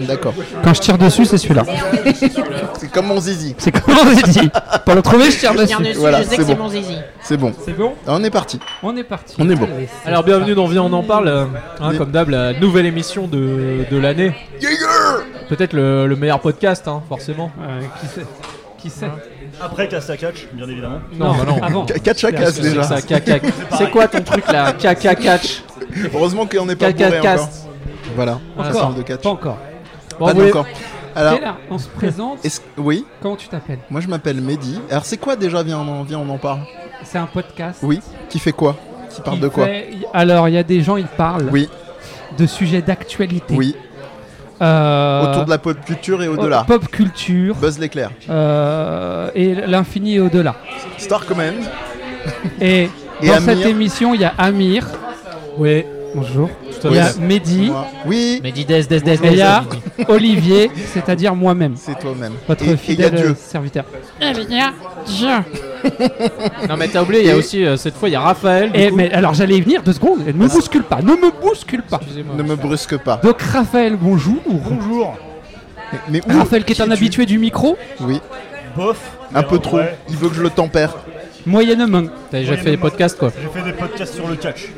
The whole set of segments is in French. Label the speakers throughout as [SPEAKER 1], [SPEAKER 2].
[SPEAKER 1] D'accord.
[SPEAKER 2] Quand je tire dessus, c'est celui-là.
[SPEAKER 1] C'est comme mon zizi.
[SPEAKER 2] C'est comment on dit Pour le trouver, je tire
[SPEAKER 3] Je tiens
[SPEAKER 2] dessus.
[SPEAKER 3] dessus,
[SPEAKER 1] Voilà,
[SPEAKER 3] je sais
[SPEAKER 1] c'est
[SPEAKER 3] que c'est
[SPEAKER 1] bon.
[SPEAKER 3] mon zizi.
[SPEAKER 1] C'est bon.
[SPEAKER 4] C'est bon
[SPEAKER 1] Ah, On est parti.
[SPEAKER 4] On est parti.
[SPEAKER 1] On est bon.
[SPEAKER 4] Alors bienvenue dans Viens on en parle, euh, hein,
[SPEAKER 1] Mais-
[SPEAKER 4] comme d'hab la nouvelle émission de, de l'année. Peut-être le, le meilleur podcast, hein, forcément.
[SPEAKER 5] Euh, qui sait Qui sait
[SPEAKER 6] Après Classe à Catch, bien évidemment.
[SPEAKER 4] Non, bah non.
[SPEAKER 5] Avant.
[SPEAKER 1] Ca- Catch à casse déjà.
[SPEAKER 4] Ça, caca- C'est quoi ton truc là Caca catch
[SPEAKER 1] Heureusement qu'on n'est pas bourré
[SPEAKER 4] Caca
[SPEAKER 1] encore.
[SPEAKER 4] cast
[SPEAKER 1] Voilà. on
[SPEAKER 5] Encore
[SPEAKER 1] parle de catch.
[SPEAKER 5] Pas encore.
[SPEAKER 4] Bon,
[SPEAKER 1] Pas
[SPEAKER 4] vous voulez-
[SPEAKER 1] encore. Alors,
[SPEAKER 5] T'es là, on se présente.
[SPEAKER 1] est-ce- oui,
[SPEAKER 5] Comment tu t'appelles
[SPEAKER 1] moi je m'appelle Mehdi. Alors c'est quoi déjà Viens, on en, viens, on en parle.
[SPEAKER 5] C'est un podcast.
[SPEAKER 1] Oui. Qui fait quoi Qui parle
[SPEAKER 5] Il
[SPEAKER 1] de quoi
[SPEAKER 5] fait- il- Alors, il y a des gens, ils parlent
[SPEAKER 1] Oui,
[SPEAKER 5] de sujets d'actualité.
[SPEAKER 1] oui.
[SPEAKER 5] Euh,
[SPEAKER 1] Autour de la pop culture et au-delà.
[SPEAKER 5] Pop culture
[SPEAKER 1] Buzz l'éclair.
[SPEAKER 5] euh, et l'infini et au-delà.
[SPEAKER 1] Star Command.
[SPEAKER 5] Et,
[SPEAKER 1] Et
[SPEAKER 5] dans
[SPEAKER 1] Amir.
[SPEAKER 5] cette émission, il y a Amir.
[SPEAKER 4] Oui.
[SPEAKER 5] Bonjour. Il
[SPEAKER 1] Oui,
[SPEAKER 5] y a
[SPEAKER 1] c'est
[SPEAKER 5] Mehdi.
[SPEAKER 1] moi. Oui,
[SPEAKER 3] Mais dis des, des, des,
[SPEAKER 5] Et il y a
[SPEAKER 3] des.
[SPEAKER 5] Olivier, c'est-à-dire moi-même.
[SPEAKER 1] c'est toi-même.
[SPEAKER 5] Votre
[SPEAKER 1] Et- et il y a
[SPEAKER 5] fidèle
[SPEAKER 1] Dieu.
[SPEAKER 5] serviteur.
[SPEAKER 1] Euh,
[SPEAKER 4] Non mais t'as oublié, il y a aussi euh, cette fois il y a Raphaël. du
[SPEAKER 5] Et,
[SPEAKER 4] coup.
[SPEAKER 5] Eh, mais alors j'allais y venir deux secondes. Ne me bouscule pas, ne me bouscule pas.
[SPEAKER 1] Ne me brusque pas.
[SPEAKER 5] Donc Raphaël, bonjour.
[SPEAKER 6] Bonjour.
[SPEAKER 1] Mais où
[SPEAKER 5] Raphaël qui est un
[SPEAKER 1] es-tu
[SPEAKER 5] habitué du micro,
[SPEAKER 1] Oui,
[SPEAKER 6] Bof.
[SPEAKER 1] un
[SPEAKER 6] Mais,
[SPEAKER 1] peu
[SPEAKER 6] euh,
[SPEAKER 1] trop.
[SPEAKER 6] ouais,
[SPEAKER 1] Il veut que je le tempère.
[SPEAKER 5] moyennement.
[SPEAKER 4] T'as déjà fait des podcasts quoi.
[SPEAKER 6] J'ai fait des podcasts sur le catch.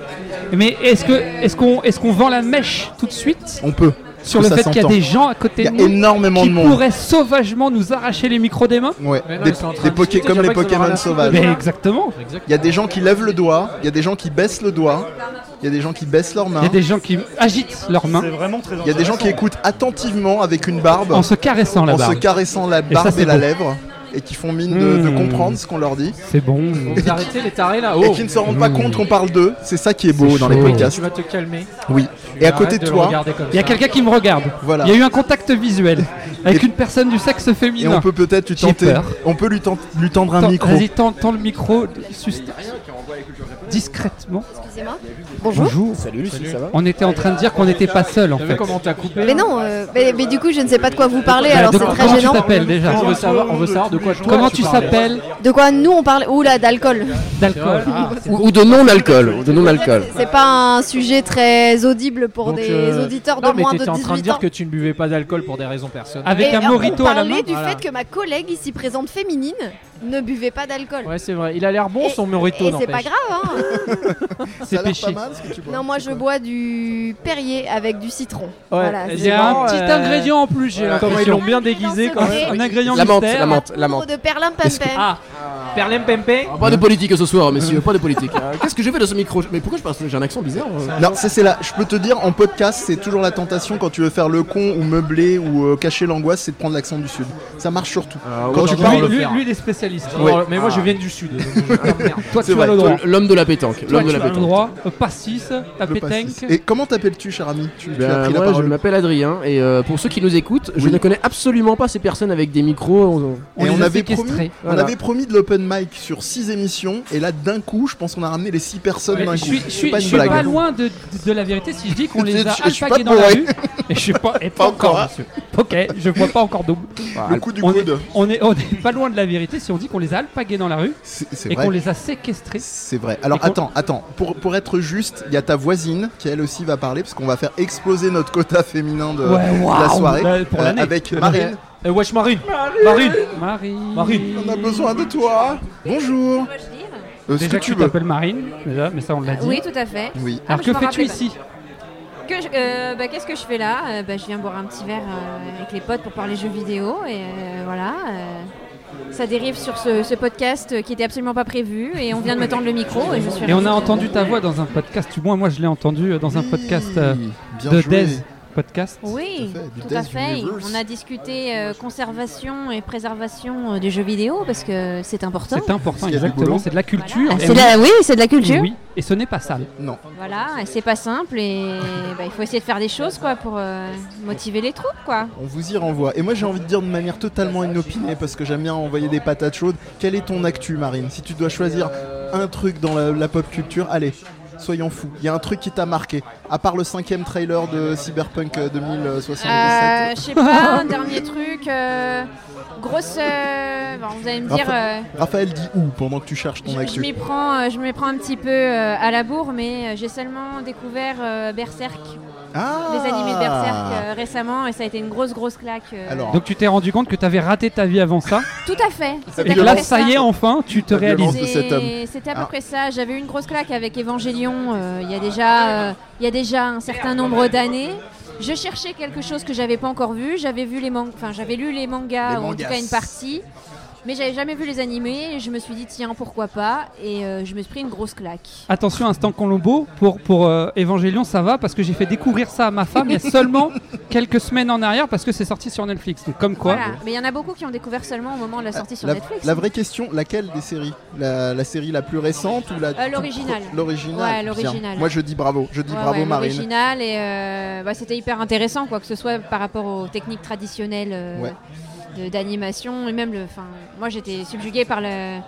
[SPEAKER 5] Mais est-ce que est-ce qu'on est-ce qu'on vend la mèche tout de suite
[SPEAKER 1] On peut. parce
[SPEAKER 5] sur
[SPEAKER 1] que
[SPEAKER 5] le
[SPEAKER 1] ça
[SPEAKER 5] fait qu'il y a
[SPEAKER 1] s'entend.
[SPEAKER 5] des gens à côté
[SPEAKER 1] Il y
[SPEAKER 5] de
[SPEAKER 1] a
[SPEAKER 5] nous
[SPEAKER 1] énormément
[SPEAKER 5] qui
[SPEAKER 1] de monde.
[SPEAKER 5] pourraient sauvagement nous arracher les micros des mains
[SPEAKER 1] Ouais.
[SPEAKER 4] Mais non,
[SPEAKER 1] Des,
[SPEAKER 4] ils sont en train
[SPEAKER 1] des
[SPEAKER 4] de
[SPEAKER 1] poké-
[SPEAKER 4] discuter,
[SPEAKER 1] comme
[SPEAKER 4] j'ai
[SPEAKER 1] les
[SPEAKER 4] pas que ça leur
[SPEAKER 1] Pokémon
[SPEAKER 4] a
[SPEAKER 1] sauvages.
[SPEAKER 5] Mais exactement.
[SPEAKER 4] Exact.
[SPEAKER 1] Il y a des gens qui lèvent le doigt, il y a des gens qui baissent le doigt, il y a des gens qui baissent leurs
[SPEAKER 5] Il y
[SPEAKER 1] mains,
[SPEAKER 5] a des gens qui agitent leurs
[SPEAKER 6] C'est
[SPEAKER 5] mains
[SPEAKER 6] vraiment très
[SPEAKER 1] il y a des gens qui écoutent attentivement avec une barbe,
[SPEAKER 5] en se caressant la
[SPEAKER 1] en se
[SPEAKER 5] barbe.
[SPEAKER 1] caressant la
[SPEAKER 5] ça,
[SPEAKER 1] barbe et,
[SPEAKER 5] c'est
[SPEAKER 1] la
[SPEAKER 5] beau.
[SPEAKER 1] lèvre, et qui font mine de, de
[SPEAKER 5] Mmh.
[SPEAKER 1] comprendre ce qu'on leur dit,
[SPEAKER 5] C'est bon.
[SPEAKER 4] Vous arrêtez les tarés là. Oh.
[SPEAKER 1] et qui ne se rendent pas compte qu'on parle d'eux. C'est ça qui est beau
[SPEAKER 5] Hmm. C'est
[SPEAKER 1] dans
[SPEAKER 5] chaud.
[SPEAKER 1] les
[SPEAKER 4] Tu
[SPEAKER 1] podcasts.
[SPEAKER 4] vas te calmer.
[SPEAKER 1] Oui. Et à côté
[SPEAKER 4] Arrête
[SPEAKER 1] de
[SPEAKER 4] le
[SPEAKER 1] toi,
[SPEAKER 4] regarder comme
[SPEAKER 5] Il y a
[SPEAKER 4] ça.
[SPEAKER 5] quelqu'un qui me regarde.
[SPEAKER 1] Voilà.
[SPEAKER 5] Il y a eu un contact visuel avec
[SPEAKER 1] Et-
[SPEAKER 5] une personne du sexe féminin.
[SPEAKER 1] et on peut peut-être lui
[SPEAKER 5] J'ai
[SPEAKER 1] tenter,
[SPEAKER 5] peur.
[SPEAKER 1] on peut lui, ten- lui tendre un
[SPEAKER 5] Tends-
[SPEAKER 1] micro.
[SPEAKER 5] Vas-y, tends, tends le micro sus- discrètement.
[SPEAKER 7] Excusez-moi.
[SPEAKER 5] Bonjour.
[SPEAKER 8] Salut, Lucie, ça va
[SPEAKER 5] On était en train de dire qu'on n'était pas seul en
[SPEAKER 4] T'as vu
[SPEAKER 5] fait.
[SPEAKER 4] comment t'as coupé
[SPEAKER 5] hein
[SPEAKER 7] Mais
[SPEAKER 4] là
[SPEAKER 7] non, euh, mais, mais du coup, je ne sais pas de quoi vous parlez,
[SPEAKER 5] Bah,
[SPEAKER 7] alors
[SPEAKER 5] de
[SPEAKER 7] c'est
[SPEAKER 5] quoi-
[SPEAKER 7] très
[SPEAKER 5] comment tu
[SPEAKER 7] gênant.
[SPEAKER 5] t'appelles déjà
[SPEAKER 4] On veut savoir, on veut savoir de quoi toi,
[SPEAKER 5] Comment tu
[SPEAKER 4] parlais.
[SPEAKER 5] s'appelles
[SPEAKER 7] De quoi nous on parle Oula, d'alcool.
[SPEAKER 5] D'alcool.
[SPEAKER 8] ou, ou de non-alcool. ou De non-alcool.
[SPEAKER 7] C'est pas un sujet très audible pour
[SPEAKER 4] Donc,
[SPEAKER 7] des
[SPEAKER 4] euh,
[SPEAKER 7] auditeurs
[SPEAKER 4] Non
[SPEAKER 7] de
[SPEAKER 4] mais
[SPEAKER 7] moins de
[SPEAKER 4] t'étais en train de
[SPEAKER 7] 18
[SPEAKER 4] dire
[SPEAKER 7] ans.
[SPEAKER 4] que tu ne buvais pas d'alcool pour des raisons personnelles.
[SPEAKER 5] Avec
[SPEAKER 7] Et
[SPEAKER 5] un
[SPEAKER 7] on
[SPEAKER 5] morito à la main.
[SPEAKER 7] parlait du
[SPEAKER 4] Voilà.
[SPEAKER 7] fait que ma collègue ici présente féminine ne buvait pas d'alcool.
[SPEAKER 4] Ouais c'est vrai. Il a l'air bon son morito
[SPEAKER 7] Et c'est pas
[SPEAKER 4] n'empêche.
[SPEAKER 7] grave, hein.
[SPEAKER 1] Ça a
[SPEAKER 5] C'est
[SPEAKER 1] l'air pas
[SPEAKER 5] péché.
[SPEAKER 1] mal ce que tu bois.
[SPEAKER 7] Non, moi je bois du Perrier avec du citron. Voilà,
[SPEAKER 4] et
[SPEAKER 7] c'est
[SPEAKER 5] Il y a
[SPEAKER 4] marrant,
[SPEAKER 5] un petit
[SPEAKER 4] euh,
[SPEAKER 5] ingrédient en plus, j'ai
[SPEAKER 8] voilà.
[SPEAKER 4] Comment ils
[SPEAKER 5] l'impression.
[SPEAKER 4] l'ont bien déguisé quand même.
[SPEAKER 5] Un ingrédient
[SPEAKER 8] La menthe,
[SPEAKER 5] mystère.
[SPEAKER 8] la menthe, la
[SPEAKER 7] Trop
[SPEAKER 8] menthe.
[SPEAKER 7] de perlin pam
[SPEAKER 8] Est-ce que-
[SPEAKER 7] pam.
[SPEAKER 5] Ah,
[SPEAKER 4] Perlem Pempé
[SPEAKER 8] Pas de politique ce soir, messieurs, pas de politique. Euh, Qu'est-ce que je fais de ce micro Mais pourquoi je parle J'ai un accent bizarre. euh.
[SPEAKER 1] Non, ça, c'est là. Je peux te dire, en podcast, c'est toujours la tentation quand tu veux faire le con ou meubler ou euh, cacher l'angoisse, c'est de prendre l'accent du sud. Ça marche surtout.
[SPEAKER 8] Ah,
[SPEAKER 1] quand tu
[SPEAKER 4] aujourd'hui,
[SPEAKER 1] parles,
[SPEAKER 4] le
[SPEAKER 5] lui, lui,
[SPEAKER 4] faire.
[SPEAKER 5] lui, il est spécialiste. Oh,
[SPEAKER 4] Alors, Mais moi je viens du sud. donc je-
[SPEAKER 5] Ah, Toi, tu
[SPEAKER 1] C'est
[SPEAKER 5] as
[SPEAKER 1] vrai,
[SPEAKER 5] le droit.
[SPEAKER 8] L'homme de la pétanque.
[SPEAKER 5] Toi,
[SPEAKER 8] L'homme
[SPEAKER 5] tu
[SPEAKER 8] de
[SPEAKER 5] as
[SPEAKER 8] la
[SPEAKER 5] le
[SPEAKER 8] pétanque.
[SPEAKER 5] droit. Euh, Passis, ta
[SPEAKER 1] le passes.
[SPEAKER 5] pétanque.
[SPEAKER 1] Et comment t'appelles-tu, cher ami tu, tu as
[SPEAKER 8] Ben,
[SPEAKER 1] pris la
[SPEAKER 8] moi, je
[SPEAKER 1] parole.
[SPEAKER 8] m'appelle Adrien et euh, pour ceux qui nous écoutent, je
[SPEAKER 1] Oui.
[SPEAKER 8] ne connais absolument pas ces personnes avec des micros. on-
[SPEAKER 1] Et
[SPEAKER 5] les
[SPEAKER 1] on
[SPEAKER 5] a
[SPEAKER 1] avait, promis,
[SPEAKER 5] séquestrés.
[SPEAKER 1] on
[SPEAKER 8] Voilà.
[SPEAKER 1] avait promis de l'open mic sur 6 émissions, et là d'un coup, je pense qu'on a ramené les 6 personnes
[SPEAKER 5] Ouais,
[SPEAKER 1] d'un
[SPEAKER 5] je
[SPEAKER 1] coup.
[SPEAKER 5] suis, je suis-
[SPEAKER 1] C'est pas
[SPEAKER 5] je
[SPEAKER 1] une
[SPEAKER 5] suis
[SPEAKER 1] blague.
[SPEAKER 5] pas loin de, de- de la vérité si je dis qu'on les a
[SPEAKER 1] Je suis pas
[SPEAKER 5] alpagués dans la
[SPEAKER 1] bourré.
[SPEAKER 5] rue. Et je suis pas, et pas encore,
[SPEAKER 1] encore.
[SPEAKER 5] monsieur. Ok, je vois pas encore double.
[SPEAKER 1] Le coup du
[SPEAKER 5] on est,
[SPEAKER 1] coude.
[SPEAKER 5] on, est, on est pas loin de la vérité si on dit qu'on les a alpagués dans la rue
[SPEAKER 1] C'est c'est
[SPEAKER 5] et qu'on
[SPEAKER 1] vrai.
[SPEAKER 5] les a séquestrés.
[SPEAKER 1] C'est vrai. Alors
[SPEAKER 5] Et qu'on-
[SPEAKER 1] attends, attends. Pour, pour être juste, il y a ta voisine qui elle aussi va parler parce qu'on va faire exploser notre quota féminin
[SPEAKER 4] euh,
[SPEAKER 1] de,
[SPEAKER 5] Ouais,
[SPEAKER 1] de la
[SPEAKER 5] waouh,
[SPEAKER 1] soirée euh,
[SPEAKER 5] bah, pour l'année.
[SPEAKER 1] avec Marine.
[SPEAKER 4] Eh, Wesh Euh, Marine Marine
[SPEAKER 5] Marine.
[SPEAKER 4] Marine.
[SPEAKER 1] On a besoin de toi. Bonjour. Euh, ce que
[SPEAKER 5] Déjà que
[SPEAKER 1] tu
[SPEAKER 5] tu
[SPEAKER 1] veux.
[SPEAKER 5] t'appelles Marine, déjà, mais ça on l'a dit.
[SPEAKER 9] Oui, tout à fait.
[SPEAKER 1] Oui.
[SPEAKER 9] Ah,
[SPEAKER 5] Alors
[SPEAKER 9] je
[SPEAKER 5] que
[SPEAKER 9] m'en
[SPEAKER 5] fais-tu
[SPEAKER 9] rappelais pas.
[SPEAKER 5] ici
[SPEAKER 9] Que je- euh, bah, Qu'est-ce que je fais là Euh, bah, Je viens boire un petit verre euh, avec les potes pour parler jeux vidéo et euh, voilà. euh, ça dérive sur ce, ce podcast euh, qui était absolument pas prévu et on vient de me tendre le micro et je suis.
[SPEAKER 5] Et on
[SPEAKER 9] ravie.
[SPEAKER 5] a entendu ta voix dans un podcast, du moins moi je l'ai entendu euh, dans un
[SPEAKER 1] Oui,
[SPEAKER 5] podcast euh,
[SPEAKER 1] bien
[SPEAKER 5] de
[SPEAKER 1] joué.
[SPEAKER 5] Dez podcast.
[SPEAKER 9] Oui,
[SPEAKER 1] Tout à fait, du
[SPEAKER 9] tout à
[SPEAKER 1] Dance
[SPEAKER 9] fait.
[SPEAKER 1] Universe.
[SPEAKER 9] On a discuté euh, conservation et préservation euh, des jeux vidéo parce que c'est important.
[SPEAKER 5] C'est important,
[SPEAKER 1] qu'il y a du boulot.
[SPEAKER 5] exactement, c'est de la culture.
[SPEAKER 9] Voilà.
[SPEAKER 5] Et
[SPEAKER 9] C'est de la- oui, c'est de la
[SPEAKER 5] oui,
[SPEAKER 9] culture.
[SPEAKER 5] oui, et ce n'est pas sale.
[SPEAKER 1] Non.
[SPEAKER 9] Voilà, et c'est pas simple et bah, il faut essayer de faire des choses quoi pour euh, motiver les troupes quoi.
[SPEAKER 1] On vous y renvoie. Et moi j'ai envie de dire de manière totalement inopinée, parce que j'aime bien envoyer des patates chaudes, quelle est ton actu Marine Si tu dois choisir un truc dans la, la pop culture, allez, soyons fous. Il y a un truc qui t'a marqué, à part le cinquième trailer de Cyberpunk euh, 2077.
[SPEAKER 9] Euh, Je sais pas, un dernier truc. euh, grosse. euh, bon, vous allez me dire. euh,
[SPEAKER 1] Raphaël dit où pendant que tu cherches ton
[SPEAKER 9] je je
[SPEAKER 1] actu
[SPEAKER 9] m'y prends, euh, je m'y prends un petit peu euh, à la bourre, mais euh, j'ai seulement découvert euh, Berserk.
[SPEAKER 1] Ah
[SPEAKER 9] les animés de Berserk euh, récemment et ça a été une grosse grosse claque. euh,
[SPEAKER 1] Alors,
[SPEAKER 5] Donc tu t'es rendu compte que t'avais raté ta vie avant ça
[SPEAKER 9] tout à fait. C'était
[SPEAKER 5] et
[SPEAKER 9] à
[SPEAKER 5] que
[SPEAKER 9] peu
[SPEAKER 5] là
[SPEAKER 9] près
[SPEAKER 5] ça y est enfin tu te
[SPEAKER 1] La violence.
[SPEAKER 5] réalises.
[SPEAKER 1] de cet homme.
[SPEAKER 9] C'est- C'était à peu
[SPEAKER 1] Ah.
[SPEAKER 9] près ça. J'avais eu une grosse claque avec Evangelion euh, il y a déjà euh, il y a déjà un certain nombre d'années. Je cherchais quelque chose que j'avais pas encore vu. J'avais vu les mangas, enfin j'avais lu les mangas
[SPEAKER 1] Les
[SPEAKER 9] ou en tout
[SPEAKER 1] mangas.
[SPEAKER 9] cas une partie, mais j'avais jamais vu les animés. Et je me suis dit tiens pourquoi pas et euh, je me suis pris une grosse claque.
[SPEAKER 5] Attention instant Colombo pour pour euh, Evangelion ça va parce que j'ai fait découvrir ça à ma femme il y a seulement quelques semaines en arrière parce que c'est sorti sur Netflix. Donc comme quoi.
[SPEAKER 9] Voilà. Mais il y en a beaucoup qui ont découvert seulement au moment de la sortie sur
[SPEAKER 1] Euh, la,
[SPEAKER 9] Netflix.
[SPEAKER 1] la vraie question, laquelle des séries la, la série la plus récente ou la
[SPEAKER 9] Euh, l'original.
[SPEAKER 1] L'original.
[SPEAKER 9] Ouais, l'original.
[SPEAKER 1] bien. Moi je dis bravo, je dis
[SPEAKER 9] Ouais,
[SPEAKER 1] bravo
[SPEAKER 9] ouais,
[SPEAKER 1] Marine.
[SPEAKER 9] l'original et euh, bah, c'était hyper intéressant quoi que ce soit par rapport aux techniques traditionnelles euh,
[SPEAKER 1] Ouais.
[SPEAKER 9] de- d'animation et même le. Enfin, moi j'étais subjuguée par le-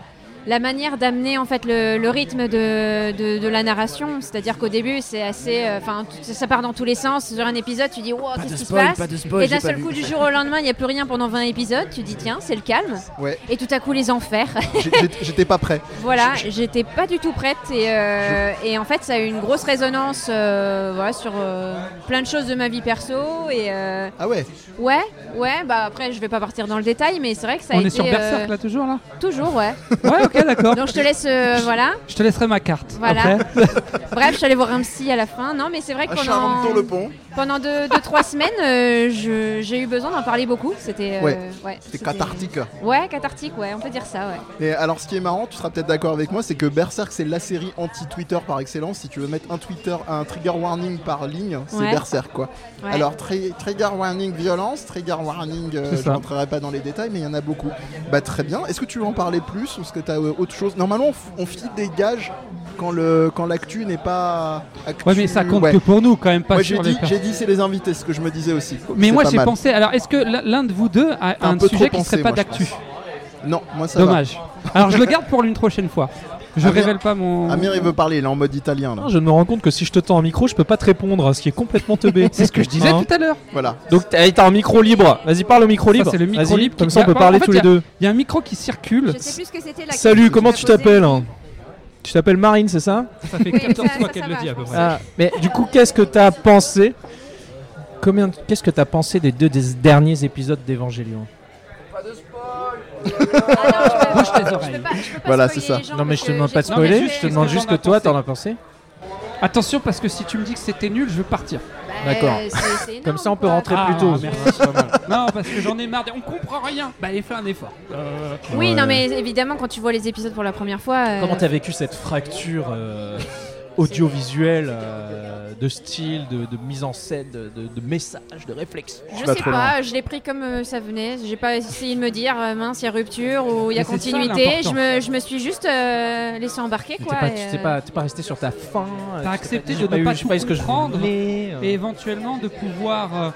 [SPEAKER 9] la manière d'amener en fait le, le rythme de, de- de la narration, c'est-à-dire qu'au début c'est assez, euh, enfin tout- ça part dans tous les sens. Sur un épisode tu dis wow,
[SPEAKER 8] Pas de
[SPEAKER 9] qu'est-ce qui se
[SPEAKER 8] spoil,
[SPEAKER 9] passe
[SPEAKER 8] pas de spoil.
[SPEAKER 9] Et
[SPEAKER 8] j'ai
[SPEAKER 9] d'un
[SPEAKER 8] pas
[SPEAKER 9] seul
[SPEAKER 8] vu.
[SPEAKER 9] coup du jour au lendemain il n'y a plus rien pendant 20 épisodes, tu dis tiens c'est le calme.
[SPEAKER 1] Ouais.
[SPEAKER 9] Et tout à coup les enfers.
[SPEAKER 1] J'ai- j'ai- J'étais pas prêt.
[SPEAKER 9] Voilà, j'étais pas du tout prête et, euh, et en fait ça a eu une grosse résonance euh, voilà, sur euh, plein de choses de ma vie perso et euh,
[SPEAKER 1] Ah ouais.
[SPEAKER 9] ouais, ouais, bah après je vais pas partir dans le détail mais c'est vrai que ça a
[SPEAKER 5] On
[SPEAKER 9] été
[SPEAKER 5] est sur
[SPEAKER 9] euh,
[SPEAKER 5] Berserk là toujours là
[SPEAKER 9] toujours ouais.
[SPEAKER 5] Ouais ok d'accord.
[SPEAKER 9] Donc je te laisse euh, voilà.
[SPEAKER 5] Je te laisserai ma carte.
[SPEAKER 9] Voilà.
[SPEAKER 5] Après.
[SPEAKER 9] Bref, je suis allée voir un psy à la fin. Non mais c'est vrai que
[SPEAKER 1] À Charenton
[SPEAKER 9] pendant
[SPEAKER 1] le pont.
[SPEAKER 9] pendant deux, deux, trois semaines euh, je- j'ai eu besoin d'en parler beaucoup. C'était euh,
[SPEAKER 1] Ouais.
[SPEAKER 9] ouais,
[SPEAKER 1] C'est cathartique.
[SPEAKER 9] Ouais, cathartique, ouais, on peut dire ça, ouais.
[SPEAKER 1] Et alors, ce qui est marrant, tu seras peut-être d'accord avec moi, c'est que Berserk, c'est la série anti-Twitter par excellence. Si tu veux mettre un Twitter, un trigger warning par ligne, c'est
[SPEAKER 9] Ouais.
[SPEAKER 1] Berserk, quoi.
[SPEAKER 9] Ouais.
[SPEAKER 1] Alors, tri- trigger warning violence, trigger warning, euh,
[SPEAKER 5] C'est
[SPEAKER 1] je
[SPEAKER 5] ça.
[SPEAKER 1] rentrerai pas dans les détails, mais il y en a beaucoup. Bah, très bien. Est-ce que tu veux en parler plus ou est-ce que tu as autre chose Normalement, on, f- on file des gages quand le quand l'actu n'est pas. actu-
[SPEAKER 5] Ouais mais ça compte
[SPEAKER 1] Ouais.
[SPEAKER 5] que pour nous quand même pas
[SPEAKER 1] Moi, j'ai
[SPEAKER 5] sur les
[SPEAKER 1] dit, j'ai dit, c'est les invités, ce que je me disais aussi.
[SPEAKER 5] Mais
[SPEAKER 1] C'est
[SPEAKER 5] moi
[SPEAKER 1] pas
[SPEAKER 5] j'ai
[SPEAKER 1] mal.
[SPEAKER 5] pensé. Alors est-ce que l- l'un de vous deux a
[SPEAKER 1] T'as un
[SPEAKER 5] un,
[SPEAKER 1] peu
[SPEAKER 5] sujet
[SPEAKER 1] trop
[SPEAKER 5] qui serait
[SPEAKER 1] pensé,
[SPEAKER 5] pas
[SPEAKER 1] moi, je
[SPEAKER 5] d'actu
[SPEAKER 1] Non, moi ça
[SPEAKER 5] Dommage. Alors je le garde pour une prochaine fois. Je
[SPEAKER 1] Amir-
[SPEAKER 5] révèle pas mon.
[SPEAKER 1] va. Amir, il veut parler, il est en mode italien là.
[SPEAKER 4] Je me rends compte que si je te tends un micro, je peux pas te répondre, hein, ce qui est complètement teubé.
[SPEAKER 5] C'est ce que je disais
[SPEAKER 4] Hein
[SPEAKER 5] tout à l'heure.
[SPEAKER 1] Voilà.
[SPEAKER 4] Donc t'as t'as un micro libre. Vas-y, parle au micro
[SPEAKER 5] Ça,
[SPEAKER 4] libre.
[SPEAKER 5] c'est le micro
[SPEAKER 4] Vas-y,
[SPEAKER 5] libre qui
[SPEAKER 4] Comme ça, on
[SPEAKER 5] te-
[SPEAKER 4] peut
[SPEAKER 5] Ouais,
[SPEAKER 4] parler
[SPEAKER 5] en fait,
[SPEAKER 4] tous les deux.
[SPEAKER 5] Il y a un micro qui circule.
[SPEAKER 9] Je sais plus ce que c'était la
[SPEAKER 4] Salut,
[SPEAKER 9] question
[SPEAKER 4] comment
[SPEAKER 9] que
[SPEAKER 4] tu
[SPEAKER 9] posée.
[SPEAKER 4] t'appelles hein Tu t'appelles Marine, c'est ça
[SPEAKER 5] Ça fait
[SPEAKER 9] Oui,
[SPEAKER 5] 14
[SPEAKER 9] ça-
[SPEAKER 5] fois
[SPEAKER 9] ça,
[SPEAKER 5] qu'elle
[SPEAKER 9] ça
[SPEAKER 5] le
[SPEAKER 9] va,
[SPEAKER 5] dit à
[SPEAKER 9] je
[SPEAKER 5] peu
[SPEAKER 9] pense.
[SPEAKER 5] près.
[SPEAKER 4] Ah, mais du coup, qu'est-ce que t'as pensé Combien Qu'est-ce que t'as pensé des deux des derniers épisodes d'Evangelion
[SPEAKER 9] Ah non, je peux-
[SPEAKER 5] Bouge tes
[SPEAKER 9] je peux
[SPEAKER 5] oreilles.
[SPEAKER 9] pas- je peux pas
[SPEAKER 1] Voilà,
[SPEAKER 9] spoiler
[SPEAKER 1] c'est ça.
[SPEAKER 9] les gens
[SPEAKER 4] Non, mais
[SPEAKER 9] parce
[SPEAKER 4] je te
[SPEAKER 9] que
[SPEAKER 4] demande pas de
[SPEAKER 9] j'ai
[SPEAKER 5] Non, mais juste,
[SPEAKER 4] spoiler, je te
[SPEAKER 5] qu'est-ce
[SPEAKER 4] demande
[SPEAKER 5] qu'on
[SPEAKER 4] juste
[SPEAKER 5] en
[SPEAKER 4] que
[SPEAKER 5] a
[SPEAKER 4] toi,
[SPEAKER 5] pensé
[SPEAKER 4] t'en as pensé.
[SPEAKER 5] Attention parce que si tu me dis que c'était nul, je veux partir.
[SPEAKER 9] Bah,
[SPEAKER 4] D'accord.
[SPEAKER 9] c'est- c'est énorme,
[SPEAKER 4] Comme ça, on peut
[SPEAKER 9] quoi.
[SPEAKER 4] rentrer
[SPEAKER 5] Ah,
[SPEAKER 4] plus tôt.
[SPEAKER 5] merci. non parce que j'en ai marre. de- On comprend rien. Bah allez fais un effort.
[SPEAKER 4] Euh,
[SPEAKER 9] Oui, non, mais évidemment, quand tu vois les épisodes pour la première fois. euh,
[SPEAKER 4] Comment t'as vécu cette fracture euh, audiovisuelle euh, de style, de, de mise en scène, de, de- de message, de réflexion
[SPEAKER 9] Je
[SPEAKER 1] vas
[SPEAKER 9] sais
[SPEAKER 1] trop
[SPEAKER 9] pas, je l'ai pris comme euh, ça venait. J'ai pas essayé de me dire, euh, mince, il y a rupture ou il y a
[SPEAKER 5] Mais c'est ça,
[SPEAKER 9] continuité.
[SPEAKER 5] l'important.
[SPEAKER 9] je, me, je me suis juste laissée laissé embarquer,
[SPEAKER 4] T'es
[SPEAKER 9] quoi.
[SPEAKER 4] pas,
[SPEAKER 9] et,
[SPEAKER 4] tu t'es
[SPEAKER 9] euh,
[SPEAKER 4] pas, t'es pas resté sur ta faim.
[SPEAKER 5] T'as accepté de ne
[SPEAKER 4] eu-
[SPEAKER 5] pas
[SPEAKER 4] j'ai
[SPEAKER 5] tout
[SPEAKER 4] eu ce que je
[SPEAKER 5] comprendre.
[SPEAKER 4] voulais, euh.
[SPEAKER 5] Et éventuellement de pouvoir. euh,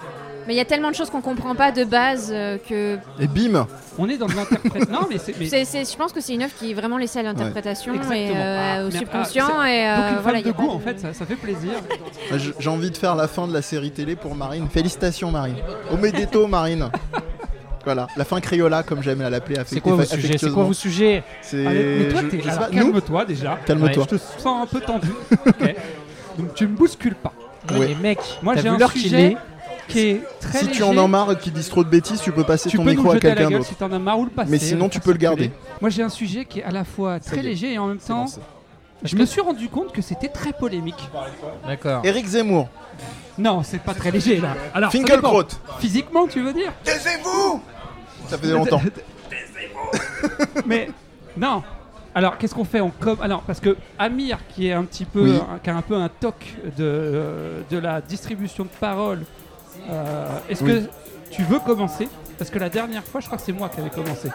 [SPEAKER 9] Mais il y a tellement de choses qu'on comprend pas de base euh, que.
[SPEAKER 1] Et bim
[SPEAKER 5] on est dans de l'interprète. non mais c'est. mais-
[SPEAKER 9] c'est c'est- je pense que c'est une œuvre qui est vraiment laissée à l'interprétation et
[SPEAKER 5] Exactement.
[SPEAKER 9] euh,
[SPEAKER 5] Ah,
[SPEAKER 9] au
[SPEAKER 5] merde.
[SPEAKER 9] subconscient.
[SPEAKER 5] Ah,
[SPEAKER 9] et euh,
[SPEAKER 5] Donc une
[SPEAKER 9] voilà,
[SPEAKER 5] femme
[SPEAKER 9] il y
[SPEAKER 5] de
[SPEAKER 9] a
[SPEAKER 5] goût
[SPEAKER 9] pas
[SPEAKER 5] en fait ça, ça fait plaisir.
[SPEAKER 1] Moi, j- Bah, J'ai envie de faire la fin de la série télé pour Marine. Félicitations Marine. Au Médéto Marine. Voilà, la fin criolla comme j'aime à l'appeler
[SPEAKER 4] C'est quoi vos
[SPEAKER 1] affect-
[SPEAKER 4] sujets C'est quoi vos
[SPEAKER 1] affectueusement.
[SPEAKER 4] sujets
[SPEAKER 1] C'est-
[SPEAKER 5] Allez, mais toi,
[SPEAKER 1] je-
[SPEAKER 5] t'es-
[SPEAKER 1] je sais
[SPEAKER 5] alors,
[SPEAKER 1] pas, nous
[SPEAKER 5] calme-toi déjà.
[SPEAKER 1] Calme-toi.
[SPEAKER 5] Je te sens un peu tendu. Ok. Donc tu me bouscules pas.
[SPEAKER 1] Ouais.
[SPEAKER 4] Mais mec,
[SPEAKER 5] Moi,
[SPEAKER 4] t'as
[SPEAKER 5] j'ai
[SPEAKER 4] vu
[SPEAKER 5] un
[SPEAKER 4] l'heure qu'il
[SPEAKER 5] sujet
[SPEAKER 4] est
[SPEAKER 5] qui est très
[SPEAKER 1] Si
[SPEAKER 5] léger.
[SPEAKER 1] tu en as marre et qu'ils disent trop de bêtises, tu peux passer
[SPEAKER 5] Tu
[SPEAKER 1] ton
[SPEAKER 5] peux nous
[SPEAKER 1] micro
[SPEAKER 5] le
[SPEAKER 1] à
[SPEAKER 5] jeter à la
[SPEAKER 1] quelqu'un
[SPEAKER 5] gueule
[SPEAKER 1] d'autre.
[SPEAKER 5] si t'en as marre ou le hein, passer.
[SPEAKER 1] Mais sinon,
[SPEAKER 5] le
[SPEAKER 1] tu
[SPEAKER 5] faire
[SPEAKER 1] peux le
[SPEAKER 5] circuler.
[SPEAKER 1] garder.
[SPEAKER 5] Moi, j'ai un sujet qui est à la fois
[SPEAKER 1] y
[SPEAKER 5] très
[SPEAKER 1] est.
[SPEAKER 5] léger et en même temps,
[SPEAKER 1] lancé.
[SPEAKER 5] je me suis rendu compte que c'était très polémique.
[SPEAKER 4] D'accord.
[SPEAKER 1] Eric Zemmour,
[SPEAKER 5] Non, c'est pas très léger là. Alors, ça
[SPEAKER 1] Finkelkraut,
[SPEAKER 5] dépend. Physiquement, tu veux dire
[SPEAKER 1] ça faisait longtemps.
[SPEAKER 5] Mais non. Alors, qu'est-ce qu'on fait On com- Alors, parce que Amir, qui est un petit peu,
[SPEAKER 1] Oui.
[SPEAKER 5] un- qui a un peu un toc de, euh, de la distribution de parole. euh, Est-ce
[SPEAKER 1] Oui.
[SPEAKER 5] que tu veux commencer Parce que la dernière fois, je crois que c'est moi qui avais commencé.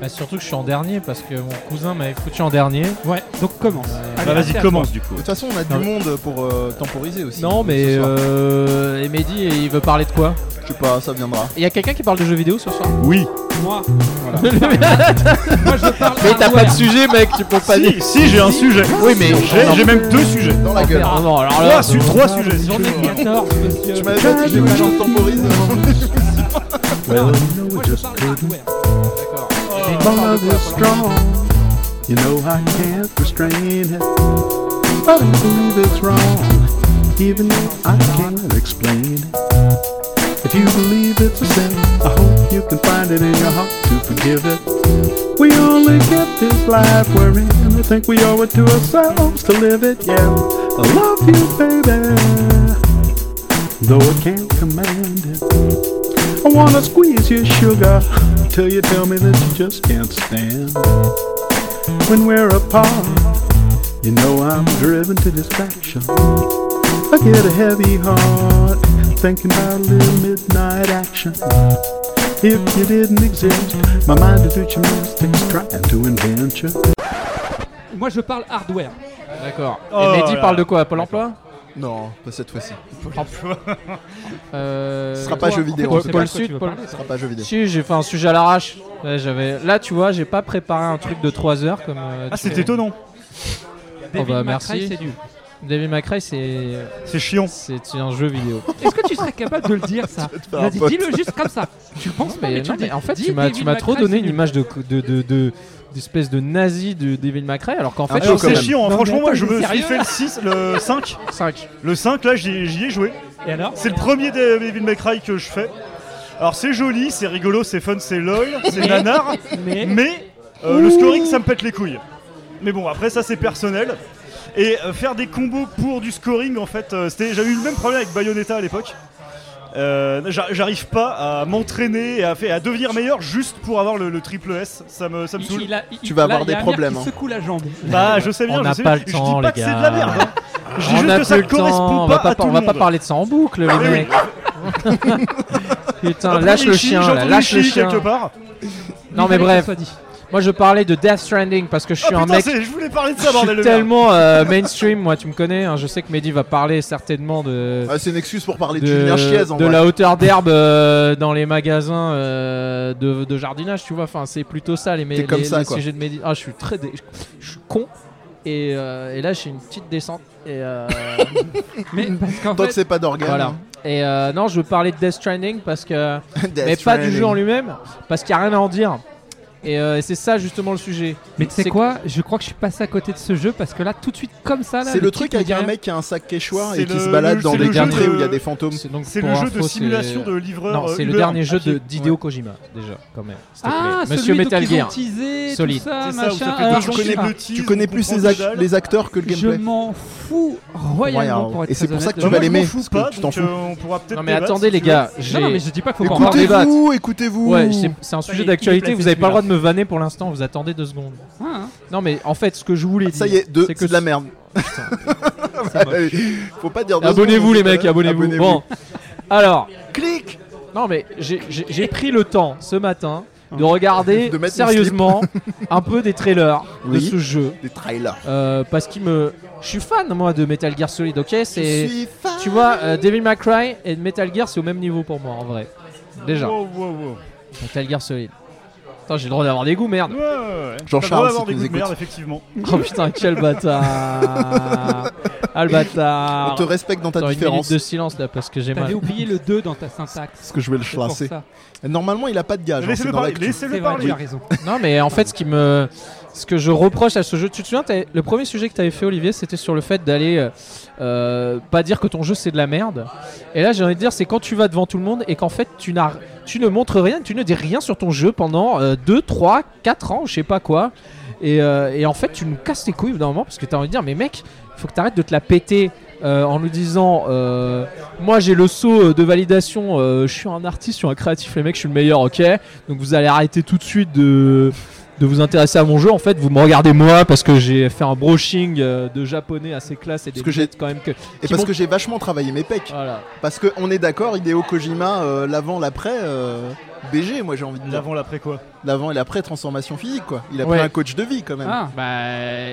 [SPEAKER 4] Bah, surtout que je suis en dernier parce que mon cousin m'avait foutu en dernier. Euh,
[SPEAKER 5] Ouais. Donc commence. Allez,
[SPEAKER 4] Ah,
[SPEAKER 6] Bah
[SPEAKER 5] c'est à
[SPEAKER 6] vas-y,
[SPEAKER 5] toi.
[SPEAKER 6] commence du coup.
[SPEAKER 1] De toute façon, on a du
[SPEAKER 4] Non.
[SPEAKER 1] monde pour euh, temporiser aussi.
[SPEAKER 4] Non, mais
[SPEAKER 1] Ce soir.
[SPEAKER 4] euh, et Mehdi, il veut parler de quoi
[SPEAKER 1] Je sais pas, ça viendra.
[SPEAKER 4] Il y a quelqu'un qui parle de jeux vidéo ce soir
[SPEAKER 6] Oui.
[SPEAKER 5] Moi,
[SPEAKER 4] Mais
[SPEAKER 5] moi, je parle.
[SPEAKER 4] t'as pas de sujet, mec, tu peux pas dire.
[SPEAKER 6] Si, si, j'ai un sujet.
[SPEAKER 4] Oui, mais
[SPEAKER 6] J'ai j'ai même deux sujets.
[SPEAKER 1] Dans la gueule.
[SPEAKER 4] Ah non, alors là,
[SPEAKER 6] Trois, su- trois sujets. si tu
[SPEAKER 5] J'en ai
[SPEAKER 6] veux.
[SPEAKER 5] 14, monsieur.
[SPEAKER 1] Tu m'avais pas dit que j'ai pas le temps de temporiser.
[SPEAKER 5] Non, moi, je parle hardware.
[SPEAKER 3] love is strong. You know I can't restrain it. But I believe it's wrong.
[SPEAKER 10] even I can't explain. If you believe it's a sin, I hope you can find it in your heart to forgive it. We only get this life we're in. I think we owe it to ourselves to live it. Yeah, I love you, baby. Though I can't command it, I wanna squeeze your sugar till you tell me that you just can't stand. When we're apart, you know I'm driven to distraction. I get a heavy heart thinking about a little midnight action. If you didn't exist, my mind would do gymnastics trying to invent you.
[SPEAKER 5] Moi, je parle hardware.
[SPEAKER 4] D'accord.
[SPEAKER 6] Oh
[SPEAKER 4] Et Mehdi
[SPEAKER 6] là
[SPEAKER 4] parle
[SPEAKER 6] là.
[SPEAKER 4] de quoi Pôle emploi
[SPEAKER 1] Non, pas cette fois-ci.
[SPEAKER 4] euh...
[SPEAKER 1] Ce sera pas jeu vidéo.
[SPEAKER 4] Pôle-
[SPEAKER 1] en tout cas.
[SPEAKER 4] Pôle
[SPEAKER 5] de quoi tu
[SPEAKER 4] Sud,
[SPEAKER 5] veux
[SPEAKER 4] Pôle-
[SPEAKER 5] parler.
[SPEAKER 1] Ce sera pas jeu vidéo.
[SPEAKER 4] Si, j'ai fait un sujet à l'arrache. Ouais, j'avais... Là, tu vois, j'ai pas préparé un truc de 3 heures comme. euh,
[SPEAKER 6] Ah,
[SPEAKER 4] tu
[SPEAKER 6] c'est
[SPEAKER 4] fais.
[SPEAKER 6] étonnant.
[SPEAKER 4] Oh bah,
[SPEAKER 5] David McRae,
[SPEAKER 4] merci.
[SPEAKER 5] c'est dur.
[SPEAKER 4] David McRae, c'est...
[SPEAKER 6] C'est chiant.
[SPEAKER 4] c'est un jeu vidéo.
[SPEAKER 5] Est-ce que tu serais capable de le dire ça
[SPEAKER 1] faire un
[SPEAKER 5] Vas-y,
[SPEAKER 1] pote.
[SPEAKER 5] dis-le juste comme ça. Tu le penses pas,
[SPEAKER 4] Mais
[SPEAKER 5] mais tu
[SPEAKER 4] non,
[SPEAKER 5] le dis.
[SPEAKER 4] mais en fait,
[SPEAKER 5] Dis
[SPEAKER 4] tu m'as,
[SPEAKER 5] David
[SPEAKER 4] tu m'as trop
[SPEAKER 5] McRae,
[SPEAKER 4] donné
[SPEAKER 5] c'est
[SPEAKER 4] une
[SPEAKER 5] nul.
[SPEAKER 4] image de, de, de, de- d'espèce de nazi de David McRae, alors qu'en
[SPEAKER 1] Un
[SPEAKER 4] fait,
[SPEAKER 1] peu,
[SPEAKER 6] Alors,
[SPEAKER 1] quand
[SPEAKER 6] c'est
[SPEAKER 1] même.
[SPEAKER 6] chiant, hein.
[SPEAKER 5] Non, mais
[SPEAKER 6] franchement, moi
[SPEAKER 5] attends,
[SPEAKER 6] je
[SPEAKER 5] il est
[SPEAKER 6] me suis
[SPEAKER 5] sérieux,
[SPEAKER 6] fait le 6, le 5.
[SPEAKER 4] 5.
[SPEAKER 6] Le 5, là, j'y j'y ai joué.
[SPEAKER 5] Et alors
[SPEAKER 6] C'est le premier des Devil May Cry que je fais. Alors c'est joli, c'est rigolo, c'est fun, c'est lol, c'est nanar,
[SPEAKER 5] Mais-
[SPEAKER 6] mais euh, le scoring ça me pète les couilles. Mais bon, après ça c'est personnel. Et euh, faire des combos pour du scoring en fait, euh, c'était- j'avais eu le même problème avec Bayonetta à l'époque. Euh, j'a- J'arrive pas à m'entraîner et à, faire- à devenir meilleur juste pour avoir le, le triple S, ça me, ça me
[SPEAKER 5] Il-
[SPEAKER 6] saoule.
[SPEAKER 5] il a- il-
[SPEAKER 1] Tu vas
[SPEAKER 5] là,
[SPEAKER 1] avoir
[SPEAKER 5] il y a
[SPEAKER 1] des
[SPEAKER 5] un air
[SPEAKER 1] problèmes,
[SPEAKER 5] qui
[SPEAKER 1] hein.
[SPEAKER 5] secoue la jambe.
[SPEAKER 6] Bah je sais bien,
[SPEAKER 4] Euh, On
[SPEAKER 6] je
[SPEAKER 4] n'a
[SPEAKER 6] sais
[SPEAKER 4] pas
[SPEAKER 6] bien. Je
[SPEAKER 4] le temps,
[SPEAKER 6] dis pas
[SPEAKER 4] les
[SPEAKER 6] que c'est de la
[SPEAKER 4] gars.
[SPEAKER 6] merde. hein. Je dis
[SPEAKER 4] on
[SPEAKER 6] juste
[SPEAKER 4] a
[SPEAKER 6] que
[SPEAKER 4] plus
[SPEAKER 6] ça
[SPEAKER 4] le
[SPEAKER 6] ne
[SPEAKER 4] temps,
[SPEAKER 6] correspond
[SPEAKER 4] on
[SPEAKER 6] pas
[SPEAKER 4] va pas,
[SPEAKER 6] à tout
[SPEAKER 4] on
[SPEAKER 6] le
[SPEAKER 4] va pas
[SPEAKER 6] monde.
[SPEAKER 4] parler de ça en boucle, les
[SPEAKER 6] Mais oui. Ah,
[SPEAKER 4] mecs. Putain,
[SPEAKER 6] Après,
[SPEAKER 4] lâche le
[SPEAKER 6] Ishii,
[SPEAKER 4] chien,
[SPEAKER 6] j'ai
[SPEAKER 4] là,
[SPEAKER 6] entendu
[SPEAKER 4] lâche le
[SPEAKER 6] Ishii
[SPEAKER 4] chien.
[SPEAKER 6] quelque part.
[SPEAKER 4] Non, mais
[SPEAKER 5] Il fallait que
[SPEAKER 4] bref,
[SPEAKER 5] ça soit dit.
[SPEAKER 4] moi je parlais de Death Stranding parce que je suis
[SPEAKER 6] Ah
[SPEAKER 4] un
[SPEAKER 6] putain,
[SPEAKER 4] mec.
[SPEAKER 6] c'est- je voulais parler de
[SPEAKER 4] Je
[SPEAKER 6] ça, bordel
[SPEAKER 4] suis
[SPEAKER 6] de merde.
[SPEAKER 4] tellement euh, mainstream, moi, tu me connais. hein, je sais que Mehdi va parler certainement de.
[SPEAKER 1] Ah, c'est une excuse pour parler de, Julien Chiez en
[SPEAKER 4] de, de
[SPEAKER 1] vrai.
[SPEAKER 4] la hauteur d'herbe euh, dans les magasins euh, de, de jardinage, tu vois. Enfin, c'est plutôt ça les, mé-
[SPEAKER 1] T'es comme
[SPEAKER 4] les-
[SPEAKER 1] ça,
[SPEAKER 4] les
[SPEAKER 1] quoi.
[SPEAKER 4] sujets de Mehdi. Ah, je suis très, dé- je suis con. Et, euh, et là, j'ai une petite descente. Et, euh,
[SPEAKER 5] Mais parce qu'en
[SPEAKER 1] Tant que
[SPEAKER 5] fait,
[SPEAKER 1] c'est pas d'organe.
[SPEAKER 4] voilà. Et euh, non, je veux parler de Death Stranding parce que,
[SPEAKER 1] Death
[SPEAKER 4] mais pas du jeu en
[SPEAKER 1] Stranding.
[SPEAKER 4] lui-même, parce qu'il y a rien à en dire. Et euh, c'est ça justement le sujet.
[SPEAKER 5] mais tu sais
[SPEAKER 4] c'est-
[SPEAKER 5] quoi Je crois que je suis passé à côté de ce jeu parce que là, tout de suite, comme ça, là,
[SPEAKER 1] C'est le
[SPEAKER 5] titre
[SPEAKER 1] truc
[SPEAKER 5] me
[SPEAKER 1] avec
[SPEAKER 5] dit
[SPEAKER 1] un
[SPEAKER 5] rien.
[SPEAKER 1] mec qui a un sac quechua
[SPEAKER 6] C'est
[SPEAKER 1] et qui
[SPEAKER 6] le-
[SPEAKER 1] se balade
[SPEAKER 6] le-
[SPEAKER 1] dans
[SPEAKER 6] c'est
[SPEAKER 1] des
[SPEAKER 4] le jeu
[SPEAKER 1] contrées
[SPEAKER 4] de-
[SPEAKER 1] où il y a des fantômes.
[SPEAKER 4] C'est donc
[SPEAKER 6] C'est
[SPEAKER 4] pour
[SPEAKER 6] le jeu
[SPEAKER 4] info,
[SPEAKER 6] de
[SPEAKER 4] c'est-
[SPEAKER 6] simulation de livreur.
[SPEAKER 4] Non,
[SPEAKER 6] euh,
[SPEAKER 4] c'est le
[SPEAKER 6] Uber
[SPEAKER 4] dernier jeu
[SPEAKER 6] à pied.
[SPEAKER 4] de- d'Hideo Kojima déjà, quand même. s'il te
[SPEAKER 5] Ah,
[SPEAKER 4] plaît. Monsieur
[SPEAKER 5] celui
[SPEAKER 4] Metal
[SPEAKER 5] donc ils ont
[SPEAKER 4] Gear.
[SPEAKER 5] teasé, tout
[SPEAKER 4] Solide.
[SPEAKER 5] ça,
[SPEAKER 6] C'est ça,
[SPEAKER 5] machin.
[SPEAKER 6] où ça fait
[SPEAKER 5] Alors,
[SPEAKER 6] deux
[SPEAKER 1] Tu
[SPEAKER 6] ans
[SPEAKER 5] je-
[SPEAKER 6] connais
[SPEAKER 1] connais,
[SPEAKER 5] ah,
[SPEAKER 6] le
[SPEAKER 1] tu
[SPEAKER 6] tease,
[SPEAKER 1] connais
[SPEAKER 6] on
[SPEAKER 1] plus
[SPEAKER 6] comprend
[SPEAKER 1] les,
[SPEAKER 6] que
[SPEAKER 1] ac-
[SPEAKER 6] dalle.
[SPEAKER 1] les acteurs que le
[SPEAKER 5] Je
[SPEAKER 1] gameplay.
[SPEAKER 5] m'en fous royalement
[SPEAKER 1] Royal.
[SPEAKER 5] pour être
[SPEAKER 1] Et c'est
[SPEAKER 5] très
[SPEAKER 1] pour ça
[SPEAKER 5] honnête.
[SPEAKER 1] que tu
[SPEAKER 6] Bah,
[SPEAKER 1] vas
[SPEAKER 6] moi, je
[SPEAKER 1] l'aimer,
[SPEAKER 6] m'en fous
[SPEAKER 1] parce
[SPEAKER 6] pas,
[SPEAKER 1] que tu t'en
[SPEAKER 6] donc
[SPEAKER 1] fous.
[SPEAKER 6] euh, on pourra peut-être
[SPEAKER 4] Non mais
[SPEAKER 6] débattre,
[SPEAKER 4] attendez
[SPEAKER 6] si
[SPEAKER 4] les
[SPEAKER 6] tu veux.
[SPEAKER 4] gars,
[SPEAKER 5] Non, non, mais
[SPEAKER 4] j'ai
[SPEAKER 5] je dis pas qu'il faut qu'on en débatte.
[SPEAKER 1] Écoutez-vous, écoutez-vous.
[SPEAKER 4] Ouais, c'est c'est un sujet
[SPEAKER 3] il est- il
[SPEAKER 4] d'actualité,
[SPEAKER 3] est
[SPEAKER 4] vous avez pas le droit
[SPEAKER 3] placé,
[SPEAKER 4] de me vanner pour l'instant, vous attendez deux secondes.
[SPEAKER 5] Hein,
[SPEAKER 4] Non mais en fait, ce que je voulais dire,
[SPEAKER 1] Ça y est, deux,
[SPEAKER 4] c'est que
[SPEAKER 1] c'est de la merde. Ah, Faut pas dire deux secondes,
[SPEAKER 4] Abonnez-vous les
[SPEAKER 1] c'est
[SPEAKER 4] mecs,
[SPEAKER 1] pas-
[SPEAKER 4] abonnez-vous. Bon, alors,
[SPEAKER 1] Clique
[SPEAKER 4] non mais j'ai- j'ai j'ai pris le temps ce matin de regarder
[SPEAKER 1] Hein. De mettre mon
[SPEAKER 4] sérieusement un peu des trailers de
[SPEAKER 1] Oui.
[SPEAKER 4] ce jeu
[SPEAKER 1] Des trailers.
[SPEAKER 4] euh, parce qu'il me, je suis fan moi de Metal Gear Solid, ok,
[SPEAKER 1] Je
[SPEAKER 4] c'est,
[SPEAKER 1] suis fan.
[SPEAKER 4] tu vois, euh, Devil May Cry et Metal Gear c'est au même niveau pour moi en vrai, déjà.
[SPEAKER 6] Wow, wow, wow.
[SPEAKER 4] Metal Gear Solid. Attends, j'ai le droit d'avoir des goûts, merde.
[SPEAKER 6] Ouais, ouais, ouais.
[SPEAKER 1] Jean-Charles,
[SPEAKER 6] T'as le droit d'avoir
[SPEAKER 1] si
[SPEAKER 6] des
[SPEAKER 1] tu
[SPEAKER 6] goûts
[SPEAKER 1] nous
[SPEAKER 6] de merde, effectivement.
[SPEAKER 4] Oh putain, quel bâtard Ah le bâtard
[SPEAKER 1] On te respecte dans ta
[SPEAKER 4] Attends, une minute
[SPEAKER 1] différence.
[SPEAKER 4] de silence là parce que j'ai
[SPEAKER 5] T'avais
[SPEAKER 4] mal.
[SPEAKER 5] oublié le 2 dans ta syntaxe.
[SPEAKER 1] Parce que je vais le
[SPEAKER 5] C'est pour
[SPEAKER 1] chlasser.
[SPEAKER 5] ça.
[SPEAKER 1] Normalement, il a pas de gage. hein, c'est
[SPEAKER 6] Laissez-le
[SPEAKER 1] dans
[SPEAKER 6] parler,
[SPEAKER 1] l'actu.
[SPEAKER 5] C'est
[SPEAKER 6] laissez-le
[SPEAKER 5] vrai, tu
[SPEAKER 6] parler.
[SPEAKER 5] as raison.
[SPEAKER 4] Non mais en fait ce qui me ce que je reproche à ce jeu, tu te souviens t'avais- le premier sujet que t'avais fait Olivier, c'était sur le fait d'aller euh, euh, pas dire que ton jeu c'est de la merde. Et là j'ai envie de dire c'est quand tu vas devant tout le monde et qu'en fait tu n'as tu ne montres rien, tu ne dis rien sur ton jeu pendant euh, 2 3 4 ans, je sais pas quoi. Et, euh, et en fait, tu nous casses les couilles au bout d'un moment parce que t'as envie de dire, mais mec, faut que t'arrêtes de te la péter euh, en nous disant, euh, moi j'ai le saut euh, de validation, euh, je suis un artiste, je suis un créatif, les mecs, je suis le meilleur, ok. Donc vous allez arrêter tout de suite de, de vous intéresser à mon jeu. En fait, vous me regardez moi parce que j'ai fait un broching euh, de japonais assez classe et des
[SPEAKER 1] Parce que j'ai-
[SPEAKER 4] lunettes quand même que.
[SPEAKER 1] Et
[SPEAKER 4] qui
[SPEAKER 1] parce
[SPEAKER 4] montrent-
[SPEAKER 1] que j'ai vachement travaillé mes pecs.
[SPEAKER 4] Voilà.
[SPEAKER 1] Parce que on est d'accord, Hideo Kojima, euh, l'avant, l'après, euh, BG, moi j'ai envie de dire.
[SPEAKER 6] L'avant, l'après quoi
[SPEAKER 1] L'avant et l'après transformation physique, quoi. Il a
[SPEAKER 4] Ouais.
[SPEAKER 1] pris un coach de vie quand même.
[SPEAKER 5] Ah,
[SPEAKER 4] Bah.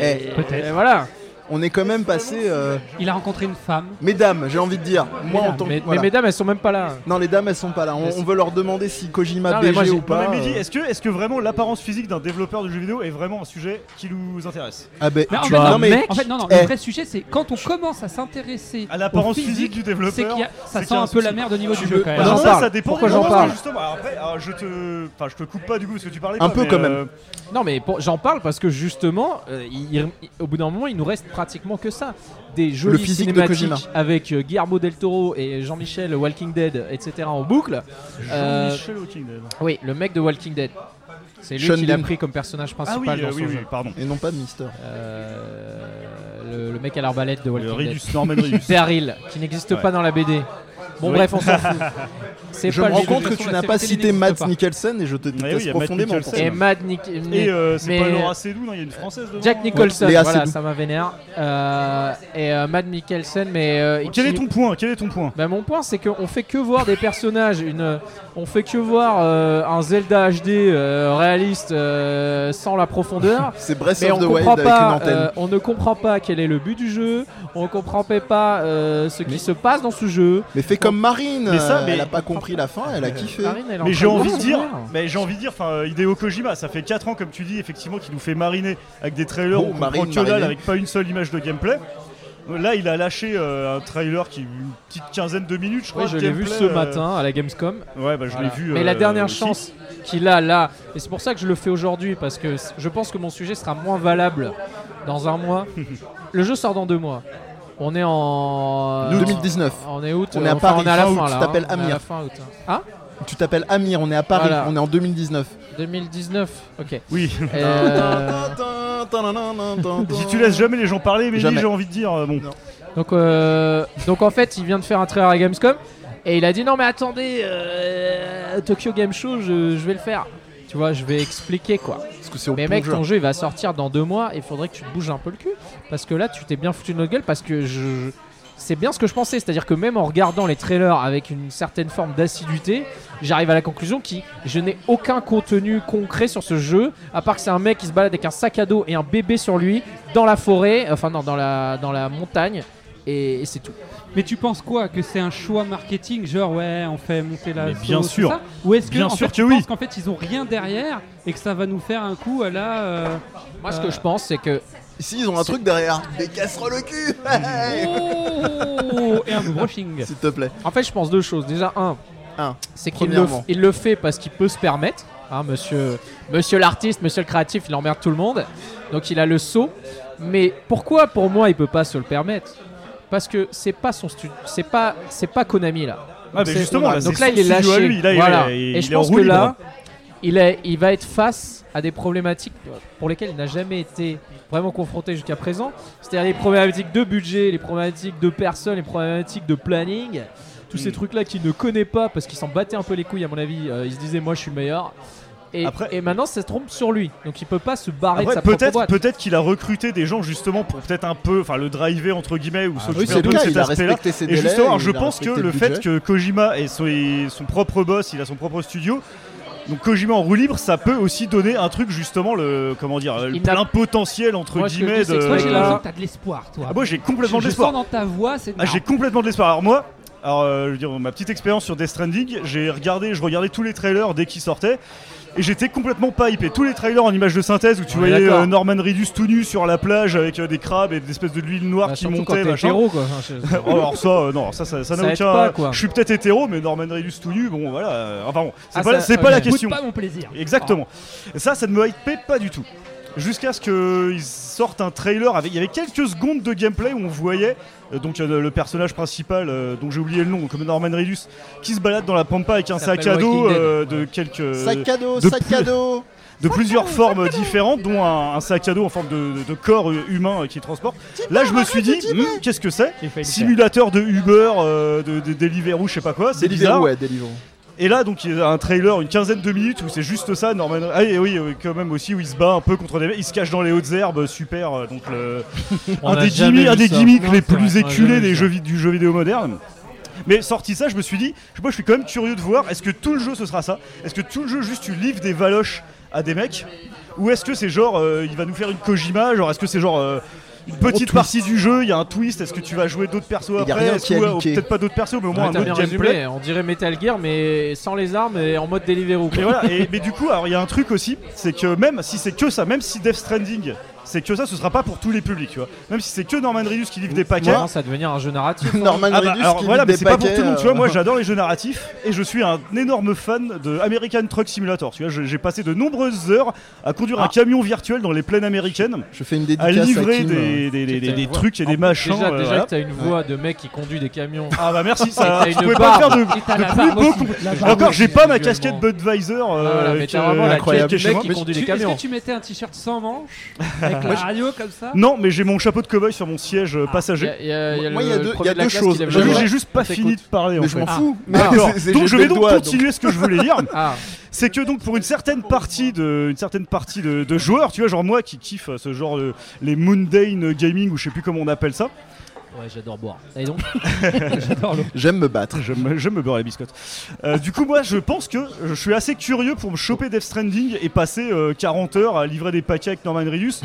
[SPEAKER 1] Eh.
[SPEAKER 5] Peut-être.
[SPEAKER 4] et Voilà.
[SPEAKER 1] On est quand même passé. euh,
[SPEAKER 5] il a rencontré une femme.
[SPEAKER 1] Mesdames, j'ai envie de dire. Moi en tant que.
[SPEAKER 4] Mais,
[SPEAKER 1] voilà.
[SPEAKER 4] mais mesdames, elles sont même pas là.
[SPEAKER 1] Non, les dames, elles sont pas là. On,
[SPEAKER 4] Mais c'est-
[SPEAKER 1] on veut leur demander si Kojima
[SPEAKER 4] Non, mais
[SPEAKER 1] BG
[SPEAKER 4] moi, j'ai-
[SPEAKER 1] ou
[SPEAKER 6] Non,
[SPEAKER 1] pas.
[SPEAKER 6] mais Mehdi,
[SPEAKER 1] euh,
[SPEAKER 6] est-ce que, est-ce que vraiment l'apparence physique d'un développeur de jeux vidéo est vraiment un sujet qui nous intéresse
[SPEAKER 1] Ah, ben.
[SPEAKER 5] Mais en,
[SPEAKER 1] tu-
[SPEAKER 5] fait,
[SPEAKER 4] vas-
[SPEAKER 5] non,
[SPEAKER 1] mais-
[SPEAKER 4] mec,
[SPEAKER 5] en fait, non, non,
[SPEAKER 1] Eh.
[SPEAKER 5] le vrai sujet, c'est quand on commence à s'intéresser
[SPEAKER 6] À l'apparence
[SPEAKER 5] au
[SPEAKER 6] physique, du
[SPEAKER 5] c'est qu'il
[SPEAKER 6] développeur
[SPEAKER 5] y a-
[SPEAKER 6] c'est
[SPEAKER 5] ça sent
[SPEAKER 6] qu'il y a
[SPEAKER 5] un peu la
[SPEAKER 6] souci.
[SPEAKER 5] merde au niveau du
[SPEAKER 4] Tu
[SPEAKER 5] jeu
[SPEAKER 4] veux-
[SPEAKER 5] quand même.
[SPEAKER 4] j'en
[SPEAKER 6] Non, Bah, ça,
[SPEAKER 4] parle.
[SPEAKER 6] ça dépend.
[SPEAKER 4] Pourquoi
[SPEAKER 6] des
[SPEAKER 4] j'en
[SPEAKER 6] moments,
[SPEAKER 4] parle
[SPEAKER 6] justement. Alors après, alors Enfin, je te, enfin, je te coupe pas du coup parce que tu parlais.
[SPEAKER 4] Un
[SPEAKER 6] pas,
[SPEAKER 4] peu
[SPEAKER 6] mais,
[SPEAKER 4] quand même.
[SPEAKER 6] euh,
[SPEAKER 4] Non, mais pour- j'en parle parce que justement, euh, il- il- il- au bout d'un moment, il nous reste pratiquement que ça. Des jolies
[SPEAKER 1] physique de
[SPEAKER 4] cinématiques
[SPEAKER 1] Kojima.
[SPEAKER 4] avec euh, Guillermo del Toro et Jean-Michel Walking Dead, etc. en boucle. Euh,
[SPEAKER 6] Jean-Michel Walking Dead.
[SPEAKER 4] Oui, le mec de Walking Dead. C'est lui
[SPEAKER 1] Sean
[SPEAKER 4] qui l'a
[SPEAKER 1] Bean.
[SPEAKER 4] pris comme personnage principal
[SPEAKER 6] Ah oui,
[SPEAKER 4] dans
[SPEAKER 6] euh,
[SPEAKER 4] son
[SPEAKER 6] oui,
[SPEAKER 4] jeu. Euh,
[SPEAKER 6] oui, pardon.
[SPEAKER 1] Et non pas de Mister.
[SPEAKER 4] le, le mec à l'arbalète de Walking
[SPEAKER 6] Le Ridus,
[SPEAKER 4] Dead.
[SPEAKER 6] Norman Ridus.
[SPEAKER 4] Daryl, qui n'existe pas dans la BD. Bon,
[SPEAKER 6] Oui.
[SPEAKER 4] bref, on s'en fout. C'est
[SPEAKER 1] Je
[SPEAKER 4] pas
[SPEAKER 1] me
[SPEAKER 4] le
[SPEAKER 1] rends
[SPEAKER 4] sujet.
[SPEAKER 1] compte que tu n'as pas cité Matt Nicholson et je te
[SPEAKER 6] oui, il
[SPEAKER 1] déteste
[SPEAKER 6] y a Matt
[SPEAKER 1] profondément. pour ça.
[SPEAKER 6] Nicholson.
[SPEAKER 4] Et Mad Nick.
[SPEAKER 6] Et euh, c'est pas
[SPEAKER 4] mais-
[SPEAKER 6] Laura Seydoux, non, il y a une française. Dedans,
[SPEAKER 4] Jack Nicholson,
[SPEAKER 1] Léa
[SPEAKER 4] voilà,
[SPEAKER 1] Seydoux.
[SPEAKER 4] ça m'a vénère. Euh, et euh, Matt Mikkelsen, mais. euh,
[SPEAKER 6] Quel
[SPEAKER 4] qui-
[SPEAKER 6] est ton point Quel est ton point
[SPEAKER 4] Bah, mon point, c'est qu'on fait que voir des personnages, une, on fait que voir euh, un Zelda HD euh, réaliste euh, sans la profondeur.
[SPEAKER 1] C'est Breath
[SPEAKER 4] Mais
[SPEAKER 1] of
[SPEAKER 4] on,
[SPEAKER 1] the Wild
[SPEAKER 4] comprend
[SPEAKER 1] avec une
[SPEAKER 4] pas,
[SPEAKER 1] antenne.
[SPEAKER 4] euh, on ne comprend pas quel est le but du jeu, on ne comprend pas euh, ce qui se passe dans ce jeu.
[SPEAKER 1] Mais fais comme Marine
[SPEAKER 6] Mais ça,
[SPEAKER 1] euh,
[SPEAKER 6] mais-
[SPEAKER 1] Elle a pas compris la fin, elle a kiffé.
[SPEAKER 4] Marine, elle est en
[SPEAKER 6] Mais
[SPEAKER 4] train
[SPEAKER 6] j'ai
[SPEAKER 4] de
[SPEAKER 6] envie de
[SPEAKER 4] mourir.
[SPEAKER 6] dire, mais j'ai envie de dire, enfin, euh, Hideo Kojima, ça fait 4 ans, comme tu dis, effectivement, qu'il nous fait mariner avec des trailers
[SPEAKER 1] Bon,
[SPEAKER 6] où on
[SPEAKER 1] marine,
[SPEAKER 6] comprend que dalle
[SPEAKER 1] mariner.
[SPEAKER 6] avec pas une seule image de gameplay. Là, il a lâché euh, un trailer qui une petite quinzaine de minutes, je crois.
[SPEAKER 4] Oui,
[SPEAKER 6] de
[SPEAKER 4] je l'ai vu
[SPEAKER 6] gameplay,
[SPEAKER 4] ce
[SPEAKER 6] euh,
[SPEAKER 4] matin à la Gamescom.
[SPEAKER 6] Ouais, bah je
[SPEAKER 4] Voilà.
[SPEAKER 6] l'ai vu.
[SPEAKER 4] Mais
[SPEAKER 6] euh,
[SPEAKER 4] la dernière
[SPEAKER 6] aussi.
[SPEAKER 4] chance qu'il a là, et c'est pour ça que je le fais aujourd'hui, parce que c- je pense que mon sujet sera moins valable dans un mois. le jeu sort dans deux mois. On est en.
[SPEAKER 1] Nous, 2019.
[SPEAKER 4] On est août.
[SPEAKER 1] On est à
[SPEAKER 4] enfin,
[SPEAKER 1] Paris,
[SPEAKER 4] on est à la
[SPEAKER 1] fin
[SPEAKER 4] fin,
[SPEAKER 1] août,
[SPEAKER 4] là,
[SPEAKER 1] tu
[SPEAKER 4] hein.
[SPEAKER 1] t'appelles
[SPEAKER 4] On est à la
[SPEAKER 1] Amir.
[SPEAKER 4] fin août, hein. Ah
[SPEAKER 1] Tu t'appelles Amir, on est à Paris,
[SPEAKER 4] Voilà.
[SPEAKER 1] on est en 2019.
[SPEAKER 4] 2019. Ok.
[SPEAKER 6] Oui.
[SPEAKER 4] Euh,
[SPEAKER 6] Si tu laisses jamais les gens parler, mais
[SPEAKER 1] Jamais.
[SPEAKER 6] j'ai envie de dire, euh, bon.
[SPEAKER 1] Non.
[SPEAKER 4] Donc, euh, donc en fait, il vient de faire un trailer à Gamescom et il a dit non mais attendez, euh, Tokyo Game Show, je, je vais le faire. Tu vois, je vais expliquer quoi.
[SPEAKER 1] Parce que c'est au
[SPEAKER 4] Mais
[SPEAKER 1] plongeon.
[SPEAKER 4] mec, ton jeu il va sortir dans deux mois. Il faudrait que tu te bouges un peu le cul parce que là, tu t'es bien foutu de notre gueule parce que je. C'est bien ce que je pensais, c'est-à-dire que même en regardant les trailers avec une certaine forme d'assiduité, j'arrive à la conclusion que je n'ai aucun contenu concret sur ce jeu, à part que c'est un mec qui se balade avec un sac à dos et un bébé sur lui dans la forêt, enfin non, dans la, dans la montagne, et, et c'est tout.
[SPEAKER 5] Mais tu penses quoi Que c'est un choix marketing Genre, ouais, on fait monter la.
[SPEAKER 6] Mais
[SPEAKER 5] sauce,
[SPEAKER 6] bien
[SPEAKER 5] tout
[SPEAKER 6] sûr.
[SPEAKER 5] ça Ou est-ce que,
[SPEAKER 6] Bien
[SPEAKER 5] en
[SPEAKER 6] sûr
[SPEAKER 5] fait,
[SPEAKER 6] que
[SPEAKER 5] tu
[SPEAKER 6] oui.
[SPEAKER 5] penses qu'en fait, ils ont rien derrière et que ça va nous faire un coup à la. euh,
[SPEAKER 4] Moi, ce
[SPEAKER 5] Euh,
[SPEAKER 4] que je pense, c'est que
[SPEAKER 1] Ici, ils ont un truc derrière. Des casseroles au cul
[SPEAKER 5] Oh Et un brushing.
[SPEAKER 1] S'il te plaît.
[SPEAKER 4] En fait, je pense deux choses. Déjà, un,
[SPEAKER 1] Un.
[SPEAKER 4] c'est qu'il le,
[SPEAKER 1] Premièrement.
[SPEAKER 4] il le fait parce qu'il peut se permettre. Hein, monsieur monsieur l'artiste, monsieur le créatif, il emmerde tout le monde. Donc il a le saut. Mais pourquoi, pour moi, il peut pas se le permettre Parce que c'est pas son studio. C'est pas, c'est pas Konami là.
[SPEAKER 6] Ah, mais
[SPEAKER 4] C'est-
[SPEAKER 6] justement, là,
[SPEAKER 4] donc
[SPEAKER 6] c'est
[SPEAKER 4] là,
[SPEAKER 6] son
[SPEAKER 4] il est
[SPEAKER 6] studio à
[SPEAKER 4] lâché.
[SPEAKER 6] lui. Là, il
[SPEAKER 4] Voilà.
[SPEAKER 6] est- il
[SPEAKER 4] Et je
[SPEAKER 6] est en
[SPEAKER 4] pense
[SPEAKER 6] roue
[SPEAKER 4] que
[SPEAKER 6] libre.
[SPEAKER 4] là, il, est, il va être face à des problématiques pour lesquelles il n'a jamais été vraiment confronté jusqu'à présent. C'est-à-dire les problématiques de budget, les problématiques de personnes, les problématiques de planning. Tous ces
[SPEAKER 6] Hmm.
[SPEAKER 4] trucs-là qu'il ne connaît pas parce qu'il s'en battait un peu les couilles, à mon avis. Euh, il se disait, moi, je suis le meilleur. Et,
[SPEAKER 6] Après-
[SPEAKER 4] et maintenant, ça se trompe sur lui. Donc, il peut pas se barrer de
[SPEAKER 6] Après,
[SPEAKER 4] sa propre
[SPEAKER 6] peut-être
[SPEAKER 4] boîte.
[SPEAKER 6] peut-être qu'il a recruté des gens justement pour peut-être un peu, enfin, le driver entre guillemets ou s'occuper
[SPEAKER 1] Ah, Oui,
[SPEAKER 6] un
[SPEAKER 1] c'est le
[SPEAKER 6] peu
[SPEAKER 1] cas,
[SPEAKER 6] de cet
[SPEAKER 1] il a
[SPEAKER 6] aspect-là.
[SPEAKER 1] respecté ses
[SPEAKER 6] Et
[SPEAKER 1] délais.
[SPEAKER 6] justement, alors,
[SPEAKER 1] il
[SPEAKER 6] je
[SPEAKER 1] a
[SPEAKER 6] pense que
[SPEAKER 1] respecté
[SPEAKER 6] le fait
[SPEAKER 1] budget.
[SPEAKER 6] que Kojima ait son, et son propre boss, il a son propre studio. Donc Kojima en roue libre, ça peut aussi donner un truc justement le comment dire le
[SPEAKER 4] Il n'a-
[SPEAKER 6] plein potentiel entre
[SPEAKER 4] Moi, ce que je
[SPEAKER 6] guillemets.
[SPEAKER 4] dis, c'est que
[SPEAKER 6] de-
[SPEAKER 5] Toi, j'ai
[SPEAKER 4] là-
[SPEAKER 5] l'impression que t'as de l'espoir, toi.
[SPEAKER 6] Ah, moi j'ai complètement de
[SPEAKER 5] je, je
[SPEAKER 6] l'espoir.
[SPEAKER 5] sens dans ta voix, c'est.
[SPEAKER 6] Ah, j'ai
[SPEAKER 5] Non.
[SPEAKER 6] complètement de l'espoir. Alors moi, alors, euh, je veux dire, ma petite expérience sur Death Stranding, j'ai regardé, je regardais tous les trailers dès qu'ils sortaient. Et j'étais complètement pas hypé. Tous les trailers en images de synthèse où tu
[SPEAKER 4] On est
[SPEAKER 6] voyais
[SPEAKER 4] d'accord.
[SPEAKER 6] euh, Norman Reedus tout nu sur la plage avec euh, des crabes et des espèces de l'huile noire
[SPEAKER 4] Bah,
[SPEAKER 6] qui
[SPEAKER 4] surtout quand
[SPEAKER 6] montait,
[SPEAKER 4] t'es
[SPEAKER 6] machin.
[SPEAKER 4] hétéro, quoi. Enfin, je-
[SPEAKER 6] Oh, alors ça, euh, non, ça, ça, ça n'a
[SPEAKER 4] Ça aide
[SPEAKER 6] aucun.
[SPEAKER 4] pas, quoi.
[SPEAKER 6] Je suis peut-être hétéro, mais Norman Reedus tout nu, bon, voilà. euh, Enfin bon, c'est
[SPEAKER 4] Ah,
[SPEAKER 6] pas,
[SPEAKER 4] ça-
[SPEAKER 6] c'est pas la
[SPEAKER 4] ok.
[SPEAKER 6] question.
[SPEAKER 5] Goûte pas mon plaisir.
[SPEAKER 6] Exactement.
[SPEAKER 4] Ah.
[SPEAKER 6] Ça, ça ne me hypait pas du tout. Jusqu'à ce qu'ils sortent un trailer avec. Il y avait quelques secondes de gameplay où on voyait euh, donc euh, le personnage principal, euh, dont j'ai oublié le nom, comme Norman Reedus, qui se balade dans la pampa avec un
[SPEAKER 4] Ça
[SPEAKER 6] sac à
[SPEAKER 4] s'appelle
[SPEAKER 6] dos
[SPEAKER 4] Walking
[SPEAKER 6] euh, de quelques.
[SPEAKER 1] Sac à dos,
[SPEAKER 6] de
[SPEAKER 1] sac
[SPEAKER 6] plus-
[SPEAKER 1] à dos
[SPEAKER 6] de plusieurs formes différentes, dont un, un sac à dos en forme de, de- de corps euh, humain euh, qui transporte. Là, je me suis dit, Hmm, qu'est-ce que c'est
[SPEAKER 4] J'ai failli le faire.
[SPEAKER 6] Simulateur de Uber, euh, de, de Deliveroo, je sais pas quoi, c'est bizarre.
[SPEAKER 1] Deliveroo, ouais, Deliveroo.
[SPEAKER 6] Et là, donc, il y a un trailer, une quinzaine de minutes où c'est juste ça. Norman, ah, et oui, oui, quand même aussi où il se bat un peu contre des mecs, il se cache dans les hautes herbes, super. euh, Donc, le-
[SPEAKER 4] On
[SPEAKER 6] un
[SPEAKER 4] a
[SPEAKER 6] des,
[SPEAKER 4] jamais
[SPEAKER 6] gimmicks,
[SPEAKER 4] vu
[SPEAKER 6] un des
[SPEAKER 4] ça.
[SPEAKER 6] gimmicks
[SPEAKER 4] Non,
[SPEAKER 6] les
[SPEAKER 4] c'est vrai,
[SPEAKER 6] plus
[SPEAKER 4] on a jamais
[SPEAKER 6] éculés
[SPEAKER 4] vu
[SPEAKER 6] des
[SPEAKER 4] ça.
[SPEAKER 6] jeux, vi- du jeu vidéo moderne. Mais sorti ça, je me suis dit, je- moi, je suis quand même curieux de voir. Est-ce que tout le jeu ce sera ça Est-ce que tout le jeu juste tu livres des valoches à des mecs Ou est-ce que c'est genre, euh, il va nous faire une Kojima Genre, est-ce que c'est genre euh, une petite partie du jeu Il y a un twist Est-ce que tu vas jouer d'autres persos
[SPEAKER 1] y a
[SPEAKER 6] après
[SPEAKER 1] rien
[SPEAKER 6] Est-ce
[SPEAKER 1] qui a
[SPEAKER 6] que- ou
[SPEAKER 1] leaké.
[SPEAKER 6] Peut-être pas d'autres persos, mais au moins
[SPEAKER 4] Ouais,
[SPEAKER 6] un
[SPEAKER 4] t'as bien
[SPEAKER 6] autre
[SPEAKER 4] résumé.
[SPEAKER 6] gameplay.
[SPEAKER 4] On dirait Metal Gear, mais sans les armes et en mode Deliveroo.
[SPEAKER 6] Mais voilà, et, mais du coup, alors il y a un truc aussi, c'est que même si c'est que ça, même si Death Stranding c'est que ça, ce sera pas pour tous les publics, tu vois. Même si c'est que Norman Reedus qui livre des paquets.
[SPEAKER 4] Commence à devenir un jeu narratif. hein.
[SPEAKER 6] Ah bah, alors voilà, mais c'est pas pour tout le monde, tu
[SPEAKER 1] euh,
[SPEAKER 6] vois. Moi, j'adore les jeux narratifs et je suis un énorme fan de American Truck Simulator. Tu vois, je- j'ai passé de nombreuses heures à conduire un camion virtuel dans les plaines américaines.
[SPEAKER 1] Ah. Je fais une
[SPEAKER 6] à
[SPEAKER 1] dédicace à
[SPEAKER 6] livrer
[SPEAKER 1] Kim,
[SPEAKER 6] des,
[SPEAKER 1] euh,
[SPEAKER 6] des- des-
[SPEAKER 1] qui
[SPEAKER 6] des-
[SPEAKER 1] était-
[SPEAKER 6] des trucs et
[SPEAKER 4] En
[SPEAKER 6] des
[SPEAKER 4] plus,
[SPEAKER 6] machins.
[SPEAKER 4] Déjà,
[SPEAKER 6] euh,
[SPEAKER 4] déjà
[SPEAKER 6] voilà.
[SPEAKER 4] que t'as une voix de mec qui conduit des camions.
[SPEAKER 6] Ah bah merci, ça. Je
[SPEAKER 4] Et t'as une
[SPEAKER 6] pouvais pas
[SPEAKER 4] barbe.
[SPEAKER 6] faire de,
[SPEAKER 4] Et t'as
[SPEAKER 6] de
[SPEAKER 4] la
[SPEAKER 6] plus
[SPEAKER 4] barbe
[SPEAKER 6] beau
[SPEAKER 4] aussi.
[SPEAKER 6] compliment.
[SPEAKER 4] La
[SPEAKER 6] Et
[SPEAKER 4] barbe
[SPEAKER 6] Encore, j'ai
[SPEAKER 4] aussi,
[SPEAKER 6] pas ma
[SPEAKER 4] visuellement.
[SPEAKER 6] casquette Budweiser.
[SPEAKER 4] Ah,
[SPEAKER 6] euh,
[SPEAKER 4] mais
[SPEAKER 6] qui
[SPEAKER 4] t'as
[SPEAKER 6] est-
[SPEAKER 4] vraiment la
[SPEAKER 6] incroyable.
[SPEAKER 4] casquette du mec qui
[SPEAKER 6] Mais-
[SPEAKER 4] conduit
[SPEAKER 5] Tu-
[SPEAKER 4] des
[SPEAKER 5] Est-ce
[SPEAKER 4] camions.
[SPEAKER 5] que tu mettais un t-shirt sans manches avec
[SPEAKER 6] Moi,
[SPEAKER 5] la
[SPEAKER 6] je-
[SPEAKER 5] radio comme ça
[SPEAKER 6] Non, mais j'ai mon chapeau de cow-boy sur mon siège euh, passager.
[SPEAKER 4] Il Ah, y a, il y a
[SPEAKER 1] Moi,
[SPEAKER 4] le
[SPEAKER 1] il y a deux-
[SPEAKER 4] premier
[SPEAKER 1] il y a
[SPEAKER 4] de la
[SPEAKER 1] deux
[SPEAKER 4] classe
[SPEAKER 1] choses.
[SPEAKER 4] qui lève
[SPEAKER 1] Je-
[SPEAKER 4] la main.
[SPEAKER 1] Ouais.
[SPEAKER 6] J'ai juste pas
[SPEAKER 4] On
[SPEAKER 6] fini de
[SPEAKER 4] t'écoute.
[SPEAKER 6] parler.
[SPEAKER 1] Mais
[SPEAKER 6] en
[SPEAKER 1] je
[SPEAKER 6] fait.
[SPEAKER 1] m'en fous. Mais
[SPEAKER 6] D'accord.
[SPEAKER 1] Ah. c'est- c'est
[SPEAKER 6] Donc
[SPEAKER 1] juste
[SPEAKER 6] je vais
[SPEAKER 1] des
[SPEAKER 6] donc
[SPEAKER 1] doigts,
[SPEAKER 6] continuer ce que je voulais dire.
[SPEAKER 4] Ah.
[SPEAKER 6] C'est que donc pour une certaine partie de, une certaine partie de, de joueurs, tu vois, genre moi qui kiffe euh, ce genre de, les mundane gaming ou je sais plus comment on appelle ça.
[SPEAKER 2] Ouais, j'adore boire. Et donc
[SPEAKER 1] J'aime me battre.
[SPEAKER 6] J'aime me- j'aime me beurre la biscotte. Euh, du coup, moi, je pense que je suis assez curieux pour me choper Death Stranding et passer euh, 40 heures à livrer des paquets avec Norman Reedus.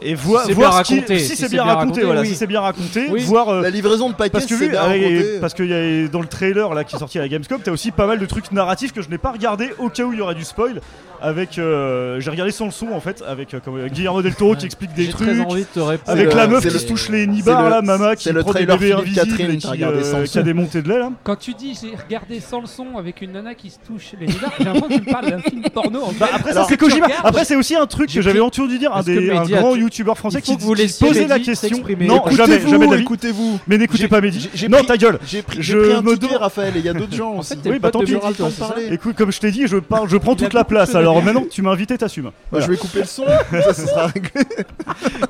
[SPEAKER 6] Et voir,
[SPEAKER 4] Si c'est
[SPEAKER 6] voir
[SPEAKER 4] bien
[SPEAKER 6] ce qui-
[SPEAKER 4] raconté,
[SPEAKER 6] si c'est bien, raconté, voilà,
[SPEAKER 4] oui.
[SPEAKER 6] si c'est bien raconté,
[SPEAKER 4] Oui.
[SPEAKER 6] voir euh,
[SPEAKER 1] La livraison de paquets,
[SPEAKER 6] parce que
[SPEAKER 1] c'est
[SPEAKER 6] vu,
[SPEAKER 1] bien
[SPEAKER 6] avec-
[SPEAKER 1] raconté.
[SPEAKER 6] parce qu'il y a dans le trailer là qui est sorti à la Gamescom, t'as aussi pas mal de trucs narratifs que je n'ai pas regardé au cas où il y aurait du spoil. Avec, euh, j'ai regardé sans le son en fait, avec euh, comme- Guillermo del Toro qui explique des
[SPEAKER 4] J'ai
[SPEAKER 6] trucs.
[SPEAKER 4] très envie de te répondre.
[SPEAKER 6] Avec
[SPEAKER 1] C'est
[SPEAKER 6] la
[SPEAKER 1] le-
[SPEAKER 6] meuf
[SPEAKER 1] c'est
[SPEAKER 6] qui
[SPEAKER 1] le-
[SPEAKER 6] se touche les
[SPEAKER 1] c'est
[SPEAKER 6] nibards
[SPEAKER 1] le-
[SPEAKER 6] là, Mama qui
[SPEAKER 1] c'est le
[SPEAKER 6] prend des
[SPEAKER 1] trailer
[SPEAKER 6] bébés
[SPEAKER 1] Philippe
[SPEAKER 6] invisibles
[SPEAKER 1] Catherine,
[SPEAKER 6] et
[SPEAKER 1] t'as
[SPEAKER 6] qui,
[SPEAKER 1] regardé
[SPEAKER 6] euh,
[SPEAKER 1] sans le
[SPEAKER 6] qui a
[SPEAKER 1] son.
[SPEAKER 6] des montées de lait là.
[SPEAKER 5] Quand tu dis j'ai regardé sans le son avec une nana qui se touche les nibards, j'ai l'impression que tu me parles d'un film porno en fait.
[SPEAKER 6] Bah, après, ça,
[SPEAKER 5] Alors,
[SPEAKER 6] c'est
[SPEAKER 5] tu
[SPEAKER 6] Kojima.
[SPEAKER 5] regardes-
[SPEAKER 6] Après, c'est aussi un truc que
[SPEAKER 4] J'ai
[SPEAKER 6] j'avais
[SPEAKER 4] pris-
[SPEAKER 6] entendu dire un,
[SPEAKER 4] Est-ce que
[SPEAKER 6] des, un
[SPEAKER 4] Mehdi a
[SPEAKER 6] grand
[SPEAKER 4] tout-
[SPEAKER 6] youtubeur français
[SPEAKER 4] Il faut
[SPEAKER 6] qui,
[SPEAKER 4] que vous
[SPEAKER 6] qui
[SPEAKER 4] laissiez
[SPEAKER 6] posait la
[SPEAKER 4] Mehdi
[SPEAKER 6] question.
[SPEAKER 4] s'exprimer.
[SPEAKER 6] Non, jamais,
[SPEAKER 1] Écoutez-vous,
[SPEAKER 6] jamais de la vie.
[SPEAKER 1] Écoutez-vous.
[SPEAKER 6] Mais n'écoutez
[SPEAKER 1] J'ai-
[SPEAKER 6] pas Mehdi.
[SPEAKER 1] j'ai- j'ai
[SPEAKER 6] Non,
[SPEAKER 1] pris-
[SPEAKER 6] ta gueule.
[SPEAKER 1] J'ai pris,
[SPEAKER 6] Je
[SPEAKER 1] j'ai pris un
[SPEAKER 6] me
[SPEAKER 1] petit
[SPEAKER 6] dois-
[SPEAKER 1] thé, Raphaël, et il y a d'autres gens aussi.
[SPEAKER 4] t'es le
[SPEAKER 6] Oui, bah,
[SPEAKER 4] pote
[SPEAKER 6] tant
[SPEAKER 4] de
[SPEAKER 6] pis,
[SPEAKER 4] Mehdi,
[SPEAKER 1] j'aurai le
[SPEAKER 4] toi,
[SPEAKER 1] temps de
[SPEAKER 4] c'est ça
[SPEAKER 1] parler.
[SPEAKER 6] Écoute, comme je t'ai dit, je parle, je prends toute la place. Alors maintenant, tu m'as invité, t'assumes.
[SPEAKER 1] Bah, Je vais couper le son, ça, ce sera réglé.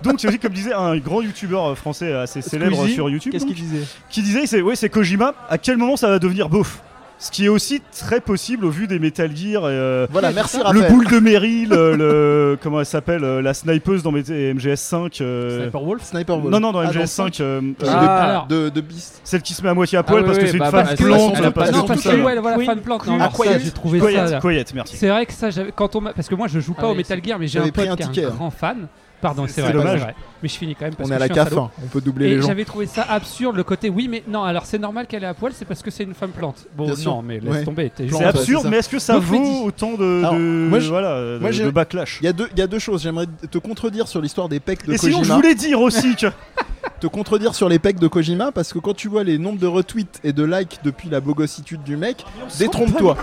[SPEAKER 6] Donc, c'est aussi comme disait un grand youtubeur euh, français assez célèbre
[SPEAKER 4] Squeezie,
[SPEAKER 6] sur YouTube,
[SPEAKER 4] Qu'est-ce
[SPEAKER 6] donc,
[SPEAKER 4] qu'il disait
[SPEAKER 6] qui disait, c'est oui, c'est Kojima. À quel moment ça va devenir beauf Ce qui est aussi très possible au vu des Metal Gear. et, euh,
[SPEAKER 1] Voilà, merci
[SPEAKER 6] le
[SPEAKER 1] Raphaël.
[SPEAKER 6] boule de Meryl, euh, le, comment elle s'appelle, euh, la snipeuse dans MGS5. euh,
[SPEAKER 4] Sniper Wolf
[SPEAKER 1] Sniper Ball.
[SPEAKER 6] Non, non, dans
[SPEAKER 1] Ah,
[SPEAKER 6] MGS5, euh,
[SPEAKER 1] Euh,
[SPEAKER 6] euh,
[SPEAKER 1] de,
[SPEAKER 4] Ah, alors.
[SPEAKER 1] de, de Beast.
[SPEAKER 6] celle qui se met à moitié à poil
[SPEAKER 4] Ah,
[SPEAKER 6] parce
[SPEAKER 4] oui,
[SPEAKER 6] que c'est
[SPEAKER 4] oui,
[SPEAKER 6] une
[SPEAKER 4] bah,
[SPEAKER 6] femme
[SPEAKER 4] parce que-
[SPEAKER 6] plante,
[SPEAKER 4] parce que-
[SPEAKER 6] Ah, parce
[SPEAKER 4] non,
[SPEAKER 5] Ah, Non,
[SPEAKER 6] que
[SPEAKER 5] parce
[SPEAKER 6] tout
[SPEAKER 5] que
[SPEAKER 6] seul.
[SPEAKER 5] ouais, voilà,
[SPEAKER 4] Oui.
[SPEAKER 5] fan plante. non,
[SPEAKER 4] Ah,
[SPEAKER 5] alors ça,
[SPEAKER 4] quiet.
[SPEAKER 5] j'ai trouvé ça.
[SPEAKER 6] Quiet,
[SPEAKER 5] là.
[SPEAKER 6] quiet, merci.
[SPEAKER 5] C'est vrai que ça, j'avais- quand on m'a- parce que moi je joue pas
[SPEAKER 4] Ah
[SPEAKER 5] au
[SPEAKER 4] oui,
[SPEAKER 5] Metal Gear, mais j'ai
[SPEAKER 1] J'avais
[SPEAKER 5] un pote
[SPEAKER 1] pris un
[SPEAKER 5] qui est un
[SPEAKER 1] ticket, hein.
[SPEAKER 5] grand fan. Pardon,
[SPEAKER 6] C'est
[SPEAKER 5] c'est vrai,
[SPEAKER 6] dommage.
[SPEAKER 5] c'est vrai. Mais je finis quand même parce
[SPEAKER 1] On
[SPEAKER 5] que
[SPEAKER 1] est à
[SPEAKER 5] je
[SPEAKER 1] la
[SPEAKER 5] suis un
[SPEAKER 1] CAF,
[SPEAKER 5] salaud.
[SPEAKER 1] hein. on peut doubler
[SPEAKER 5] Et
[SPEAKER 1] les gens.
[SPEAKER 5] j'avais trouvé ça absurde le côté oui mais non alors c'est normal qu'elle est à poil c'est parce que c'est une femme plante. Bon
[SPEAKER 1] Bien
[SPEAKER 5] non
[SPEAKER 1] sûr.
[SPEAKER 5] mais laisse
[SPEAKER 1] Ouais.
[SPEAKER 5] tomber t'es
[SPEAKER 6] C'est
[SPEAKER 1] Plante,
[SPEAKER 5] gentil.
[SPEAKER 6] absurde,
[SPEAKER 1] ouais, c'est
[SPEAKER 6] mais est-ce que ça
[SPEAKER 5] Donc,
[SPEAKER 6] vaut
[SPEAKER 5] Mehdi.
[SPEAKER 6] autant de,
[SPEAKER 1] Alors,
[SPEAKER 6] de-
[SPEAKER 1] moi, je-
[SPEAKER 6] voilà, de-
[SPEAKER 1] moi, j'ai-
[SPEAKER 6] de backlash
[SPEAKER 1] Il y, a deux, il y a deux choses, j'aimerais te contredire sur l'histoire des pecs de
[SPEAKER 6] Et
[SPEAKER 1] Kojima.
[SPEAKER 6] sinon, je voulais dire aussi que.
[SPEAKER 1] Te contredire sur les pecs de Kojima parce que quand tu vois les nombres de retweets et de likes depuis la bogossitude du mec,
[SPEAKER 6] Ah,
[SPEAKER 1] détrompe-toi.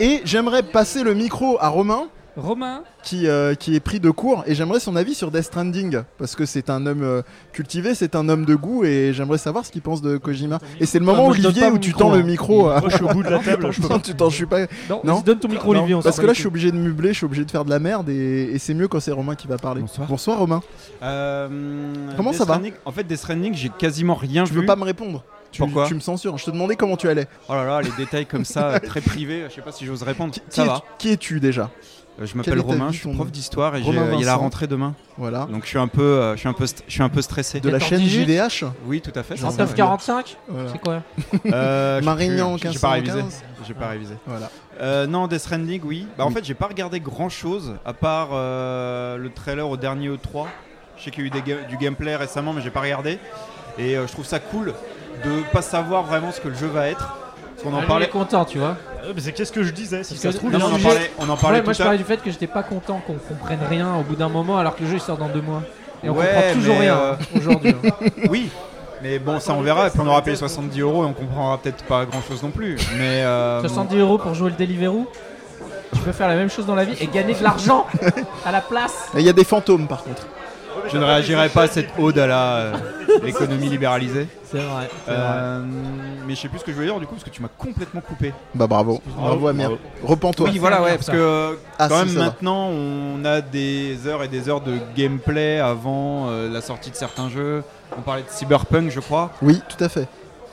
[SPEAKER 1] Et j'aimerais passer le micro à Romain
[SPEAKER 5] Romain
[SPEAKER 1] qui, euh, qui est pris de court et j'aimerais son avis sur Death Stranding parce que c'est un homme euh, cultivé, c'est un homme de goût et j'aimerais savoir ce qu'il pense de Kojima. Et c'est le moment,
[SPEAKER 4] moi, je donne
[SPEAKER 1] Olivier,
[SPEAKER 4] pas
[SPEAKER 1] où
[SPEAKER 4] mon
[SPEAKER 1] tu
[SPEAKER 4] micro,
[SPEAKER 1] tends le
[SPEAKER 4] hein.
[SPEAKER 1] micro. à-
[SPEAKER 6] Moi, je suis au bout de la table, je peux
[SPEAKER 1] Non, tu t'en je suis pas.
[SPEAKER 5] non,
[SPEAKER 1] Non.
[SPEAKER 4] Donne ton micro,
[SPEAKER 1] Non,
[SPEAKER 4] Olivier. on
[SPEAKER 1] parce
[SPEAKER 4] s'en
[SPEAKER 1] que là,
[SPEAKER 4] bat
[SPEAKER 1] je
[SPEAKER 4] les
[SPEAKER 1] suis obligé de meubler, je suis obligé de faire de la merde et, et c'est mieux quand c'est Romain qui va parler.
[SPEAKER 3] Bonsoir.
[SPEAKER 1] Romain.
[SPEAKER 3] Euh,
[SPEAKER 1] Comment
[SPEAKER 3] Death
[SPEAKER 1] ça va
[SPEAKER 3] Stranding- En fait, Death Stranding, j'ai quasiment rien
[SPEAKER 1] Tu
[SPEAKER 3] vu.
[SPEAKER 1] veux pas me répondre tu,
[SPEAKER 3] Pourquoi
[SPEAKER 1] tu me censures. Je te demandais comment tu allais.
[SPEAKER 3] Oh là là, les détails comme ça, euh, très privés, je sais pas si j'ose répondre.
[SPEAKER 1] Qui, qui
[SPEAKER 3] ça
[SPEAKER 1] es-
[SPEAKER 3] va.
[SPEAKER 1] qui es-tu déjà
[SPEAKER 3] Euh, Je m'appelle
[SPEAKER 1] est ta
[SPEAKER 3] Romain,
[SPEAKER 1] vie,
[SPEAKER 3] je suis
[SPEAKER 1] ton-
[SPEAKER 3] prof d'histoire et j'ai- euh,
[SPEAKER 1] Romain
[SPEAKER 3] il y a la
[SPEAKER 1] Vincent.
[SPEAKER 3] rentrée demain.
[SPEAKER 1] Voilà.
[SPEAKER 3] Donc je suis un peu, euh, je suis un peu, st- je suis un peu stressé.
[SPEAKER 1] De la chaîne
[SPEAKER 4] 14-18.
[SPEAKER 1] JVH
[SPEAKER 3] Oui, tout à fait. c'est
[SPEAKER 1] Genre
[SPEAKER 3] ça, ouais.
[SPEAKER 4] 45
[SPEAKER 1] Voilà.
[SPEAKER 4] C'est quoi
[SPEAKER 3] Euh, je sais
[SPEAKER 1] Marignan
[SPEAKER 4] hein,
[SPEAKER 3] plus, j'ai- J'ai pas révisé.
[SPEAKER 1] 1515.
[SPEAKER 3] J'ai pas révisé.
[SPEAKER 1] Voilà. Mm.
[SPEAKER 3] Euh, non, Death Stranding, oui. Bah, en
[SPEAKER 1] Oui.
[SPEAKER 3] fait, j'ai pas regardé grand chose à part euh, le trailer au dernier E3. Je sais qu'il y a eu des ga- du gameplay récemment, mais j'ai pas regardé. Et euh, je trouve ça cool de pas savoir vraiment ce que le jeu va être. Parce qu'on en
[SPEAKER 4] On Ah, est
[SPEAKER 3] parlait.
[SPEAKER 4] content, tu vois.
[SPEAKER 6] Euh, mais c'est qu'est-ce que je disais Si
[SPEAKER 4] Parce
[SPEAKER 6] ça
[SPEAKER 4] que-
[SPEAKER 6] se trouve,
[SPEAKER 4] non,
[SPEAKER 6] il y a
[SPEAKER 3] on
[SPEAKER 6] un
[SPEAKER 3] en
[SPEAKER 4] mais-
[SPEAKER 6] sujet-
[SPEAKER 3] parlait, on en parlait
[SPEAKER 4] Ouais, moi,
[SPEAKER 3] tout
[SPEAKER 4] je
[SPEAKER 3] à l'heure.
[SPEAKER 4] parlais du fait que j'étais pas content qu'on comprenne rien au bout d'un moment, alors que le jeu il sort dans deux mois. Et on
[SPEAKER 3] Ouais,
[SPEAKER 4] comprend toujours
[SPEAKER 3] mais,
[SPEAKER 4] rien
[SPEAKER 3] euh,
[SPEAKER 4] hein, aujourd'hui. hein.
[SPEAKER 3] Oui, mais bon, ça on verra. Et puis on aura payé 70 euros et on comprendra peut-être pas grand chose non plus. Mais euh,
[SPEAKER 4] 70 euros pour jouer le Deliveroo tu peux faire la même chose dans la vie et gagner de l'argent à la place.
[SPEAKER 1] Et Il y a des fantômes par contre.
[SPEAKER 3] je ne réagirai pas à cette ode à la euh, l'économie libéralisée.
[SPEAKER 4] C'est vrai.
[SPEAKER 3] Euh, mais je sais plus ce que je voulais dire du coup parce que tu m'as complètement coupé.
[SPEAKER 1] Bah bravo. Bravo Amir. Repends-toi.
[SPEAKER 3] Oui, voilà, ouais,
[SPEAKER 4] merde,
[SPEAKER 3] parce
[SPEAKER 4] ça.
[SPEAKER 3] que euh,
[SPEAKER 1] Ah,
[SPEAKER 3] quand
[SPEAKER 1] si,
[SPEAKER 3] même
[SPEAKER 1] ça va.
[SPEAKER 3] maintenant, on a des heures et des heures de gameplay avant euh, la sortie de certains jeux. On parlait de Cyberpunk, je crois.
[SPEAKER 1] Oui, tout à fait.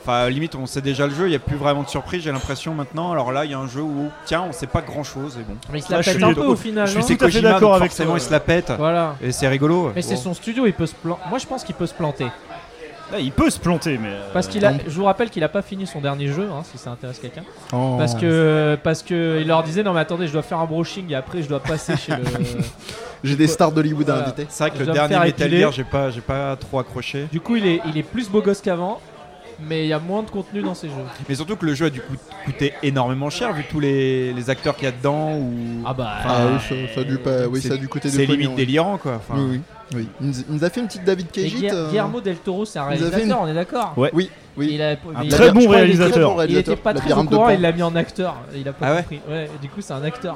[SPEAKER 3] Enfin, limite, on sait déjà le jeu, il n'y a plus vraiment de surprise, j'ai l'impression maintenant. Alors là, il y a un jeu où, tiens, on sait pas grand chose, et bon.
[SPEAKER 4] Mais il se
[SPEAKER 6] Là,
[SPEAKER 4] la
[SPEAKER 6] je
[SPEAKER 4] pète
[SPEAKER 6] suis-
[SPEAKER 4] un peu au final.
[SPEAKER 6] je
[SPEAKER 4] non
[SPEAKER 6] suis-
[SPEAKER 3] C'est
[SPEAKER 6] tout à fait
[SPEAKER 3] Kojima,
[SPEAKER 6] d'accord
[SPEAKER 3] donc
[SPEAKER 6] avec
[SPEAKER 3] Forcément,
[SPEAKER 6] toi.
[SPEAKER 3] il se la pète.
[SPEAKER 4] Voilà.
[SPEAKER 3] Et c'est rigolo.
[SPEAKER 4] Mais c'est
[SPEAKER 3] Bon.
[SPEAKER 4] son studio, il peut se planter. Moi je pense qu'il peut se planter.
[SPEAKER 6] Là, il peut se planter, mais. euh,
[SPEAKER 4] Parce qu'il a. Je vous rappelle qu'il a pas fini son dernier jeu, hein, si ça intéresse quelqu'un.
[SPEAKER 1] Oh.
[SPEAKER 4] Parce que parce que il leur disait non mais attendez je dois faire un brushing et après je dois passer chez le.
[SPEAKER 1] J'ai des stars d'Hollywood à
[SPEAKER 4] Voilà.
[SPEAKER 1] inviter.
[SPEAKER 3] C'est vrai que
[SPEAKER 4] Je
[SPEAKER 3] le
[SPEAKER 4] dois me
[SPEAKER 3] dernier
[SPEAKER 4] faire
[SPEAKER 3] Metal
[SPEAKER 4] épiler.
[SPEAKER 3] Gear, j'ai pas, j'ai pas trop accroché.
[SPEAKER 4] Du coup il est il est plus beau gosse qu'avant. mais il y a moins de contenu dans ces jeux.
[SPEAKER 3] Mais surtout que le jeu a dû coût- coûter énormément cher vu tous les, les acteurs qu'il y a dedans. Ou...
[SPEAKER 4] Ah bah.
[SPEAKER 1] Ah oui, ça- ça a dû pas- oui, ça a dû coûter du
[SPEAKER 3] C'est
[SPEAKER 1] pognon,
[SPEAKER 3] limite
[SPEAKER 1] oui.
[SPEAKER 3] délirant quoi. Enfin,
[SPEAKER 1] Oui, oui. oui. Il, nous, il nous a fait une petite David
[SPEAKER 4] Et
[SPEAKER 1] Kejit.
[SPEAKER 4] Guer-
[SPEAKER 1] euh,
[SPEAKER 4] Guillermo del Toro, c'est un
[SPEAKER 1] il nous a fait
[SPEAKER 4] réalisateur,
[SPEAKER 1] une-
[SPEAKER 4] on est d'accord
[SPEAKER 6] Ouais.
[SPEAKER 1] Oui, oui.
[SPEAKER 4] Il a- mais il a-
[SPEAKER 6] très bon
[SPEAKER 4] je crois qu'il était-
[SPEAKER 6] réalisateur.
[SPEAKER 4] Il était pas
[SPEAKER 1] La
[SPEAKER 4] très au
[SPEAKER 1] pyramide de
[SPEAKER 4] courant,
[SPEAKER 1] Pan.
[SPEAKER 4] il l'a mis en acteur. Il a pas
[SPEAKER 3] Ah ouais
[SPEAKER 4] compris. Ouais, et du coup, c'est un acteur.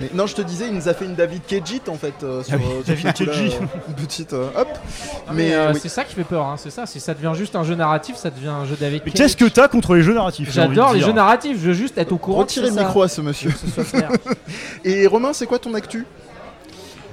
[SPEAKER 1] Mais non, je te disais, il nous a fait une David Kejit en fait. euh, sur,
[SPEAKER 3] Ah oui,
[SPEAKER 1] euh, sur
[SPEAKER 6] David
[SPEAKER 1] ce coup-là,
[SPEAKER 6] Keji.
[SPEAKER 1] euh, une petite. euh, hop.
[SPEAKER 4] Mais
[SPEAKER 1] Mais
[SPEAKER 4] euh,
[SPEAKER 1] euh, oui.
[SPEAKER 4] c'est ça qui fait peur, hein, c'est ça. Si ça devient juste un jeu narratif, ça devient un jeu David
[SPEAKER 6] Mais
[SPEAKER 4] Cage.
[SPEAKER 6] qu'est-ce que t'as contre les jeux narratifs j'ai envie de
[SPEAKER 4] J'adore les
[SPEAKER 6] dire.
[SPEAKER 4] jeux narratifs, je veux juste être au courant.
[SPEAKER 1] retirez
[SPEAKER 4] que
[SPEAKER 1] le
[SPEAKER 4] c'est ça.
[SPEAKER 1] micro à ce monsieur.
[SPEAKER 4] Que ce soit clair.
[SPEAKER 1] Et Romain, c'est quoi ton actu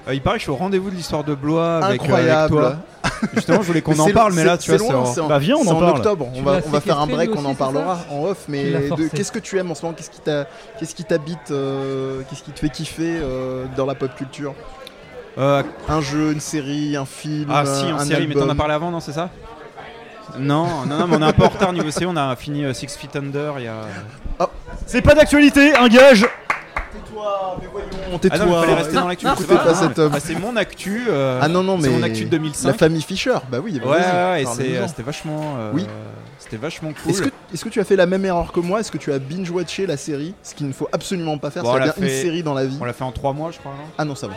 [SPEAKER 3] euh, il paraît que je suis au rendez-vous de l'histoire de Blois avec, euh, avec
[SPEAKER 1] Incroyable.
[SPEAKER 3] toi. Justement, je voulais qu'on
[SPEAKER 1] Mais
[SPEAKER 3] en
[SPEAKER 1] c'est
[SPEAKER 3] parle,
[SPEAKER 1] lo-
[SPEAKER 3] mais là,
[SPEAKER 1] c'est-
[SPEAKER 3] tu vois,
[SPEAKER 1] c'est loin,
[SPEAKER 3] c'est.
[SPEAKER 1] c'est en,
[SPEAKER 6] Bah, viens, on
[SPEAKER 1] c'est
[SPEAKER 6] en parle.
[SPEAKER 1] octobre.
[SPEAKER 4] Tu
[SPEAKER 1] On va,
[SPEAKER 4] l'as
[SPEAKER 1] on va faire un
[SPEAKER 4] séquestré,
[SPEAKER 1] break,
[SPEAKER 4] lui
[SPEAKER 1] on
[SPEAKER 4] aussi,
[SPEAKER 1] en
[SPEAKER 4] c'est ça
[SPEAKER 1] parlera en off. Mais
[SPEAKER 4] Tu l'as
[SPEAKER 1] de-
[SPEAKER 4] forcé.
[SPEAKER 1] qu'est-ce que tu aimes en ce moment Qu'est-ce qui t'a- qu'est-ce qui t'habite euh, Qu'est-ce qui te fait kiffer euh, dans la pop culture
[SPEAKER 3] Euh,
[SPEAKER 1] Un jeu, une série, un film
[SPEAKER 3] Ah si, en
[SPEAKER 1] un
[SPEAKER 3] série, mais
[SPEAKER 1] album.
[SPEAKER 3] t'en as parlé avant, non, c'est ça non, non, non, mais on est un peu en retard niveau série, on a fini euh, Six Feet Under il y a...
[SPEAKER 6] C'est pas d'actualité, un gage
[SPEAKER 1] Tais-toi, mais voyons,
[SPEAKER 3] Ah non, mais
[SPEAKER 1] tais-toi.
[SPEAKER 3] fallait rester dans l'actu.
[SPEAKER 1] Écoutez hein. pas
[SPEAKER 3] non,
[SPEAKER 1] cet
[SPEAKER 3] mais-
[SPEAKER 1] homme.
[SPEAKER 6] Ah,
[SPEAKER 3] bah, c'est mon actu, euh,
[SPEAKER 1] Ah non, non, mais.
[SPEAKER 3] c'est mon actu de
[SPEAKER 1] La
[SPEAKER 3] 2005.
[SPEAKER 1] famille Fisher, bah oui. bah
[SPEAKER 3] Ouais, ouais,
[SPEAKER 1] vas-y,
[SPEAKER 3] ouais, et
[SPEAKER 1] parle-nous-en.
[SPEAKER 3] c'est- euh, c'était vachement, euh,
[SPEAKER 1] Oui.
[SPEAKER 3] c'était vachement cool.
[SPEAKER 1] Est-ce que, est-ce que tu as fait la même erreur que moi Est-ce que tu as binge-watché la série Ce qu'il ne faut absolument pas faire,
[SPEAKER 3] Bon, on
[SPEAKER 1] c'est
[SPEAKER 3] l'a
[SPEAKER 1] bien une
[SPEAKER 3] fait-
[SPEAKER 1] série dans la vie.
[SPEAKER 3] On l'a fait en 3 mois, je crois. non
[SPEAKER 1] Ah non, ça va.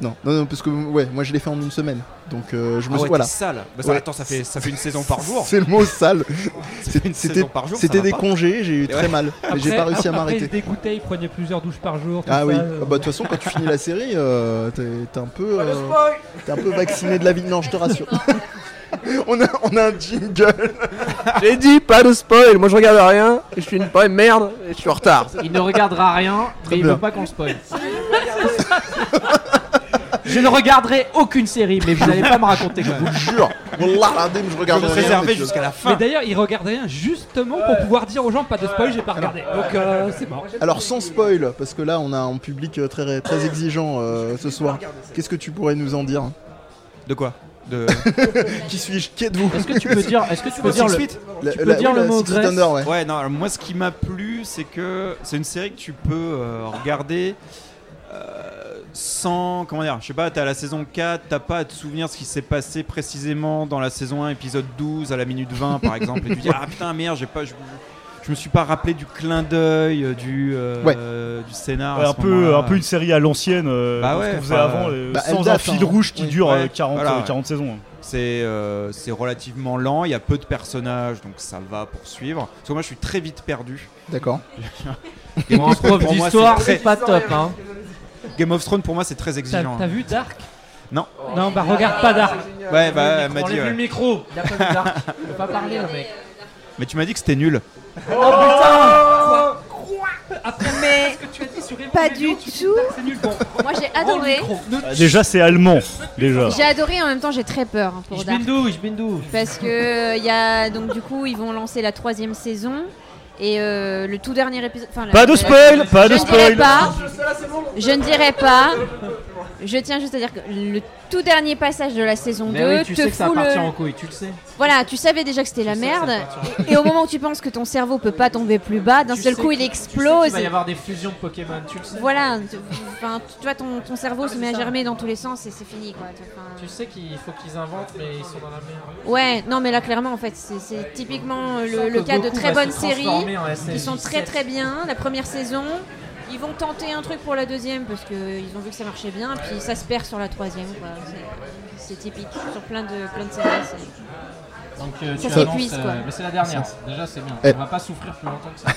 [SPEAKER 1] Non, non, non, parce que ouais, moi je l'ai fait en une semaine. Donc euh, je me
[SPEAKER 3] ah
[SPEAKER 1] suis.
[SPEAKER 3] ouais,
[SPEAKER 1] voilà.
[SPEAKER 3] t'es sale. Bah, ça,
[SPEAKER 1] Ouais.
[SPEAKER 3] Attends, ça fait, ça fait une saison par jour.
[SPEAKER 1] C'est le mot sale.
[SPEAKER 3] Ça fait une
[SPEAKER 1] c'était-
[SPEAKER 3] saison par jour. ça
[SPEAKER 1] C'était
[SPEAKER 3] va
[SPEAKER 1] des
[SPEAKER 3] pas.
[SPEAKER 1] congés, j'ai eu très
[SPEAKER 3] ouais.
[SPEAKER 1] mal. Mais j'ai pas réussi à
[SPEAKER 5] Après, il se
[SPEAKER 1] m'arrêter.
[SPEAKER 5] dégoûtait, il prenait plusieurs douches par jour. tout
[SPEAKER 1] Ah oui,
[SPEAKER 5] ça,
[SPEAKER 1] Ah
[SPEAKER 5] euh,
[SPEAKER 1] bah, de toute façon quand tu finis la série, euh, t'es t'es un peu, euh, t'es un peu vacciné de la vie. Non, je te rassure. on a, on a un jingle.
[SPEAKER 8] J'ai dit pas de spoil, moi je regarde rien, et je suis une paille merde, et je suis en retard.
[SPEAKER 4] Il ne regardera rien, mais il
[SPEAKER 1] bien.
[SPEAKER 4] veut pas qu'on le spoil. Je ne regarderai aucune série, mais vous n'allez pas me raconter quand
[SPEAKER 1] Je vous
[SPEAKER 4] même.
[SPEAKER 1] le jure. Wallah, l'adem, je
[SPEAKER 3] Je
[SPEAKER 1] regarde
[SPEAKER 3] me
[SPEAKER 1] rien,
[SPEAKER 3] préservais
[SPEAKER 1] mais tu-
[SPEAKER 3] jusqu'à la
[SPEAKER 5] Mais
[SPEAKER 3] fin.
[SPEAKER 5] d'ailleurs, il regardait rien justement pour pouvoir dire aux gens pas de spoil, j'ai pas regardé. Donc euh, c'est mort.
[SPEAKER 1] Alors sans spoil, parce que là on a un public euh, très, très exigeant euh, ce soir. Qu'est-ce que tu pourrais nous en dire
[SPEAKER 3] De quoi De
[SPEAKER 1] Qui suis-je Qui êtes-vous
[SPEAKER 4] Est-ce que tu peux dire, est-ce que tu peux dire
[SPEAKER 3] Six
[SPEAKER 4] le,
[SPEAKER 3] Feet
[SPEAKER 1] La-
[SPEAKER 4] peux
[SPEAKER 1] la-
[SPEAKER 4] dire
[SPEAKER 1] oui,
[SPEAKER 4] le
[SPEAKER 1] la
[SPEAKER 4] mot
[SPEAKER 1] Six Feet
[SPEAKER 4] Grèce
[SPEAKER 1] Under, ouais.
[SPEAKER 3] Ouais, non, alors moi ce qui m'a plu, c'est que c'est une série que tu peux euh, regarder euh, sans. Comment dire Je sais pas, t'es à la saison 4, t'as pas à te souvenir ce qui s'est passé précisément dans la saison 1, épisode 12, à la minute 20 par exemple. et tu dis, ah putain, merde, j'ai pas. Je, je me suis pas rappelé du clin d'œil, euh, du, euh, du scénar. à
[SPEAKER 6] un
[SPEAKER 3] ce
[SPEAKER 6] peu,
[SPEAKER 3] moment-là.
[SPEAKER 6] un peu une série à l'ancienne, euh,
[SPEAKER 3] Bah
[SPEAKER 6] ce
[SPEAKER 3] ouais,
[SPEAKER 6] qu'on faisait
[SPEAKER 3] enfin,
[SPEAKER 6] avant, euh,
[SPEAKER 1] bah, elle
[SPEAKER 6] sans un
[SPEAKER 1] date,
[SPEAKER 6] fil
[SPEAKER 1] hein.
[SPEAKER 6] rouge qui
[SPEAKER 1] Oui.
[SPEAKER 6] dure
[SPEAKER 3] Ouais,
[SPEAKER 6] euh, 40,
[SPEAKER 3] voilà,
[SPEAKER 6] euh,
[SPEAKER 3] ouais.
[SPEAKER 6] 40 saisons.
[SPEAKER 3] C'est euh, c'est relativement lent, il y a peu de personnages, donc ça va poursuivre. Parce que moi je suis très vite perdu.
[SPEAKER 1] D'accord.
[SPEAKER 4] Pour un prof
[SPEAKER 3] Pour moi,
[SPEAKER 4] d'histoire,
[SPEAKER 3] c'est
[SPEAKER 4] c'est pas top. Hein.
[SPEAKER 3] Game of Thrones pour moi c'est très
[SPEAKER 5] T'as
[SPEAKER 3] exigeant.
[SPEAKER 5] t'as vu Dark
[SPEAKER 3] Non.
[SPEAKER 5] Non, bah regarde pas Dark.
[SPEAKER 3] Ouais, bah, elle m'a dit. ouais.
[SPEAKER 4] micro. Il a pas vu Dark. Il peut pas parler, le mec.
[SPEAKER 3] Mais tu m'as dit que c'était nul.
[SPEAKER 5] Oh, bah.
[SPEAKER 7] Mais pas du tout.
[SPEAKER 9] Moi j'ai adoré.
[SPEAKER 6] Déjà, c'est allemand, déjà.
[SPEAKER 9] J'ai adoré et en même temps j'ai très peur hein, pour
[SPEAKER 4] Je
[SPEAKER 9] Dark.
[SPEAKER 4] bindou, je bindou.
[SPEAKER 9] Parce que euh, y a, donc, du coup ils vont lancer la troisième saison. Et euh, le tout dernier épisode. enfin, la-
[SPEAKER 6] Pas de
[SPEAKER 9] la-
[SPEAKER 6] spoil, pas de
[SPEAKER 9] je ne dirai
[SPEAKER 6] spoil.
[SPEAKER 9] pas. Je ne dirai pas. Je tiens juste à dire que le tout dernier passage de la saison 2
[SPEAKER 4] Mais oui, tu
[SPEAKER 9] te
[SPEAKER 4] sais que ça va
[SPEAKER 9] fout
[SPEAKER 4] partir
[SPEAKER 9] le.
[SPEAKER 4] en couille, tu le sais.
[SPEAKER 9] Voilà, tu savais déjà que c'était la
[SPEAKER 4] Tu sais que ça
[SPEAKER 9] merde.
[SPEAKER 4] partir
[SPEAKER 9] Et au moment où tu penses que ton cerveau peut pas tomber plus bas, d'un
[SPEAKER 4] Tu
[SPEAKER 9] seul
[SPEAKER 4] sais
[SPEAKER 9] coup
[SPEAKER 4] que-
[SPEAKER 9] il
[SPEAKER 4] tu sais
[SPEAKER 9] explose.
[SPEAKER 4] qu'il va y avoir des fusions de Pokémon, tu le sais.
[SPEAKER 9] Voilà, tu, enfin, tu- tu vois, ton, ton cerveau se met à germer dans tous les sens et c'est fini quoi.
[SPEAKER 4] Tu
[SPEAKER 9] Enfin,
[SPEAKER 4] sais qu'il faut qu'ils inventent, mais ils sont dans la merde.
[SPEAKER 9] ouais, non mais là clairement en fait, c'est- c'est typiquement euh, le, le cas de très bonnes séries qui sont très très bien. La première saison, ils vont tenter un truc pour la deuxième parce qu'ils ont vu que ça marchait bien, puis ça se perd sur la troisième quoi. C'est- C'est typique sur plein de, plein de séries. c'est-
[SPEAKER 4] Donc, euh,
[SPEAKER 9] Ça
[SPEAKER 4] tu
[SPEAKER 9] s'épuise,
[SPEAKER 4] annonces, euh,
[SPEAKER 9] quoi.
[SPEAKER 4] Mais c'est la dernière. Déjà, c'est bien.
[SPEAKER 1] Eh.
[SPEAKER 4] On va pas souffrir plus longtemps que ça.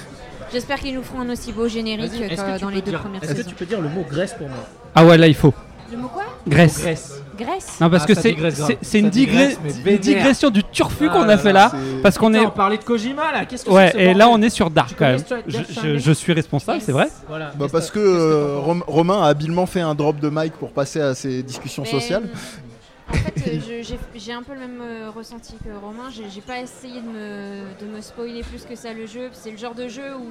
[SPEAKER 9] J'espère qu'ils nous feront un aussi beau générique
[SPEAKER 2] Vas-y,
[SPEAKER 9] que
[SPEAKER 2] est-ce que tu
[SPEAKER 9] euh, dans
[SPEAKER 2] peux
[SPEAKER 9] les deux
[SPEAKER 2] dire-
[SPEAKER 9] premières
[SPEAKER 2] Est-ce que
[SPEAKER 9] saisons.
[SPEAKER 2] tu peux dire le mot Grèce pour moi
[SPEAKER 5] Ah ouais, là il faut.
[SPEAKER 9] Le mot quoi
[SPEAKER 5] Grèce.
[SPEAKER 4] Grèce.
[SPEAKER 9] Graisse
[SPEAKER 5] Non, parce
[SPEAKER 4] Ah,
[SPEAKER 5] que
[SPEAKER 4] ça
[SPEAKER 5] c'est
[SPEAKER 4] digresse grave.
[SPEAKER 5] c'est- c'est
[SPEAKER 4] Ça
[SPEAKER 5] une,
[SPEAKER 4] digresse,
[SPEAKER 5] digresse-
[SPEAKER 4] mais
[SPEAKER 5] une
[SPEAKER 4] vénère.
[SPEAKER 5] digression du turfu
[SPEAKER 4] Ah
[SPEAKER 5] qu'on
[SPEAKER 4] là
[SPEAKER 5] a
[SPEAKER 4] là,
[SPEAKER 5] fait là.
[SPEAKER 1] c'est-
[SPEAKER 5] Parce qu'on
[SPEAKER 4] Putain,
[SPEAKER 5] est.
[SPEAKER 4] on parlait de Kojima là. Qu'est-ce que
[SPEAKER 5] Ouais,
[SPEAKER 4] c'est que ce
[SPEAKER 5] et là on
[SPEAKER 4] bordel
[SPEAKER 5] est sur Dark
[SPEAKER 4] Tu
[SPEAKER 5] quand même.
[SPEAKER 4] connais Straight
[SPEAKER 5] Je,
[SPEAKER 4] Death
[SPEAKER 5] je-
[SPEAKER 4] Stranding
[SPEAKER 5] je suis responsable, c'est vrai
[SPEAKER 4] Voilà.
[SPEAKER 1] Bah
[SPEAKER 4] Qu'est-ce
[SPEAKER 1] parce que
[SPEAKER 4] qu'est-ce
[SPEAKER 1] euh,
[SPEAKER 4] t'en penses
[SPEAKER 1] Rom- Romain a habilement fait un drop de mic pour passer à ses discussions
[SPEAKER 9] Mais,
[SPEAKER 1] sociales.
[SPEAKER 9] euh, En fait, euh, je- j'ai- j'ai un peu le même euh, ressenti que Romain. J'ai j'ai pas essayé de me, de me spoiler plus que ça le jeu. C'est le genre de jeu où.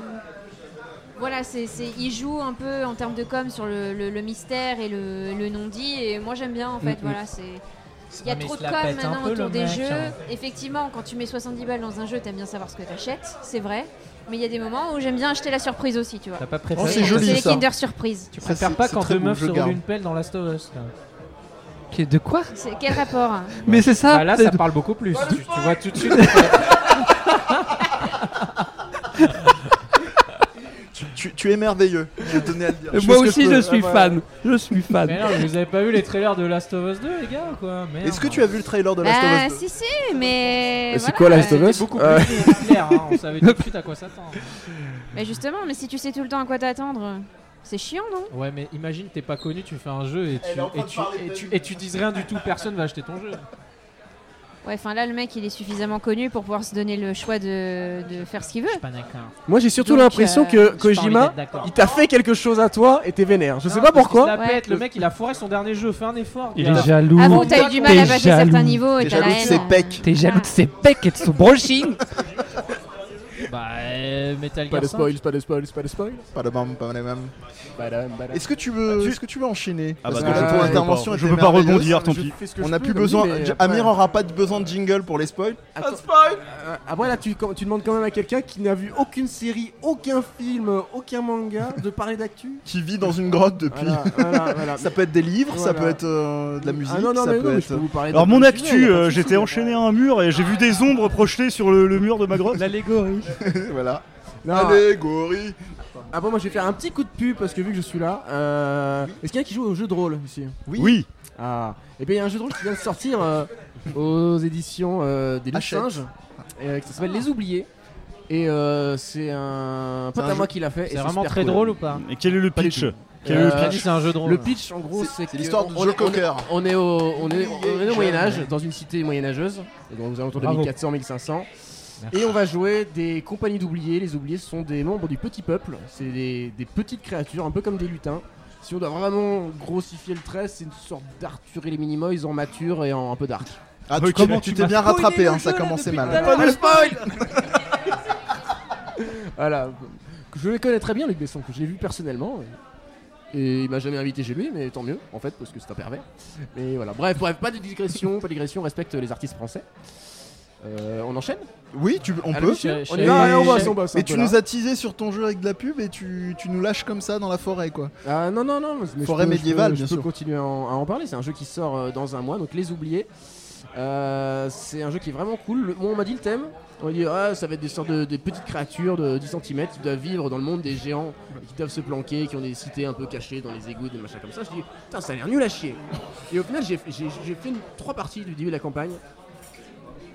[SPEAKER 9] Voilà, c'est c'est- il joue un peu en termes de com sur le, le- le mystère et le, le non-dit. Et moi, j'aime bien en fait.
[SPEAKER 1] Mm,
[SPEAKER 9] Voilà, c'est. Il y a
[SPEAKER 4] Ah, mais
[SPEAKER 9] trop de
[SPEAKER 4] il se la
[SPEAKER 9] com
[SPEAKER 4] pète un
[SPEAKER 9] maintenant
[SPEAKER 4] peu,
[SPEAKER 9] autour
[SPEAKER 4] le
[SPEAKER 9] des
[SPEAKER 4] mec,
[SPEAKER 9] jeux.
[SPEAKER 4] hein.
[SPEAKER 9] Effectivement, quand tu mets 70 balles dans un jeu, t'aimes bien savoir ce que t'achètes, c'est vrai. Mais il y a des moments où j'aime bien acheter la surprise aussi, tu vois.
[SPEAKER 4] T'as pas
[SPEAKER 1] Oh,
[SPEAKER 4] préféré
[SPEAKER 1] c'est joli,
[SPEAKER 9] les
[SPEAKER 1] ça.
[SPEAKER 9] Kinder Surprise.
[SPEAKER 4] Tu
[SPEAKER 1] Ça,
[SPEAKER 4] préfères
[SPEAKER 1] c'est-
[SPEAKER 4] pas
[SPEAKER 1] c'est
[SPEAKER 4] quand
[SPEAKER 1] très
[SPEAKER 4] deux
[SPEAKER 1] bon,
[SPEAKER 4] meufs
[SPEAKER 1] je
[SPEAKER 4] se roulent
[SPEAKER 1] garde.
[SPEAKER 4] une pelle dans Last of Us. là.
[SPEAKER 5] Qui- De quoi
[SPEAKER 9] C'est- Quel rapport
[SPEAKER 5] Mais c'est ça.
[SPEAKER 4] Bah, là,
[SPEAKER 5] c'est-
[SPEAKER 4] ça parle beaucoup plus. Tu, tu vois tout de suite.
[SPEAKER 1] tu, tu- tu es merveilleux. Je tenais à le dire.
[SPEAKER 5] Moi
[SPEAKER 1] Je fais ce que
[SPEAKER 5] aussi,
[SPEAKER 1] peux.
[SPEAKER 5] je suis
[SPEAKER 1] Ah, voilà.
[SPEAKER 5] fan. Je suis fan.
[SPEAKER 4] Mais non, mais vous avez pas vu les trailers de Last of Us 2, les gars, ou quoi Merde.
[SPEAKER 1] Est-ce que tu as vu le trailer de Last of Us
[SPEAKER 9] Bah,
[SPEAKER 1] 2
[SPEAKER 9] si, si, mais.
[SPEAKER 8] C'est
[SPEAKER 9] voilà.
[SPEAKER 8] quoi Last of Us
[SPEAKER 4] Beaucoup
[SPEAKER 8] Euh,
[SPEAKER 4] plus clair, hein, on savait tout de suite à quoi s'attendre.
[SPEAKER 9] Mais justement, mais si tu sais tout le temps à quoi t'attendre, c'est chiant, non
[SPEAKER 4] Ouais, mais imagine, t'es pas connu, tu fais un jeu et
[SPEAKER 1] Elle est en train
[SPEAKER 4] tu, et
[SPEAKER 1] de
[SPEAKER 4] tu,
[SPEAKER 1] parler de
[SPEAKER 4] et tu,
[SPEAKER 1] Dead.
[SPEAKER 4] et tu dises rien du tout, personne va acheter ton jeu.
[SPEAKER 9] Ouais, enfin là, le mec, il est suffisamment connu pour pouvoir se donner le choix de, de faire ce qu'il veut.
[SPEAKER 4] Pas d'accord.
[SPEAKER 8] Moi j'ai surtout
[SPEAKER 9] Donc, euh,
[SPEAKER 8] l'impression que
[SPEAKER 4] j'ai pas envie
[SPEAKER 8] Kojima,
[SPEAKER 4] d'être d'accord.
[SPEAKER 8] il t'a fait quelque chose à toi et t'es vénère. Je sais
[SPEAKER 4] Non,
[SPEAKER 8] pas
[SPEAKER 4] parce qu'il se
[SPEAKER 8] pourquoi.
[SPEAKER 4] la pète, Le mec, il a foiré son dernier jeu, fais un effort.
[SPEAKER 5] Il
[SPEAKER 4] gars.
[SPEAKER 5] est jaloux.
[SPEAKER 9] Avant, t'as eu du mal à
[SPEAKER 5] T'es
[SPEAKER 9] passer certains
[SPEAKER 5] jaloux.
[SPEAKER 9] niveaux et
[SPEAKER 1] T'es
[SPEAKER 9] t'as la
[SPEAKER 1] jaloux de
[SPEAKER 9] haine. Ah.
[SPEAKER 1] ses pecs.
[SPEAKER 5] T'es jaloux de ses pecs et de son brushing.
[SPEAKER 4] Bah, euh, Metal
[SPEAKER 8] Pas
[SPEAKER 4] Gear
[SPEAKER 8] de
[SPEAKER 4] 5.
[SPEAKER 8] spoil, pas de spoil, pas de spoil.
[SPEAKER 1] Pas de bam, pas de bam.
[SPEAKER 8] Badam, badam.
[SPEAKER 1] Est-ce que tu veux, est-ce que tu veux enchaîner
[SPEAKER 6] Ah
[SPEAKER 1] Parce
[SPEAKER 6] bah
[SPEAKER 1] que
[SPEAKER 8] non,
[SPEAKER 1] ton
[SPEAKER 8] je peux
[SPEAKER 1] intervention
[SPEAKER 6] pas.
[SPEAKER 1] était
[SPEAKER 6] Je peux pas
[SPEAKER 1] merveilleuse.
[SPEAKER 6] rebondir, tant
[SPEAKER 8] Je
[SPEAKER 6] pis.
[SPEAKER 8] fais ce que
[SPEAKER 1] On
[SPEAKER 8] je
[SPEAKER 1] n'a
[SPEAKER 8] peux,
[SPEAKER 1] plus
[SPEAKER 8] comme
[SPEAKER 1] besoin.
[SPEAKER 8] dit, mais
[SPEAKER 1] J-
[SPEAKER 8] après-
[SPEAKER 1] Amir aura pas de besoin de jingle pour les spoils.
[SPEAKER 8] Attends, euh, Après là, tu, quand- tu demandes quand même à quelqu'un qui n'a vu aucune série, aucun film, aucun manga de parler d'actu.
[SPEAKER 1] Qui vit dans une grotte depuis.
[SPEAKER 8] Voilà, voilà, voilà.
[SPEAKER 1] Ça peut être des livres, ça
[SPEAKER 8] Voilà.
[SPEAKER 1] peut être euh, de la musique,
[SPEAKER 8] Ah non, non,
[SPEAKER 1] ça
[SPEAKER 8] mais
[SPEAKER 1] peut
[SPEAKER 8] non, je
[SPEAKER 1] être.
[SPEAKER 8] peux vous parler
[SPEAKER 6] Alors
[SPEAKER 8] de-
[SPEAKER 6] mon
[SPEAKER 8] de- y a
[SPEAKER 6] actu,
[SPEAKER 8] pas de hein.
[SPEAKER 6] euh,
[SPEAKER 8] souci,
[SPEAKER 6] j'étais
[SPEAKER 8] mais-
[SPEAKER 6] enchaîné à un mur et j'ai vu des ombres projetées sur le, le mur de ma grotte.
[SPEAKER 5] L'allégorie.
[SPEAKER 1] voilà.
[SPEAKER 8] Non,
[SPEAKER 1] Allégorie.
[SPEAKER 8] Ah bon, moi je vais faire un petit coup de pub parce que vu que je suis là, euh, est-ce qu'il y en a qui joue au jeu de rôle ici
[SPEAKER 6] Oui.
[SPEAKER 8] Ah, et bien il y a un jeu de rôle qui vient de sortir euh, aux éditions euh, des Loups
[SPEAKER 1] Hachette.
[SPEAKER 8] Singes, euh, qui s'appelle Les Oubliés. Et euh, c'est un pote
[SPEAKER 1] un
[SPEAKER 8] à
[SPEAKER 1] jeu-
[SPEAKER 8] moi qui l'a fait. et
[SPEAKER 4] C'est vraiment
[SPEAKER 8] super
[SPEAKER 4] très
[SPEAKER 8] cool.
[SPEAKER 4] drôle ou pas
[SPEAKER 6] Et quel est le
[SPEAKER 8] du
[SPEAKER 6] pitch
[SPEAKER 8] tout.
[SPEAKER 6] Quel
[SPEAKER 8] Euh,
[SPEAKER 6] est le
[SPEAKER 4] T'as
[SPEAKER 6] pitch
[SPEAKER 4] dit c'est un jeu de rôle.
[SPEAKER 8] Le pitch, en gros, c'est
[SPEAKER 1] c'est
[SPEAKER 8] que
[SPEAKER 1] l'histoire du
[SPEAKER 8] on
[SPEAKER 1] jeu
[SPEAKER 8] est- on est-
[SPEAKER 1] Cocker.
[SPEAKER 8] On est au, on est, on est au
[SPEAKER 1] Oublié
[SPEAKER 8] Moyen Âge, dans une cité moyenâgeuse, donc aux alentours de
[SPEAKER 4] Bravo.
[SPEAKER 8] 1400-1500. Et on va jouer des compagnies d'oubliés. Les oubliés ce sont des membres du petit peuple. C'est des, des petites créatures, un peu comme des lutins. Si on doit vraiment grossifier le trait, c'est une sorte d'Arthur et les Minimoys en mature et en un peu dark.
[SPEAKER 1] Ah, tu
[SPEAKER 6] Ok.
[SPEAKER 1] comment tu
[SPEAKER 6] Tu
[SPEAKER 1] t'es
[SPEAKER 6] m'as
[SPEAKER 1] bien
[SPEAKER 6] spoilé
[SPEAKER 1] rattrapé,
[SPEAKER 6] le
[SPEAKER 1] hein, ça
[SPEAKER 6] jeu, là,
[SPEAKER 1] commençait
[SPEAKER 6] depuis
[SPEAKER 1] mal.
[SPEAKER 8] Pas de spoil Voilà. Je les connais très bien, Luc Besson, que je l'ai vu personnellement. Et il m'a jamais invité chez lui, mais tant mieux, en fait, parce que c'est un pervers. Mais voilà, bref, bref, pas de digression, pas de digression, on respecte les artistes français. Euh, on enchaîne
[SPEAKER 1] Oui, tu, on
[SPEAKER 8] Allô,
[SPEAKER 1] peut.
[SPEAKER 8] Michel
[SPEAKER 4] On
[SPEAKER 8] Non,
[SPEAKER 4] y
[SPEAKER 8] non, on
[SPEAKER 4] va,
[SPEAKER 8] bosse,
[SPEAKER 4] Michel.
[SPEAKER 8] on bosse un
[SPEAKER 1] Et
[SPEAKER 8] peu
[SPEAKER 1] tu
[SPEAKER 8] là.
[SPEAKER 1] nous as teasé sur ton jeu avec de la pub et tu, tu nous lâches comme ça dans la forêt quoi.
[SPEAKER 8] Ah, non, non, non, mais je
[SPEAKER 1] Forêt
[SPEAKER 8] peux- je
[SPEAKER 1] médiévale,
[SPEAKER 8] peux-
[SPEAKER 1] bien
[SPEAKER 8] je peux
[SPEAKER 1] sûr.
[SPEAKER 8] continuer à en, à en parler. C'est un jeu qui sort euh, dans un mois, donc les oubliés. Euh, c'est un jeu qui est vraiment cool. Le- moi, on m'a dit le thème. On m'a dit ah, ça va être des sortes de des petites créatures de 10 cm qui doivent vivre dans le monde des géants, et qui doivent se planquer, qui ont des cités un peu cachées dans les égouts, des machins comme ça. Je dis putain, ça a l'air nul à chier. Et au final, j'ai j'ai- j'ai fait une- trois parties du début de la campagne.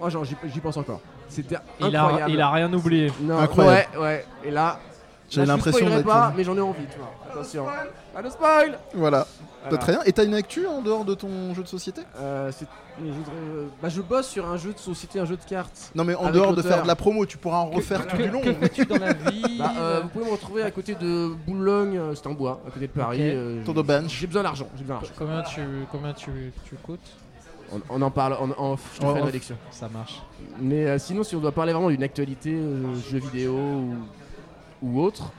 [SPEAKER 8] Oh, genre, j'y j'y pense encore. C'était
[SPEAKER 4] Il a,
[SPEAKER 8] incroyable.
[SPEAKER 4] il a rien oublié.
[SPEAKER 8] Non,
[SPEAKER 1] Incroyable.
[SPEAKER 8] Ouais, ouais. Et là,
[SPEAKER 1] J'ai
[SPEAKER 8] là, je vous
[SPEAKER 1] l'impression
[SPEAKER 8] spoilerai
[SPEAKER 1] d'être.
[SPEAKER 8] pas, mais j'en ai envie, tu vois. Attention. Pas de spoil.
[SPEAKER 1] Voilà.
[SPEAKER 8] Voilà.
[SPEAKER 1] Très bien. Et t'as une actu en dehors de ton jeu de société
[SPEAKER 8] Euh, c'est- je voudrais-
[SPEAKER 1] euh,
[SPEAKER 8] bah, je bosse sur un jeu de société, un jeu de cartes.
[SPEAKER 1] Non mais en
[SPEAKER 8] Avec
[SPEAKER 1] dehors de
[SPEAKER 8] l'auteur.
[SPEAKER 1] faire de la promo, tu pourras en refaire tout
[SPEAKER 4] Que,
[SPEAKER 1] du long.
[SPEAKER 4] que fais-tu dans la vie
[SPEAKER 8] Bah, euh, vous pouvez me retrouver à côté de Boulogne, euh, c'est en bois, à côté de Paris.
[SPEAKER 4] Ok.
[SPEAKER 8] euh,
[SPEAKER 1] Tour de bench.
[SPEAKER 8] J'ai besoin d'argent, j'ai besoin d'argent.
[SPEAKER 4] Combien tu, combien tu, tu coûtes Oh,
[SPEAKER 8] On, on en parle, on, on, je te
[SPEAKER 1] En
[SPEAKER 8] fais une
[SPEAKER 1] off.
[SPEAKER 8] réduction.
[SPEAKER 4] Ça marche.
[SPEAKER 8] Mais euh, sinon, si on doit parler vraiment d'une actualité, euh, jeux vidéo ou, ou autre,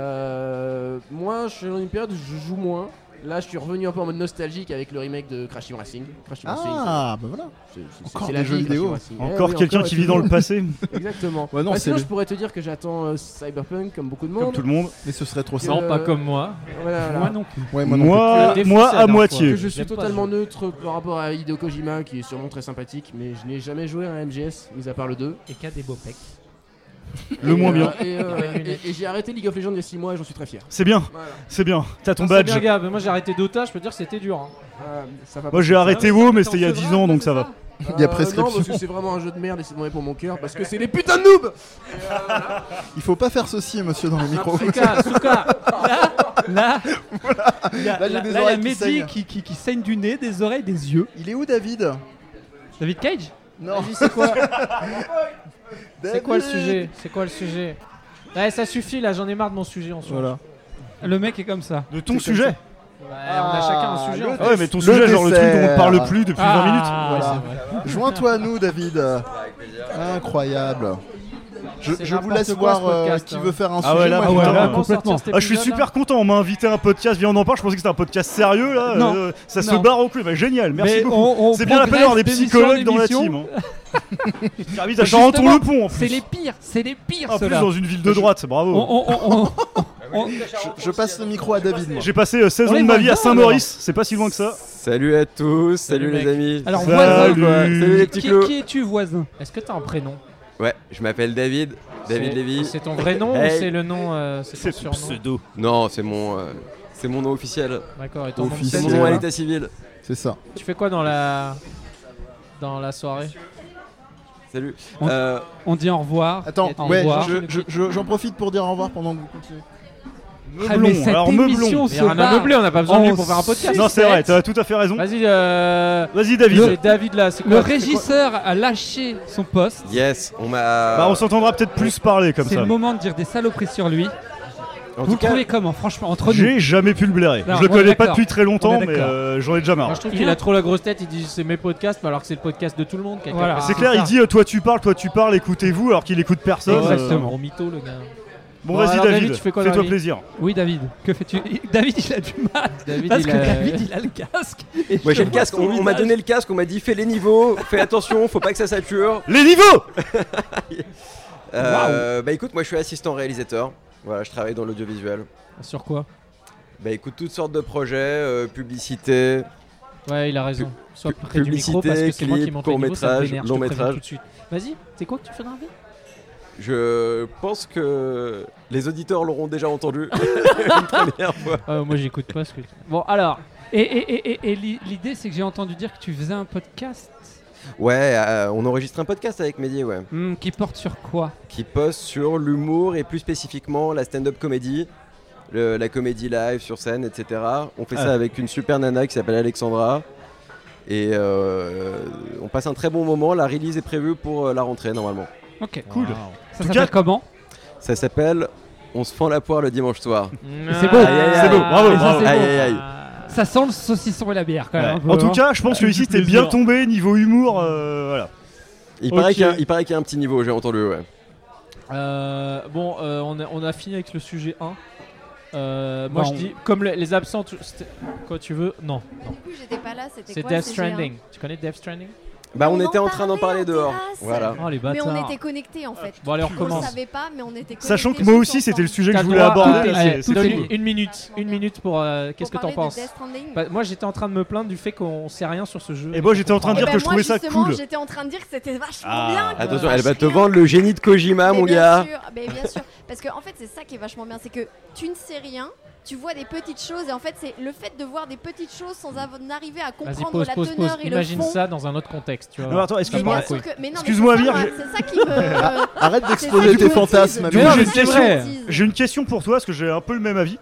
[SPEAKER 8] euh, moi je suis dans une période où je joue moins. Là, je suis revenu un peu en mode nostalgique avec le remake de Crash Team Racing. Crash Team Racing,
[SPEAKER 1] Ah bah voilà.
[SPEAKER 8] C'est- c'est-
[SPEAKER 1] Encore
[SPEAKER 8] c'est
[SPEAKER 1] des
[SPEAKER 8] la
[SPEAKER 1] jeux
[SPEAKER 8] vie,
[SPEAKER 1] vidéo.
[SPEAKER 8] Crash Team Racing. Eh
[SPEAKER 6] Encore
[SPEAKER 8] oui,
[SPEAKER 6] quelqu'un qui vit dans le passé,
[SPEAKER 8] Exactement.
[SPEAKER 1] Ouais, non,
[SPEAKER 8] Bah,
[SPEAKER 1] c'est
[SPEAKER 8] sinon,
[SPEAKER 1] le-
[SPEAKER 8] je pourrais te dire que j'attends euh, Cyberpunk comme beaucoup de
[SPEAKER 6] comme
[SPEAKER 8] monde.
[SPEAKER 6] tout le monde.
[SPEAKER 1] Mais ce serait trop
[SPEAKER 8] Que-
[SPEAKER 1] simple.
[SPEAKER 4] Non, pas comme moi.
[SPEAKER 8] Voilà, voilà.
[SPEAKER 5] Moi non plus.
[SPEAKER 1] Ouais, moi non
[SPEAKER 6] Moi,
[SPEAKER 4] Tu l'as
[SPEAKER 6] moi
[SPEAKER 4] défoncé la
[SPEAKER 6] à
[SPEAKER 4] dernière
[SPEAKER 6] moitié.
[SPEAKER 8] Que je suis
[SPEAKER 4] J'aime pas
[SPEAKER 8] totalement
[SPEAKER 4] ce
[SPEAKER 8] neutre par rapport à Hideo Kojima, qui est sûrement très sympathique, mais je n'ai jamais joué à un MGS, mis à part le 2.
[SPEAKER 4] Et qu'à des beaux pecs.
[SPEAKER 6] Le
[SPEAKER 8] Et,
[SPEAKER 6] moins
[SPEAKER 8] euh,
[SPEAKER 6] bien.
[SPEAKER 8] Et, euh,
[SPEAKER 4] Avec une
[SPEAKER 8] et- et j'ai arrêté League of Legends il y a 6 mois et j'en suis très fier.
[SPEAKER 6] C'est bien,
[SPEAKER 8] Voilà.
[SPEAKER 6] c'est bien. T'as ton
[SPEAKER 4] Ah, c'est
[SPEAKER 6] badge.
[SPEAKER 4] bien, gars, mais moi j'ai arrêté Dota, je peux dire que c'était dur. hein.
[SPEAKER 8] Euh, ça va
[SPEAKER 6] Moi
[SPEAKER 8] pas.
[SPEAKER 6] j'ai arrêté
[SPEAKER 4] Ah,
[SPEAKER 6] WoW,
[SPEAKER 4] c'est
[SPEAKER 6] mais
[SPEAKER 4] ça,
[SPEAKER 6] c'était il y a
[SPEAKER 4] t'en
[SPEAKER 6] 10
[SPEAKER 4] feras,
[SPEAKER 6] ans, donc
[SPEAKER 4] c'est
[SPEAKER 6] ça va.
[SPEAKER 8] Euh,
[SPEAKER 1] Il y a prescription.
[SPEAKER 8] Non, parce que c'est vraiment un jeu de merde et c'est mauvais pour mon cœur, parce que c'est des putains de noobs
[SPEAKER 1] Il faut pas faire ceci, monsieur, dans le micro.
[SPEAKER 4] Souka, Souka
[SPEAKER 5] Là, il y a,
[SPEAKER 1] Là, j'ai
[SPEAKER 5] là- là,
[SPEAKER 1] des
[SPEAKER 5] il y a
[SPEAKER 1] oreilles qui
[SPEAKER 5] Mehdi
[SPEAKER 1] saignent.
[SPEAKER 5] qui, qui, qui saigne du nez, des oreilles, des yeux.
[SPEAKER 1] Il est où David
[SPEAKER 5] David Cage
[SPEAKER 1] Non.
[SPEAKER 4] C'est quoi, c'est quoi le sujet C'est quoi le sujet Ouais, ça suffit là, j'en ai marre de mon sujet en soi.
[SPEAKER 1] Voilà.
[SPEAKER 5] Le mec est comme ça.
[SPEAKER 6] De ton sujet
[SPEAKER 4] Ouais, on a chacun un sujet. en fait.
[SPEAKER 6] Ah ouais, mais ton sujet, genre le truc dont on
[SPEAKER 1] dessert.
[SPEAKER 6] parle plus depuis
[SPEAKER 5] Ah,
[SPEAKER 6] 20 minutes.
[SPEAKER 1] Voilà. Joins-toi à nous, David. Incroyable. Je,
[SPEAKER 4] C'est
[SPEAKER 1] je vous
[SPEAKER 4] n'importe
[SPEAKER 1] laisse
[SPEAKER 4] quoi,
[SPEAKER 1] voir
[SPEAKER 4] ce podcast,
[SPEAKER 1] euh, qui
[SPEAKER 4] hein.
[SPEAKER 1] veut faire un
[SPEAKER 6] Ah
[SPEAKER 1] sujet.
[SPEAKER 6] ouais, là,
[SPEAKER 1] moi,
[SPEAKER 6] ah ouais,
[SPEAKER 1] putain,
[SPEAKER 6] là,
[SPEAKER 1] euh,
[SPEAKER 4] Vraiment sortir
[SPEAKER 5] complètement.
[SPEAKER 4] cet
[SPEAKER 6] Ah, je suis
[SPEAKER 4] épisode-là.
[SPEAKER 5] hein.
[SPEAKER 6] super content, on m'a invité à un podcast, viens on en parle, je pensais que c'était un podcast sérieux là,
[SPEAKER 5] Non.
[SPEAKER 6] euh, ça se
[SPEAKER 5] Non.
[SPEAKER 6] barre au cul, bah, génial, merci
[SPEAKER 5] Mais
[SPEAKER 6] beaucoup.
[SPEAKER 5] on- on
[SPEAKER 6] c'est bien la peine d'avoir des
[SPEAKER 5] progresse d'émission en
[SPEAKER 6] psychologues dans la
[SPEAKER 5] émission.
[SPEAKER 6] team. hein. Service à Charenton-le-Pont en
[SPEAKER 5] C'est
[SPEAKER 6] plus.
[SPEAKER 5] les pires, c'est les pires
[SPEAKER 6] En plus
[SPEAKER 5] ceux-là.
[SPEAKER 6] dans une ville de droite,
[SPEAKER 5] On,
[SPEAKER 6] bravo.
[SPEAKER 5] on, on, on-
[SPEAKER 1] je, je passe le micro à David. moi.
[SPEAKER 6] J'ai passé euh, 16
[SPEAKER 5] On
[SPEAKER 6] ans de
[SPEAKER 5] les
[SPEAKER 6] ma
[SPEAKER 5] voit
[SPEAKER 6] vie à
[SPEAKER 5] bien,
[SPEAKER 6] Saint-Maurice, c'est pas si loin que ça.
[SPEAKER 11] Salut à tous, salut,
[SPEAKER 4] mec.
[SPEAKER 11] les amis.
[SPEAKER 5] Alors,
[SPEAKER 11] Ça
[SPEAKER 5] voisin,
[SPEAKER 11] va, quoi
[SPEAKER 6] Salut.
[SPEAKER 11] Salut les petits
[SPEAKER 5] qui,
[SPEAKER 11] clous.
[SPEAKER 5] qui es-tu voisin
[SPEAKER 4] Est-ce que t'as un prénom
[SPEAKER 11] Ouais, je m'appelle David, David
[SPEAKER 4] C'est-
[SPEAKER 11] Lévy.
[SPEAKER 4] C'est ton vrai nom
[SPEAKER 11] Hey.
[SPEAKER 4] ou c'est le nom euh, C'est ton surnom
[SPEAKER 11] Non, c'est mon, euh, c'est mon nom officiel.
[SPEAKER 4] D'accord, et ton nom de
[SPEAKER 11] C'est
[SPEAKER 4] scène,
[SPEAKER 11] mon
[SPEAKER 4] c'est
[SPEAKER 11] nom à
[SPEAKER 4] quoi
[SPEAKER 11] l'état civil.
[SPEAKER 1] C'est ça.
[SPEAKER 4] Tu fais quoi dans la dans la soirée
[SPEAKER 11] Salut.
[SPEAKER 5] On,
[SPEAKER 11] Euh,
[SPEAKER 5] on dit au revoir.
[SPEAKER 1] Attends,
[SPEAKER 5] au
[SPEAKER 1] ouais,
[SPEAKER 5] revoir.
[SPEAKER 1] je- je- je- j'en profite pour dire au revoir pendant que vous continuez.
[SPEAKER 5] Ah, mais cette émission se
[SPEAKER 4] Mais rien à
[SPEAKER 5] barre
[SPEAKER 4] meubler, on n'a pas besoin de lui
[SPEAKER 5] en
[SPEAKER 4] pour faire un podcast.
[SPEAKER 6] Non, c'est vrai, t'as tout à fait raison.
[SPEAKER 4] Vas-y, euh...
[SPEAKER 6] Vas-y, David.
[SPEAKER 4] Le... David là, c'est quoi
[SPEAKER 5] Le
[SPEAKER 4] c'est quoi
[SPEAKER 5] régisseur a lâché son poste.
[SPEAKER 11] Yes, on m'a.
[SPEAKER 6] Bah, on s'entendra peut-être plus parler comme
[SPEAKER 5] C'est
[SPEAKER 6] ça.
[SPEAKER 5] le moment de dire des saloperies sur lui.
[SPEAKER 11] En
[SPEAKER 5] Vous
[SPEAKER 11] tout
[SPEAKER 5] le
[SPEAKER 11] cas-
[SPEAKER 5] trouvez comment, franchement, entre nous
[SPEAKER 6] J'ai jamais pu le blairer.
[SPEAKER 5] Non,
[SPEAKER 6] je le
[SPEAKER 5] on est
[SPEAKER 6] connais pas
[SPEAKER 5] d'accord.
[SPEAKER 6] depuis très
[SPEAKER 5] On
[SPEAKER 6] longtemps,
[SPEAKER 5] est
[SPEAKER 6] mais
[SPEAKER 5] d'accord.
[SPEAKER 6] euh, j'en ai déjà
[SPEAKER 4] Moi,
[SPEAKER 6] marre.
[SPEAKER 4] je trouve
[SPEAKER 5] Il
[SPEAKER 4] qu'il
[SPEAKER 5] a-
[SPEAKER 4] a trop la grosse tête, il dit c'est mes podcasts, mais alors que c'est le podcast de tout le monde. quelque
[SPEAKER 5] Voilà.
[SPEAKER 4] part.
[SPEAKER 6] C'est clair, il
[SPEAKER 5] ça.
[SPEAKER 6] dit euh, toi tu parles, toi tu parles, écoutez-vous, alors qu'il écoute personne. euh,
[SPEAKER 5] Exactement.
[SPEAKER 4] Gros mytho, le gars.
[SPEAKER 6] Bon,
[SPEAKER 4] Bon,
[SPEAKER 6] vas-y,
[SPEAKER 4] alors,
[SPEAKER 6] David,
[SPEAKER 4] David, tu fais quoi dans
[SPEAKER 6] fais-toi
[SPEAKER 4] la vie
[SPEAKER 6] plaisir.
[SPEAKER 5] Oui, David, que fais-tu David, il a du mal.
[SPEAKER 4] David,
[SPEAKER 5] Parce
[SPEAKER 4] il
[SPEAKER 5] que
[SPEAKER 4] a-
[SPEAKER 5] David, il a le casque. Et
[SPEAKER 11] Moi
[SPEAKER 5] je
[SPEAKER 11] j'ai le
[SPEAKER 5] vois
[SPEAKER 11] casque,
[SPEAKER 5] son
[SPEAKER 11] on, on m'a
[SPEAKER 5] visage.
[SPEAKER 11] donné le casque, on m'a dit fais les niveaux, fais attention, faut pas que ça sature.
[SPEAKER 6] Les niveaux
[SPEAKER 11] Euh, Bah écoute, moi je suis assistant réalisateur, voilà, je travaille dans l'audiovisuel.
[SPEAKER 4] Ah, Sur quoi
[SPEAKER 11] Bah écoute, toutes sortes de projets, euh, publicité,
[SPEAKER 4] Ouais, il a raison. Sois
[SPEAKER 11] Pu-
[SPEAKER 4] près du micro parce que
[SPEAKER 11] publicité,
[SPEAKER 4] c'est moi qui
[SPEAKER 11] clip,
[SPEAKER 4] monte les niveaux, ça me
[SPEAKER 11] court-métrage,
[SPEAKER 4] vénère, je te préviens
[SPEAKER 11] long-métrage.
[SPEAKER 4] tout de suite. Vas-y, c'est quoi que tu fais dans la vie
[SPEAKER 11] je pense que les auditeurs l'auront déjà entendu une première fois.
[SPEAKER 4] Ah, Moi, j'écoute pas ce que. tu- Bon, alors,
[SPEAKER 5] Et, et- et- et- et li- l'idée, c'est que j'ai entendu dire que tu faisais un podcast
[SPEAKER 11] Ouais, euh, on enregistre un podcast avec Mehdi, ouais,
[SPEAKER 5] Hmm, qui porte sur quoi
[SPEAKER 11] qui poste sur l'humour et plus spécifiquement la stand-up comédie. le- la comédie live sur scène, etc. On fait ça
[SPEAKER 6] Ah.
[SPEAKER 11] avec une super nana qui s'appelle Alexandra. Et euh, on passe un très bon moment. La release est prévue pour euh, la rentrée normalement.
[SPEAKER 5] Ok.
[SPEAKER 6] Cool.
[SPEAKER 5] Ça
[SPEAKER 6] tout
[SPEAKER 5] s'appelle
[SPEAKER 6] cas-
[SPEAKER 5] comment
[SPEAKER 11] Ça s'appelle On se fend la poire le dimanche soir.
[SPEAKER 5] C'est beau.
[SPEAKER 6] Ah, C'est beau, bravo,
[SPEAKER 5] Et ça,
[SPEAKER 6] bravo.
[SPEAKER 5] c'est
[SPEAKER 11] Aïe,
[SPEAKER 5] beau. Ah.
[SPEAKER 11] aïe, aïe.
[SPEAKER 5] Ça sent le saucisson et la bière quand même.
[SPEAKER 6] Ouais.
[SPEAKER 5] un peu,
[SPEAKER 6] En tout
[SPEAKER 5] hein.
[SPEAKER 6] cas, je pense
[SPEAKER 4] Ah,
[SPEAKER 6] que ici t'es bien tombé niveau humour. euh, voilà.
[SPEAKER 11] Il,
[SPEAKER 6] Ok.
[SPEAKER 11] paraît qu'il y a, il paraît qu'il y a un petit niveau, j'ai entendu. Ouais.
[SPEAKER 4] Euh, bon, euh, on, a, on a fini avec le sujet 1. Euh, moi,
[SPEAKER 5] Bah,
[SPEAKER 4] je
[SPEAKER 5] on-
[SPEAKER 4] dis, comme les, les absents, tu- c'était- quoi tu veux Non, non.
[SPEAKER 7] Du coup, j'étais pas là, c'était
[SPEAKER 4] c'est
[SPEAKER 7] quoi
[SPEAKER 4] Death
[SPEAKER 7] le sujet, hein
[SPEAKER 4] Stranding. Tu connais Death Stranding
[SPEAKER 11] Bah, on,
[SPEAKER 7] On en
[SPEAKER 11] était en train d'en
[SPEAKER 7] parlait
[SPEAKER 11] parler
[SPEAKER 7] en
[SPEAKER 11] dehors.
[SPEAKER 7] terrasse.
[SPEAKER 6] Ah.
[SPEAKER 11] Voilà.
[SPEAKER 4] Oh les
[SPEAKER 7] Mais
[SPEAKER 4] bâtards.
[SPEAKER 7] on était connectés en fait.
[SPEAKER 4] Bon, allez, on
[SPEAKER 7] On
[SPEAKER 4] recommence.
[SPEAKER 7] savait pas, mais on était connectés.
[SPEAKER 6] Sachant que moi
[SPEAKER 7] tous
[SPEAKER 6] aussi c'était le
[SPEAKER 7] ensemble.
[SPEAKER 6] sujet que
[SPEAKER 4] T'as
[SPEAKER 6] je voulais
[SPEAKER 4] le droit-
[SPEAKER 6] aborder.
[SPEAKER 4] tout-
[SPEAKER 6] c'est-
[SPEAKER 4] allez,
[SPEAKER 6] c'est
[SPEAKER 4] donne
[SPEAKER 6] cool.
[SPEAKER 4] une, une minute, une minute pour. euh, Qu'est-ce que
[SPEAKER 7] Ah, Pour
[SPEAKER 4] t'en
[SPEAKER 7] parler de
[SPEAKER 4] penses
[SPEAKER 7] Death Stranding.
[SPEAKER 4] Bah, Moi, j'étais en train de me plaindre du fait qu'on sait rien sur ce jeu.
[SPEAKER 6] Et moi j'étais en train de
[SPEAKER 7] Eh
[SPEAKER 6] dire
[SPEAKER 7] ben,
[SPEAKER 6] que je
[SPEAKER 7] moi,
[SPEAKER 6] trouvais ça
[SPEAKER 7] justement,
[SPEAKER 6] cool.
[SPEAKER 7] J'étais en train de dire que c'était vachement
[SPEAKER 6] Ah.
[SPEAKER 7] bien. que-
[SPEAKER 11] Attention, elle va te
[SPEAKER 7] Vachement
[SPEAKER 11] vendre le génie de Kojima,
[SPEAKER 7] Mais
[SPEAKER 11] mon
[SPEAKER 7] bien
[SPEAKER 11] gars.
[SPEAKER 7] sûr, mais bien sûr. Parce que en fait, c'est ça qui est vachement bien, c'est que tu ne sais rien. Tu vois des petites choses et en fait c'est le fait de voir des petites choses sans av- arriver à
[SPEAKER 4] Vas-y,
[SPEAKER 7] comprendre
[SPEAKER 4] pause,
[SPEAKER 7] la
[SPEAKER 4] pause,
[SPEAKER 7] teneur
[SPEAKER 4] pause.
[SPEAKER 7] et
[SPEAKER 4] Imagine
[SPEAKER 7] le fond.
[SPEAKER 4] ça dans un autre contexte, tu vois.
[SPEAKER 6] Non, mais attends,
[SPEAKER 4] Ça
[SPEAKER 7] Mais
[SPEAKER 4] part en
[SPEAKER 7] bien
[SPEAKER 6] excuse-moi.
[SPEAKER 7] sûr
[SPEAKER 4] couille.
[SPEAKER 7] que mais non, mais
[SPEAKER 6] Excuse-moi,
[SPEAKER 7] c'est ça,
[SPEAKER 6] Virge.
[SPEAKER 7] moi, C'est ça qui me.
[SPEAKER 1] Arrête
[SPEAKER 7] ça
[SPEAKER 1] d'exposer
[SPEAKER 7] qui
[SPEAKER 1] tes
[SPEAKER 7] me
[SPEAKER 1] fantasmes.
[SPEAKER 6] Du
[SPEAKER 4] Mais
[SPEAKER 6] coup,
[SPEAKER 4] non,
[SPEAKER 6] j'ai
[SPEAKER 4] mais
[SPEAKER 6] une
[SPEAKER 4] c'est
[SPEAKER 6] question-
[SPEAKER 4] vrai.
[SPEAKER 6] J'ai une question pour toi parce que j'ai un peu le même avis.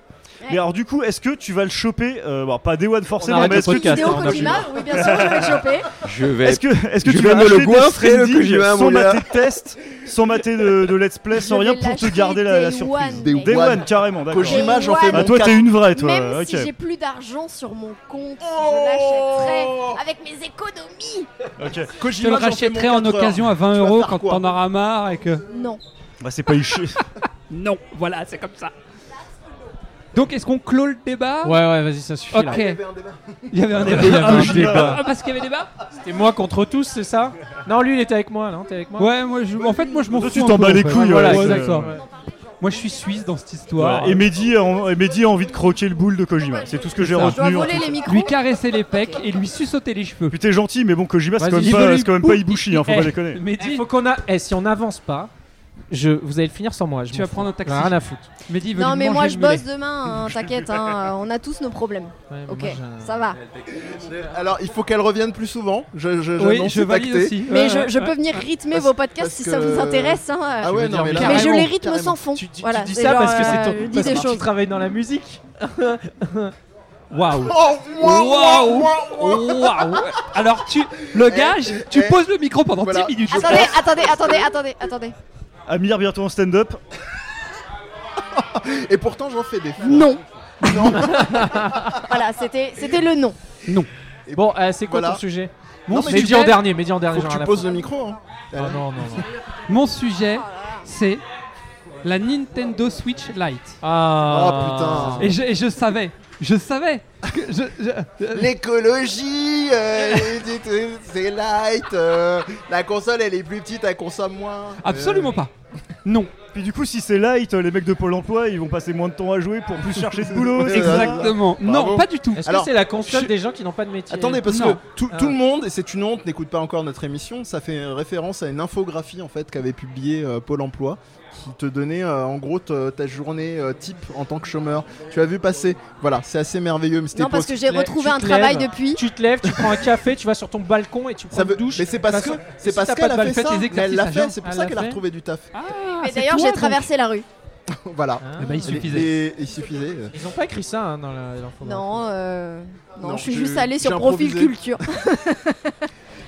[SPEAKER 6] Mais alors du coup, est-ce que tu vas le choper euh, bon, pas Day One forcément,
[SPEAKER 4] arrête
[SPEAKER 6] mais
[SPEAKER 4] le
[SPEAKER 6] est-ce que,
[SPEAKER 4] podcast,
[SPEAKER 7] Vidéo
[SPEAKER 4] hein, on a
[SPEAKER 7] Kojima, oui bien sûr, je vais le choper.
[SPEAKER 11] Je vais.
[SPEAKER 6] est-ce que, est-ce que
[SPEAKER 11] Je
[SPEAKER 6] tu
[SPEAKER 11] vais
[SPEAKER 6] vas
[SPEAKER 11] me
[SPEAKER 6] acheter
[SPEAKER 11] le goinfrer,
[SPEAKER 6] Death
[SPEAKER 11] le
[SPEAKER 6] Stranding
[SPEAKER 11] Kojima,
[SPEAKER 6] sans
[SPEAKER 11] mon gars.
[SPEAKER 6] mater de test, sans mater de, de let's play, sans
[SPEAKER 7] Je
[SPEAKER 6] rien
[SPEAKER 7] vais
[SPEAKER 6] pour te
[SPEAKER 7] lâcher
[SPEAKER 6] garder la, la
[SPEAKER 7] Day
[SPEAKER 6] surprise.
[SPEAKER 7] One,
[SPEAKER 1] Day
[SPEAKER 7] mec.
[SPEAKER 6] Day
[SPEAKER 1] One.
[SPEAKER 6] One, carrément, d'accord.
[SPEAKER 1] Kojima,
[SPEAKER 7] Day
[SPEAKER 1] j'en fais
[SPEAKER 7] One.
[SPEAKER 1] mon
[SPEAKER 6] Ah toi t'es
[SPEAKER 1] cas.
[SPEAKER 6] une vraie toi,
[SPEAKER 7] Même
[SPEAKER 6] ok.
[SPEAKER 7] si j'ai plus d'argent sur mon compte,
[SPEAKER 1] Oh.
[SPEAKER 7] je l'achèterai avec mes économies.
[SPEAKER 6] ok.
[SPEAKER 5] Je te le
[SPEAKER 1] Kojima, j'en fais mon
[SPEAKER 5] rachèterai en
[SPEAKER 1] 4 heures.
[SPEAKER 5] occasion à 20
[SPEAKER 1] Tu vas
[SPEAKER 5] euros
[SPEAKER 1] faire
[SPEAKER 5] quand
[SPEAKER 1] quoi
[SPEAKER 5] t'en auras marre et que.
[SPEAKER 7] Non.
[SPEAKER 6] Bah c'est pas iché.
[SPEAKER 5] Non, voilà, c'est comme ça. Donc, est-ce qu'on clôt le débat
[SPEAKER 7] Ah.
[SPEAKER 4] Ouais, ouais, vas-y, ça suffit. là.
[SPEAKER 5] Ok. Il y avait un débat.
[SPEAKER 4] avait un débat.
[SPEAKER 5] Ah, parce qu'il y avait débat
[SPEAKER 4] C'était moi contre tous, c'est ça Non, lui, il était avec moi, non T'es avec moi
[SPEAKER 5] Ouais, moi, je- en fait, moi, je m'en fous.
[SPEAKER 6] Toi tu
[SPEAKER 5] un
[SPEAKER 6] t'en
[SPEAKER 5] peu,
[SPEAKER 6] bats
[SPEAKER 5] en
[SPEAKER 6] les
[SPEAKER 5] fait.
[SPEAKER 6] couilles.
[SPEAKER 5] Voilà,
[SPEAKER 6] ouais,
[SPEAKER 5] exactement. euh,
[SPEAKER 6] ouais.
[SPEAKER 5] Moi, je suis suisse dans cette histoire.
[SPEAKER 6] Voilà. Et Mehdi, a en- et Mehdi a envie de croquer le boule de Kojima. C'est tout ce que j'ai
[SPEAKER 5] Ça.
[SPEAKER 7] Je dois
[SPEAKER 6] retenu. en
[SPEAKER 7] voler
[SPEAKER 6] tout
[SPEAKER 7] les
[SPEAKER 6] ça.
[SPEAKER 7] micros.
[SPEAKER 5] Lui caresser les pecs et lui suçoter les cheveux.
[SPEAKER 6] Putain, t'es gentil, mais bon, Kojima, c'est
[SPEAKER 4] Vas-y,
[SPEAKER 6] quand même
[SPEAKER 4] il
[SPEAKER 6] pas,
[SPEAKER 4] veut
[SPEAKER 6] c'est quand même pas Ibushi, hein, faut pas déconner.
[SPEAKER 5] Mais
[SPEAKER 4] Il faut qu'on a. Eh, si on n'avance pas, je... vous allez le finir sans moi. je
[SPEAKER 5] Tu
[SPEAKER 4] m'en
[SPEAKER 5] vas
[SPEAKER 4] fous.
[SPEAKER 5] prendre un taxi.
[SPEAKER 4] J'en ai Rien à foutre.
[SPEAKER 5] Mehdi veut
[SPEAKER 7] Non
[SPEAKER 5] lui
[SPEAKER 7] mais
[SPEAKER 5] manger
[SPEAKER 7] moi
[SPEAKER 5] le
[SPEAKER 7] je
[SPEAKER 5] mulet.
[SPEAKER 7] bosse demain, hein, t'inquiète, hein, on a tous nos problèmes.
[SPEAKER 4] Ouais, mais
[SPEAKER 7] Ok,
[SPEAKER 4] moi, j'ai un-
[SPEAKER 7] ça va.
[SPEAKER 1] Euh, Alors, il faut qu'elle revienne plus souvent. Je, je,
[SPEAKER 5] Oui,
[SPEAKER 1] j'annonce,
[SPEAKER 5] je
[SPEAKER 1] c'est
[SPEAKER 5] valide
[SPEAKER 1] acté.
[SPEAKER 5] aussi.
[SPEAKER 7] Mais
[SPEAKER 5] Ouais,
[SPEAKER 7] je,
[SPEAKER 5] ouais,
[SPEAKER 7] je
[SPEAKER 5] ouais.
[SPEAKER 7] peux venir rythmer
[SPEAKER 1] Parce-
[SPEAKER 7] vos podcasts
[SPEAKER 1] parce
[SPEAKER 7] si ça
[SPEAKER 1] que-
[SPEAKER 7] vous intéresse. hein.
[SPEAKER 1] Ah
[SPEAKER 4] Je
[SPEAKER 1] ouais,
[SPEAKER 4] veux
[SPEAKER 1] non,
[SPEAKER 4] dire,
[SPEAKER 1] mais
[SPEAKER 4] mais
[SPEAKER 1] là,
[SPEAKER 7] mais je
[SPEAKER 1] carrément,
[SPEAKER 7] les rythme
[SPEAKER 1] carrément.
[SPEAKER 7] sans fond.
[SPEAKER 4] Tu, tu-
[SPEAKER 7] voilà,
[SPEAKER 4] tu dis
[SPEAKER 7] c'est
[SPEAKER 4] ça
[SPEAKER 7] genre,
[SPEAKER 4] parce que c'est
[SPEAKER 7] euh,
[SPEAKER 4] ton.
[SPEAKER 7] je dis
[SPEAKER 4] parce
[SPEAKER 7] des
[SPEAKER 4] que Tu
[SPEAKER 7] choses.
[SPEAKER 4] travailles dans la musique.
[SPEAKER 5] Waouh.
[SPEAKER 1] Oh, waouh,
[SPEAKER 5] Waouh.
[SPEAKER 1] waouh, waouh.
[SPEAKER 5] Waouh. Alors, tu. Le gage, tu
[SPEAKER 1] eh.
[SPEAKER 5] poses le micro pendant
[SPEAKER 1] Voilà.
[SPEAKER 5] 10 minutes. je
[SPEAKER 7] Attendez, attendez, attendez, attendez, attendez.
[SPEAKER 6] Amir, bientôt en stand-up.
[SPEAKER 1] Et pourtant, j'en fais des fois. Euh,
[SPEAKER 7] Non. voilà, c'était c'était le non.
[SPEAKER 4] Bon, euh, c'est quoi
[SPEAKER 1] Voilà.
[SPEAKER 4] ton sujet
[SPEAKER 5] Mon
[SPEAKER 4] Mehdi
[SPEAKER 5] sujet-
[SPEAKER 4] en dernier, Mehdi en dernier.
[SPEAKER 1] Faut
[SPEAKER 4] j'en
[SPEAKER 1] que
[SPEAKER 4] ai
[SPEAKER 1] tu
[SPEAKER 4] rien à
[SPEAKER 1] poses
[SPEAKER 4] foutre.
[SPEAKER 1] le micro. hein.
[SPEAKER 4] Ah, non, non, non.
[SPEAKER 5] Mon sujet, c'est la Nintendo Switch Lite.
[SPEAKER 4] Ah
[SPEAKER 1] Oh,
[SPEAKER 5] Et je, et je savais, je savais. que je, je- euh,
[SPEAKER 1] L'écologie, euh, c'est light. euh, la console, elle est plus petite, elle consomme moins.
[SPEAKER 5] absolument pas. Non.
[SPEAKER 6] Puis du coup, si c'est light, les mecs de Pôle emploi, ils vont passer moins de temps à jouer pour plus chercher de boulot.
[SPEAKER 1] Ouais,
[SPEAKER 6] c'est ça
[SPEAKER 5] Exactement.
[SPEAKER 1] Bravo.
[SPEAKER 5] Non, pas du tout.
[SPEAKER 4] Est-ce
[SPEAKER 1] Alors,
[SPEAKER 4] que c'est la console
[SPEAKER 1] je-
[SPEAKER 4] des gens qui n'ont pas de métier
[SPEAKER 1] Attendez, parce
[SPEAKER 5] Non.
[SPEAKER 1] que tout, tout le monde, et c'est une honte, n'écoute pas encore notre émission. Ça fait référence à une infographie en fait qu'avait publiée euh, Pôle emploi qui te donnait euh, en gros te- ta journée euh, type en tant que chômeur. Tu as vu passer. Voilà, c'est assez merveilleux. Mais c'était
[SPEAKER 7] Non, parce
[SPEAKER 1] pour-
[SPEAKER 7] que j'ai retrouvé un travail depuis.
[SPEAKER 4] Tu te lèves, tu prends un café, tu vas sur ton balcon et tu prends
[SPEAKER 1] Ça veut-
[SPEAKER 4] une douche.
[SPEAKER 1] mais c'est parce
[SPEAKER 4] Parce-
[SPEAKER 1] que
[SPEAKER 4] si
[SPEAKER 1] c'est
[SPEAKER 4] t'as
[SPEAKER 1] parce
[SPEAKER 4] pas de
[SPEAKER 1] qu'elle a
[SPEAKER 4] balle
[SPEAKER 1] fait
[SPEAKER 4] faite,
[SPEAKER 1] ça.
[SPEAKER 4] les exercices
[SPEAKER 1] Elle l'a
[SPEAKER 4] à
[SPEAKER 1] fait,
[SPEAKER 4] jeune,
[SPEAKER 1] c'est pour
[SPEAKER 4] elle
[SPEAKER 1] ça
[SPEAKER 4] l'a
[SPEAKER 1] qu'elle a
[SPEAKER 4] fait.
[SPEAKER 1] retrouvé du taf.
[SPEAKER 7] Mais
[SPEAKER 4] Ah, c'est
[SPEAKER 7] d'ailleurs,
[SPEAKER 4] toi,
[SPEAKER 7] j'ai
[SPEAKER 4] donc.
[SPEAKER 7] traversé la rue.
[SPEAKER 1] Voilà.
[SPEAKER 4] Eh ben, il suffisait.
[SPEAKER 1] Et- et- il suffisait.
[SPEAKER 4] Ils n'ont pas écrit ça hein, dans la- l'info.
[SPEAKER 7] Non, euh, non,
[SPEAKER 1] Non,
[SPEAKER 7] je suis
[SPEAKER 1] je-
[SPEAKER 7] juste allée sur
[SPEAKER 1] j'ai
[SPEAKER 7] Profil
[SPEAKER 1] improvisé.
[SPEAKER 7] Culture.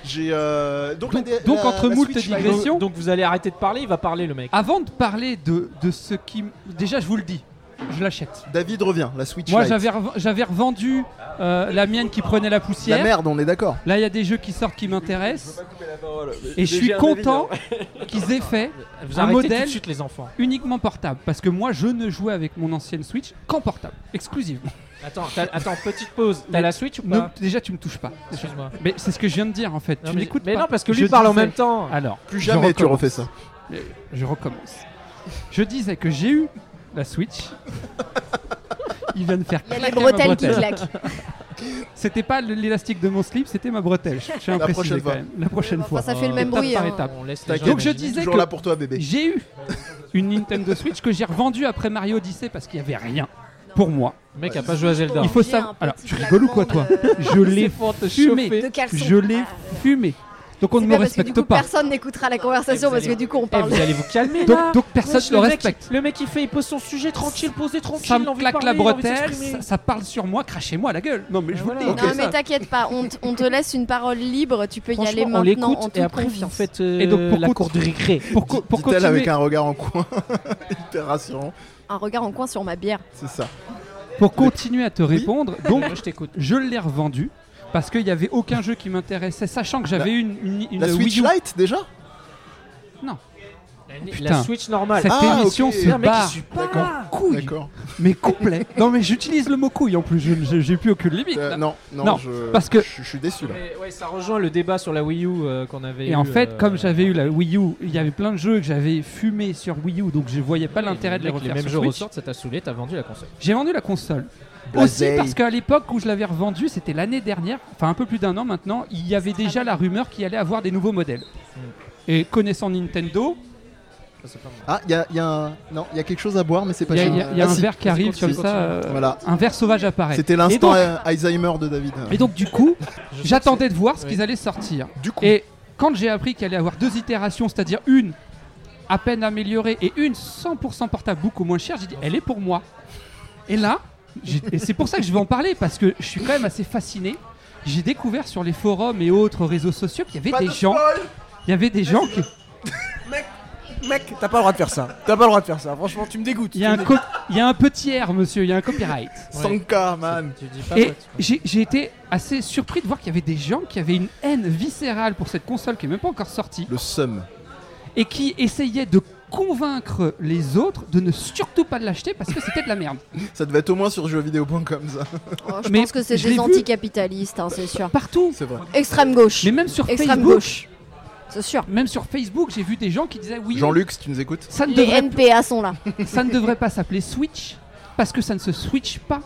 [SPEAKER 1] J'ai euh, donc, la dé-
[SPEAKER 5] donc,
[SPEAKER 1] la-
[SPEAKER 5] entre
[SPEAKER 1] la
[SPEAKER 5] moult
[SPEAKER 1] Switch,
[SPEAKER 5] digressions,
[SPEAKER 1] ouais.
[SPEAKER 5] Question.
[SPEAKER 4] Donc vous allez arrêter de parler, il va parler le mec.
[SPEAKER 5] Avant de parler de, de ce qui. m- Déjà, je vous le dis, je l'achète.
[SPEAKER 1] David revient, la Switch
[SPEAKER 5] Moi,
[SPEAKER 1] Lite.
[SPEAKER 5] j'avais rev- j'avais revendu euh, la mienne qui prenait la poussière.
[SPEAKER 1] La merde, on est d'accord.
[SPEAKER 5] Là, il y a des jeux qui sortent qui m'intéressent. Et je suis content qu'ils aient fait
[SPEAKER 4] Vous
[SPEAKER 5] un
[SPEAKER 4] arrêtez
[SPEAKER 5] modèle
[SPEAKER 4] tout de suite les enfants.
[SPEAKER 5] uniquement portable. Parce que moi, je ne jouais avec mon ancienne Switch qu'en portable, exclusivement.
[SPEAKER 4] Attends, t'as- attends, petite pause. T'as
[SPEAKER 5] Mais-
[SPEAKER 4] la Switch ou
[SPEAKER 5] Non,
[SPEAKER 4] pas
[SPEAKER 5] déjà, tu me touches pas.
[SPEAKER 4] Excuse-moi.
[SPEAKER 5] Mais c'est ce que je viens de dire en fait.
[SPEAKER 4] Non,
[SPEAKER 5] tu
[SPEAKER 4] mais-
[SPEAKER 5] m'écoutes
[SPEAKER 4] mais
[SPEAKER 5] pas.
[SPEAKER 4] non, parce que lui
[SPEAKER 5] Je
[SPEAKER 4] parle en
[SPEAKER 5] disais-
[SPEAKER 4] même temps.
[SPEAKER 5] Alors,
[SPEAKER 1] Plus
[SPEAKER 5] je
[SPEAKER 1] jamais tu
[SPEAKER 5] recommence.
[SPEAKER 1] refais ça.
[SPEAKER 5] Euh, Je recommence. Je disais que j'ai eu la Switch. Il vient de faire
[SPEAKER 7] Il y a les
[SPEAKER 5] claquer
[SPEAKER 7] bretelles
[SPEAKER 5] ma
[SPEAKER 7] qui
[SPEAKER 5] bretelle.
[SPEAKER 7] claquent.
[SPEAKER 5] C'était pas l- l'élastique de mon slip, c'était ma bretelle. Je tiens à
[SPEAKER 1] La
[SPEAKER 5] préciser
[SPEAKER 1] prochaine
[SPEAKER 5] quand
[SPEAKER 1] fois.
[SPEAKER 5] même. La prochaine
[SPEAKER 7] Enfin,
[SPEAKER 5] fois.
[SPEAKER 7] ça fait le même
[SPEAKER 5] Étape
[SPEAKER 7] bruit,
[SPEAKER 5] par
[SPEAKER 7] hein.
[SPEAKER 5] étape.
[SPEAKER 4] On laisse les gens
[SPEAKER 1] T'inquiète,
[SPEAKER 5] je
[SPEAKER 4] imaginer.
[SPEAKER 5] dis- disais
[SPEAKER 1] toujours
[SPEAKER 5] que-
[SPEAKER 1] là pour toi, bébé.
[SPEAKER 5] J'ai eu une Nintendo Switch que j'ai revendue après Mario Odyssey parce qu'il y avait rien pour moi.
[SPEAKER 4] Le mec a pas joué à Zelda.
[SPEAKER 5] Il faut
[SPEAKER 7] J'ai un
[SPEAKER 5] savoir. Alors,
[SPEAKER 7] petit
[SPEAKER 5] tu rigoles ou quoi, toi
[SPEAKER 7] claquement euh, de-
[SPEAKER 5] Je l'ai
[SPEAKER 4] pour te
[SPEAKER 5] fumé.
[SPEAKER 7] De caleçon.
[SPEAKER 5] Je l'ai
[SPEAKER 7] Ah.
[SPEAKER 5] fumé. Donc, on
[SPEAKER 7] C'est
[SPEAKER 5] ne me
[SPEAKER 7] bien parce que du
[SPEAKER 5] respecte
[SPEAKER 7] coup,
[SPEAKER 5] pas.
[SPEAKER 7] personne n'écoutera la conversation
[SPEAKER 4] Et Eh, vous
[SPEAKER 7] parce que
[SPEAKER 4] allez-
[SPEAKER 7] du coup, on
[SPEAKER 4] Eh,
[SPEAKER 7] parle.
[SPEAKER 4] vous allez vous calmer là.
[SPEAKER 5] Donc, donc personne
[SPEAKER 4] Wesh,
[SPEAKER 5] ne le
[SPEAKER 4] mec,
[SPEAKER 5] respecte.
[SPEAKER 4] Le mec il fait, il pose son sujet tranquille, posé tranquille.
[SPEAKER 5] Ça
[SPEAKER 4] il a
[SPEAKER 5] me
[SPEAKER 4] envie de
[SPEAKER 5] claque la
[SPEAKER 4] parler, il a envie de
[SPEAKER 5] bretelle,
[SPEAKER 4] s'exprimer.
[SPEAKER 5] ça, ça parle sur moi, crachez-moi la gueule. Non mais je vous le dis.
[SPEAKER 4] voilà.
[SPEAKER 5] ok,
[SPEAKER 7] Non, mais
[SPEAKER 5] ça.
[SPEAKER 7] t'inquiète pas, on, t- on te laisse une parole libre, tu peux y aller
[SPEAKER 4] Franchement, on
[SPEAKER 7] maintenant en
[SPEAKER 4] l'écoute
[SPEAKER 7] toute
[SPEAKER 4] et après vous
[SPEAKER 7] confiance.
[SPEAKER 4] faites euh,
[SPEAKER 5] Et donc, pour
[SPEAKER 4] la
[SPEAKER 5] cont-
[SPEAKER 4] cour du récré.
[SPEAKER 5] Pour, co- pour
[SPEAKER 1] Dit-elle
[SPEAKER 5] continuer,
[SPEAKER 1] avec un regard en coin, hyper rassurant,
[SPEAKER 7] Un regard en coin sur ma bière.
[SPEAKER 1] c'est ça.
[SPEAKER 5] pour continuer à te répondre, donc
[SPEAKER 4] Moi, je t'écoute.
[SPEAKER 5] je l'ai revendu parce qu'il n'y avait aucun jeu qui m'intéressait, sachant que j'avais une, une, une
[SPEAKER 1] La
[SPEAKER 5] Wii
[SPEAKER 1] Switch
[SPEAKER 5] U.
[SPEAKER 1] Lite déjà
[SPEAKER 4] La,
[SPEAKER 5] Oh, Putain.
[SPEAKER 4] Switch normale.
[SPEAKER 5] Cette
[SPEAKER 1] Ah,
[SPEAKER 5] émission
[SPEAKER 1] ok.
[SPEAKER 5] se
[SPEAKER 4] Mec, il
[SPEAKER 5] barre
[SPEAKER 4] suit pas.
[SPEAKER 5] en couille,
[SPEAKER 1] D'accord.
[SPEAKER 5] mais complet. non mais j'utilise le mot couille en plus, je- je- j'ai plus aucune limite.
[SPEAKER 1] Euh,
[SPEAKER 5] là.
[SPEAKER 1] non, non,
[SPEAKER 5] Non,
[SPEAKER 1] je,
[SPEAKER 5] parce que-
[SPEAKER 1] je, je suis déçu là.
[SPEAKER 4] Mais ouais, ça rejoint le débat sur la Wii U euh, qu'on avait.
[SPEAKER 5] Et
[SPEAKER 4] eu,
[SPEAKER 5] en fait,
[SPEAKER 4] euh,
[SPEAKER 5] comme j'avais eu la Wii U, il y avait plein de jeux que j'avais fumé sur Wii U, donc je voyais pas l'intérêt de les
[SPEAKER 4] mecs,
[SPEAKER 5] refaire
[SPEAKER 4] mêmes
[SPEAKER 5] sur
[SPEAKER 4] jeux
[SPEAKER 5] Switch.
[SPEAKER 4] ressortent, ça t'a saoulé, t'as vendu la console.
[SPEAKER 5] J'ai vendu la console.
[SPEAKER 1] Blasé.
[SPEAKER 5] Aussi parce qu'à l'époque où je l'avais revendue, c'était l'année dernière, enfin un peu plus d'un an maintenant, il y avait déjà la rumeur qu'il allait avoir des nouveaux modèles.
[SPEAKER 4] Mm.
[SPEAKER 5] Et connaissant Nintendo,
[SPEAKER 4] Ça, c'est pas mal.
[SPEAKER 1] Ah, il y a, y a un- non, il y a quelque chose à boire, mais c'est
[SPEAKER 5] il
[SPEAKER 1] pas
[SPEAKER 5] y a,
[SPEAKER 1] grave.
[SPEAKER 5] il y a- il y a
[SPEAKER 1] Ah,
[SPEAKER 5] un
[SPEAKER 1] si.
[SPEAKER 5] verre qui arrive
[SPEAKER 1] continue,
[SPEAKER 5] comme ça, euh,
[SPEAKER 1] Voilà.
[SPEAKER 5] un verre sauvage apparaît.
[SPEAKER 1] C'était
[SPEAKER 5] Et donc-
[SPEAKER 1] l'instant euh, Alzheimer de David.
[SPEAKER 5] Et donc du coup,
[SPEAKER 4] Je sais que
[SPEAKER 5] j'attendais de voir ce
[SPEAKER 4] Ouais.
[SPEAKER 5] qu'ils allaient sortir.
[SPEAKER 1] Du coup,
[SPEAKER 5] Et quand j'ai appris qu'il allait avoir deux itérations, c'est-à-dire une à peine améliorée et une 100% portable, beaucoup moins chère, j'ai dit elle est pour moi. Et là, j'ai- et c'est pour ça que je vais en parler parce que je suis quand même assez fasciné. J'ai découvert sur les forums et autres réseaux sociaux qu'il y avait des gens, il y avait des gens qui,
[SPEAKER 8] Mec, t'as pas le droit de faire ça. T'as pas le droit de faire ça. Franchement, tu me dégoûtes.
[SPEAKER 5] il y a un co- il y a un petit air, monsieur, il y a un copyright.
[SPEAKER 1] Sanka, man.
[SPEAKER 4] Tu dis pas
[SPEAKER 5] Et
[SPEAKER 4] quoi, tu vois.
[SPEAKER 5] j'ai j'ai été assez surpris de voir qu'il y avait des gens qui avaient une haine viscérale pour cette console qui est même pas encore sortie.
[SPEAKER 1] Le seum.
[SPEAKER 5] et qui essayait de convaincre les autres de ne surtout pas l'acheter parce que c'était de la merde.
[SPEAKER 1] Ça devait être au moins sur jeuxvideo.com, ça.
[SPEAKER 7] Oh, je
[SPEAKER 5] Mais
[SPEAKER 7] pense que c'est
[SPEAKER 5] je l'ai
[SPEAKER 7] des
[SPEAKER 5] vu.
[SPEAKER 7] anticapitalistes, hein, c'est sûr.
[SPEAKER 5] Partout.
[SPEAKER 1] C'est vrai.
[SPEAKER 7] Extrême gauche.
[SPEAKER 5] Mais même sur
[SPEAKER 7] Extrême
[SPEAKER 5] Facebook,
[SPEAKER 7] gauche. C'est sûr.
[SPEAKER 5] même sur Facebook, j'ai vu des gens qui disaient oui,
[SPEAKER 1] Jean-Luc, si tu nous écoutes
[SPEAKER 5] ça ne
[SPEAKER 7] Les
[SPEAKER 5] devrait
[SPEAKER 7] NPA sont là.
[SPEAKER 5] ça ne devrait pas s'appeler Switch parce que ça ne se switch pas.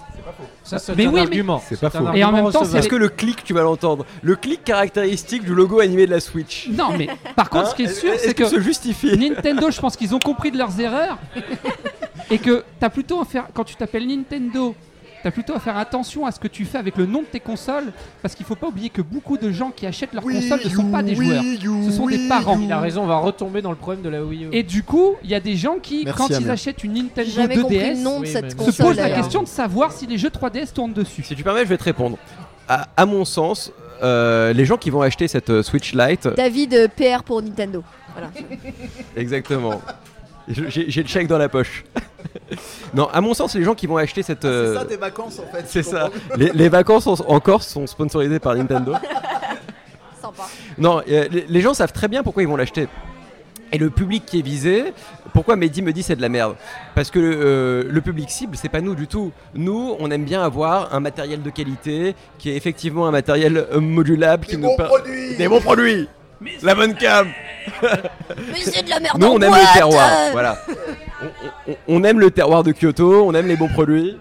[SPEAKER 4] Ça, c'est
[SPEAKER 5] Mais
[SPEAKER 4] un
[SPEAKER 5] oui, mais-
[SPEAKER 4] argument.
[SPEAKER 11] C'est pas
[SPEAKER 4] un
[SPEAKER 11] faux.
[SPEAKER 5] Et en
[SPEAKER 4] argument
[SPEAKER 5] même temps,
[SPEAKER 4] recevable.
[SPEAKER 11] Parce que le clic, tu vas l'entendre. Le clic caractéristique du logo animé de la Switch.
[SPEAKER 5] Non, mais par contre,
[SPEAKER 11] Hein
[SPEAKER 5] ce qui est
[SPEAKER 11] Est-ce-
[SPEAKER 5] sûr,
[SPEAKER 11] est-ce
[SPEAKER 5] c'est
[SPEAKER 11] qu'il
[SPEAKER 5] que
[SPEAKER 11] se justifie.
[SPEAKER 5] Nintendo, je pense qu'ils ont compris de leurs erreurs et que t'as plutôt à faire quand tu t'appelles Nintendo. T'as plutôt à faire attention à ce que tu fais avec le nom de tes consoles, parce qu'il faut pas oublier que beaucoup de gens qui achètent leurs consoles ne sont pas des joueurs. Ce sont des parents.
[SPEAKER 4] Il a raison, on va retomber dans le problème de la Wii U.
[SPEAKER 5] Et du coup, il y a des gens qui,
[SPEAKER 1] Merci,
[SPEAKER 5] quand ils
[SPEAKER 1] Amel.
[SPEAKER 5] achètent une
[SPEAKER 7] J'ai
[SPEAKER 5] Nintendo
[SPEAKER 7] jamais compris le
[SPEAKER 5] 2DS,
[SPEAKER 7] nom de
[SPEAKER 4] Oui, mais
[SPEAKER 7] cette
[SPEAKER 4] bon.
[SPEAKER 5] se
[SPEAKER 7] console.
[SPEAKER 5] posent la
[SPEAKER 7] d'ailleurs.
[SPEAKER 5] question de savoir si les jeux 3DS tournent dessus.
[SPEAKER 11] Si tu permets, je vais te répondre. À, à mon sens, euh, les gens qui vont acheter cette euh, Switch Lite,
[SPEAKER 7] David euh, PR pour Nintendo.
[SPEAKER 11] exactement. Je- J'ai j'ai le chèque dans la poche. non, à mon sens, les gens qui vont acheter cette.
[SPEAKER 1] Ah, C'est
[SPEAKER 11] euh,
[SPEAKER 1] ça tes vacances en fait.
[SPEAKER 11] c'est ça. Les, les vacances en, en Corse sont sponsorisées par Nintendo.
[SPEAKER 7] Sympa.
[SPEAKER 11] Non, euh, les, les gens savent très bien pourquoi ils vont l'acheter. Et le public qui est visé, pourquoi Mehdi me dit c'est de la merde Parce que euh, le public cible, c'est pas nous du tout. Nous, on aime bien avoir un matériel de qualité qui est effectivement un matériel euh, modulable, qui nous per- des bons produits, la bonne cam.
[SPEAKER 7] Mais c'est de la merde.
[SPEAKER 11] Nous,
[SPEAKER 7] en
[SPEAKER 11] on aime
[SPEAKER 7] boîte,
[SPEAKER 11] le terroir.
[SPEAKER 7] euh.
[SPEAKER 11] Voilà. On, on- on aime le terroir de Kyoto, on aime les bons produits.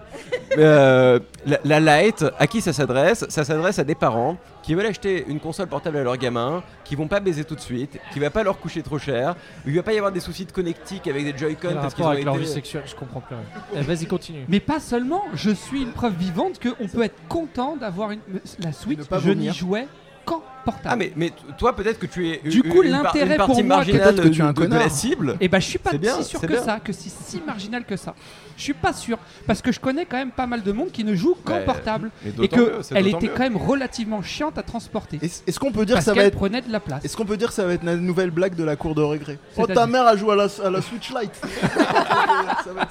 [SPEAKER 11] Euh, la, la Light, à qui ça s'adresse Ça s'adresse à des parents qui veulent acheter une console portable à leur gamin, qui vont pas baiser tout de suite, qui va pas leur coucher trop cher, où il va pas y avoir des soucis de connectique avec des Joy-Con
[SPEAKER 4] Quel
[SPEAKER 11] parce qu'ils
[SPEAKER 4] rapport
[SPEAKER 11] ont
[SPEAKER 4] avec leur
[SPEAKER 11] été-
[SPEAKER 4] vie sexuelle Je comprends plus rien. Eh, Vas-y, continue.
[SPEAKER 5] Mais pas seulement, je suis une preuve vivante qu'on peut être content d'avoir une... la Switch.
[SPEAKER 11] pas
[SPEAKER 5] Je n'y
[SPEAKER 11] vomir.
[SPEAKER 5] jouais qu'en portable.
[SPEAKER 11] Ah mais, mais t- toi peut-être que tu es
[SPEAKER 5] Du
[SPEAKER 11] une-
[SPEAKER 5] coup,
[SPEAKER 11] une par- une
[SPEAKER 5] l'intérêt
[SPEAKER 11] partie
[SPEAKER 5] pour moi,
[SPEAKER 11] marginale
[SPEAKER 5] peut-être que tu
[SPEAKER 11] de-
[SPEAKER 5] es un
[SPEAKER 11] de la
[SPEAKER 5] connard.
[SPEAKER 11] cible.
[SPEAKER 5] Et bah je suis pas
[SPEAKER 11] C'est bien,
[SPEAKER 5] si sûr
[SPEAKER 11] c'est
[SPEAKER 5] que
[SPEAKER 11] bien.
[SPEAKER 5] ça, que c'est si marginal que ça. Je suis pas sûr parce que je connais quand même pas mal de monde qui ne joue qu'en
[SPEAKER 1] Ouais,
[SPEAKER 5] portable
[SPEAKER 1] mais
[SPEAKER 5] et
[SPEAKER 1] d'autant
[SPEAKER 5] que
[SPEAKER 1] mieux, c'est
[SPEAKER 5] elle
[SPEAKER 1] d'autant
[SPEAKER 5] était
[SPEAKER 1] mieux.
[SPEAKER 5] quand même relativement chiante à transporter.
[SPEAKER 1] Est-ce qu'on peut dire
[SPEAKER 5] Parce
[SPEAKER 1] ça va
[SPEAKER 5] qu'elle
[SPEAKER 1] être-
[SPEAKER 5] prenait de la place
[SPEAKER 1] Est-ce qu'on peut dire que ça va être la nouvelle blague de la cour de regret Oh
[SPEAKER 5] C'est-à-dire-
[SPEAKER 1] ta mère a joué à la, à la Switch Lite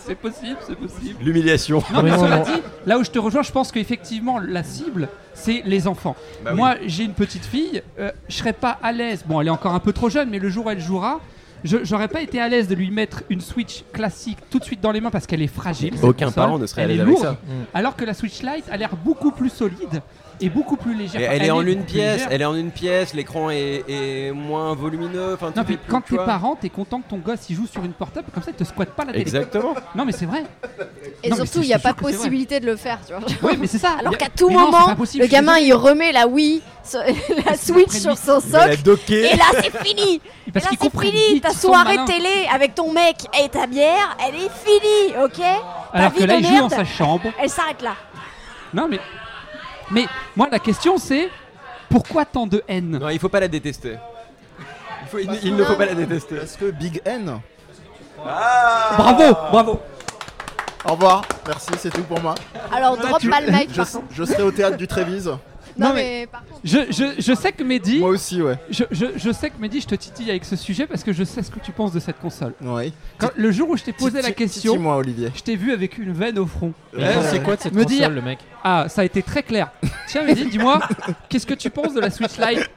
[SPEAKER 5] C'est possible, c'est possible.
[SPEAKER 11] L'humiliation.
[SPEAKER 5] Non mais cela dit, là où je te rejoins, je pense qu'effectivement la cible, c'est les enfants.
[SPEAKER 11] Bah oui.
[SPEAKER 5] Moi, j'ai une petite fille, euh, je serais pas à l'aise. Bon, elle est encore un peu trop jeune, mais le jour où elle jouera, je- j'aurais pas été à l'aise de lui mettre une Switch classique tout de suite dans les mains parce qu'elle est fragile. cette
[SPEAKER 11] Aucun
[SPEAKER 5] console.
[SPEAKER 11] parent ne serait à
[SPEAKER 5] Elle
[SPEAKER 11] l'aise
[SPEAKER 5] est
[SPEAKER 11] avec
[SPEAKER 5] lourde,
[SPEAKER 11] ça. Mm.
[SPEAKER 5] Alors que la Switch Lite a l'air beaucoup plus solide et beaucoup plus légère.
[SPEAKER 11] Et elle, est en une
[SPEAKER 5] beaucoup plus
[SPEAKER 11] pièce,
[SPEAKER 5] légère.
[SPEAKER 11] elle est en une pièce, l'écran est, est moins volumineux. Enfin,
[SPEAKER 5] Non,
[SPEAKER 11] tout
[SPEAKER 5] puis
[SPEAKER 11] est plus,
[SPEAKER 5] quand
[SPEAKER 11] tu
[SPEAKER 5] t'es
[SPEAKER 11] vois.
[SPEAKER 5] parent, t'es content que ton gosse il joue sur une portable, comme ça il te squatte pas la télé.
[SPEAKER 11] Exactement.
[SPEAKER 5] Non, mais c'est vrai.
[SPEAKER 7] Et
[SPEAKER 5] Non, mais
[SPEAKER 7] surtout,
[SPEAKER 5] c'est-
[SPEAKER 7] il n'y a pas
[SPEAKER 5] je suis sûr que c'est vrai.
[SPEAKER 7] possibilité de le faire, tu vois.
[SPEAKER 5] Oui, mais c'est ça.
[SPEAKER 7] Alors
[SPEAKER 5] Y a-
[SPEAKER 7] qu'à tout
[SPEAKER 5] Mais non, c'est
[SPEAKER 7] moment,
[SPEAKER 5] pas possible,
[SPEAKER 7] le
[SPEAKER 5] je suis
[SPEAKER 7] gamin
[SPEAKER 5] désolé.
[SPEAKER 7] il remet la Wii, sur- la Switch sur son
[SPEAKER 11] Il va la
[SPEAKER 7] socle.
[SPEAKER 11] docker.
[SPEAKER 7] Et là, c'est fini.
[SPEAKER 5] Parce
[SPEAKER 7] et là,
[SPEAKER 5] qu'ils
[SPEAKER 7] c'est
[SPEAKER 5] comprennent
[SPEAKER 7] fini.
[SPEAKER 5] vite,
[SPEAKER 7] Ta
[SPEAKER 5] ils sont
[SPEAKER 7] soirée
[SPEAKER 5] malins.
[SPEAKER 7] télé avec ton mec et ta bière, elle est finie, ok Ta
[SPEAKER 5] Alors
[SPEAKER 7] vie
[SPEAKER 5] que là,
[SPEAKER 7] de
[SPEAKER 5] il joue
[SPEAKER 7] merde,
[SPEAKER 5] dans sa chambre.
[SPEAKER 7] Elle s'arrête là.
[SPEAKER 5] Non, mais. Mais moi, la question c'est pourquoi tant de haine
[SPEAKER 11] Non, il faut pas la détester. Il, faut- il- il ne faut pas la détester. Ah
[SPEAKER 1] Parce que Big N.
[SPEAKER 5] Bravo, bravo.
[SPEAKER 1] Au revoir, merci, c'est tout pour moi.
[SPEAKER 7] Alors, drop pas le mic,
[SPEAKER 1] je,
[SPEAKER 7] par contre.
[SPEAKER 1] je serai au théâtre du Trévise.
[SPEAKER 7] Non, mais par contre,
[SPEAKER 5] Je, je- je sais que Mehdi. Moi
[SPEAKER 1] aussi, ouais.
[SPEAKER 5] Je, je- je sais que Mehdi, je te titille avec ce sujet parce que je sais ce que tu penses de cette console.
[SPEAKER 1] Oui.
[SPEAKER 5] le jour où je t'ai posé la
[SPEAKER 1] Titi-
[SPEAKER 5] question,
[SPEAKER 1] titille-moi, Olivier.
[SPEAKER 5] je t'ai vu avec une veine au front.
[SPEAKER 4] Mais attends, c'est quoi de cette
[SPEAKER 5] Me
[SPEAKER 4] console,
[SPEAKER 5] dire-
[SPEAKER 4] le mec
[SPEAKER 5] Ah, ça a été très clair. Tiens, Mehdi, dis-moi, qu'est-ce que tu penses de la Switch Lite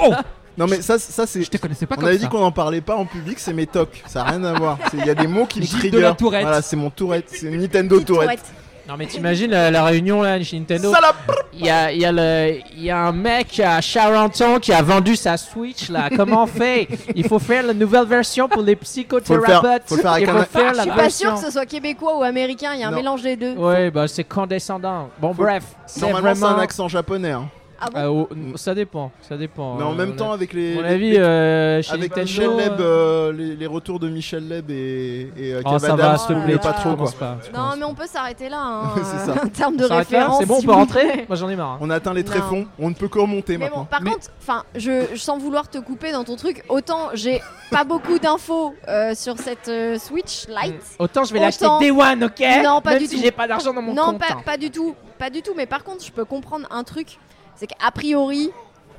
[SPEAKER 5] Oh,
[SPEAKER 1] Non mais ça, ça c'est. Je
[SPEAKER 5] te connaissais pas
[SPEAKER 1] On
[SPEAKER 5] comme
[SPEAKER 1] avait
[SPEAKER 5] ça.
[SPEAKER 1] dit qu'on n'en parlait pas en public, c'est mes tocs. Ça n'a rien à voir. C'est- Il y a des mots qui me
[SPEAKER 4] Gilles de
[SPEAKER 1] triggerent.
[SPEAKER 4] la Tourette.
[SPEAKER 1] Voilà, c'est mon Tourette. C'est Nintendo Tourette.
[SPEAKER 4] Non mais t'imagines la, la réunion là chez Nintendo
[SPEAKER 1] Salope
[SPEAKER 4] Il y a, il y, a le- il y a un mec à Charenton qui a vendu sa Switch là. Comment on fait Il faut faire la nouvelle version pour les
[SPEAKER 1] Faut le faire-
[SPEAKER 4] psychothérapeutes.
[SPEAKER 1] faut le faire avec
[SPEAKER 4] Il faut
[SPEAKER 1] un-
[SPEAKER 4] faire
[SPEAKER 7] Ah, je
[SPEAKER 4] la
[SPEAKER 7] suis pas
[SPEAKER 4] version.
[SPEAKER 7] sûr que ce soit québécois ou américain, il y a un
[SPEAKER 4] Non.
[SPEAKER 7] mélange des deux.
[SPEAKER 4] Ouais bah c'est condescendant. Bon bref, c'est
[SPEAKER 1] Normalement, c'est
[SPEAKER 4] vraiment
[SPEAKER 1] un accent japonais. hein.
[SPEAKER 4] Euh, oh, ça dépend, ça dépend.
[SPEAKER 1] Mais en
[SPEAKER 4] Euh,
[SPEAKER 1] même
[SPEAKER 4] on
[SPEAKER 1] temps,
[SPEAKER 4] a-
[SPEAKER 1] avec les.
[SPEAKER 4] à mon
[SPEAKER 1] les-
[SPEAKER 4] avis,
[SPEAKER 1] les-
[SPEAKER 4] euh, chez
[SPEAKER 1] avec
[SPEAKER 4] Nintendo,
[SPEAKER 1] Michel Leb,
[SPEAKER 4] euh,
[SPEAKER 1] euh, les, les retours de Michel Leb et, et euh,
[SPEAKER 4] Oh, ça
[SPEAKER 1] Cavada,
[SPEAKER 4] va,
[SPEAKER 1] me
[SPEAKER 4] s'il te
[SPEAKER 1] plaît
[SPEAKER 4] plaît,
[SPEAKER 1] pas
[SPEAKER 4] tu
[SPEAKER 1] trop quoi.
[SPEAKER 4] commences pas.
[SPEAKER 7] Non, mais on peut s'arrêter là. hein,
[SPEAKER 1] C'est ça.
[SPEAKER 7] En termes de
[SPEAKER 4] Ça arrête là
[SPEAKER 7] référence.
[SPEAKER 4] C'est bon, on
[SPEAKER 7] s'il
[SPEAKER 4] peut
[SPEAKER 7] vous
[SPEAKER 4] rentrer
[SPEAKER 7] plaît.
[SPEAKER 4] Moi j'en ai marre. hein.
[SPEAKER 1] On a atteint les
[SPEAKER 7] Non.
[SPEAKER 1] tréfonds, on ne peut que remonter
[SPEAKER 7] Mais bon,
[SPEAKER 1] maintenant.
[SPEAKER 7] par contre, enfin, je, je- sans vouloir te couper dans ton truc, autant j'ai pas beaucoup d'infos euh, sur cette euh, Switch Lite.
[SPEAKER 4] Mm. Autant je vais l'acheter
[SPEAKER 7] Autant-
[SPEAKER 4] Day One, ok
[SPEAKER 7] Non, pas
[SPEAKER 4] Même
[SPEAKER 7] du
[SPEAKER 4] si
[SPEAKER 7] tout.
[SPEAKER 4] j'ai pas d'argent dans mon
[SPEAKER 7] non,
[SPEAKER 4] compte.
[SPEAKER 7] pas,
[SPEAKER 4] hein.
[SPEAKER 7] pas du tout, pas du tout. Mais par contre, je peux comprendre un truc, c'est qu'a priori,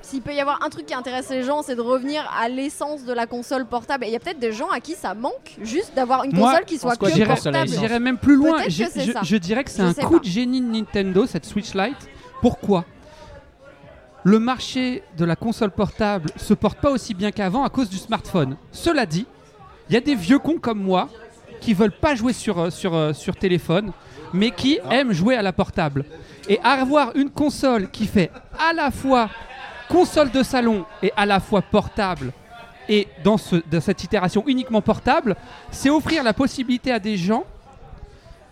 [SPEAKER 7] s'il peut y avoir un truc qui intéresse les gens, c'est de revenir à l'essence de la console portable. Et il y a peut-être des gens à qui ça manque juste d'avoir une
[SPEAKER 5] Moi,
[SPEAKER 7] console qui soit que
[SPEAKER 5] j'irais-
[SPEAKER 7] portable.
[SPEAKER 5] J'irais même plus loin.
[SPEAKER 7] Peut-être que
[SPEAKER 5] Je,
[SPEAKER 7] c'est
[SPEAKER 5] je-
[SPEAKER 7] ça.
[SPEAKER 5] je dirais que c'est
[SPEAKER 7] Je
[SPEAKER 5] un
[SPEAKER 7] sais pas.
[SPEAKER 5] coup de génie de Nintendo, cette Switch Lite. Pourquoi Le marché de la console portable se porte pas aussi bien qu'avant à cause du smartphone. Cela dit, il y a des vieux cons comme moi qui veulent pas jouer sur, euh, sur, euh, sur téléphone, mais qui aiment jouer à la portable. Et avoir une console qui fait à la fois console de salon et à la fois portable, et dans, ce, dans cette itération uniquement portable, c'est offrir la possibilité à des gens,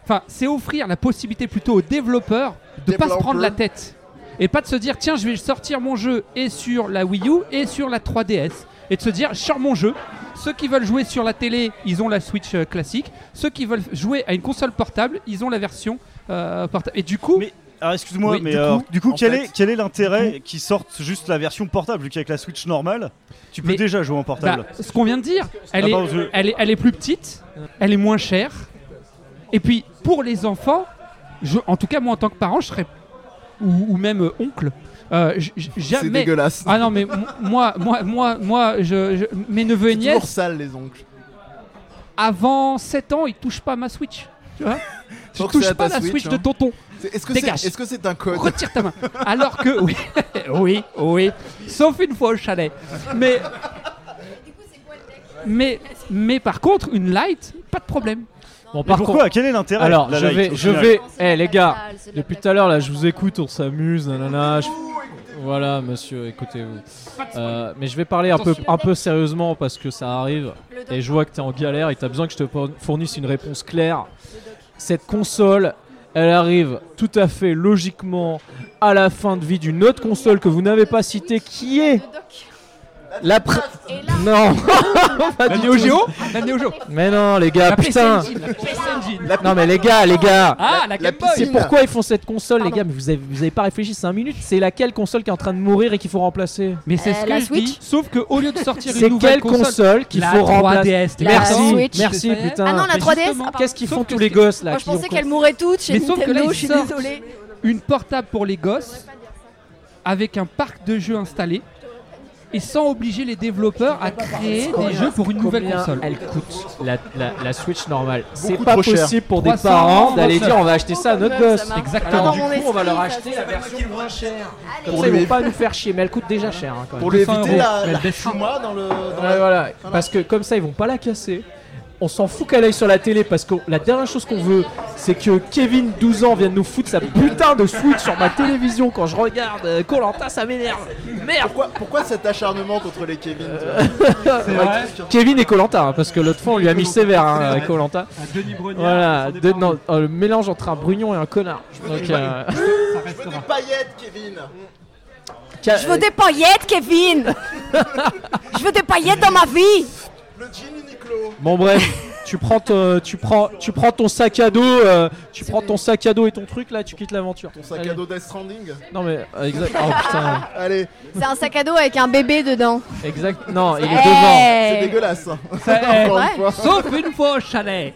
[SPEAKER 5] enfin, c'est offrir la possibilité plutôt aux développeurs de pas se
[SPEAKER 1] Développeurs.
[SPEAKER 5] prendre la tête. Et pas de se dire, tiens, je vais sortir mon jeu et sur la Wii U et sur la 3DS. Et de se dire, je sors mon jeu. Ceux qui veulent jouer sur la télé, ils ont la Switch euh, classique. Ceux qui veulent jouer à une console portable, ils ont la version euh, portable. Et du coup.
[SPEAKER 6] Alors excuse-moi,
[SPEAKER 5] Oui,
[SPEAKER 6] mais
[SPEAKER 5] du coup,
[SPEAKER 6] alors, du coup,
[SPEAKER 5] en
[SPEAKER 6] quel,
[SPEAKER 5] fait-
[SPEAKER 6] est, quel est l'intérêt qu'ils sortent juste la version portable, vu qu'avec la Switch normale, tu peux
[SPEAKER 5] Mais-
[SPEAKER 6] déjà jouer en portable
[SPEAKER 5] Bah, ce qu'on vient de dire, elle,
[SPEAKER 6] Ah,
[SPEAKER 5] est,
[SPEAKER 6] pardon, je-
[SPEAKER 5] elle, est, elle est plus petite, elle est moins chère. Et puis, pour les enfants, je, en tout cas, moi en tant que parent, je serais. Ou, ou même euh, oncle. euh, j- j- jamais...
[SPEAKER 1] dégueulasse.
[SPEAKER 5] Ah non, mais m- moi, moi, moi, moi, je, je- mes neveux et
[SPEAKER 1] C'est toujours
[SPEAKER 5] nièces,
[SPEAKER 1] sale les oncles.
[SPEAKER 5] avant 7 ans, ils touchent pas ma Switch. Tu vois Tu
[SPEAKER 1] Tant que c'est
[SPEAKER 5] touches
[SPEAKER 1] à
[SPEAKER 5] pas
[SPEAKER 1] ta
[SPEAKER 5] la
[SPEAKER 1] Switch,
[SPEAKER 5] Switch
[SPEAKER 1] hein.
[SPEAKER 5] de tonton.
[SPEAKER 1] C'est- Est-ce que c'est
[SPEAKER 5] Dégage.
[SPEAKER 1] est-ce que c'est un code
[SPEAKER 5] Retire ta main. Alors que oui, oui, oui, sauf une fois au chalet. Mais mais mais par contre, une light, pas de problème.
[SPEAKER 4] Bon,
[SPEAKER 6] Mais pourquoi Quel est l'intérêt
[SPEAKER 4] Alors,
[SPEAKER 6] la
[SPEAKER 4] je
[SPEAKER 6] Lite,
[SPEAKER 4] vais,
[SPEAKER 6] au
[SPEAKER 4] je
[SPEAKER 6] final
[SPEAKER 4] vais. Eh les gars, depuis tout à l'heure là, je vous écoute, on s'amuse, nanana. je- Voilà, monsieur, écoutez-vous. Euh, mais je vais parler un peu, un peu sérieusement parce que ça arrive et je vois que t'es en galère et t'as besoin que je te fournisse une réponse claire. Cette console, Elle arrive tout à fait logiquement à la fin de vie d'une autre console que vous n'avez pas citée, qui est la pr- Non Pas
[SPEAKER 5] La
[SPEAKER 4] du
[SPEAKER 5] Neo
[SPEAKER 4] tout.
[SPEAKER 5] Geo La Neo Geo
[SPEAKER 4] Mais non, les gars,
[SPEAKER 5] La PC
[SPEAKER 4] putain
[SPEAKER 5] Engine, la PC Engine.
[SPEAKER 4] Non, mais les gars, les gars
[SPEAKER 5] Ah, la Game Boy.
[SPEAKER 4] C'est pourquoi ils font cette console, les gars, mais vous avez, vous avez pas réfléchi 5 minutes, c'est laquelle console qui est en train de mourir et qu'il faut remplacer
[SPEAKER 5] Mais
[SPEAKER 7] Euh,
[SPEAKER 5] c'est ce que je dis. Sauf que au lieu de sortir
[SPEAKER 4] C'est
[SPEAKER 5] une nouvelle
[SPEAKER 4] quelle console qu'il faut remplacer
[SPEAKER 5] La 3DS.
[SPEAKER 4] Merci,
[SPEAKER 7] Switch.
[SPEAKER 4] merci
[SPEAKER 5] Ah non,
[SPEAKER 4] putain.
[SPEAKER 7] Ah non, la
[SPEAKER 5] Mais
[SPEAKER 7] 3DS
[SPEAKER 5] justement,
[SPEAKER 7] ah, pardon.
[SPEAKER 4] Qu'est-ce qu'ils
[SPEAKER 5] Sauf
[SPEAKER 4] font
[SPEAKER 5] que
[SPEAKER 4] tous
[SPEAKER 5] c'est-
[SPEAKER 4] les gosses là
[SPEAKER 7] Moi, je
[SPEAKER 4] qui ont
[SPEAKER 7] pensais qu'elle mourrait toute chez
[SPEAKER 5] Mais sauf que là,
[SPEAKER 7] Nintendo,
[SPEAKER 5] ils
[SPEAKER 7] je suis
[SPEAKER 5] sortent.
[SPEAKER 7] désolée.
[SPEAKER 5] Une portable pour les gosses avec un parc de jeux installé et sans obliger les développeurs à créer des jeux pour une nouvelle
[SPEAKER 4] Combien
[SPEAKER 5] console.
[SPEAKER 4] Elle coûte la, la- la Switch normale. C'est
[SPEAKER 1] Beaucoup
[SPEAKER 4] pas
[SPEAKER 1] trop cher.
[SPEAKER 4] possible pour des
[SPEAKER 5] 300,
[SPEAKER 4] parents d'aller
[SPEAKER 5] 300.
[SPEAKER 4] dire on va acheter ça à notre
[SPEAKER 7] Meuf,
[SPEAKER 4] gosse.
[SPEAKER 7] ça marche.
[SPEAKER 5] Exactement.
[SPEAKER 7] Alors,
[SPEAKER 4] Du
[SPEAKER 7] dans
[SPEAKER 4] coup,
[SPEAKER 7] mon
[SPEAKER 4] on va leur
[SPEAKER 7] esprit, ça,
[SPEAKER 4] acheter la
[SPEAKER 7] c'est-
[SPEAKER 4] version moins chère.
[SPEAKER 7] Allez.
[SPEAKER 4] Comme ça, ils vont pas nous faire chier, mais elle coûte déjà cher hein, quand même.
[SPEAKER 1] Pour
[SPEAKER 5] le
[SPEAKER 1] lui
[SPEAKER 5] cent
[SPEAKER 1] éviter
[SPEAKER 5] euros,
[SPEAKER 1] la,
[SPEAKER 5] elle
[SPEAKER 1] la
[SPEAKER 5] baissera.
[SPEAKER 1] chouma dans le. dans
[SPEAKER 4] Ouais,
[SPEAKER 1] la-
[SPEAKER 4] voilà. Parce que comme ça, ils vont pas la casser. On s'en fout qu'elle aille sur la télé parce que la dernière chose qu'on veut, c'est que Kevin, 12 ans, vienne nous foutre sa putain de Switch sur ma télévision quand je regarde euh, Colanta, ça m'énerve. Merde. Euh,
[SPEAKER 1] Pourquoi, pourquoi cet acharnement contre les Kevin tu vois
[SPEAKER 4] Kevin et Colanta, hein, parce que l'autre fois on lui a mis sévère hein, Colanta.
[SPEAKER 5] Denis Brogniart,
[SPEAKER 4] Voilà, deux- non, euh, le mélange entre un brugnon et un connard. Donc, euh,
[SPEAKER 5] ça
[SPEAKER 1] Je veux des
[SPEAKER 5] restera.
[SPEAKER 1] paillettes, Kevin
[SPEAKER 4] ca-
[SPEAKER 7] Je veux des paillettes, Kevin Je veux des paillettes dans ma vie
[SPEAKER 1] Le jean Uniqlo
[SPEAKER 4] Bon bref, tu prends ton, tu prends, tu prends ton sac à dos, euh, tu prends ton sac à dos et ton truc là, tu quittes l'aventure.
[SPEAKER 1] Ton sac à
[SPEAKER 4] Allez.
[SPEAKER 1] dos Death Stranding
[SPEAKER 4] Non mais euh, exact. Oh putain,
[SPEAKER 1] Allez,
[SPEAKER 7] C'est un sac à dos avec un bébé dedans.
[SPEAKER 4] exact. Non, il est
[SPEAKER 7] Eh,
[SPEAKER 4] devant.
[SPEAKER 1] c'est
[SPEAKER 7] Hey
[SPEAKER 1] dégueulasse hein.
[SPEAKER 4] eh.
[SPEAKER 5] Ça-
[SPEAKER 1] Encore une
[SPEAKER 7] Ouais.
[SPEAKER 1] fois.
[SPEAKER 5] Sauf une fois au chalet.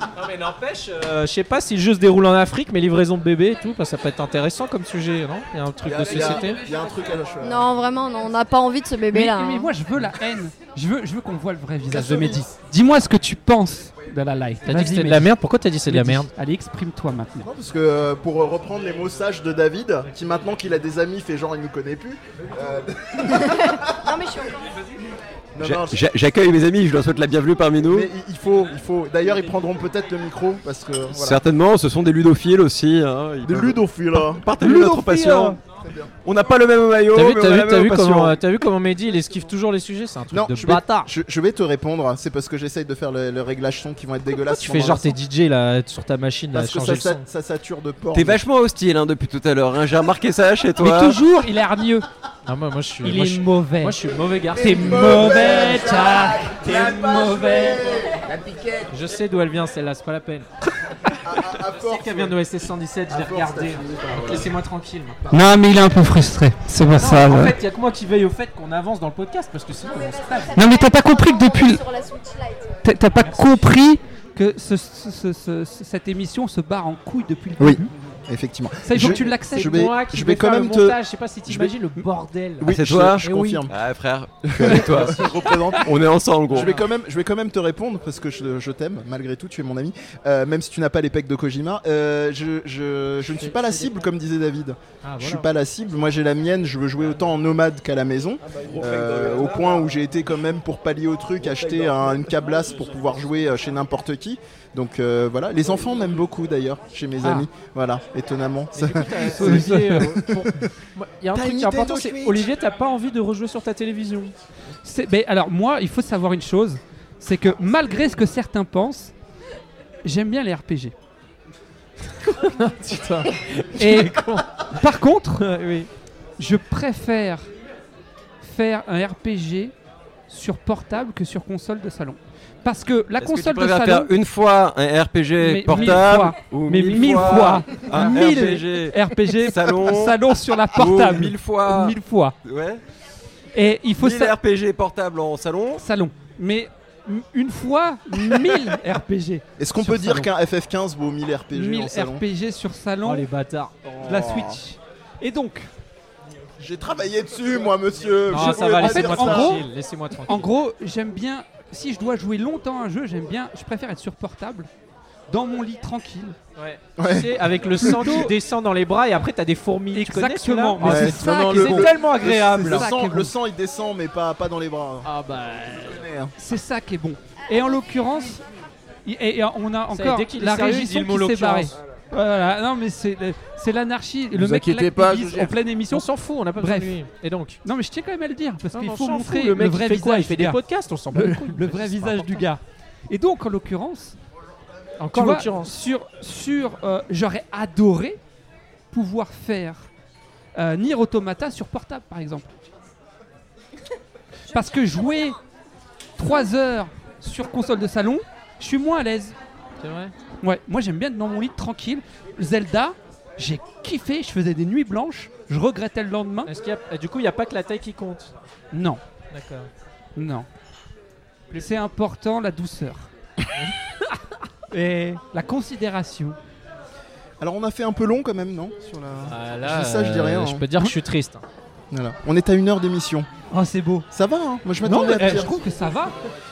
[SPEAKER 4] Non mais n'empêche, euh, je sais pas si le jeu se déroule en Afrique, mais livraison de bébé et tout, parce que ça peut être intéressant comme sujet, non Il y a un
[SPEAKER 1] Il
[SPEAKER 4] truc
[SPEAKER 1] y a-
[SPEAKER 4] de
[SPEAKER 1] il y a-
[SPEAKER 4] société.
[SPEAKER 1] Il y a un truc à la chouette.
[SPEAKER 7] Non, vraiment, non, on n'a pas envie de ce
[SPEAKER 5] Mais,
[SPEAKER 7] bébé-là.
[SPEAKER 5] mais
[SPEAKER 7] hein.
[SPEAKER 5] moi je veux la haine. Je veux, je veux qu'on voit le vrai visage de
[SPEAKER 1] Kassovitz.
[SPEAKER 5] Mehdi. Dis-moi ce que tu penses de la live.
[SPEAKER 4] T'as dit que
[SPEAKER 5] Vas-y,
[SPEAKER 4] c'était de la
[SPEAKER 5] Mehdi.
[SPEAKER 4] merde. Pourquoi t'as dit c'est de la
[SPEAKER 5] Mehdi,
[SPEAKER 4] merde
[SPEAKER 5] Allez, exprime-toi maintenant.
[SPEAKER 1] Non, parce que euh, pour euh, reprendre les mots sages de David, qui maintenant qu'il a des amis fait genre il nous connaît plus. euh,
[SPEAKER 7] Non, mais je suis encore-
[SPEAKER 1] non,
[SPEAKER 11] J'a-
[SPEAKER 1] non, je-
[SPEAKER 11] j'a- J'accueille mes amis, je leur souhaite la bienvenue parmi nous.
[SPEAKER 1] mais il- il faut, il faut. D'ailleurs, ils prendront peut-être le micro parce que. Voilà.
[SPEAKER 11] Certainement, ce sont des ludophiles aussi. hein, ils
[SPEAKER 1] Des
[SPEAKER 11] peuvent-
[SPEAKER 1] ludophiles là.
[SPEAKER 11] Partagez notre passion. On n'a pas le même maillot.
[SPEAKER 4] T'as vu,
[SPEAKER 11] mais on
[SPEAKER 4] t'as
[SPEAKER 11] a
[SPEAKER 4] vu,
[SPEAKER 11] la
[SPEAKER 4] t'as
[SPEAKER 11] même
[SPEAKER 4] vu
[SPEAKER 11] passion.
[SPEAKER 4] comment, euh, t'as vu comment Mehdi il esquive toujours les sujets, c'est un truc
[SPEAKER 1] Non,
[SPEAKER 4] de
[SPEAKER 1] je vais,
[SPEAKER 4] bâtard.
[SPEAKER 1] je, je vais te répondre. hein. C'est parce que j'essaye de faire le, le réglage son qui vont être dégueulasses.
[SPEAKER 4] Tu fais
[SPEAKER 1] pendant
[SPEAKER 4] genre
[SPEAKER 1] la-
[SPEAKER 4] t'es DJ là sur ta machine à
[SPEAKER 1] parce que
[SPEAKER 4] changer
[SPEAKER 1] ça,
[SPEAKER 4] le
[SPEAKER 1] ça,
[SPEAKER 4] son.
[SPEAKER 1] ça sature de porc.
[SPEAKER 11] T'es vachement hostile hein, depuis tout à l'heure. hein, J'ai remarqué ça chez
[SPEAKER 5] Mais
[SPEAKER 11] toi.
[SPEAKER 5] toujours, il est hargneux.
[SPEAKER 4] Ah moi, moi je suis.
[SPEAKER 5] Il
[SPEAKER 4] moi,
[SPEAKER 5] est
[SPEAKER 4] je suis-
[SPEAKER 5] mauvais.
[SPEAKER 4] moi, je suis mauvais garçon.
[SPEAKER 5] T'es mauvais, t'as. T'es mauvais.
[SPEAKER 4] Je sais d'où elle vient celle-là, c'est pas la peine.
[SPEAKER 1] À, à force,
[SPEAKER 4] Elle vient de OSS 117, je l'ai regardée. Laissez-moi tranquille.
[SPEAKER 5] Non, mais il est un peu frustré. C'est pas ça.
[SPEAKER 4] en fait, il y a que moi qui veille au fait qu'on avance dans le podcast parce que sinon on se tape.
[SPEAKER 5] Non, mais t'as pas compris que depuis.
[SPEAKER 7] Sur la Switch Lite.
[SPEAKER 5] T'as t'as pas compris que ce- ce- ce- ce- cette émission se barre en couille depuis le
[SPEAKER 1] Oui.
[SPEAKER 5] début.
[SPEAKER 1] effectivement.
[SPEAKER 5] Ça, il faut
[SPEAKER 1] Je-
[SPEAKER 5] que tu l'acceptes.
[SPEAKER 1] je vais-
[SPEAKER 4] moi qui
[SPEAKER 1] je
[SPEAKER 4] vais,
[SPEAKER 1] vais quand
[SPEAKER 4] faire
[SPEAKER 1] même
[SPEAKER 4] le
[SPEAKER 1] te-
[SPEAKER 4] montage. Je sais pas si
[SPEAKER 1] je vais-
[SPEAKER 4] t'imagines le bordel.
[SPEAKER 1] Oui,
[SPEAKER 11] c'est
[SPEAKER 1] je-
[SPEAKER 11] toi
[SPEAKER 1] Je,
[SPEAKER 4] Eh oui.
[SPEAKER 1] confirme.
[SPEAKER 11] Ah frère, je suis avec toi.
[SPEAKER 1] Je représente.
[SPEAKER 11] On est ensemble gros.
[SPEAKER 1] Je vais, quand même, je vais quand même te répondre parce que je, je t'aime malgré tout, tu es mon ami, Euh, même si tu n'as pas les pecs de Kojima. Euh, je, je- je ne suis pas la cible comme disait David.
[SPEAKER 4] Ah,
[SPEAKER 1] Je suis
[SPEAKER 4] voilà.
[SPEAKER 1] pas la cible, moi j'ai la mienne, je veux jouer autant en nomade qu'à la maison.
[SPEAKER 4] Ah, bah,
[SPEAKER 1] Euh, au point où j'ai été quand même pour pallier au truc, acheter un- une cablasse pour pouvoir jouer euh, chez n'importe qui. Donc euh, voilà, les enfants m'aiment beaucoup d'ailleurs chez mes
[SPEAKER 5] Ah.
[SPEAKER 1] amis. Voilà, étonnamment. Ça-
[SPEAKER 4] Toi, Olivier, euh, bon, moi, il y a un
[SPEAKER 1] T'as
[SPEAKER 4] truc
[SPEAKER 1] une
[SPEAKER 4] qui est important,
[SPEAKER 1] Nintendo
[SPEAKER 4] c'est
[SPEAKER 1] Switch.
[SPEAKER 4] Olivier, t'as pas envie de rejouer sur ta télévision.
[SPEAKER 5] C'est- Mais alors moi, il faut savoir une chose, c'est que malgré ce que certains pensent, j'aime bien les RPG.
[SPEAKER 4] Putain.
[SPEAKER 5] Et par contre,
[SPEAKER 4] oui.
[SPEAKER 5] je préfère faire un RPG sur portable que sur console de salon. Parce que la
[SPEAKER 11] Est-ce que
[SPEAKER 5] console
[SPEAKER 11] tu
[SPEAKER 5] de
[SPEAKER 11] préfères
[SPEAKER 5] salon,
[SPEAKER 11] faire une fois un RPG
[SPEAKER 5] mille
[SPEAKER 11] portable
[SPEAKER 5] fois.
[SPEAKER 11] ou
[SPEAKER 5] mais mille fois,
[SPEAKER 11] un
[SPEAKER 5] mille
[SPEAKER 11] RPG
[SPEAKER 5] RPG
[SPEAKER 11] salon
[SPEAKER 5] salon sur la
[SPEAKER 11] ou
[SPEAKER 5] portable,
[SPEAKER 11] mille fois
[SPEAKER 5] Mille fois.
[SPEAKER 11] ouais,
[SPEAKER 5] Et il faut
[SPEAKER 11] mille
[SPEAKER 5] ça.
[SPEAKER 11] RPG portable en salon.
[SPEAKER 5] salon. Mais m- une fois, 1000 RPG.
[SPEAKER 1] Est-ce qu'on
[SPEAKER 5] Sur
[SPEAKER 1] peut dire
[SPEAKER 5] salon.
[SPEAKER 1] qu'un FF15 vaut 1000 RPG
[SPEAKER 5] 1000
[SPEAKER 1] en salon
[SPEAKER 5] RPG sur salon,
[SPEAKER 4] Oh les bâtards. Oh.
[SPEAKER 5] la Switch. Et donc,
[SPEAKER 1] J'ai travaillé dessus moi
[SPEAKER 5] Euh,
[SPEAKER 1] monsieur
[SPEAKER 4] Non,
[SPEAKER 1] Je
[SPEAKER 4] ça
[SPEAKER 1] voulais
[SPEAKER 4] va,
[SPEAKER 1] pas
[SPEAKER 4] laissez-moi
[SPEAKER 1] dire ça.
[SPEAKER 4] tranquille. Laissez-moi tranquille.
[SPEAKER 5] en gros, j'aime bien. Si je dois jouer longtemps à un jeu, j'aime bien. Je préfère être sur portable, dans mon lit tranquille.
[SPEAKER 4] Ouais.
[SPEAKER 1] Ouais.
[SPEAKER 4] Tu sais, avec le sang qui
[SPEAKER 5] dos.
[SPEAKER 4] descend dans les bras et après t'as des fourmis. Tu connais
[SPEAKER 5] Exactement.
[SPEAKER 4] ceux-là
[SPEAKER 5] Mais
[SPEAKER 1] Ouais.
[SPEAKER 5] c'est ça
[SPEAKER 1] Non, non,
[SPEAKER 5] qui
[SPEAKER 1] le
[SPEAKER 5] est-
[SPEAKER 1] bon.
[SPEAKER 4] C'est tellement agréable.
[SPEAKER 1] Le
[SPEAKER 5] ça
[SPEAKER 1] sang,
[SPEAKER 5] qui est
[SPEAKER 1] le
[SPEAKER 5] bon.
[SPEAKER 1] sang il descend mais pas, pas dans les bras.
[SPEAKER 4] Ah bah.
[SPEAKER 5] c'est ça qui est bon. Et en l'occurrence, i- et, et on a
[SPEAKER 4] Ça,
[SPEAKER 5] encore
[SPEAKER 4] dès qu'il est
[SPEAKER 5] la
[SPEAKER 4] sérieux, il
[SPEAKER 5] régie
[SPEAKER 4] dit le
[SPEAKER 5] qui
[SPEAKER 4] mot
[SPEAKER 5] s'est barrée.
[SPEAKER 4] l'occurrence.
[SPEAKER 5] Voilà, non mais c'est le- c'est l'anarchie. Le
[SPEAKER 8] Vous
[SPEAKER 5] mec
[SPEAKER 8] inquiétez
[SPEAKER 5] claque
[SPEAKER 8] pas,
[SPEAKER 5] des
[SPEAKER 8] je
[SPEAKER 5] bises en
[SPEAKER 8] gère.
[SPEAKER 5] pleine émission.
[SPEAKER 4] On s'en fout, on n'a pas besoin de
[SPEAKER 5] Bref.
[SPEAKER 4] lui. Et donc
[SPEAKER 5] Non mais je tiens quand même à le dire parce
[SPEAKER 4] Non,
[SPEAKER 5] qu'il
[SPEAKER 4] on
[SPEAKER 5] faut
[SPEAKER 4] s'en fout,
[SPEAKER 5] montrer
[SPEAKER 4] le mec il
[SPEAKER 5] vrai
[SPEAKER 4] fait quoi
[SPEAKER 5] visage.
[SPEAKER 4] Il fait
[SPEAKER 5] du
[SPEAKER 4] des
[SPEAKER 5] gars.
[SPEAKER 4] podcasts, on s'en bat
[SPEAKER 5] le,
[SPEAKER 4] les couilles.
[SPEAKER 5] le vrai
[SPEAKER 4] C'est pas
[SPEAKER 5] visage du
[SPEAKER 4] important.
[SPEAKER 5] gars. Et donc, en l'occurrence,
[SPEAKER 4] Encore
[SPEAKER 5] Tu vois,
[SPEAKER 4] l'occurrence.
[SPEAKER 5] Sur, sur, euh, j'aurais adoré pouvoir faire euh, Nier Automata sur portable, par exemple. Parce que jouer 3 heures sur console de salon, je suis moins à l'aise.
[SPEAKER 4] C'est vrai
[SPEAKER 5] Ouais, moi j'aime bien être dans mon lit tranquille. Zelda, j'ai kiffé, je faisais des nuits blanches, je regrettais le lendemain.
[SPEAKER 4] Est-ce qu'il y a- Du coup, il n'y a pas que la taille qui compte.
[SPEAKER 5] Non,
[SPEAKER 4] D'accord.
[SPEAKER 5] non. C'est important la douceur. Et la considération.
[SPEAKER 1] Alors on a fait un peu long quand même, non Sur la...
[SPEAKER 4] Ah,
[SPEAKER 1] Je dis ça, je dis rien,
[SPEAKER 4] euh,
[SPEAKER 1] hein.
[SPEAKER 4] peux dire que je suis triste. hein.
[SPEAKER 1] Voilà. On est à une heure d'émission.
[SPEAKER 5] Oh, c'est beau.
[SPEAKER 1] Ça va, hein Moi je
[SPEAKER 5] Non,
[SPEAKER 1] m'attendais
[SPEAKER 5] mais
[SPEAKER 1] à
[SPEAKER 5] eh, je
[SPEAKER 1] pire.
[SPEAKER 5] trouve que ça va.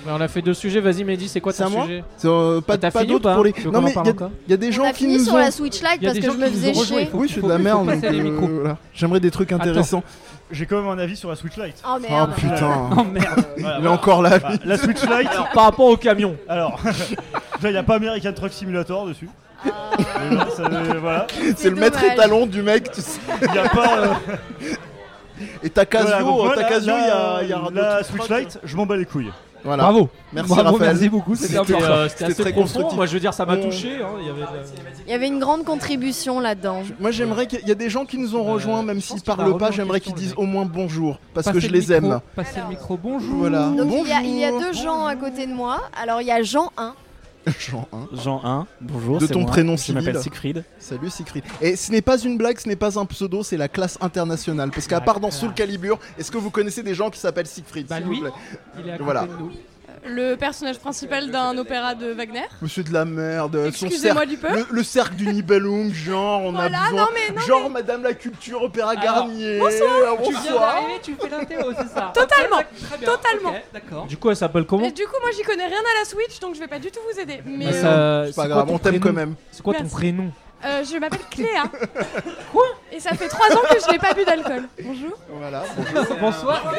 [SPEAKER 4] Ouais, on a fait deux sujets. Vas-y, Mehdi, c'est quoi
[SPEAKER 1] C'est
[SPEAKER 4] ton
[SPEAKER 1] à moi
[SPEAKER 4] sujet Ah,
[SPEAKER 1] Euh, Pas,
[SPEAKER 4] T'as
[SPEAKER 1] pas
[SPEAKER 4] fini ou
[SPEAKER 1] d'autres
[SPEAKER 4] pas
[SPEAKER 1] pour les.
[SPEAKER 4] Tu veux
[SPEAKER 1] Non
[SPEAKER 4] qu'on en
[SPEAKER 1] mais
[SPEAKER 4] parle
[SPEAKER 1] il y a-
[SPEAKER 4] encore
[SPEAKER 1] il y, a des gens
[SPEAKER 7] On a
[SPEAKER 1] qui
[SPEAKER 7] fini
[SPEAKER 1] nous
[SPEAKER 7] sur
[SPEAKER 1] ont.
[SPEAKER 7] la Switch Lite
[SPEAKER 5] y a
[SPEAKER 7] parce
[SPEAKER 5] des
[SPEAKER 7] que
[SPEAKER 5] gens
[SPEAKER 7] je me
[SPEAKER 5] qui nous
[SPEAKER 7] faisais
[SPEAKER 5] ont rejoints, il
[SPEAKER 7] chier.
[SPEAKER 5] faut-
[SPEAKER 1] Oui, je fais de la
[SPEAKER 5] faut- faut
[SPEAKER 1] merde.
[SPEAKER 5] passer à
[SPEAKER 1] donc,
[SPEAKER 5] les
[SPEAKER 1] euh,
[SPEAKER 5] micros.
[SPEAKER 1] voilà. J'aimerais des trucs intéressants.
[SPEAKER 6] J'ai quand même un avis sur la Switch Lite.
[SPEAKER 7] Oh
[SPEAKER 1] Oh
[SPEAKER 7] merde.
[SPEAKER 1] putain.
[SPEAKER 5] Oh merde.
[SPEAKER 6] Voilà,
[SPEAKER 1] Il est
[SPEAKER 6] voilà.
[SPEAKER 1] encore là.
[SPEAKER 6] Voilà, La Switch Lite,
[SPEAKER 4] Par rapport au camion.
[SPEAKER 6] alors, déjà, il n'y a pas American Truck Simulator dessus. Déjà, ça, euh, voilà.
[SPEAKER 1] C'est le maître
[SPEAKER 7] Ah. dommage.
[SPEAKER 1] étalon du mec. tu sais.
[SPEAKER 6] Il n'y a pas. euh,
[SPEAKER 1] Et ta Casio,
[SPEAKER 6] voilà, donc moi,
[SPEAKER 1] ta
[SPEAKER 6] la-
[SPEAKER 1] Casio, il y a,
[SPEAKER 6] la-
[SPEAKER 1] il y a un
[SPEAKER 6] La
[SPEAKER 1] autre
[SPEAKER 6] Switch
[SPEAKER 1] truc.
[SPEAKER 6] Lite, je m'en bats les couilles.
[SPEAKER 1] Voilà.
[SPEAKER 5] Bravo.
[SPEAKER 1] Merci
[SPEAKER 5] Bravo,
[SPEAKER 1] Raphaël.
[SPEAKER 5] merci beaucoup. C'était
[SPEAKER 1] C'était-
[SPEAKER 5] un
[SPEAKER 1] C'était
[SPEAKER 5] peu-
[SPEAKER 4] Et, euh, C'était
[SPEAKER 1] très
[SPEAKER 4] assez
[SPEAKER 1] constructif.
[SPEAKER 4] profond. Moi, je veux dire, ça m'a
[SPEAKER 1] On-
[SPEAKER 4] touché. hein, il y avait de la-
[SPEAKER 7] Il y avait une grande contribution là-dedans.
[SPEAKER 1] Moi j'aimerais qu'il y a des gens qui nous ont
[SPEAKER 4] Euh,
[SPEAKER 1] rejoints, même
[SPEAKER 4] je pense
[SPEAKER 1] s'ils
[SPEAKER 4] qu'il va
[SPEAKER 1] parlent
[SPEAKER 4] revenir
[SPEAKER 1] pas,
[SPEAKER 4] en
[SPEAKER 1] j'aimerais
[SPEAKER 4] question,
[SPEAKER 1] qu'ils
[SPEAKER 4] le
[SPEAKER 1] disent
[SPEAKER 4] mec.
[SPEAKER 1] au moins bonjour, parce que
[SPEAKER 5] Passez
[SPEAKER 1] je
[SPEAKER 5] le
[SPEAKER 1] les
[SPEAKER 5] micro,
[SPEAKER 1] aime. hein.
[SPEAKER 5] Passez le micro, bonjour.
[SPEAKER 1] Voilà.
[SPEAKER 7] Donc il y, a,
[SPEAKER 1] Bonjour.
[SPEAKER 7] il y a deux gens à côté de moi. Alors il y a Jean 1.
[SPEAKER 1] Jean, hein.
[SPEAKER 12] Jean 1, bonjour.
[SPEAKER 1] De
[SPEAKER 12] c'est
[SPEAKER 1] ton
[SPEAKER 12] moi.
[SPEAKER 1] prénom
[SPEAKER 12] Je m'appelle
[SPEAKER 1] civil.
[SPEAKER 12] Siegfried.
[SPEAKER 1] Salut Siegfried. Et ce n'est pas une blague, ce n'est pas un pseudo, c'est la classe internationale. Parce qu'à part dans Soul Calibur, est-ce que vous connaissez des gens qui s'appellent Siegfried
[SPEAKER 5] Bah
[SPEAKER 1] s'il vous
[SPEAKER 5] lui.
[SPEAKER 1] plaît
[SPEAKER 5] Il est à côté
[SPEAKER 1] Voilà.
[SPEAKER 5] de nous.
[SPEAKER 13] Le personnage principal d'un opéra de Wagner.
[SPEAKER 1] Monsieur de la merde, son cercle.
[SPEAKER 13] Excusez-moi du peu.
[SPEAKER 1] Le, le cercle du Nibelung, genre, on
[SPEAKER 13] Voilà,
[SPEAKER 1] a besoin.
[SPEAKER 13] non mais non.
[SPEAKER 1] genre, Madame la Culture, Opéra
[SPEAKER 5] Alors,
[SPEAKER 1] Garnier. euh,
[SPEAKER 5] Tu viens
[SPEAKER 1] bonsoir.
[SPEAKER 5] d'arriver, tu fais l'intéo, c'est ça
[SPEAKER 13] Totalement.
[SPEAKER 5] Très bien,
[SPEAKER 13] Totalement.
[SPEAKER 5] ok, D'accord.
[SPEAKER 4] Du coup, elle s'appelle comment
[SPEAKER 13] Mais du coup, moi j'y connais rien à la Switch, donc je vais pas du tout vous aider. Mais
[SPEAKER 4] Bah,
[SPEAKER 13] euh,
[SPEAKER 4] ça-
[SPEAKER 1] C'est pas
[SPEAKER 4] quoi
[SPEAKER 1] grave,
[SPEAKER 4] ton
[SPEAKER 1] on t'aime
[SPEAKER 4] prénom
[SPEAKER 1] quand même.
[SPEAKER 4] C'est quoi ton
[SPEAKER 13] Merci.
[SPEAKER 4] prénom
[SPEAKER 13] euh, je m'appelle Cléa. Quoi Et ça fait trois ans que je n'ai pas bu d'alcool. Bonjour.
[SPEAKER 1] Voilà,
[SPEAKER 5] Bonsoir.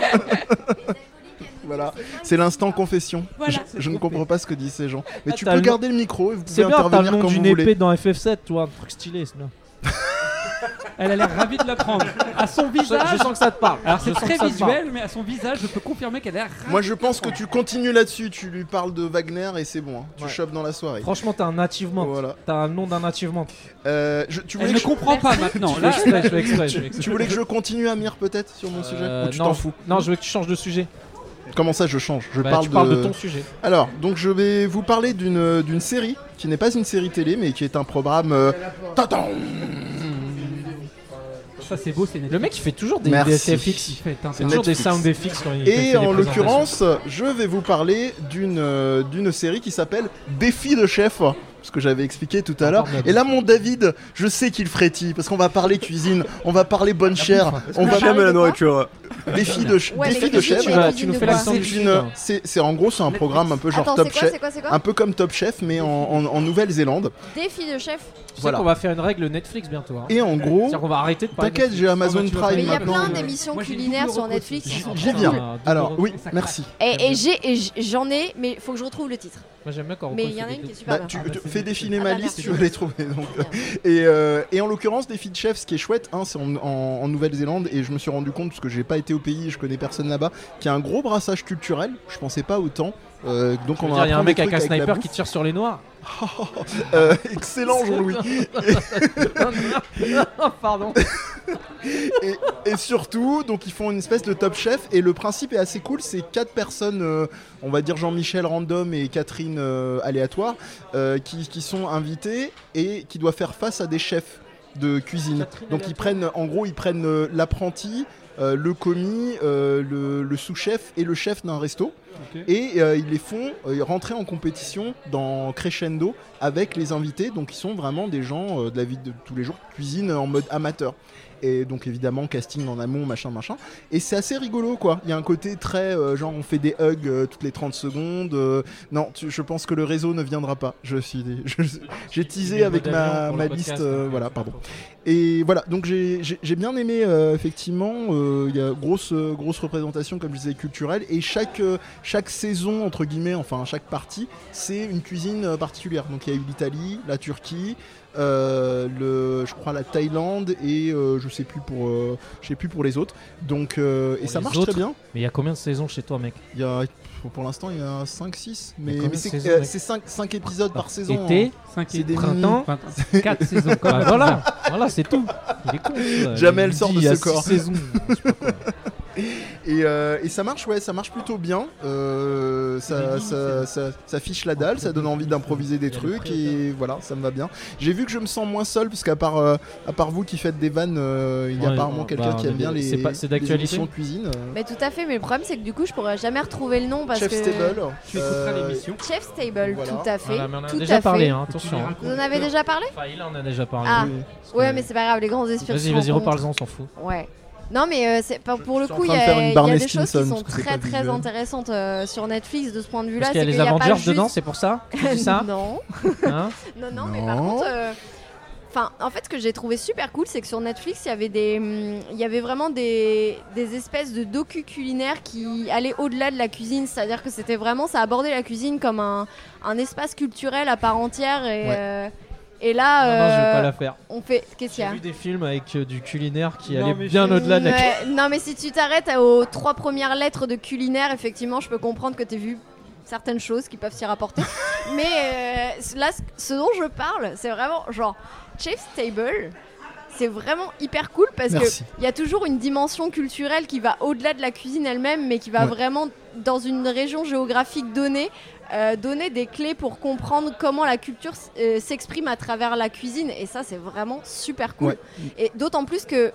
[SPEAKER 1] voilà. C'est l'instant confession.
[SPEAKER 13] Voilà.
[SPEAKER 1] Je, je ne comprends pas ce que disent ces gens. Mais
[SPEAKER 4] Ah,
[SPEAKER 1] tu
[SPEAKER 4] t'as
[SPEAKER 1] peux
[SPEAKER 4] le-
[SPEAKER 1] garder le micro et vous pouvez
[SPEAKER 4] C'est bien, t'as le
[SPEAKER 1] intervenir
[SPEAKER 4] nom
[SPEAKER 1] quand
[SPEAKER 4] d'une
[SPEAKER 1] vous voulez.
[SPEAKER 4] épée dans FF7, tu vois, un truc stylé, celui-là.
[SPEAKER 5] Elle a l'air ravie de la prendre. À son visage.
[SPEAKER 4] Je sens que ça te parle.
[SPEAKER 5] Alors c'est
[SPEAKER 4] Je sens
[SPEAKER 5] très
[SPEAKER 4] que ça te parle.
[SPEAKER 5] visuel, mais à son visage, je peux confirmer qu'elle a l'air ravie.
[SPEAKER 1] Moi je pense que tu continues là-dessus, tu lui parles de Wagner et c'est bon, hein. tu
[SPEAKER 4] Ouais.
[SPEAKER 1] chopes dans la soirée.
[SPEAKER 4] Franchement, t'as un achievement.
[SPEAKER 1] Voilà.
[SPEAKER 4] T'as un nom d'un achievement.
[SPEAKER 1] Euh, je- tu,
[SPEAKER 5] Elle
[SPEAKER 1] voulais
[SPEAKER 5] ne
[SPEAKER 1] que je,
[SPEAKER 5] comprend pas maintenant.
[SPEAKER 4] Je
[SPEAKER 5] Là,
[SPEAKER 4] fais exprès, je fais exprès, je fais
[SPEAKER 1] tu
[SPEAKER 4] exprès.
[SPEAKER 1] voulais que je continue à mire peut-être sur mon
[SPEAKER 4] Euh,
[SPEAKER 1] sujet Ou tu
[SPEAKER 4] non.
[SPEAKER 1] t'en fous
[SPEAKER 4] Non, je veux que tu changes de sujet.
[SPEAKER 1] Comment ça je change Je
[SPEAKER 4] Bah,
[SPEAKER 1] parle
[SPEAKER 4] tu parles de ton sujet.
[SPEAKER 1] Alors, donc je vais vous parler d'une euh, d'une série qui n'est pas une série télé mais qui est un programme. euh, Tadam
[SPEAKER 5] ça c'est beau, c'est net.
[SPEAKER 4] Le mec, il fait toujours des,
[SPEAKER 1] Merci.
[SPEAKER 4] des FX.
[SPEAKER 5] fait un
[SPEAKER 1] C'est
[SPEAKER 4] Il fait toujours des
[SPEAKER 1] Netflix.
[SPEAKER 4] sound FX quand il quand il fait
[SPEAKER 1] Et en
[SPEAKER 4] des présentations.
[SPEAKER 1] l'occurrence, je vais vous parler d'une euh, d'une série qui s'appelle Défi de chef. Ce que j'avais expliqué tout à l'heure.
[SPEAKER 4] Abordable.
[SPEAKER 1] Et là, mon David, je sais qu'il frétille parce qu'on va parler cuisine, on va parler bonne chère,
[SPEAKER 4] hein.
[SPEAKER 1] on va
[SPEAKER 7] J'aime la nourriture.
[SPEAKER 1] défi de, ch-
[SPEAKER 7] Ouais, mais
[SPEAKER 1] défi de
[SPEAKER 7] qu'est-ce que
[SPEAKER 1] chef.
[SPEAKER 4] tu
[SPEAKER 7] la
[SPEAKER 4] vas-
[SPEAKER 7] cuisine
[SPEAKER 4] Bah, tu nous
[SPEAKER 7] de
[SPEAKER 4] fais la
[SPEAKER 7] bois.
[SPEAKER 1] C'est
[SPEAKER 4] sandwich.
[SPEAKER 1] une, c'est c'est- en gros, c'est un programme un peu genre
[SPEAKER 7] Attends,
[SPEAKER 1] Top
[SPEAKER 7] c'est quoi,
[SPEAKER 1] Chef,
[SPEAKER 7] c'est quoi, c'est quoi
[SPEAKER 1] un peu comme Top Chef, mais en, en- en Nouvelle-Zélande.
[SPEAKER 7] Défi de chef.
[SPEAKER 4] Tu sais
[SPEAKER 1] voilà.
[SPEAKER 4] qu'on va faire une règle Netflix bientôt. hein.
[SPEAKER 1] Et en gros,
[SPEAKER 4] C'est-à-dire qu'on va arrêter de parler. de
[SPEAKER 1] t'inquiète, j'ai Amazon
[SPEAKER 4] bah, tu vas
[SPEAKER 1] Prime
[SPEAKER 7] Mais il y a
[SPEAKER 1] maintenant.
[SPEAKER 7] plein
[SPEAKER 1] euh,
[SPEAKER 7] d'émissions
[SPEAKER 5] Moi, j'ai une
[SPEAKER 7] culinaires
[SPEAKER 5] double
[SPEAKER 7] sur
[SPEAKER 5] reco-
[SPEAKER 7] Netflix. qui
[SPEAKER 1] J'y
[SPEAKER 7] sont
[SPEAKER 1] j'y
[SPEAKER 7] trop cool.
[SPEAKER 1] viens.
[SPEAKER 4] Ah,
[SPEAKER 1] Alors,
[SPEAKER 4] double
[SPEAKER 1] oui,
[SPEAKER 5] reco- ça
[SPEAKER 1] merci.
[SPEAKER 7] Et, et j'ai- et j'- j'en ai, mais faut que je retrouve le titre.
[SPEAKER 4] Netflix. Moi, j'aime bien quand
[SPEAKER 7] Mais il y en a une qui est super
[SPEAKER 1] Bah,
[SPEAKER 7] bien.
[SPEAKER 1] tu,
[SPEAKER 4] Ah, bah,
[SPEAKER 1] tu-
[SPEAKER 4] c'est-
[SPEAKER 1] fais défiler
[SPEAKER 7] Ah,
[SPEAKER 1] ma
[SPEAKER 7] bah,
[SPEAKER 1] liste,
[SPEAKER 7] merci.
[SPEAKER 1] tu vas les trouver. Donc.
[SPEAKER 7] Merde.
[SPEAKER 1] Et, euh, et en l'occurrence, des filles de chef, ce qui est chouette, hein, c'est en, en- en Nouvelle-Zélande, et je me suis rendu compte, parce que j'ai pas été au pays, je connais personne là-bas, qu'il y a un gros brassage culturel, je pensais pas autant. Euh, donc on
[SPEAKER 4] Il y a un
[SPEAKER 1] apprend des
[SPEAKER 4] mec
[SPEAKER 1] trucs
[SPEAKER 4] avec un
[SPEAKER 1] la
[SPEAKER 4] sniper
[SPEAKER 1] bouffe.
[SPEAKER 4] qui tire sur les noirs.
[SPEAKER 1] Euh, excellent Jean-Louis.
[SPEAKER 4] Pardon.
[SPEAKER 1] et, et surtout, donc ils font une espèce de top chef. Et le principe est assez cool. C'est quatre personnes, euh, on va dire Jean-Michel random et Catherine euh, aléatoire, euh, qui, qui sont invitées et qui doivent faire face à des chefs de cuisine.
[SPEAKER 4] Catherine
[SPEAKER 1] donc ils
[SPEAKER 4] aléatoire.
[SPEAKER 1] prennent, en gros, ils prennent euh, l'apprenti. euh, le commis, euh, le, le sous-chef et le chef d'un resto.
[SPEAKER 5] Ok.
[SPEAKER 1] Et euh, ils les font euh, rentrer en compétition dans Crescendo avec les invités. Donc ils sont vraiment des gens euh, de la vie de tous les jours, cuisine euh, en mode amateur et donc évidemment casting en amont machin machin et c'est assez rigolo quoi il y a un côté très euh, genre on fait des hugs euh, toutes les 30 secondes euh, non tu- je pense que le réseau ne viendra pas je suis je- j'ai teasé avec ma, ma liste euh, voilà pardon et voilà donc j'ai j'ai- j'ai bien aimé euh, effectivement euh, euh, il y a grosse, euh, grosse représentation, comme je disais, culturelle. Et chaque, euh, chaque saison, entre guillemets, enfin chaque partie, c'est une cuisine euh, particulière. Donc il y a eu l'Italie, la Turquie, euh, le, je crois la Thaïlande et euh, je sais plus pour, euh, je sais plus pour les autres. Donc euh, et
[SPEAKER 4] Pour
[SPEAKER 1] ça
[SPEAKER 4] les
[SPEAKER 1] marche
[SPEAKER 4] autres,
[SPEAKER 1] très bien.
[SPEAKER 4] Mais il y a combien de saisons chez toi, mec
[SPEAKER 1] Il y a, pour l'instant, il y a 5-6. Mais,
[SPEAKER 4] Mais combien
[SPEAKER 1] mais c'est
[SPEAKER 4] de saisons,
[SPEAKER 1] euh,
[SPEAKER 4] mec
[SPEAKER 1] c'est 5, épisodes par saison.
[SPEAKER 4] Ah, Été,
[SPEAKER 1] hein.
[SPEAKER 4] cinq
[SPEAKER 1] C'est
[SPEAKER 4] et-
[SPEAKER 1] des
[SPEAKER 4] printemps,
[SPEAKER 1] mini-
[SPEAKER 4] printemps, quatre saisons, quoi. Bah voilà, voilà, c'est tout. Il est con, ça.
[SPEAKER 1] Jamais
[SPEAKER 4] Il
[SPEAKER 1] elle sort
[SPEAKER 4] dit,
[SPEAKER 1] de
[SPEAKER 4] il y
[SPEAKER 1] ce
[SPEAKER 4] a six
[SPEAKER 1] corps.
[SPEAKER 4] saisons, je sais pas
[SPEAKER 1] et, euh, et ça marche, ouais, ça marche plutôt bien. Euh, ça, ça, ça, ça fiche la dalle, ça donne envie d'improviser des trucs et voilà, ça me va bien. J'ai vu que je me sens moins seul parce qu'à part, euh, à part vous qui faites des vannes, euh, il y a
[SPEAKER 4] Ouais,
[SPEAKER 1] apparemment
[SPEAKER 4] bah,
[SPEAKER 1] quelqu'un qui
[SPEAKER 4] on
[SPEAKER 1] aime
[SPEAKER 4] est-
[SPEAKER 1] bien les,
[SPEAKER 4] c'est pas- c'est
[SPEAKER 1] les
[SPEAKER 4] d'actualité.
[SPEAKER 1] émissions de cuisine. euh.
[SPEAKER 7] Mais tout à fait, mais le problème c'est que du coup je pourrais jamais retrouver le nom parce
[SPEAKER 1] Chef
[SPEAKER 7] que.
[SPEAKER 1] Stable. Tu écouteras
[SPEAKER 7] Euh,
[SPEAKER 1] l'émission.
[SPEAKER 7] Chef Stable,
[SPEAKER 4] Voilà.
[SPEAKER 7] tout à fait.
[SPEAKER 4] Voilà, mais on en a
[SPEAKER 7] tout
[SPEAKER 4] déjà
[SPEAKER 7] à
[SPEAKER 4] parlé,
[SPEAKER 7] fait.
[SPEAKER 4] hein, attention, hein.
[SPEAKER 7] Vous en avez déjà parlé
[SPEAKER 4] Enfin, il en a déjà parlé.
[SPEAKER 7] Ah,
[SPEAKER 4] Oui.
[SPEAKER 7] ouais, mais c'est pas grave, les grands espions.
[SPEAKER 4] Vas-y,
[SPEAKER 7] se
[SPEAKER 4] vas-y,
[SPEAKER 7] rencontrent.
[SPEAKER 4] reparle-en, on s'en fout.
[SPEAKER 7] Ouais. Non, mais euh, c'est pas, pour le
[SPEAKER 4] suis en
[SPEAKER 7] coup, il y
[SPEAKER 4] train de faire une
[SPEAKER 7] a, il y a
[SPEAKER 4] Barney
[SPEAKER 7] des choses qui
[SPEAKER 4] Stinson,
[SPEAKER 7] sont
[SPEAKER 4] parce que c'est
[SPEAKER 7] très
[SPEAKER 4] pas
[SPEAKER 7] très
[SPEAKER 4] visuel.
[SPEAKER 7] intéressantes euh, sur Netflix de ce point de vue-là.
[SPEAKER 4] Parce qu'il y a
[SPEAKER 7] c'est
[SPEAKER 4] les
[SPEAKER 7] pas
[SPEAKER 4] Avengers
[SPEAKER 7] juste-
[SPEAKER 4] dedans, c'est pour ça que tu dis ça
[SPEAKER 7] Non.
[SPEAKER 4] Hein
[SPEAKER 7] non, non, mais par
[SPEAKER 4] Non.
[SPEAKER 7] contre. euh, Enfin, en fait, ce que j'ai trouvé super cool, c'est que sur Netflix, il y avait des, hum, il y avait vraiment des, des espèces de docu culinaires qui allaient au-delà de la cuisine. C'est-à-dire que c'était vraiment, ça abordait la cuisine comme un, un espace culturel à part entière. Et,
[SPEAKER 4] Ouais.
[SPEAKER 7] euh, et là,
[SPEAKER 4] Non, non, je vais
[SPEAKER 7] euh,
[SPEAKER 4] pas la faire.
[SPEAKER 7] on fait, qu'est-ce qu'il y a
[SPEAKER 4] J'ai vu des films avec euh, du culinaire qui
[SPEAKER 2] Non,
[SPEAKER 4] allait
[SPEAKER 2] mais
[SPEAKER 4] bien
[SPEAKER 2] j'ai-
[SPEAKER 4] au-delà de la
[SPEAKER 7] Ouais, non, mais si tu t'arrêtes aux trois premières lettres de culinaire, effectivement, je peux comprendre que tu vu certaines choses qui peuvent s'y rapporter. mais euh, là, ce- ce dont je parle, c'est vraiment genre Chef's Table. C'est vraiment hyper cool parce
[SPEAKER 1] Merci.
[SPEAKER 7] que il y a toujours une dimension culturelle qui va au-delà de la cuisine elle-même, mais qui va
[SPEAKER 1] Ouais.
[SPEAKER 7] vraiment dans une région géographique donnée, euh, donner des clés pour comprendre comment la culture s- euh, s'exprime à travers la cuisine. Et ça, c'est vraiment super cool.
[SPEAKER 1] Ouais.
[SPEAKER 7] Et d'autant plus que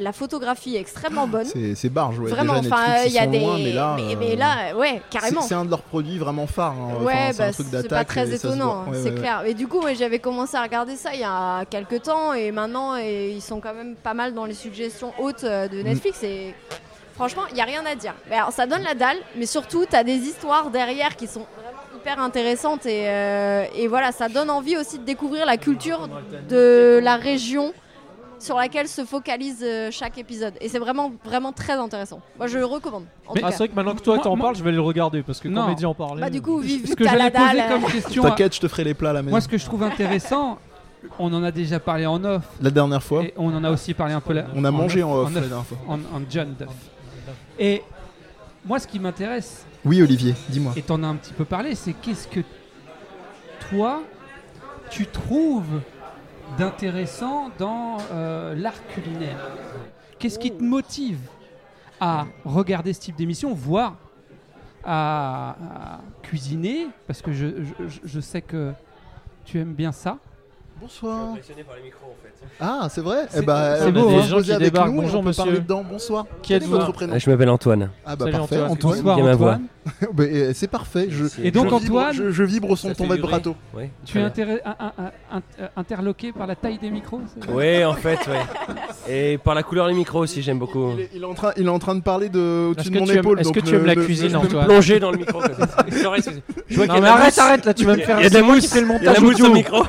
[SPEAKER 7] la photographie est extrêmement bonne.
[SPEAKER 1] Ah, C'est c'est barge, ouais.
[SPEAKER 7] Vraiment,
[SPEAKER 1] Déjà,
[SPEAKER 7] enfin,
[SPEAKER 1] Netflix,
[SPEAKER 7] euh,
[SPEAKER 1] ils
[SPEAKER 7] y a
[SPEAKER 1] sont
[SPEAKER 7] des-
[SPEAKER 1] loin, mais là,
[SPEAKER 7] mais-
[SPEAKER 1] euh,
[SPEAKER 7] mais là, ouais,
[SPEAKER 1] c'est-
[SPEAKER 7] carrément.
[SPEAKER 1] C'est un de leurs produits vraiment phares. hein. Enfin,
[SPEAKER 7] Ouais,
[SPEAKER 1] c'est
[SPEAKER 7] bah,
[SPEAKER 1] un truc
[SPEAKER 7] c'est
[SPEAKER 1] d'attaque.
[SPEAKER 7] pas très
[SPEAKER 1] et ça se
[SPEAKER 7] étonnant, hein,
[SPEAKER 1] voit. Ouais,
[SPEAKER 7] c'est
[SPEAKER 1] ouais, ouais.
[SPEAKER 7] clair. Et du coup, ouais, j'avais commencé à regarder ça il y a quelques temps, et maintenant, et ils sont quand même pas mal dans les suggestions hautes euh,
[SPEAKER 1] Mm.
[SPEAKER 7] de Netflix. Et franchement, il y a rien à dire. Mais alors, ça donne la dalle, mais surtout, t'as des histoires derrière qui sont vraiment hyper intéressantes, et, euh, et voilà, ça donne envie aussi de découvrir la culture de la région sur laquelle se focalise euh, chaque épisode. Et c'est vraiment, vraiment très intéressant. Moi, je le recommande. en tout
[SPEAKER 4] Ah,
[SPEAKER 7] cas.
[SPEAKER 4] c'est vrai que maintenant que toi t'en parles, je vais le regarder parce que
[SPEAKER 5] Non.
[SPEAKER 4] quand Mehdi en euh, parlait.
[SPEAKER 7] Bah, du coup, vive
[SPEAKER 5] Ce que j'allais poser comme question. à-
[SPEAKER 1] T'inquiète, je te ferai les plats à la maison.
[SPEAKER 5] Moi, ce que je trouve intéressant, on en a déjà parlé en off.
[SPEAKER 1] La dernière fois.
[SPEAKER 5] Et on en a aussi parlé un peu. la-
[SPEAKER 1] On a mangé en off
[SPEAKER 5] en,
[SPEAKER 1] la dernière fois.
[SPEAKER 5] en- en John Duff. Et moi, ce qui m'intéresse,
[SPEAKER 1] Oui, Olivier, dis-moi.
[SPEAKER 5] et t'en as un petit peu parlé, c'est qu'est-ce que toi, tu trouves d'intéressant dans euh, l'art culinaire Qu'est-ce qui te motive à regarder ce type d'émission, voire à, à cuisiner Parce que je, je- je sais que tu aimes bien ça.
[SPEAKER 1] Bonsoir. Ah, c'est vrai Eh
[SPEAKER 5] C'est-
[SPEAKER 1] bah,
[SPEAKER 5] c'est
[SPEAKER 1] euh,
[SPEAKER 5] beau,
[SPEAKER 1] vous
[SPEAKER 5] hein.
[SPEAKER 1] posez
[SPEAKER 5] Des gens qui
[SPEAKER 1] avec
[SPEAKER 5] débarquent.
[SPEAKER 1] nous et
[SPEAKER 5] Bonjour,
[SPEAKER 1] on peut
[SPEAKER 5] monsieur.
[SPEAKER 1] parler dedans. Bonsoir.
[SPEAKER 5] Qui
[SPEAKER 1] Quel est
[SPEAKER 5] êtes-vous
[SPEAKER 1] votre prénom
[SPEAKER 12] Je m'appelle Antoine.
[SPEAKER 1] Ah bah
[SPEAKER 12] Salut
[SPEAKER 1] parfait,
[SPEAKER 12] Antoine.
[SPEAKER 1] Antoine.
[SPEAKER 12] Bonsoir, Qui aime à Antoine.
[SPEAKER 1] Bah, euh, c'est parfait. je-
[SPEAKER 5] Et donc,
[SPEAKER 1] je vibre-
[SPEAKER 5] Antoine-
[SPEAKER 1] je, je vibre au son de ton vibrato.
[SPEAKER 5] Tu es intéré- un- un- un- un- euh, interloqué par la taille des micros c'est-
[SPEAKER 12] Oui, en fait, ouais. Et par la couleur des micros aussi, j'aime beaucoup.
[SPEAKER 1] Il est en train, il est en train de parler de
[SPEAKER 4] Est-ce
[SPEAKER 1] au-dessus
[SPEAKER 4] que
[SPEAKER 1] de mon
[SPEAKER 4] tu aimes-
[SPEAKER 1] épaule.
[SPEAKER 4] est-ce que
[SPEAKER 1] donc euh,
[SPEAKER 4] tu aimes
[SPEAKER 1] le-
[SPEAKER 4] la
[SPEAKER 1] le-
[SPEAKER 4] cuisine,
[SPEAKER 1] je peux me
[SPEAKER 4] Antoine
[SPEAKER 12] Plonger dans le micro. comme ça. Sorry, excusez. Je vois qu'il
[SPEAKER 4] Non,
[SPEAKER 12] y a
[SPEAKER 4] mais
[SPEAKER 12] de la
[SPEAKER 4] arrête,
[SPEAKER 12] mousse.
[SPEAKER 4] arrête, là, tu vas me faire-
[SPEAKER 12] Il y a de la
[SPEAKER 4] c'est moi
[SPEAKER 12] mousse
[SPEAKER 4] qui fais le
[SPEAKER 12] Il y a de
[SPEAKER 4] montage
[SPEAKER 12] la mousse
[SPEAKER 4] audio.
[SPEAKER 12] au micro.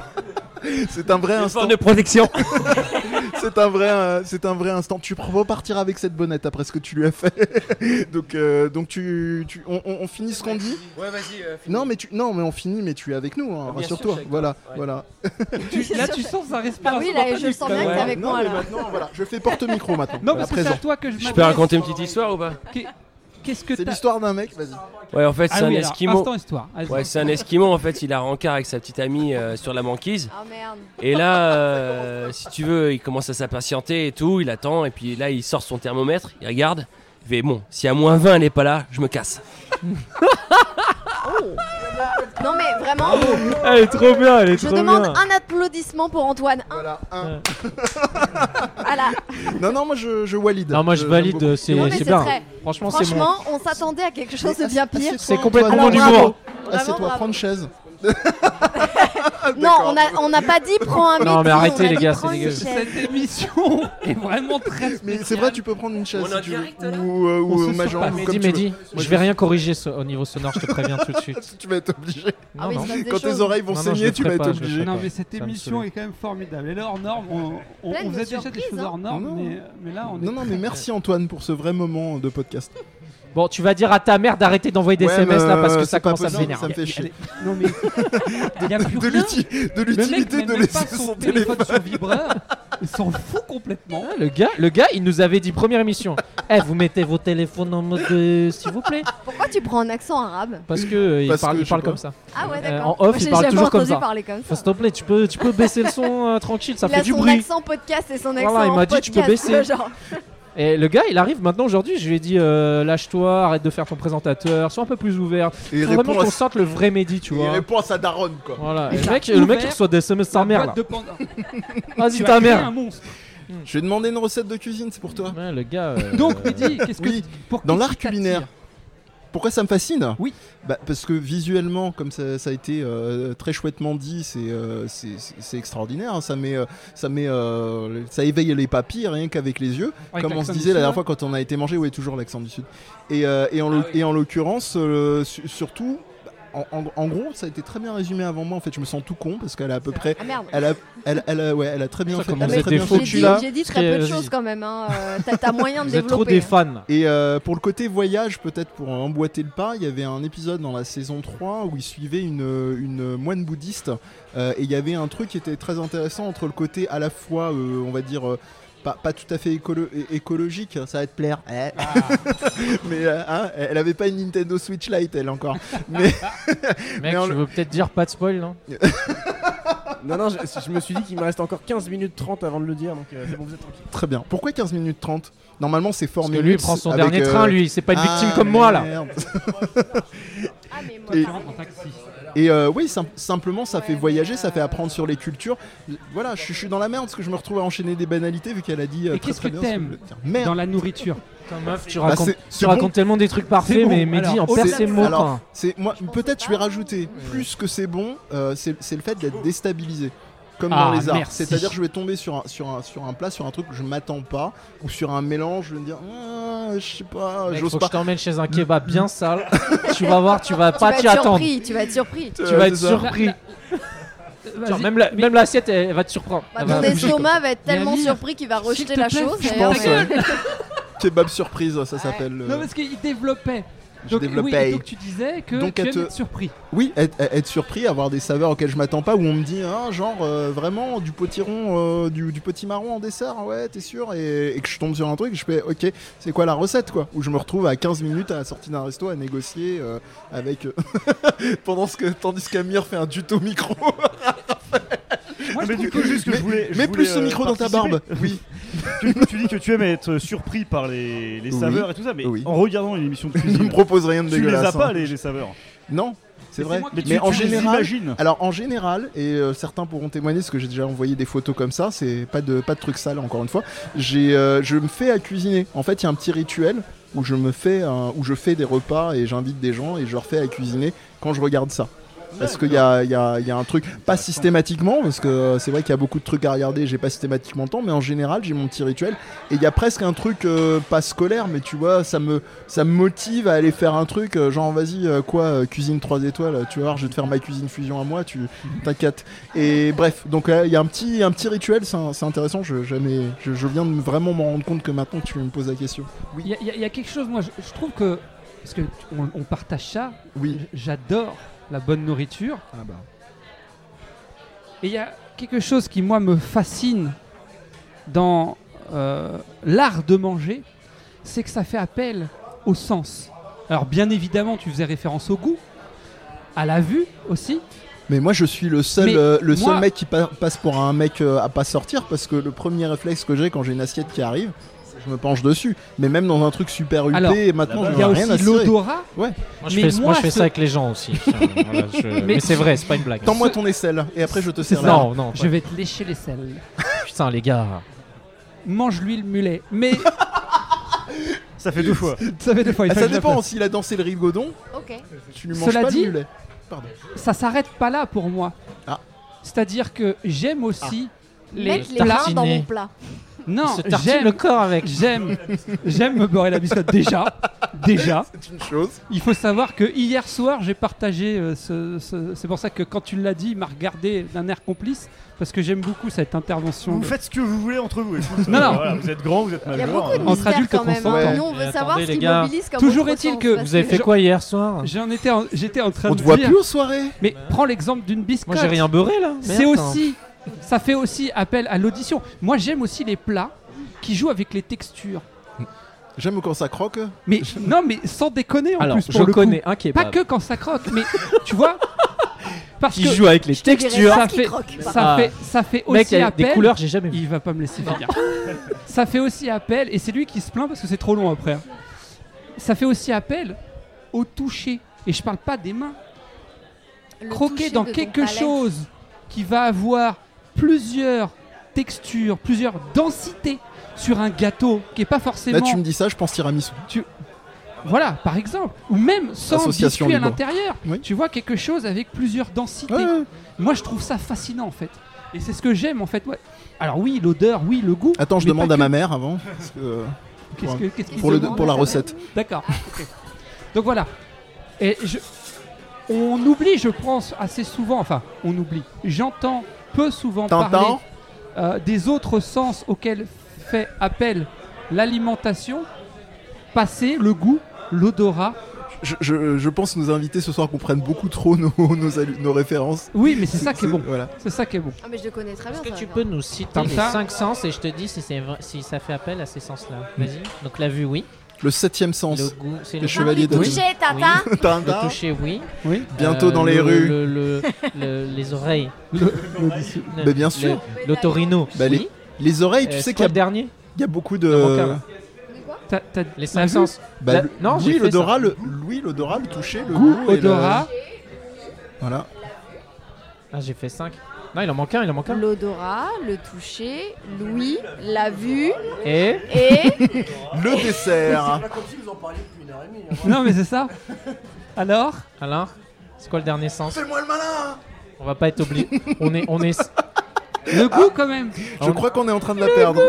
[SPEAKER 1] C'est un vrai instant
[SPEAKER 12] de protection.
[SPEAKER 1] c'est un vrai, euh, c'est un vrai instant. Tu peux partir avec cette bonnette après ce que tu lui as fait. donc, euh, donc tu, tu- on, on- on finit ce qu'on dit.
[SPEAKER 12] Ouais, vas-y. euh,
[SPEAKER 1] Non mais tu, non mais on finit, mais tu es avec nous. hein,
[SPEAKER 12] bien sûr, je
[SPEAKER 1] Rassure-toi.
[SPEAKER 12] suis avec
[SPEAKER 1] Voilà,
[SPEAKER 12] toi. Ouais.
[SPEAKER 1] voilà.
[SPEAKER 5] Tu- Là, tu sens sa
[SPEAKER 7] Bah
[SPEAKER 5] respiration.
[SPEAKER 7] oui, là, je le sens bien que t'es
[SPEAKER 12] Ouais.
[SPEAKER 7] avec
[SPEAKER 1] Non,
[SPEAKER 7] moi
[SPEAKER 1] mais
[SPEAKER 7] là.
[SPEAKER 1] maintenant, voilà, je fais porte micro maintenant.
[SPEAKER 5] Non,
[SPEAKER 1] à
[SPEAKER 5] parce que c'est
[SPEAKER 1] présent.
[SPEAKER 5] à toi que je
[SPEAKER 12] Je peux
[SPEAKER 5] m'adresse.
[SPEAKER 12] raconter une petite histoire ou pas
[SPEAKER 5] Qu'est- Qu'est-ce que
[SPEAKER 1] C'est
[SPEAKER 5] t'as
[SPEAKER 1] l'histoire d'un mec. Vas-y.
[SPEAKER 12] Ouais, en fait, c'est
[SPEAKER 5] Ah
[SPEAKER 12] un
[SPEAKER 5] oui, alors,
[SPEAKER 12] esquimau.
[SPEAKER 5] instant histoire. Vas-y.
[SPEAKER 12] Ouais, c'est un esquimau. En fait, il a rencard avec sa petite amie euh, sur la banquise.
[SPEAKER 5] Oh,
[SPEAKER 7] Ah merde.
[SPEAKER 12] Et là, euh, si tu veux, il commence à s'impatienter et tout. Il attend. Et puis là, il sort son thermomètre. Il regarde. Il fait Bon, si à moins 20, elle n'est pas là, je me casse.
[SPEAKER 7] Non mais vraiment,
[SPEAKER 1] Ah
[SPEAKER 4] Elle est trop bien, elle est
[SPEAKER 7] je
[SPEAKER 4] trop
[SPEAKER 7] demande
[SPEAKER 4] bien.
[SPEAKER 7] un applaudissement pour Antoine. Un,
[SPEAKER 1] Voilà. Un.
[SPEAKER 7] voilà.
[SPEAKER 1] Non, non, moi je, je valide.
[SPEAKER 4] Non, moi je
[SPEAKER 1] j'aime
[SPEAKER 4] valide,
[SPEAKER 1] beaucoup.
[SPEAKER 4] euh,
[SPEAKER 7] Non, mais
[SPEAKER 4] c'est c'est
[SPEAKER 7] c'est
[SPEAKER 4] bien.
[SPEAKER 7] très-
[SPEAKER 4] Franchement, c'est bon.
[SPEAKER 7] Franchement, on s'attendait à quelque chose de
[SPEAKER 1] Mais
[SPEAKER 7] bien
[SPEAKER 1] assieds-
[SPEAKER 7] pire.
[SPEAKER 1] assieds-toi,
[SPEAKER 4] C'est complètement
[SPEAKER 1] Antoine.
[SPEAKER 4] du
[SPEAKER 1] Alors,
[SPEAKER 4] lourd.
[SPEAKER 1] bravo. Assieds-toi,
[SPEAKER 7] bravo.
[SPEAKER 1] prends une chaise.
[SPEAKER 7] non, on a- on n'a pas dit prends un
[SPEAKER 4] Non, mais
[SPEAKER 7] mépris, on
[SPEAKER 4] arrêtez,
[SPEAKER 7] a
[SPEAKER 4] les
[SPEAKER 7] dit,
[SPEAKER 4] gars,
[SPEAKER 7] prends
[SPEAKER 4] c'est
[SPEAKER 7] une
[SPEAKER 4] dégueulasse.
[SPEAKER 7] chaise.
[SPEAKER 5] Cette émission est vraiment très
[SPEAKER 1] Mais c'est vrai, tu peux prendre une chaise
[SPEAKER 5] On est en
[SPEAKER 1] si tu veux.
[SPEAKER 5] direct,
[SPEAKER 1] Ou, euh, ou,
[SPEAKER 4] On se
[SPEAKER 1] euh,
[SPEAKER 4] sent
[SPEAKER 1] Majan,
[SPEAKER 4] pas.
[SPEAKER 1] ou
[SPEAKER 4] Mehdi,
[SPEAKER 1] comme tu
[SPEAKER 4] Mehdi,
[SPEAKER 1] veux. Moi,
[SPEAKER 4] je vais rien corriger so- au niveau sonore, je te préviens tout de suite.
[SPEAKER 1] tu vas être obligé.
[SPEAKER 7] Ah oui,
[SPEAKER 4] non.
[SPEAKER 7] ça va être des
[SPEAKER 1] Quand tes
[SPEAKER 7] choses.
[SPEAKER 1] oreilles vont
[SPEAKER 4] Non, non, je
[SPEAKER 1] saigner,
[SPEAKER 4] le
[SPEAKER 1] tu vas
[SPEAKER 4] ferai
[SPEAKER 1] être
[SPEAKER 4] pas, je le
[SPEAKER 1] obligé.
[SPEAKER 4] ferai
[SPEAKER 5] Non
[SPEAKER 4] pas.
[SPEAKER 5] mais cette
[SPEAKER 4] Ça me
[SPEAKER 5] émission
[SPEAKER 4] saoulait.
[SPEAKER 5] est quand même formidable. Elle est hors norme. On, on-
[SPEAKER 7] Pleine
[SPEAKER 5] on
[SPEAKER 7] de
[SPEAKER 5] faisait déjà des
[SPEAKER 7] surprises,
[SPEAKER 5] choses
[SPEAKER 7] hein.
[SPEAKER 5] hors normes,
[SPEAKER 1] Non, non.
[SPEAKER 5] mais, euh, mais là on est.
[SPEAKER 1] Non, non, mais
[SPEAKER 5] très-
[SPEAKER 1] merci Antoine pour ce vrai moment de podcast.
[SPEAKER 4] Bon, tu vas dire à ta mère d'arrêter d'envoyer des
[SPEAKER 1] Ouais,
[SPEAKER 4] SMS là
[SPEAKER 1] mais,
[SPEAKER 4] parce que
[SPEAKER 1] euh,
[SPEAKER 4] ça
[SPEAKER 1] c'est pas
[SPEAKER 4] commence à me
[SPEAKER 1] possible,
[SPEAKER 4] vénère.
[SPEAKER 1] ça me fait chier.
[SPEAKER 5] Elle est- Non mais il y a plus
[SPEAKER 1] De
[SPEAKER 5] rien.
[SPEAKER 1] l'uti- de
[SPEAKER 5] Le mec
[SPEAKER 1] l'utilité
[SPEAKER 5] met
[SPEAKER 1] de
[SPEAKER 5] même
[SPEAKER 1] laisser
[SPEAKER 5] pas son,
[SPEAKER 1] son téléphone.
[SPEAKER 5] téléphone sur vibreur. Il s'en fout complètement.
[SPEAKER 4] Le gars, le gars, il nous avait dit première émission. Eh, vous mettez vos téléphones en mode, euh, s'il vous plaît,
[SPEAKER 7] Pourquoi tu prends un accent arabe
[SPEAKER 4] parce que euh, il
[SPEAKER 1] Parce
[SPEAKER 4] parle,
[SPEAKER 1] que
[SPEAKER 4] il
[SPEAKER 1] je
[SPEAKER 4] parle
[SPEAKER 1] sais pas.
[SPEAKER 4] comme ça.
[SPEAKER 7] Ah ouais,
[SPEAKER 4] Euh,
[SPEAKER 7] d'accord.
[SPEAKER 4] en off,
[SPEAKER 7] Moi,
[SPEAKER 4] il
[SPEAKER 7] j'ai
[SPEAKER 4] parle
[SPEAKER 7] jamais
[SPEAKER 4] toujours comme
[SPEAKER 7] entendu
[SPEAKER 4] ça.
[SPEAKER 7] parler comme ça.
[SPEAKER 4] Enfin, s'il te plaît, tu peux, tu peux baisser le son euh, tranquille, ça
[SPEAKER 7] il
[SPEAKER 4] fait
[SPEAKER 7] a
[SPEAKER 4] du
[SPEAKER 7] son
[SPEAKER 4] bruit.
[SPEAKER 7] accent podcast et son
[SPEAKER 4] Voilà,
[SPEAKER 7] accent
[SPEAKER 4] il m'a dit,
[SPEAKER 7] podcast,
[SPEAKER 4] tu peux baisser.
[SPEAKER 7] genre.
[SPEAKER 4] Et le gars, il arrive maintenant aujourd'hui. Je lui ai dit, euh, lâche-toi, arrête de faire ton présentateur, sois un peu plus ouvert.
[SPEAKER 1] Et il
[SPEAKER 4] Faut vraiment
[SPEAKER 1] répond à-
[SPEAKER 4] qu'on sorte le vrai Mehdi, tu
[SPEAKER 1] Il
[SPEAKER 4] vois.
[SPEAKER 1] répond à sa daronne, quoi.
[SPEAKER 4] Voilà. Et
[SPEAKER 5] Il
[SPEAKER 4] le
[SPEAKER 5] a
[SPEAKER 4] mec, le mec, il
[SPEAKER 5] ouvert
[SPEAKER 4] reçoit des SMS
[SPEAKER 5] La
[SPEAKER 4] ta mère là.
[SPEAKER 5] boîte de Pandore.
[SPEAKER 4] Vas-y
[SPEAKER 5] Tu
[SPEAKER 4] ta
[SPEAKER 5] as créé
[SPEAKER 4] mère.
[SPEAKER 5] un monstre. Hmm.
[SPEAKER 1] Je vais demander une recette de cuisine, c'est pour toi.
[SPEAKER 4] Ouais, le gars. euh,
[SPEAKER 5] Donc Mehdi, qu'est-ce que
[SPEAKER 1] oui,
[SPEAKER 5] pour
[SPEAKER 1] dans
[SPEAKER 5] qui
[SPEAKER 1] l'art
[SPEAKER 5] tu t'attires
[SPEAKER 1] culinaire. Pourquoi ça me fascine
[SPEAKER 5] Oui.
[SPEAKER 1] Bah, parce que visuellement, comme ça, ça a été euh, très chouettement dit, c'est euh, c'est- c'est- c'est extraordinaire. hein. Ça met, euh, ça met, euh, ça éveille les papilles rien qu'avec les yeux.
[SPEAKER 5] Avec
[SPEAKER 1] comme on se
[SPEAKER 5] l'accent du
[SPEAKER 1] disait la
[SPEAKER 5] Sud,
[SPEAKER 1] dernière
[SPEAKER 5] là.
[SPEAKER 1] fois quand on a été mangé, oui, toujours l'accent du sud. Et, euh, et
[SPEAKER 7] Ah
[SPEAKER 1] en l'oc- et en l'occurrence, euh, su- surtout, bah, en, en- en gros, ça a été très bien résumé avant moi. En fait, je me sens tout con parce qu'elle a à peu près,
[SPEAKER 7] Ah merde.
[SPEAKER 1] elle a, elle, elle a- ouais, elle a très bien
[SPEAKER 4] Ça,
[SPEAKER 1] fait.
[SPEAKER 4] comme
[SPEAKER 1] elle a
[SPEAKER 4] vous êtes
[SPEAKER 1] très
[SPEAKER 4] des
[SPEAKER 1] bien
[SPEAKER 4] faux
[SPEAKER 1] fait-
[SPEAKER 7] J'ai
[SPEAKER 4] tu
[SPEAKER 7] dit-
[SPEAKER 4] l'as
[SPEAKER 7] J'ai dit
[SPEAKER 4] Parce que,
[SPEAKER 7] très peu de
[SPEAKER 4] vas-y.
[SPEAKER 7] choses quand même. hein, euh, T'as t'as moyen de
[SPEAKER 4] Vous êtes trop
[SPEAKER 7] développer.
[SPEAKER 4] des
[SPEAKER 7] hein.
[SPEAKER 4] fans.
[SPEAKER 1] Et euh, pour le côté voyage, peut-être pour emboîter le pas, il y avait un épisode dans la saison 3 où il suivait une, une moine bouddhiste. euh, et il y avait un truc qui était très intéressant entre le côté à la fois, euh, on va dire, euh, pas, pas tout à fait écolo- é- écologique, ça va te plaire. Eh.
[SPEAKER 4] Ah.
[SPEAKER 1] Mais euh, hein, elle avait pas une Nintendo Switch Lite, elle encore.
[SPEAKER 4] Mec,
[SPEAKER 1] en
[SPEAKER 4] tu
[SPEAKER 1] le-
[SPEAKER 4] veux peut-être dire hein. pas de spoil, non
[SPEAKER 8] Non, non, je, je me suis dit qu'il me reste encore 15 minutes 30 avant de le dire, donc euh, c'est bon, vous êtes tranquille.
[SPEAKER 1] Très bien. Pourquoi 15 minutes 30 Normalement, c'est fort euh,
[SPEAKER 4] Parce que lui, il prend son dernier train, lui. C'est pas une victime comme moi là.
[SPEAKER 7] Ah, mais moi,
[SPEAKER 1] Et-
[SPEAKER 7] par
[SPEAKER 5] En
[SPEAKER 7] contre.
[SPEAKER 5] taxi.
[SPEAKER 1] Et euh, oui, sim- simplement, ça
[SPEAKER 7] Ouais,
[SPEAKER 1] fait
[SPEAKER 7] mais,
[SPEAKER 1] voyager, ça
[SPEAKER 7] euh,
[SPEAKER 1] fait apprendre sur les cultures. Voilà, je, je suis dans la merde parce que je me retrouve à enchaîner des banalités vu qu'elle a dit. euh,
[SPEAKER 5] Et
[SPEAKER 1] très,
[SPEAKER 5] qu'est-ce
[SPEAKER 1] très
[SPEAKER 5] que
[SPEAKER 1] bien ce
[SPEAKER 5] t'aimes
[SPEAKER 1] je voulais dire. Merde.
[SPEAKER 5] Dans la nourriture.
[SPEAKER 4] Putain, meuf, tu
[SPEAKER 1] Bah,
[SPEAKER 4] racontes,
[SPEAKER 1] c'est-
[SPEAKER 4] tu
[SPEAKER 1] c'est bon.
[SPEAKER 4] racontes tellement des trucs
[SPEAKER 5] C'est
[SPEAKER 4] parfaits,
[SPEAKER 5] bon.
[SPEAKER 4] mais Mehdi, en
[SPEAKER 5] Alors,
[SPEAKER 4] perd
[SPEAKER 1] c'est-
[SPEAKER 4] ses mots.
[SPEAKER 1] alors,
[SPEAKER 4] quoi.
[SPEAKER 1] C'est moi,
[SPEAKER 7] Je pense
[SPEAKER 1] peut-être
[SPEAKER 7] pas.
[SPEAKER 1] je vais rajouter plus que c'est bon, euh, c'est c'est le fait d'être déstabilisé. Comme
[SPEAKER 5] Ah,
[SPEAKER 1] dans les arts,
[SPEAKER 5] merci.
[SPEAKER 1] c'est-à-dire je vais tomber sur un, sur, un, sur un plat, sur un truc que je m'attends pas, ou sur un mélange, je vais me dire, Ah, je sais pas,
[SPEAKER 4] Mec,
[SPEAKER 1] j'ose
[SPEAKER 4] faut que
[SPEAKER 1] pas.
[SPEAKER 4] je t'emmène chez un kebab bien sale. tu vas voir, tu vas
[SPEAKER 7] Tu vas
[SPEAKER 4] pas t'y
[SPEAKER 7] être
[SPEAKER 4] attendre.
[SPEAKER 7] surpris, tu vas être surpris.
[SPEAKER 4] Tu vas être
[SPEAKER 1] C'est ça.
[SPEAKER 4] surpris. Genre,
[SPEAKER 5] Vas-y.
[SPEAKER 4] même la- même l'assiette, elle, elle va te surprendre.
[SPEAKER 7] Bah,
[SPEAKER 4] Elle
[SPEAKER 7] ton
[SPEAKER 4] va-
[SPEAKER 7] estomac va être
[SPEAKER 5] Mais
[SPEAKER 7] tellement
[SPEAKER 5] Amir,
[SPEAKER 7] surpris qu'il va
[SPEAKER 5] s'il
[SPEAKER 7] rejeter
[SPEAKER 5] te
[SPEAKER 7] la
[SPEAKER 5] plaît,
[SPEAKER 7] chose.
[SPEAKER 5] je
[SPEAKER 7] et
[SPEAKER 5] pense,
[SPEAKER 7] après-
[SPEAKER 5] euh,
[SPEAKER 1] Kebab surprise, ça s'appelle. euh,
[SPEAKER 5] Non parce qu'il développait.
[SPEAKER 1] Je
[SPEAKER 5] Donc,
[SPEAKER 1] développais.
[SPEAKER 5] oui, donc tu disais que
[SPEAKER 1] Donc,
[SPEAKER 5] tu
[SPEAKER 1] à
[SPEAKER 5] aimes
[SPEAKER 1] te-
[SPEAKER 5] être surpris.
[SPEAKER 1] Oui, être, être surpris, avoir des saveurs auxquelles je m'attends pas, où on me dit, ah, genre, euh, vraiment, du potiron, euh, du, du potimarron en dessert, hein, ouais, t'es sûr et, et que je tombe sur un truc, je fais, ok, c'est quoi la recette, quoi Où je me retrouve à 15 minutes à la sortie d'un resto à négocier euh, avec. euh, pendant ce que, tandis qu'Amir fait un tuto au micro.
[SPEAKER 5] Moi, je
[SPEAKER 6] mais du
[SPEAKER 5] trouve
[SPEAKER 6] coup, juste que
[SPEAKER 1] mais-
[SPEAKER 6] je voulais. je
[SPEAKER 1] Mets
[SPEAKER 6] voulais,
[SPEAKER 1] plus ce
[SPEAKER 6] euh,
[SPEAKER 1] micro dans ta
[SPEAKER 6] participer.
[SPEAKER 1] barbe Oui,
[SPEAKER 6] Du coup, tu dis que tu aimes être surpris par les, les
[SPEAKER 1] Oui.
[SPEAKER 6] saveurs et tout ça, mais
[SPEAKER 1] Oui.
[SPEAKER 6] en regardant une émission de
[SPEAKER 1] ne me
[SPEAKER 6] cuisine,
[SPEAKER 1] propose rien de
[SPEAKER 6] tu les
[SPEAKER 1] dégueulasse.
[SPEAKER 6] as pas
[SPEAKER 1] hein.
[SPEAKER 6] les, les saveurs.
[SPEAKER 1] Non, c'est
[SPEAKER 5] Mais c'est
[SPEAKER 1] vrai.
[SPEAKER 5] moi qui-
[SPEAKER 6] Mais, tu,
[SPEAKER 1] Mais en
[SPEAKER 6] tu les
[SPEAKER 1] général,
[SPEAKER 6] imagines.
[SPEAKER 1] Alors en général, et euh, certains pourront témoigner, parce que j'ai déjà envoyé des photos comme ça, c'est pas de pas de trucs sales encore une fois. J'ai, euh, je me fais à cuisiner. En fait, il y a un petit rituel où je me fais, un- où je fais des repas et j'invite des gens et je leur fais à cuisiner quand je regarde ça. Parce qu'il y a, il y a- il y a un truc, pas systématiquement, parce que euh, c'est vrai qu'il y a beaucoup de trucs à regarder, j'ai pas systématiquement le temps, mais en général, j'ai mon petit rituel. Et il y a presque un truc, euh, pas scolaire, mais tu vois, ça me, ça me motive à aller faire un truc, euh, genre vas-y, euh, quoi, euh, cuisine 3 étoiles, euh, tu vas voir, je vais te faire ma cuisine fusion à moi, tu t'inquiète. Et bref, donc euh, il y a un petit, un petit rituel, c'est un- c'est intéressant, je, jamais, je, je viens de me- vraiment me rendre compte que maintenant tu me poses la question.
[SPEAKER 5] Il y, a- il y a- il y a quelque chose, moi, je, je trouve que. Parce que tu- on, on partage ça.
[SPEAKER 1] Oui.
[SPEAKER 5] J'adore la bonne nourriture. Et il y a quelque chose qui, moi, me fascine dans euh, l'art de manger, c'est que ça fait appel au sens. Alors, bien évidemment, tu faisais référence au goût, à la vue aussi.
[SPEAKER 1] Mais moi, je suis le seul,
[SPEAKER 5] Mais
[SPEAKER 1] euh, le
[SPEAKER 5] moi-
[SPEAKER 1] seul mec qui pa- passe pour un mec euh, à pas sortir parce que le premier réflexe que j'ai quand j'ai une assiette qui arrive, je me penche dessus. Mais même dans un truc super huppé,
[SPEAKER 5] Alors,
[SPEAKER 1] et maintenant, je
[SPEAKER 5] Il y
[SPEAKER 1] n'ai
[SPEAKER 5] a
[SPEAKER 1] rien à
[SPEAKER 5] aussi
[SPEAKER 1] cirer.
[SPEAKER 5] l'odorat.
[SPEAKER 4] Moi, je
[SPEAKER 5] Mais
[SPEAKER 4] fais, moi,
[SPEAKER 5] moi,
[SPEAKER 4] je fais
[SPEAKER 5] ce-
[SPEAKER 4] ça avec les gens aussi. Voilà, je- Mais, c'est vrai, c'est pas une blague.
[SPEAKER 1] Tends-moi ton aisselle et après je te sers. la-
[SPEAKER 4] Non, non,
[SPEAKER 5] Je vais te lécher les selles.
[SPEAKER 4] putain, les gars.
[SPEAKER 5] Mange-lui le mulet. Mais
[SPEAKER 6] Ça fait deux fois.
[SPEAKER 5] ça fait deux fois. il
[SPEAKER 1] Ah,
[SPEAKER 5] fallait
[SPEAKER 1] ça
[SPEAKER 5] que je la
[SPEAKER 1] dépend,
[SPEAKER 5] fasse.
[SPEAKER 1] s'il a dansé le rigodon,
[SPEAKER 7] Ok.
[SPEAKER 1] tu lui manges
[SPEAKER 5] Cela
[SPEAKER 1] pas
[SPEAKER 5] dit-
[SPEAKER 1] le mulet.
[SPEAKER 5] Ça s'arrête pas là pour moi.
[SPEAKER 1] Ah.
[SPEAKER 5] C'est-à-dire que j'aime aussi les
[SPEAKER 7] Mettre les mains
[SPEAKER 5] plats-
[SPEAKER 7] dans mon plat.
[SPEAKER 5] Non,
[SPEAKER 4] Il se tartine
[SPEAKER 5] j'aime
[SPEAKER 4] le corps avec.
[SPEAKER 5] J'aime, j'aime me beurrer la biscotte déjà, déjà.
[SPEAKER 1] C'est une chose.
[SPEAKER 5] Il faut savoir que hier soir, j'ai partagé. euh, ce, ce- c'est pour ça que quand tu l'as dit, il m'a regardé d'un air complice parce que j'aime beaucoup cette intervention.
[SPEAKER 6] Vous
[SPEAKER 5] de-
[SPEAKER 6] faites ce que vous voulez entre vous. écoute,
[SPEAKER 5] Non,
[SPEAKER 6] euh,
[SPEAKER 5] non.
[SPEAKER 6] voilà, vous êtes grand, vous êtes
[SPEAKER 5] Il y a
[SPEAKER 6] majeur.
[SPEAKER 5] beaucoup de Entre mystères adultes quand même, hein. consentants. Nous, on veut
[SPEAKER 6] Mais
[SPEAKER 7] savoir
[SPEAKER 6] attendez,
[SPEAKER 7] ce
[SPEAKER 6] les
[SPEAKER 7] qui
[SPEAKER 6] gars.
[SPEAKER 7] mobilise comme
[SPEAKER 5] Toujours
[SPEAKER 7] autre
[SPEAKER 5] est-il
[SPEAKER 7] sens,
[SPEAKER 5] que
[SPEAKER 7] parce Vous avez que- fait
[SPEAKER 5] Je-
[SPEAKER 4] quoi hier soir
[SPEAKER 5] J'en étais, en- j'étais en train
[SPEAKER 4] On
[SPEAKER 5] de
[SPEAKER 4] te voit
[SPEAKER 5] dire-
[SPEAKER 4] plus en
[SPEAKER 1] soirée.
[SPEAKER 5] Mais prends l'exemple d'une biscotte.
[SPEAKER 4] Moi, j'ai rien beurré, là.
[SPEAKER 5] C'est
[SPEAKER 4] Merde.
[SPEAKER 5] aussi, ça fait aussi appel à l'audition. Moi j'aime aussi les plats qui jouent avec les textures.
[SPEAKER 1] J'aime quand ça croque.
[SPEAKER 5] Mais non, mais sans déconner en
[SPEAKER 1] Alors,
[SPEAKER 5] plus.
[SPEAKER 1] je
[SPEAKER 5] pour le coup.
[SPEAKER 1] connais un kebab.
[SPEAKER 5] Pas que quand ça croque, mais tu vois. Parce
[SPEAKER 4] Il
[SPEAKER 5] que
[SPEAKER 4] joue avec les Je te dirais textures. Ah. pas
[SPEAKER 5] Ça
[SPEAKER 4] ce qui
[SPEAKER 5] fait,
[SPEAKER 4] croque, par
[SPEAKER 5] ça
[SPEAKER 4] contre.
[SPEAKER 5] fait, ça fait aussi
[SPEAKER 4] Mec, il y a des
[SPEAKER 5] appel.
[SPEAKER 4] couleurs, j'ai jamais vu.
[SPEAKER 5] Il va pas me laisser finir. ça fait aussi appel, et c'est lui qui se plaint parce que c'est trop long après. hein. Ça fait aussi appel au toucher, et je parle pas des mains.
[SPEAKER 7] Le
[SPEAKER 5] Croquer
[SPEAKER 7] toucher
[SPEAKER 5] dans
[SPEAKER 7] de ton
[SPEAKER 5] quelque
[SPEAKER 7] palais.
[SPEAKER 5] chose qui va avoir plusieurs textures, plusieurs densités sur un gâteau qui est pas forcément.
[SPEAKER 1] Là, tu me dis ça, je pense tiramisu.
[SPEAKER 5] Voilà, par exemple. Ou même sans
[SPEAKER 1] Association
[SPEAKER 5] biscuit à
[SPEAKER 1] libre.
[SPEAKER 5] l'intérieur. Tu vois quelque chose avec plusieurs densités. Moi, je trouve ça fascinant, en fait. Et c'est ce que j'aime, en fait. Ouais. Alors oui, l'odeur, oui, le goût.
[SPEAKER 1] Attends, je
[SPEAKER 5] mais
[SPEAKER 1] demande
[SPEAKER 5] pas
[SPEAKER 1] à ma
[SPEAKER 5] que.
[SPEAKER 1] mère avant. parce que, euh,
[SPEAKER 5] Qu'est-ce
[SPEAKER 1] pour-
[SPEAKER 5] que- qu'est-ce qu'il
[SPEAKER 1] pour, le-
[SPEAKER 5] demande
[SPEAKER 1] pour la
[SPEAKER 5] à ta mère
[SPEAKER 1] recette.
[SPEAKER 5] D'accord. ok. Donc voilà. Et je- on oublie, je pense, assez souvent. Enfin, on oublie. J'entends peu souvent parler
[SPEAKER 1] T'entends
[SPEAKER 5] euh, des autres sens auxquels fait appel l'alimentation, passer le goût, l'odorat.
[SPEAKER 1] Je, je- je pense que nos invités ce soir comprennent beaucoup trop nos, nos allu- nos références.
[SPEAKER 5] Oui, mais c'est ça qui est bon.
[SPEAKER 1] Voilà.
[SPEAKER 5] C'est ça qui est bon.
[SPEAKER 7] Ah, mais je le connais très bien.
[SPEAKER 2] Est-ce que
[SPEAKER 7] ça,
[SPEAKER 2] tu
[SPEAKER 7] alors.
[SPEAKER 2] peux nous citer
[SPEAKER 5] Comme
[SPEAKER 2] les
[SPEAKER 5] ça.
[SPEAKER 2] cinq sens et je te dis si, c'est vrai- si ça fait appel à ces sens-là
[SPEAKER 4] Mm.
[SPEAKER 2] Vas-y. Donc la vue, oui.
[SPEAKER 1] Le septième sens.
[SPEAKER 2] Le goût, c'est
[SPEAKER 1] les chevaliers
[SPEAKER 2] de
[SPEAKER 1] de
[SPEAKER 7] Tintin.
[SPEAKER 1] Tintin.
[SPEAKER 2] Le toucher, oui. Euh,
[SPEAKER 1] Oui. Bientôt dans les
[SPEAKER 2] le-
[SPEAKER 1] rues.
[SPEAKER 2] le- le- le- les oreilles. Le-
[SPEAKER 1] Bah, bien sûr.
[SPEAKER 2] le- L'autorino.
[SPEAKER 1] Bah, les,
[SPEAKER 2] oui.
[SPEAKER 1] les oreilles, tu
[SPEAKER 2] Euh,
[SPEAKER 1] sais
[SPEAKER 2] c'est
[SPEAKER 1] qu'il y a
[SPEAKER 2] quoi le dernier.
[SPEAKER 1] Il y a beaucoup de.
[SPEAKER 2] Le rencard, là. Les cinq
[SPEAKER 1] La vue
[SPEAKER 2] sens.
[SPEAKER 1] Bah,
[SPEAKER 2] La-
[SPEAKER 1] le-
[SPEAKER 2] non, j'ai
[SPEAKER 1] oui,
[SPEAKER 2] fait
[SPEAKER 1] l'odorat,
[SPEAKER 2] ça.
[SPEAKER 1] le, oui, l'odorat, le toucher, le
[SPEAKER 2] Goût,
[SPEAKER 1] goût, et le-
[SPEAKER 2] odorat.
[SPEAKER 1] Voilà.
[SPEAKER 2] Ah, j'ai fait 5. Non, il en manque un, il en manque un.
[SPEAKER 7] L'odorat, le toucher, l'ouïe, la vue.
[SPEAKER 2] Et
[SPEAKER 7] Et.
[SPEAKER 1] Le dessert.
[SPEAKER 4] Ah,
[SPEAKER 5] Non, mais c'est ça. Alors
[SPEAKER 2] Alain, c'est quoi le dernier sens
[SPEAKER 1] Fais-moi le malin
[SPEAKER 2] On va pas être obligé. on est, on est.
[SPEAKER 5] Le goût quand même.
[SPEAKER 1] Je crois qu'on est en train de la perdre.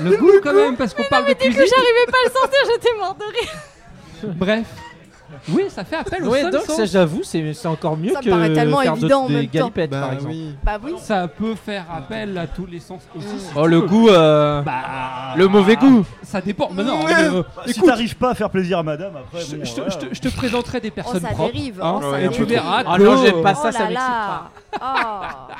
[SPEAKER 5] Le goût quand même parce qu'on parle de
[SPEAKER 13] Dès que
[SPEAKER 5] cuisine.
[SPEAKER 13] j'arrivais pas à le sentir, j'étais morte de rire.
[SPEAKER 5] Bref. Oui, ça fait appel au
[SPEAKER 2] Ouais,
[SPEAKER 5] seul
[SPEAKER 2] donc
[SPEAKER 5] sens.
[SPEAKER 2] ça, j'avoue, c'est c'est encore mieux
[SPEAKER 5] Ça me
[SPEAKER 2] que
[SPEAKER 5] paraît tellement
[SPEAKER 2] faire
[SPEAKER 5] évident en
[SPEAKER 2] d'autres- des
[SPEAKER 5] même temps.
[SPEAKER 2] galipettes,
[SPEAKER 5] Bah
[SPEAKER 2] par exemple.
[SPEAKER 5] oui.
[SPEAKER 7] Bah oui.
[SPEAKER 5] Ça peut faire appel à tous les sens aussi. si
[SPEAKER 2] Oh,
[SPEAKER 5] tu
[SPEAKER 2] le
[SPEAKER 5] veux.
[SPEAKER 2] goût, euh,
[SPEAKER 5] Bah,
[SPEAKER 2] le mauvais goût.
[SPEAKER 5] Ça dépend. Mais non.
[SPEAKER 6] Ouais.
[SPEAKER 5] euh,
[SPEAKER 6] Bah, si
[SPEAKER 5] écoute,
[SPEAKER 6] t'arrives pas à faire plaisir à madame,
[SPEAKER 2] hein.
[SPEAKER 6] après.
[SPEAKER 5] je,
[SPEAKER 6] bon,
[SPEAKER 5] je te-
[SPEAKER 6] voilà.
[SPEAKER 5] je te- je te présenterai des personnes
[SPEAKER 7] ça
[SPEAKER 5] propres.
[SPEAKER 7] dérive,
[SPEAKER 5] hein,
[SPEAKER 7] oh, ça
[SPEAKER 5] et tu
[SPEAKER 7] dérive.
[SPEAKER 5] verras.
[SPEAKER 2] Ah non, j'aime pas
[SPEAKER 7] Oh
[SPEAKER 2] ça, ça
[SPEAKER 7] là
[SPEAKER 2] m'excite
[SPEAKER 7] là.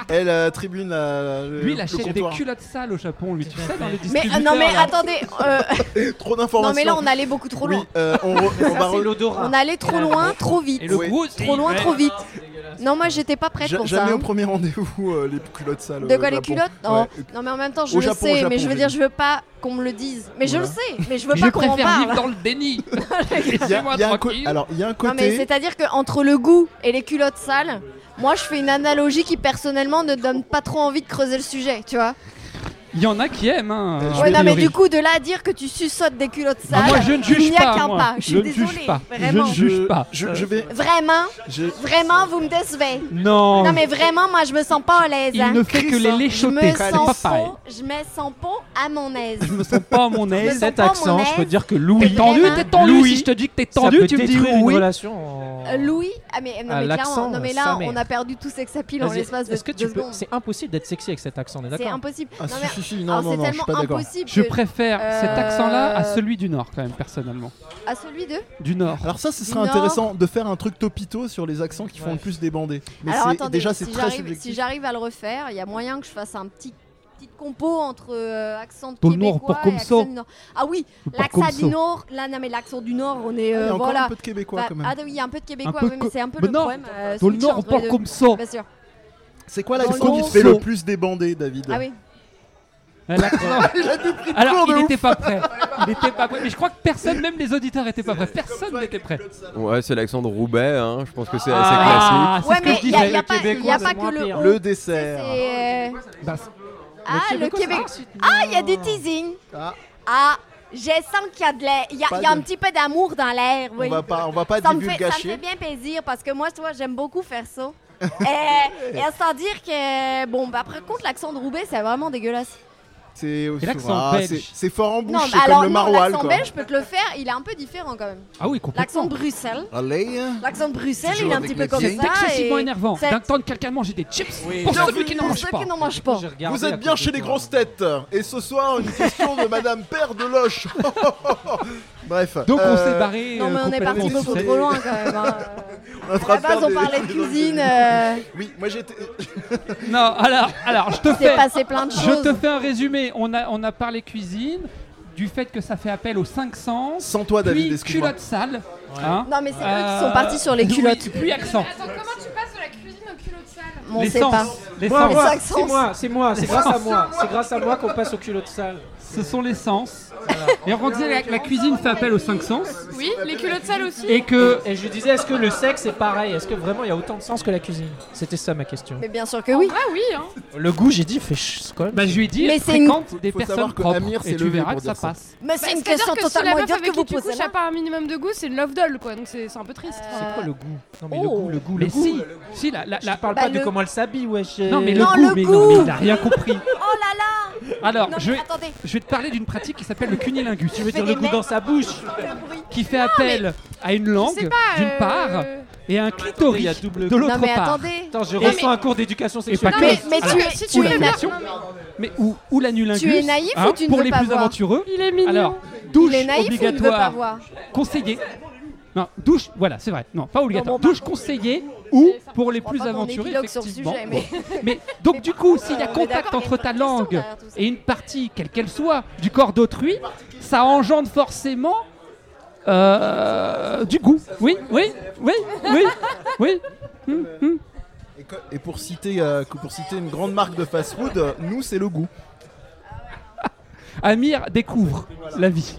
[SPEAKER 1] Et la tribune, la, le-
[SPEAKER 5] Lui, il
[SPEAKER 1] le
[SPEAKER 5] achète des
[SPEAKER 1] comptoir.
[SPEAKER 5] culottes sales au Japon, lui. Tu sais, dans les
[SPEAKER 7] Mais euh, non, mais
[SPEAKER 5] distributeurs, là.
[SPEAKER 7] attendez. euh,
[SPEAKER 1] Trop d'informations.
[SPEAKER 7] non, mais là, on allait beaucoup trop loin.
[SPEAKER 1] Oui, euh, on, re- on va re-
[SPEAKER 7] On allait trop loin, trop vite.
[SPEAKER 5] Et le goût, c'est
[SPEAKER 7] trop loin,
[SPEAKER 5] hyper-
[SPEAKER 7] trop vite. Non, moi, j'étais pas prête
[SPEAKER 1] Ja-
[SPEAKER 7] pour ça.
[SPEAKER 1] Jamais
[SPEAKER 7] hein.
[SPEAKER 1] au premier rendez-vous euh, les culottes sales.
[SPEAKER 7] De
[SPEAKER 1] euh,
[SPEAKER 7] quoi les
[SPEAKER 1] Japon.
[SPEAKER 7] culottes non.
[SPEAKER 1] Ouais.
[SPEAKER 7] non, mais en même temps, je
[SPEAKER 1] Au
[SPEAKER 7] le
[SPEAKER 1] Japon, au
[SPEAKER 7] sais,
[SPEAKER 1] Japon,
[SPEAKER 7] mais je veux
[SPEAKER 1] j'ai
[SPEAKER 7] dire,
[SPEAKER 1] dit.
[SPEAKER 7] je veux pas qu'on me le dise. Mais je le
[SPEAKER 1] Voilà.
[SPEAKER 7] sais, mais je veux
[SPEAKER 5] Je
[SPEAKER 7] pas qu'on en
[SPEAKER 5] préfère vivre
[SPEAKER 7] parle.
[SPEAKER 5] dans le déni.
[SPEAKER 1] Il y a-
[SPEAKER 5] Laissez-moi
[SPEAKER 1] il y a un co-
[SPEAKER 5] tranquille.
[SPEAKER 1] Alors, il y a un
[SPEAKER 7] Non, mais
[SPEAKER 1] côté.
[SPEAKER 7] c'est-à-dire qu'entre le goût et les culottes sales, moi, je fais une analogie qui, personnellement, ne donne pas trop envie de creuser le sujet, tu vois.
[SPEAKER 5] Il y en a qui aiment. Hein,
[SPEAKER 1] Euh,
[SPEAKER 5] a
[SPEAKER 1] Ah. je
[SPEAKER 7] Oh. Ouais, non, mais
[SPEAKER 5] priori.
[SPEAKER 7] du coup, de là à dire que tu suçotes des culottes
[SPEAKER 5] Ah,
[SPEAKER 7] sales,
[SPEAKER 5] moi, je ne
[SPEAKER 7] il
[SPEAKER 5] juge
[SPEAKER 7] n'y a
[SPEAKER 5] pas.
[SPEAKER 7] qu'un
[SPEAKER 5] moi.
[SPEAKER 7] pas. Je suis
[SPEAKER 5] ne
[SPEAKER 7] désolée.
[SPEAKER 5] juge pas.
[SPEAKER 7] Vraiment.
[SPEAKER 5] Je ne juge pas.
[SPEAKER 1] Je, je vais.
[SPEAKER 7] Vraiment,
[SPEAKER 1] je-
[SPEAKER 7] vraiment, vous me décevez.
[SPEAKER 5] Non.
[SPEAKER 7] Non, mais vraiment, moi, je me sens pas à l'aise.
[SPEAKER 5] Il
[SPEAKER 7] hein.
[SPEAKER 5] ne fait que les
[SPEAKER 7] Je
[SPEAKER 5] léchoter.
[SPEAKER 7] me
[SPEAKER 5] C'est
[SPEAKER 7] sens
[SPEAKER 5] pas pareil.
[SPEAKER 7] pas, je me sens pas à mon aise.
[SPEAKER 5] Je me sens pas à mon
[SPEAKER 7] Je
[SPEAKER 5] aise.
[SPEAKER 7] me sens
[SPEAKER 4] Cet
[SPEAKER 7] pas à mon
[SPEAKER 4] accent, je peux
[SPEAKER 7] aise.
[SPEAKER 4] dire que Louis.
[SPEAKER 5] T'es tendu, t'es tendu.
[SPEAKER 4] Louis,
[SPEAKER 5] si je te dis que t'es
[SPEAKER 4] ça
[SPEAKER 5] tendu,
[SPEAKER 4] peut
[SPEAKER 5] tu me dis
[SPEAKER 4] détruire une
[SPEAKER 5] oui.
[SPEAKER 4] relation. en-
[SPEAKER 7] Euh, Louis, ah mais, non,
[SPEAKER 4] Ah,
[SPEAKER 7] mais clairement,
[SPEAKER 4] l'accent,
[SPEAKER 7] non mais
[SPEAKER 4] sa
[SPEAKER 7] là on
[SPEAKER 4] mère.
[SPEAKER 7] a perdu tout sexapile en
[SPEAKER 4] Vas-y,
[SPEAKER 7] l'espace de
[SPEAKER 4] Est-ce que tu
[SPEAKER 7] deux
[SPEAKER 4] peux
[SPEAKER 7] secondes.
[SPEAKER 2] C'est impossible d'être sexy avec cet accent, on est
[SPEAKER 7] C'est
[SPEAKER 2] d'accord
[SPEAKER 7] impossible.
[SPEAKER 1] Ah,
[SPEAKER 7] Non,
[SPEAKER 1] si,
[SPEAKER 7] mais-
[SPEAKER 1] si, si, non,
[SPEAKER 7] alors,
[SPEAKER 1] non,
[SPEAKER 7] c'est
[SPEAKER 1] non, je suis
[SPEAKER 7] tellement
[SPEAKER 1] pas d'accord.
[SPEAKER 7] impossible.
[SPEAKER 5] Je
[SPEAKER 7] que-
[SPEAKER 5] préfère cet
[SPEAKER 7] Euh,
[SPEAKER 5] accent-là à celui du Nord, quand même, personnellement.
[SPEAKER 7] à celui de.
[SPEAKER 5] Du Nord.
[SPEAKER 1] Alors ça, ce
[SPEAKER 7] Du
[SPEAKER 1] serait
[SPEAKER 7] Nord.
[SPEAKER 1] intéressant de faire un truc topito sur les accents qui font
[SPEAKER 2] Ouais.
[SPEAKER 1] le plus débander. Mais
[SPEAKER 7] Alors
[SPEAKER 1] c'est-
[SPEAKER 7] attendez,
[SPEAKER 1] déjà, c'est
[SPEAKER 7] si
[SPEAKER 1] très
[SPEAKER 7] j'arrive si
[SPEAKER 1] subjectif.
[SPEAKER 7] j'arrive à le refaire, il y a moyen que je fasse un petit petite compo entre euh, accent de
[SPEAKER 5] Tout le
[SPEAKER 7] québécois
[SPEAKER 5] Nord, pour
[SPEAKER 7] et
[SPEAKER 5] comme
[SPEAKER 7] accent
[SPEAKER 5] ça.
[SPEAKER 7] du Nord. Ah oui,
[SPEAKER 5] Pour
[SPEAKER 7] l'accent
[SPEAKER 5] comme
[SPEAKER 7] du
[SPEAKER 5] ça.
[SPEAKER 7] Nord, là non mais l'accent du Nord, on est
[SPEAKER 1] Ah, il y a
[SPEAKER 7] euh,
[SPEAKER 1] encore
[SPEAKER 7] voilà.
[SPEAKER 1] un peu de Québécois, quand même.
[SPEAKER 7] Ah oui, il y a un peu de québécois,
[SPEAKER 5] peu
[SPEAKER 7] oui, mais
[SPEAKER 5] co-
[SPEAKER 7] c'est un peu
[SPEAKER 5] Mais
[SPEAKER 7] le
[SPEAKER 5] non,
[SPEAKER 7] problème. euh,
[SPEAKER 5] dans le
[SPEAKER 7] switch
[SPEAKER 5] Nord, on
[SPEAKER 7] entre
[SPEAKER 5] parle
[SPEAKER 7] les deux.
[SPEAKER 5] comme ça.
[SPEAKER 7] Bien sûr. Ah,
[SPEAKER 1] C'est quoi
[SPEAKER 7] Dans
[SPEAKER 1] l'accent
[SPEAKER 7] le
[SPEAKER 1] qui te fait le
[SPEAKER 5] gros.
[SPEAKER 1] plus débander, David
[SPEAKER 7] Ah oui.
[SPEAKER 5] L'accent.
[SPEAKER 1] cours
[SPEAKER 5] Alors,
[SPEAKER 1] de
[SPEAKER 5] il
[SPEAKER 1] ouf.
[SPEAKER 5] n'était pas prêt. Il n'était pas prêt. Mais je crois que personne, même les auditeurs, n'étaient pas prêts. Personne n'était prêt.
[SPEAKER 11] Ouais, c'est l'accent de Roubaix, hein. je pense que c'est assez classique.
[SPEAKER 5] Ah, c'est
[SPEAKER 7] Ouais,
[SPEAKER 5] ce que
[SPEAKER 7] mais
[SPEAKER 5] je
[SPEAKER 7] il y a,
[SPEAKER 5] disais.
[SPEAKER 7] y a pas, y a pas que le. on,
[SPEAKER 1] Le
[SPEAKER 7] c'est,
[SPEAKER 1] dessert.
[SPEAKER 7] euh,
[SPEAKER 5] Bah,
[SPEAKER 7] Ah, le
[SPEAKER 5] Québécois, ça
[SPEAKER 7] Québec.
[SPEAKER 5] excite,
[SPEAKER 7] Ah, il y a des teasings.
[SPEAKER 1] Ah.
[SPEAKER 7] Ah, je sens qu'il y a, de l'air- il y a,
[SPEAKER 1] Pas
[SPEAKER 7] il y a un
[SPEAKER 1] de-
[SPEAKER 7] petit peu d'amour dans l'air.
[SPEAKER 1] On
[SPEAKER 7] Oui.
[SPEAKER 1] va pas, on va pas
[SPEAKER 7] ça, me fait, ça me fait
[SPEAKER 1] divulgacher.
[SPEAKER 7] bien plaisir parce que moi, tu vois, j'aime beaucoup faire ça. Euh, et, et à se faire dire que. Bon, bah, par contre, l'accent de Roubaix, c'est vraiment dégueulasse.
[SPEAKER 1] C'est
[SPEAKER 7] Et l'accent
[SPEAKER 1] ah,
[SPEAKER 7] belge.
[SPEAKER 1] c'est- c'est fort
[SPEAKER 7] non,
[SPEAKER 1] en bouche,
[SPEAKER 7] mais
[SPEAKER 1] c'est
[SPEAKER 7] alors,
[SPEAKER 1] comme le
[SPEAKER 7] non,
[SPEAKER 1] maroilles
[SPEAKER 7] l'accent
[SPEAKER 1] quoi.
[SPEAKER 7] belge, je peux te le faire, il est un peu différent quand même.
[SPEAKER 5] Ah oui, complètement.
[SPEAKER 7] L'accent de Bruxelles.
[SPEAKER 1] Allez.
[SPEAKER 7] L'accent de Bruxelles,
[SPEAKER 5] Toujours
[SPEAKER 7] il est un
[SPEAKER 5] avec
[SPEAKER 7] petit peu
[SPEAKER 5] les
[SPEAKER 7] comme ça.
[SPEAKER 5] vieilles. C'est excessivement
[SPEAKER 7] et
[SPEAKER 5] énervant.
[SPEAKER 7] ça-
[SPEAKER 5] D'un temps de quelqu'un manger des chips pour
[SPEAKER 1] Bien
[SPEAKER 5] celui
[SPEAKER 1] vu,
[SPEAKER 5] qui n'en
[SPEAKER 1] pour
[SPEAKER 5] mange
[SPEAKER 1] ceux
[SPEAKER 5] pas.
[SPEAKER 1] qui
[SPEAKER 7] n'en mangent pas.
[SPEAKER 1] Vous êtes bien chez les grosses têtes. Et ce soir, une question de Madame Père de Loche. Bref.
[SPEAKER 5] Donc on
[SPEAKER 1] euh,
[SPEAKER 5] s'est barré.
[SPEAKER 7] Non, mais on est parti beaucoup
[SPEAKER 1] c'est-
[SPEAKER 7] trop loin quand même. hein.
[SPEAKER 1] on est en train
[SPEAKER 7] À la base,
[SPEAKER 1] faire
[SPEAKER 7] on
[SPEAKER 1] des-
[SPEAKER 7] parlait de
[SPEAKER 1] des-
[SPEAKER 7] cuisine. euh,
[SPEAKER 1] Oui, moi j'étais.
[SPEAKER 5] Non, alors, alors je te
[SPEAKER 7] Il s'est
[SPEAKER 5] fais.
[SPEAKER 7] passé plein de
[SPEAKER 5] Je
[SPEAKER 7] choses.
[SPEAKER 5] te fais un résumé. On a, on a parlé cuisine, du fait que ça fait appel aux 500.
[SPEAKER 1] Sans toi,
[SPEAKER 5] puis
[SPEAKER 1] David, excuse-moi.
[SPEAKER 5] culottes sales.
[SPEAKER 1] Ouais.
[SPEAKER 5] hein.
[SPEAKER 7] Non, mais c'est eux qui sont partis sur les
[SPEAKER 4] Euh,
[SPEAKER 5] oui,
[SPEAKER 7] culottes.
[SPEAKER 5] puis accent.
[SPEAKER 13] Attends, comment tu passes de la cuisine au culot de salle
[SPEAKER 7] On
[SPEAKER 4] Les
[SPEAKER 7] sait
[SPEAKER 4] sens.
[SPEAKER 7] pas.
[SPEAKER 5] Les
[SPEAKER 4] Moi,
[SPEAKER 5] sens.
[SPEAKER 4] moi,
[SPEAKER 5] Les
[SPEAKER 4] c'est moi, c'est moi, c'est
[SPEAKER 5] Les
[SPEAKER 4] grâce à
[SPEAKER 5] sens.
[SPEAKER 4] moi, c'est grâce à moi qu'on passe au culot de salle.
[SPEAKER 5] Ce sont les sens. Et on disait la, la cuisine fait appel aux 5 sens.
[SPEAKER 13] Oui, les culottes sales aussi.
[SPEAKER 5] Et que-
[SPEAKER 4] et je disais, est-ce que le sexe est pareil Est-ce que vraiment il y a autant de sens que la cuisine C'était ça ma question.
[SPEAKER 7] Mais bien sûr que Oh, bah oui.
[SPEAKER 13] Ah oui, hein.
[SPEAKER 4] Le goût, j'ai dit, fait ch- c'est quand même.
[SPEAKER 5] Bah, je lui ai dit,
[SPEAKER 7] Mais c'est une-
[SPEAKER 5] fréquente des
[SPEAKER 1] Faut
[SPEAKER 5] personnes
[SPEAKER 1] savoir que
[SPEAKER 5] propres.
[SPEAKER 1] Amir s'est
[SPEAKER 5] et tu
[SPEAKER 1] levé
[SPEAKER 5] verras
[SPEAKER 1] pour
[SPEAKER 5] que ça
[SPEAKER 1] dire ça.
[SPEAKER 5] passe.
[SPEAKER 7] Mais
[SPEAKER 13] Bah,
[SPEAKER 7] c'est une
[SPEAKER 13] c'est-à-dire
[SPEAKER 7] question
[SPEAKER 13] que si la
[SPEAKER 7] totalement
[SPEAKER 13] meuf
[SPEAKER 7] idiote
[SPEAKER 13] avec
[SPEAKER 7] que vous
[SPEAKER 13] qui tu
[SPEAKER 7] posez hein. Euh,
[SPEAKER 13] couches
[SPEAKER 7] là.
[SPEAKER 13] a pas un minimum de goût, c'est love doll quoi, donc c'est c'est un peu triste.
[SPEAKER 4] C'est quoi le goût Non, mais
[SPEAKER 7] Oh.
[SPEAKER 4] le goût, le goût, le
[SPEAKER 5] Mais
[SPEAKER 4] goût.
[SPEAKER 5] si, si, la, la, la-
[SPEAKER 4] Je parle
[SPEAKER 7] Bah,
[SPEAKER 4] pas
[SPEAKER 7] le-
[SPEAKER 4] de comment elle s'habille, wesh.
[SPEAKER 5] Non, mais
[SPEAKER 7] Non,
[SPEAKER 5] le goût,
[SPEAKER 7] le
[SPEAKER 5] mais
[SPEAKER 7] goût.
[SPEAKER 5] non, mais il n'a rien compris.
[SPEAKER 7] Oh là là
[SPEAKER 5] Alors,
[SPEAKER 7] Non,
[SPEAKER 5] je, vais,
[SPEAKER 7] mais attendez,
[SPEAKER 5] je vais te parler d'une pratique qui s'appelle le cunilingus.
[SPEAKER 4] Tu veux dire le goût dans sa bouche
[SPEAKER 7] le bruit.
[SPEAKER 5] qui fait appel à une
[SPEAKER 13] Je sais
[SPEAKER 5] langue,
[SPEAKER 13] pas,
[SPEAKER 5] d'une
[SPEAKER 13] euh,
[SPEAKER 5] part, et à un
[SPEAKER 4] il
[SPEAKER 5] clitoris
[SPEAKER 4] y a double-
[SPEAKER 5] de
[SPEAKER 7] Non,
[SPEAKER 5] l'autre
[SPEAKER 7] mais
[SPEAKER 5] part.
[SPEAKER 7] attendez.
[SPEAKER 4] Attends, je
[SPEAKER 5] Et-
[SPEAKER 4] ressens un cours d'éducation sexuelle.
[SPEAKER 5] pas
[SPEAKER 7] Non, mais,
[SPEAKER 5] Close.
[SPEAKER 7] mais tu
[SPEAKER 5] Alors,
[SPEAKER 7] es, si tu
[SPEAKER 5] ou la
[SPEAKER 7] es
[SPEAKER 5] version, mais ou, ou l'anulingus.
[SPEAKER 7] Tu es naïf ou tu ne
[SPEAKER 5] hein, Pour
[SPEAKER 7] veux
[SPEAKER 5] les
[SPEAKER 7] pas
[SPEAKER 5] plus
[SPEAKER 7] voir
[SPEAKER 5] aventureux.
[SPEAKER 13] Il est mignon.
[SPEAKER 5] Alors,
[SPEAKER 7] Il
[SPEAKER 5] douche
[SPEAKER 7] est naïf ou il ne veut pas
[SPEAKER 5] obligatoire
[SPEAKER 7] voir
[SPEAKER 5] conseillée. Non, douche, voilà, c'est vrai. Non, pas obligatoire.
[SPEAKER 7] Non, bon, bah,
[SPEAKER 5] douche conseillée ou pour les
[SPEAKER 7] comprends
[SPEAKER 5] plus
[SPEAKER 7] pas qu'on
[SPEAKER 5] aventurés.
[SPEAKER 7] épilogue sur le
[SPEAKER 5] effectivement.
[SPEAKER 7] sujet, mais-
[SPEAKER 5] Bon. Mais donc, du coup, s'il y a
[SPEAKER 7] on est
[SPEAKER 5] contact
[SPEAKER 7] d'accord, il y a
[SPEAKER 5] entre
[SPEAKER 7] une vraie
[SPEAKER 5] ta
[SPEAKER 7] question
[SPEAKER 5] langue
[SPEAKER 7] derrière tout ça.
[SPEAKER 5] et une partie, quelle qu'elle soit, du corps d'autrui, ça engendre forcément euh, du goût. Oui, oui, oui, oui, oui. Hum, hum.
[SPEAKER 1] Et co- euh, Et pour citer, euh, pour citer une grande marque de fast-food, euh, nous c'est le goût.
[SPEAKER 5] Amir découvre la vie.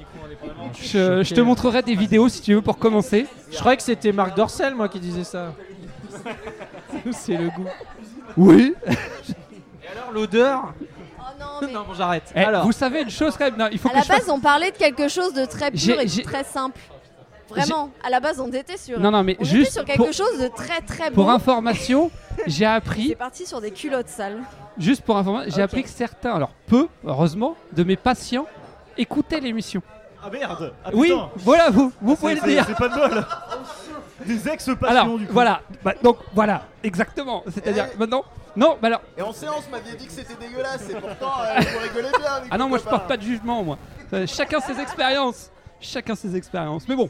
[SPEAKER 5] Je, je te montrerai des vidéos si tu veux pour commencer.
[SPEAKER 4] Je croyais que c'était Marc Dorcel, moi, qui disait ça. c'est le goût.
[SPEAKER 5] Oui.
[SPEAKER 4] Alors, l'odeur
[SPEAKER 7] Oh non, mais
[SPEAKER 4] Non, bon, j'arrête.
[SPEAKER 5] Alors,
[SPEAKER 4] Alors,
[SPEAKER 5] Eh, vous savez une chose quand même. non, il faut
[SPEAKER 7] à
[SPEAKER 5] que
[SPEAKER 7] la
[SPEAKER 5] je fasse-
[SPEAKER 7] base, on parlait de quelque chose de très pur
[SPEAKER 5] J'ai-
[SPEAKER 7] et
[SPEAKER 5] j'ai-
[SPEAKER 7] de très simple. Vraiment, à la base, on était sur.
[SPEAKER 5] Non, non, mais
[SPEAKER 7] on était
[SPEAKER 5] juste
[SPEAKER 7] sur quelque
[SPEAKER 5] pour-
[SPEAKER 7] chose de très très beau.
[SPEAKER 5] Pour information, j'ai appris
[SPEAKER 7] C'est parti sur des culottes sales.
[SPEAKER 5] juste pour information, j'ai
[SPEAKER 6] Ah,
[SPEAKER 7] Ok.
[SPEAKER 5] appris que certains, alors peu heureusement, de mes patients écoutaient l'émission.
[SPEAKER 6] Ah merde Ah
[SPEAKER 5] oui,
[SPEAKER 6] putain Ah,
[SPEAKER 5] voilà vous, vous pouvez
[SPEAKER 6] C'est-
[SPEAKER 5] le
[SPEAKER 6] c'est-
[SPEAKER 5] dire.
[SPEAKER 6] C'est pas de bol Des ex-passions
[SPEAKER 5] Alors
[SPEAKER 6] du coup.
[SPEAKER 5] voilà, Bah, donc voilà, exactement. C'est-à-dire
[SPEAKER 1] Eh.
[SPEAKER 5] maintenant, non, bah alors,
[SPEAKER 1] Et en séance, vous m'aviez dit que c'était dégueulasse, et pourtant euh, vous rigolez bien. avec
[SPEAKER 5] ah non,
[SPEAKER 1] vos
[SPEAKER 5] moi je
[SPEAKER 1] copains.
[SPEAKER 5] porte pas de jugement, moi. Euh, chacun ses expériences, chacun ses expériences. Mais bon.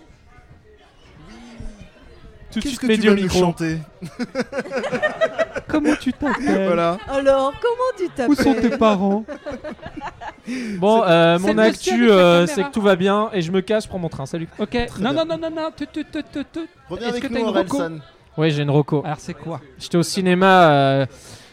[SPEAKER 5] Tout de
[SPEAKER 1] Qu'est-ce
[SPEAKER 5] suite
[SPEAKER 1] que
[SPEAKER 5] mets
[SPEAKER 1] tu
[SPEAKER 5] du
[SPEAKER 1] vas nous
[SPEAKER 5] micro.
[SPEAKER 1] chanter
[SPEAKER 5] Comment tu
[SPEAKER 4] Euh,
[SPEAKER 5] t'appelles
[SPEAKER 1] Voilà.
[SPEAKER 7] Alors, comment tu t'appelles
[SPEAKER 5] Où sont tes parents
[SPEAKER 4] bon, euh,
[SPEAKER 5] c'est
[SPEAKER 4] mon
[SPEAKER 5] le monsieur avec
[SPEAKER 4] actu,
[SPEAKER 5] la
[SPEAKER 4] euh,
[SPEAKER 5] caméra.
[SPEAKER 4] c'est que tout va bien et je me casse, je prends mon train. Salut.
[SPEAKER 5] Ok. Non, non, non, non, non. tu, tu, tu, tu, tu.
[SPEAKER 1] Reviens
[SPEAKER 5] Est-ce que
[SPEAKER 1] avec
[SPEAKER 5] t'as
[SPEAKER 1] nous,
[SPEAKER 5] une reco
[SPEAKER 1] Orelsan.
[SPEAKER 4] Ouais, j'ai une roco.
[SPEAKER 5] Alors c'est quoi
[SPEAKER 4] J'étais au cinéma. euh,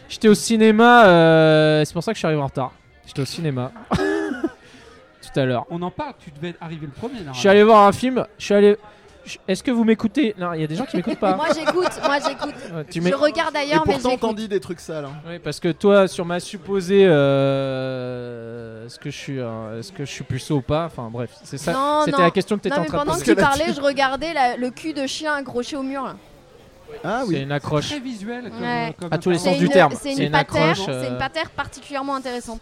[SPEAKER 4] J'étais au cinéma. euh, C'est pour ça que je suis arrivé en retard. J'étais au cinéma. Tout à l'heure.
[SPEAKER 5] On en parle. Tu devais arriver le premier.
[SPEAKER 4] Je suis allé voir un film. Je suis allé. je- Est-ce que vous m'écoutez Non, il y a des gens qui m'écoutent pas.
[SPEAKER 7] Moi j'écoute, moi j'écoute.
[SPEAKER 4] Ouais, tu m'é-
[SPEAKER 7] Je regarde
[SPEAKER 1] Et
[SPEAKER 7] ailleurs, mais
[SPEAKER 1] pourtant, t'en
[SPEAKER 7] j'écoute.
[SPEAKER 1] dis des trucs sales. hein.
[SPEAKER 4] Ouais, parce que toi, sur ma supposée, euh, est-ce que je suis, un- est-ce que je suis puceau ou pas Enfin bref, c'est ça.
[SPEAKER 7] Non,
[SPEAKER 4] C'était
[SPEAKER 7] non.
[SPEAKER 4] la question que t'étais
[SPEAKER 7] Non,
[SPEAKER 4] en
[SPEAKER 7] mais
[SPEAKER 4] train de
[SPEAKER 7] pendant que
[SPEAKER 4] poser.
[SPEAKER 1] Parce
[SPEAKER 7] tu
[SPEAKER 1] que là, tu-
[SPEAKER 7] parlais, je regardais la- le cul de chien accroché au mur. là.
[SPEAKER 1] Ah
[SPEAKER 4] C'est
[SPEAKER 1] oui.
[SPEAKER 4] une accroche.
[SPEAKER 5] Très visuel. Comme,
[SPEAKER 7] Ouais.
[SPEAKER 5] comme
[SPEAKER 4] À tous les
[SPEAKER 5] apparence.
[SPEAKER 4] sens
[SPEAKER 7] C'est
[SPEAKER 4] du
[SPEAKER 7] une-
[SPEAKER 4] terme.
[SPEAKER 7] C'est
[SPEAKER 4] C'est
[SPEAKER 7] une
[SPEAKER 4] une
[SPEAKER 7] patère,
[SPEAKER 4] accroche,
[SPEAKER 7] c'est une
[SPEAKER 4] euh.
[SPEAKER 7] patère particulièrement intéressante.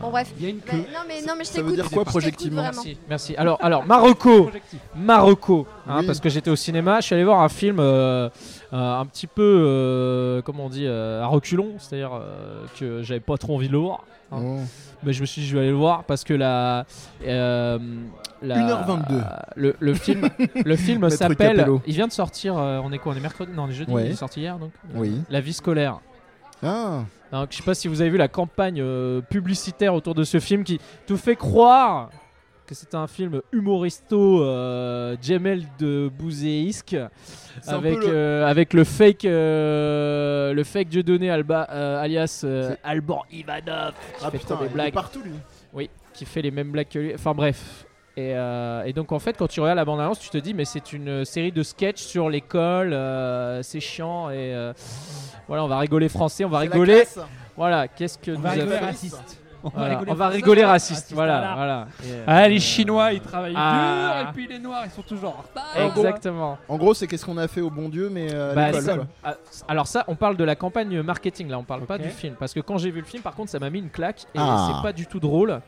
[SPEAKER 7] Bon, bref.
[SPEAKER 5] Il y a une
[SPEAKER 7] Mais-
[SPEAKER 5] queue.
[SPEAKER 7] Non, mais, non, mais je
[SPEAKER 1] Ça veut
[SPEAKER 7] t'écoute.
[SPEAKER 1] dire quoi,
[SPEAKER 7] je t'écoute
[SPEAKER 1] projectivement
[SPEAKER 7] vraiment.
[SPEAKER 4] Merci, merci. Alors, alors Marocco, Marocco, hein,
[SPEAKER 1] Oui.
[SPEAKER 4] parce que j'étais au cinéma, je suis allé voir un film euh, euh, un petit peu, euh, comment on dit, euh, à reculons, c'est-à-dire euh, que j'avais pas trop envie de le voir, hein.
[SPEAKER 1] Oh.
[SPEAKER 4] mais je me suis dit je vais aller le voir parce que la, euh, la-
[SPEAKER 1] 1h22.
[SPEAKER 4] le, le film, le film
[SPEAKER 1] Maître
[SPEAKER 4] s'appelle,
[SPEAKER 1] Capello.
[SPEAKER 4] il vient de sortir, euh, on est quoi, on est mercredi, non on est jeudi,
[SPEAKER 1] Ouais.
[SPEAKER 4] il est sorti hier donc, euh,
[SPEAKER 1] Oui.
[SPEAKER 4] La vie scolaire.
[SPEAKER 1] Ah.
[SPEAKER 4] Donc, je sais pas si vous avez vu la campagne euh, publicitaire autour de ce film qui tout fait croire que c'était un film humoristo euh, Jamel de Bouzéisque
[SPEAKER 1] C'est un
[SPEAKER 4] avec
[SPEAKER 1] peu le-
[SPEAKER 4] euh, avec le fake euh, le fake Dieudonné Alba euh, alias euh, Alban Ivanov qui
[SPEAKER 1] Ah
[SPEAKER 4] fait
[SPEAKER 1] putain,
[SPEAKER 4] trop des
[SPEAKER 1] il est
[SPEAKER 4] blagues
[SPEAKER 1] partout lui.
[SPEAKER 4] oui qui fait les mêmes blagues que lui enfin bref et, euh, et donc en fait quand tu regardes la bande annonce tu te dis mais c'est une euh, série de sketchs sur l'école euh, c'est chiant et euh, voilà on va rigoler français on va
[SPEAKER 1] C'est la
[SPEAKER 4] rigoler
[SPEAKER 1] classe.
[SPEAKER 4] voilà, qu'est-ce que
[SPEAKER 5] On
[SPEAKER 4] nous
[SPEAKER 5] va
[SPEAKER 4] a
[SPEAKER 5] rigoler
[SPEAKER 4] fait
[SPEAKER 5] raciste. On va
[SPEAKER 4] Voilà,
[SPEAKER 5] rigoler
[SPEAKER 4] on va
[SPEAKER 5] français,
[SPEAKER 4] rigoler
[SPEAKER 5] voilà.
[SPEAKER 4] raciste,
[SPEAKER 5] Ah,
[SPEAKER 4] voilà,
[SPEAKER 5] voilà.
[SPEAKER 4] voilà. Et, euh,
[SPEAKER 5] Ah, les Chinois, ils travaillent
[SPEAKER 4] Ah.
[SPEAKER 5] dur, et puis les Noirs, ils sont toujours en retard.
[SPEAKER 4] Exactement.
[SPEAKER 1] En gros, c'est qu'est-ce qu'on a fait au bon Dieu, mais euh, à
[SPEAKER 4] Bah,
[SPEAKER 1] l'école,
[SPEAKER 4] ça-
[SPEAKER 1] quoi.
[SPEAKER 4] ah, alors ça, on parle de la campagne marketing, là, on parle pas
[SPEAKER 1] Ok.
[SPEAKER 4] du film. Parce que quand j'ai vu le film, par contre, ça m'a mis une claque et
[SPEAKER 1] Ah.
[SPEAKER 4] c'est pas du tout drôle.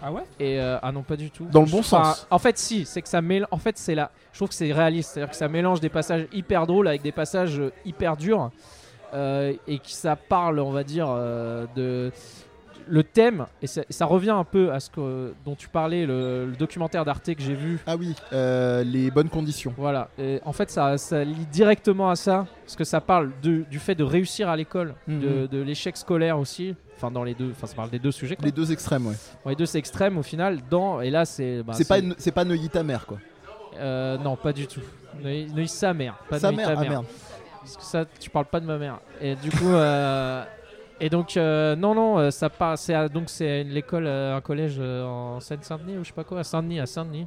[SPEAKER 5] Ah ouais
[SPEAKER 4] Et euh, ah non, pas du tout.
[SPEAKER 1] Dans le bon
[SPEAKER 4] Enfin,
[SPEAKER 1] sens.
[SPEAKER 4] En fait, si, c'est que ça mélange. En fait, c'est là. Je trouve que c'est réaliste, c'est-à-dire que ça mélange des passages hyper drôles avec des passages euh, hyper durs euh, et que ça parle, on va dire, euh, de le thème et ça, ça revient un peu à ce que dont tu parlais, le, le documentaire d'Arte que j'ai vu.
[SPEAKER 1] Ah oui, euh, les bonnes conditions.
[SPEAKER 4] Voilà. Et en fait, ça, ça lie directement à ça, parce que ça parle de- du fait de réussir à l'école,
[SPEAKER 1] Mhm.
[SPEAKER 4] de, de l'échec scolaire aussi. Enfin, dans les deux, enfin, ça parle des deux sujets. quoi.
[SPEAKER 1] Les deux extrêmes, ouais.
[SPEAKER 4] Bon, les deux extrêmes au final. Dans et là, c'est. bah,
[SPEAKER 1] c'est pas, une- c'est pas Neuilly ta mère, quoi.
[SPEAKER 4] euh, non, pas du tout. Neuilly, Neuilly, sa mère. Pas
[SPEAKER 1] Sa
[SPEAKER 4] Neuilly,
[SPEAKER 1] mère,
[SPEAKER 4] ta
[SPEAKER 1] ah, merde.
[SPEAKER 4] Parce que ça, tu parles pas de ma mère. Et du coup, euh, et donc, euh, non, non, euh, ça part. C'est à- donc c'est à une- l'école, euh, un collège euh, en Seine-Saint-Denis ou je sais pas quoi, à Saint-Denis, à Saint-Denis.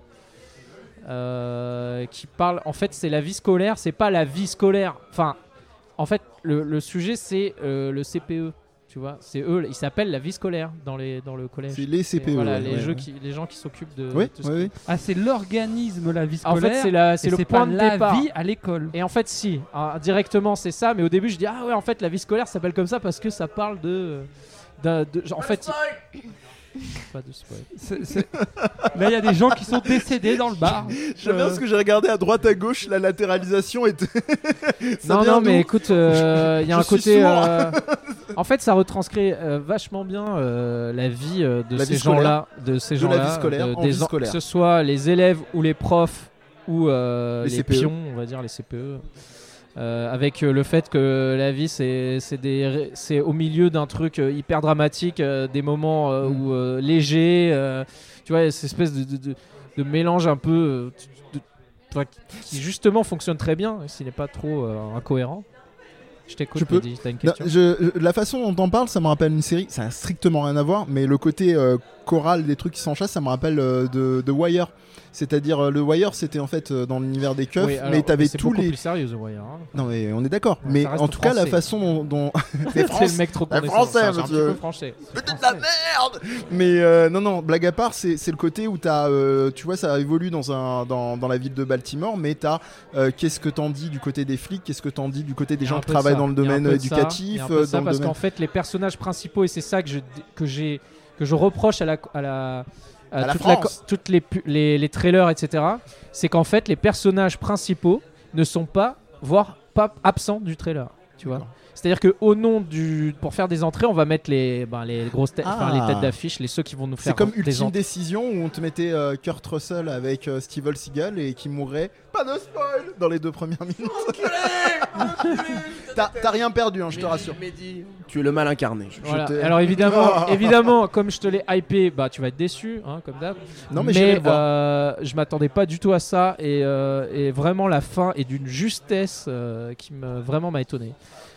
[SPEAKER 4] euh, qui parle. En fait, c'est la vie scolaire. C'est pas la vie scolaire. Enfin, en fait, le, le sujet c'est euh, le CPE. Tu vois, c'est eux. Ils s'appellent la vie scolaire dans les dans le collège.
[SPEAKER 1] C'est les
[SPEAKER 4] Et
[SPEAKER 1] CPE,
[SPEAKER 4] Voilà,
[SPEAKER 1] ouais,
[SPEAKER 4] les
[SPEAKER 1] ouais,
[SPEAKER 4] jeux
[SPEAKER 1] ouais.
[SPEAKER 4] qui, les gens qui s'occupent de.
[SPEAKER 1] Oui,
[SPEAKER 4] tout ce
[SPEAKER 1] oui, oui.
[SPEAKER 4] qui-
[SPEAKER 5] Ah, c'est l'organisme, la vie
[SPEAKER 4] en
[SPEAKER 5] scolaire.
[SPEAKER 4] fait, c'est la- c'est
[SPEAKER 5] et
[SPEAKER 4] le point
[SPEAKER 5] pas
[SPEAKER 4] de
[SPEAKER 5] la
[SPEAKER 4] départ.
[SPEAKER 5] vie à l'école.
[SPEAKER 4] Et en fait, si, hein, directement c'est ça, mais au début je dis ah ouais, en fait la vie scolaire s'appelle comme ça parce que ça parle de. d'un- de- en fait. Pas de spoil.
[SPEAKER 5] C'est- c'est- Là, il y a des gens qui sont décédés dans le bar.
[SPEAKER 1] J'aime
[SPEAKER 4] Euh.
[SPEAKER 1] bien parce que j'ai regardé à droite à gauche, la latéralisation était. Ça
[SPEAKER 4] non,
[SPEAKER 1] vient
[SPEAKER 4] non,
[SPEAKER 1] d'où
[SPEAKER 4] mais écoute, euh, il y a
[SPEAKER 1] Je
[SPEAKER 4] un
[SPEAKER 1] suis
[SPEAKER 4] côté.
[SPEAKER 1] sourd.
[SPEAKER 4] euh, en fait, ça retranscrit euh, vachement bien euh, la vie euh, de
[SPEAKER 1] La
[SPEAKER 4] ces
[SPEAKER 1] vie scolaire.
[SPEAKER 4] gens-là, de ces
[SPEAKER 1] De
[SPEAKER 4] gens-là,
[SPEAKER 1] la vie scolaire en
[SPEAKER 4] des
[SPEAKER 1] vie
[SPEAKER 4] en-
[SPEAKER 1] scolaire.
[SPEAKER 4] que ce soit les élèves ou les profs ou euh,
[SPEAKER 1] Les E.
[SPEAKER 4] les,
[SPEAKER 1] CPE.
[SPEAKER 4] pions, on va dire les CPE. euh, avec euh, le fait que la vie c'est c'est des ré- c'est au milieu d'un truc euh, hyper dramatique, euh, des moments euh,
[SPEAKER 1] Mm.
[SPEAKER 4] où euh, légers, euh, tu vois, cette espèce de, de- de- de mélange un peu euh, de- de- enfin, qui- qui justement fonctionne très bien, s'il n'est pas trop euh, incohérent. Je t'écoute,
[SPEAKER 1] Je peux
[SPEAKER 4] Mehdi, t'as une
[SPEAKER 1] Non,
[SPEAKER 4] question
[SPEAKER 1] je- je- la façon dont t'en parles, ça me rappelle une série, ça a strictement rien à voir, mais le côté euh, choral des trucs qui s'enchassent, ça me rappelle euh, de, de Wire. C'est-à-dire, euh, le Wire, c'était en fait euh, dans l'univers des keufs,
[SPEAKER 4] Oui, alors,
[SPEAKER 1] mais t'avais
[SPEAKER 4] c'est
[SPEAKER 1] tous
[SPEAKER 4] beaucoup
[SPEAKER 1] les.
[SPEAKER 4] plus sérieux, The Wire, hein.
[SPEAKER 1] Non, mais on est d'accord.
[SPEAKER 4] Ouais,
[SPEAKER 1] mais
[SPEAKER 4] ça reste
[SPEAKER 1] en tout cas, la
[SPEAKER 4] français.
[SPEAKER 1] façon dont. dont-
[SPEAKER 4] C'est le
[SPEAKER 1] Français,
[SPEAKER 4] mec trop
[SPEAKER 1] les
[SPEAKER 4] connaissant,
[SPEAKER 1] Français,
[SPEAKER 4] c'est un- c'est un petit
[SPEAKER 1] monsieur.
[SPEAKER 4] peu français. C'est
[SPEAKER 1] Peut-être la merde Mais euh, non, non, blague à part, c'est c'est le côté où t'as, euh, tu vois, ça évolue dans, un, dans, dans la ville de Baltimore, mais t'as euh, qu'est-ce que t'en dis du côté des flics, qu'est-ce que t'en dis du côté des
[SPEAKER 4] Il y a un
[SPEAKER 1] gens qui
[SPEAKER 4] peu de
[SPEAKER 1] travaillent
[SPEAKER 4] ça.
[SPEAKER 1] dans le
[SPEAKER 4] Il y a un
[SPEAKER 1] domaine
[SPEAKER 4] peu de ça. Il y
[SPEAKER 1] éducatif,
[SPEAKER 4] a un peu de
[SPEAKER 1] euh,
[SPEAKER 4] ça
[SPEAKER 1] dans le
[SPEAKER 4] parce
[SPEAKER 1] domaine.
[SPEAKER 4] qu'en fait les personnages principaux et c'est ça que je que j'ai que je reproche à la à la
[SPEAKER 1] À la
[SPEAKER 4] toute co-
[SPEAKER 1] France.
[SPEAKER 4] toutes les, pu- les les trailers etc. C'est qu'en fait les personnages principaux ne sont pas voire pas absents du trailer. Tu vois. C'est-à-dire que au nom du pour faire des entrées on va mettre les ben, les grosses têtes enfin,
[SPEAKER 1] Ah.
[SPEAKER 4] les têtes d'affiche les ceux qui vont nous faire
[SPEAKER 1] C'est comme
[SPEAKER 4] des
[SPEAKER 1] Ultime
[SPEAKER 4] entrées.
[SPEAKER 1] Décision où on te mettait euh, Kurt Russell avec euh, Steven Seagal et qui mourait, pas de spoil, dans les deux premières minutes. T'as t'as rien perdu, hein, je te rassure.
[SPEAKER 8] Tu es le mal incarné.
[SPEAKER 1] Je
[SPEAKER 4] Voilà.
[SPEAKER 1] t'ai-
[SPEAKER 4] Alors évidemment,
[SPEAKER 1] Ah.
[SPEAKER 4] évidemment, comme je te l'ai hypé, bah tu vas être déçu, hein, comme d'hab.
[SPEAKER 1] Non, mais j'irai le voir.
[SPEAKER 4] euh, je m'attendais pas du tout à ça et, euh, et vraiment la fin est d'une justesse euh, qui me vraiment m'a étonné.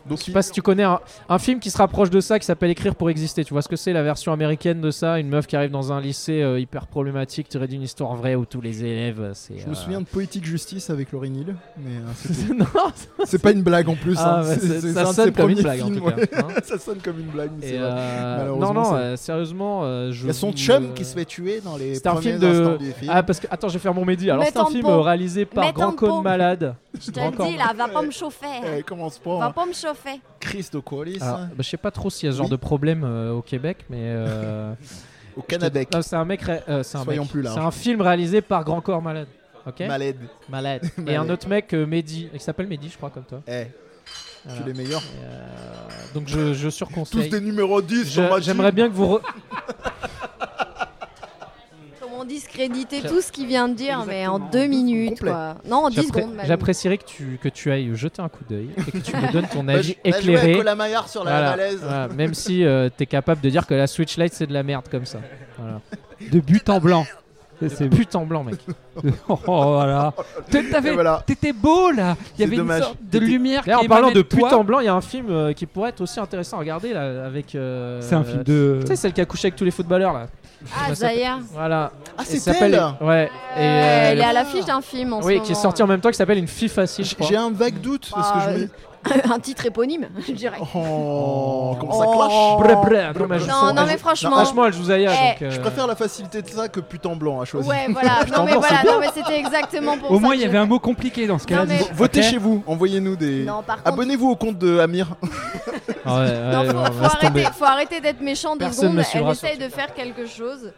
[SPEAKER 1] Donc,
[SPEAKER 4] je sais pas si tu connais un, un film qui se rapproche de ça, qui s'appelle Écrire pour exister. Tu vois ce que c'est la version américaine de ça Une meuf qui arrive dans un lycée euh, hyper problématique, tirée d'une histoire vraie où tous les élèves, euh, c'est.
[SPEAKER 1] Je me souviens de Poétique Justice avec Laurie Hill, mais euh, c'est tout.
[SPEAKER 4] non,
[SPEAKER 1] c'est pas une blague en plus.
[SPEAKER 4] Ah,
[SPEAKER 1] hein.
[SPEAKER 4] bah,
[SPEAKER 1] C'est-
[SPEAKER 4] c'est-
[SPEAKER 1] c'est
[SPEAKER 4] ça
[SPEAKER 1] un de
[SPEAKER 4] sonne
[SPEAKER 1] ses
[SPEAKER 4] comme
[SPEAKER 1] premiers
[SPEAKER 4] une blague, en
[SPEAKER 1] films,
[SPEAKER 4] tout cas,
[SPEAKER 1] ouais.
[SPEAKER 4] hein.
[SPEAKER 1] ça sonne comme une blague. mais
[SPEAKER 4] Et,
[SPEAKER 1] c'est vrai.
[SPEAKER 4] euh,
[SPEAKER 1] Malheureusement,
[SPEAKER 4] non, non,
[SPEAKER 1] c'est-
[SPEAKER 4] euh, sérieusement, euh, je.
[SPEAKER 1] Il y a son
[SPEAKER 4] vous,
[SPEAKER 1] chum
[SPEAKER 4] euh,
[SPEAKER 1] qui se fait tuer dans les
[SPEAKER 4] C'est un
[SPEAKER 1] premiers
[SPEAKER 4] film
[SPEAKER 1] instants
[SPEAKER 4] de.
[SPEAKER 1] du film.
[SPEAKER 4] Ah, parce que. Attends, je vais faire mon Mehdi. Alors,
[SPEAKER 7] Mets
[SPEAKER 4] c'est un
[SPEAKER 7] ton
[SPEAKER 4] film
[SPEAKER 7] pot.
[SPEAKER 4] euh, réalisé par
[SPEAKER 7] Mets
[SPEAKER 4] Grand
[SPEAKER 7] ton pot.
[SPEAKER 4] Con Malade.
[SPEAKER 7] Je te
[SPEAKER 4] Grand
[SPEAKER 7] le
[SPEAKER 4] Con
[SPEAKER 7] dis, là, va pas me chauffer.
[SPEAKER 1] Eh, commence pas.
[SPEAKER 7] Va
[SPEAKER 1] hein.
[SPEAKER 7] pas me chauffer.
[SPEAKER 1] Chris de Coalis.
[SPEAKER 4] Alors, bah, je sais pas trop s'il y a ce genre de problème euh, au Québec, mais. euh,
[SPEAKER 1] Au
[SPEAKER 4] je te-
[SPEAKER 1] Canabec.
[SPEAKER 4] Non, C'est un mec. ré- euh, c'est un
[SPEAKER 1] Soyons
[SPEAKER 4] mec.
[SPEAKER 1] plus larges.
[SPEAKER 4] C'est un film réalisé par Grand Corps Malade. Ok
[SPEAKER 1] Malade.
[SPEAKER 4] Malade. Et
[SPEAKER 1] Malade.
[SPEAKER 4] un autre mec, euh, Mehdi, qui s'appelle Mehdi, je crois, comme toi.
[SPEAKER 1] Eh,
[SPEAKER 4] Voilà.
[SPEAKER 1] tu les meilleurs.
[SPEAKER 4] Et, euh, Donc je, je
[SPEAKER 1] Tous
[SPEAKER 4] surconseille.
[SPEAKER 1] des numéros 10
[SPEAKER 4] Je-
[SPEAKER 1] dans ma team.
[SPEAKER 4] J'aimerais bien que vous. re-
[SPEAKER 7] Comment discréditer
[SPEAKER 4] J'a-
[SPEAKER 7] tout ce qu'il vient de dire, mais en deux minutes,
[SPEAKER 1] Complet.
[SPEAKER 7] quoi. Non, en dix
[SPEAKER 4] J'appré-
[SPEAKER 7] secondes, même.
[SPEAKER 4] J'apprécierais que tu, que tu ailles jeter un coup d'œil et que tu me donnes ton
[SPEAKER 1] Bah, je-
[SPEAKER 4] avis
[SPEAKER 1] bah, je vais à
[SPEAKER 4] éclairé.
[SPEAKER 1] Colin Maillard sur la
[SPEAKER 4] Voilà,
[SPEAKER 1] malaise.
[SPEAKER 4] voilà, Même si euh, t'es capable de dire que la Switch Lite c'est de la merde comme ça. Voilà.
[SPEAKER 5] De but en blanc. C'est- c'est-
[SPEAKER 4] Putain blanc mec.
[SPEAKER 5] Oh, voilà. T'es-
[SPEAKER 1] Et
[SPEAKER 5] t'avais-
[SPEAKER 1] voilà.
[SPEAKER 5] T'étais beau là. Il
[SPEAKER 1] C'est
[SPEAKER 5] y avait
[SPEAKER 1] dommage.
[SPEAKER 5] une sorte de lumière.
[SPEAKER 4] D'ailleurs,
[SPEAKER 5] qui
[SPEAKER 4] en parlant
[SPEAKER 5] émanait
[SPEAKER 4] de
[SPEAKER 5] toi.
[SPEAKER 4] putain blanc, il y a un film euh, qui pourrait être aussi intéressant à regarder là avec. euh,
[SPEAKER 5] C'est un film de.
[SPEAKER 4] Tu sais celle qui a couché avec tous les footballeurs là.
[SPEAKER 7] Ah,
[SPEAKER 4] ça
[SPEAKER 7] Zaya.
[SPEAKER 4] Voilà.
[SPEAKER 1] Ah,
[SPEAKER 4] Et
[SPEAKER 1] c'est
[SPEAKER 4] ça s'appelle-
[SPEAKER 1] elle
[SPEAKER 4] Ouais. Et, euh,
[SPEAKER 7] elle est à l'affiche d'un film en ce
[SPEAKER 4] Oui,
[SPEAKER 7] moment.
[SPEAKER 4] qui est sorti en même temps qui s'appelle Une fille facile. je crois.
[SPEAKER 1] J'ai un vague doute parce que je me-
[SPEAKER 7] Euh, un titre éponyme, je dirais.
[SPEAKER 1] Oh,
[SPEAKER 4] comment ça clash. Brr, brr, dommage, elles
[SPEAKER 7] Non,
[SPEAKER 4] sont-
[SPEAKER 7] non, mais
[SPEAKER 4] elles-
[SPEAKER 7] franchement.
[SPEAKER 4] non, franchement, elles vous aillent,
[SPEAKER 7] Eh,
[SPEAKER 4] donc, euh,
[SPEAKER 1] Je préfère la facilité de ça que putain blanc à choisir.
[SPEAKER 7] Ouais, voilà.
[SPEAKER 1] Putain
[SPEAKER 7] Non, mais
[SPEAKER 1] blanc, c'est
[SPEAKER 7] voilà,
[SPEAKER 1] bien.
[SPEAKER 7] non, mais c'était exactement pour
[SPEAKER 1] Au
[SPEAKER 7] ça.
[SPEAKER 1] moins,
[SPEAKER 7] que
[SPEAKER 1] il y
[SPEAKER 7] je-
[SPEAKER 1] avait
[SPEAKER 5] un mot compliqué dans ce
[SPEAKER 7] cas-là, Non, mais- disons.
[SPEAKER 1] Votez
[SPEAKER 7] Ok.
[SPEAKER 1] chez vous, envoyez-nous des.
[SPEAKER 7] Non, par contre-
[SPEAKER 1] Abonnez-vous au compte de Amir.
[SPEAKER 4] ouais, ouais,
[SPEAKER 7] Faut arrêter, faut arrêter d'être méchant deux
[SPEAKER 1] Personne
[SPEAKER 7] secondes.
[SPEAKER 1] me
[SPEAKER 7] Elle
[SPEAKER 1] suivra sur
[SPEAKER 7] essaye de faire quelque chose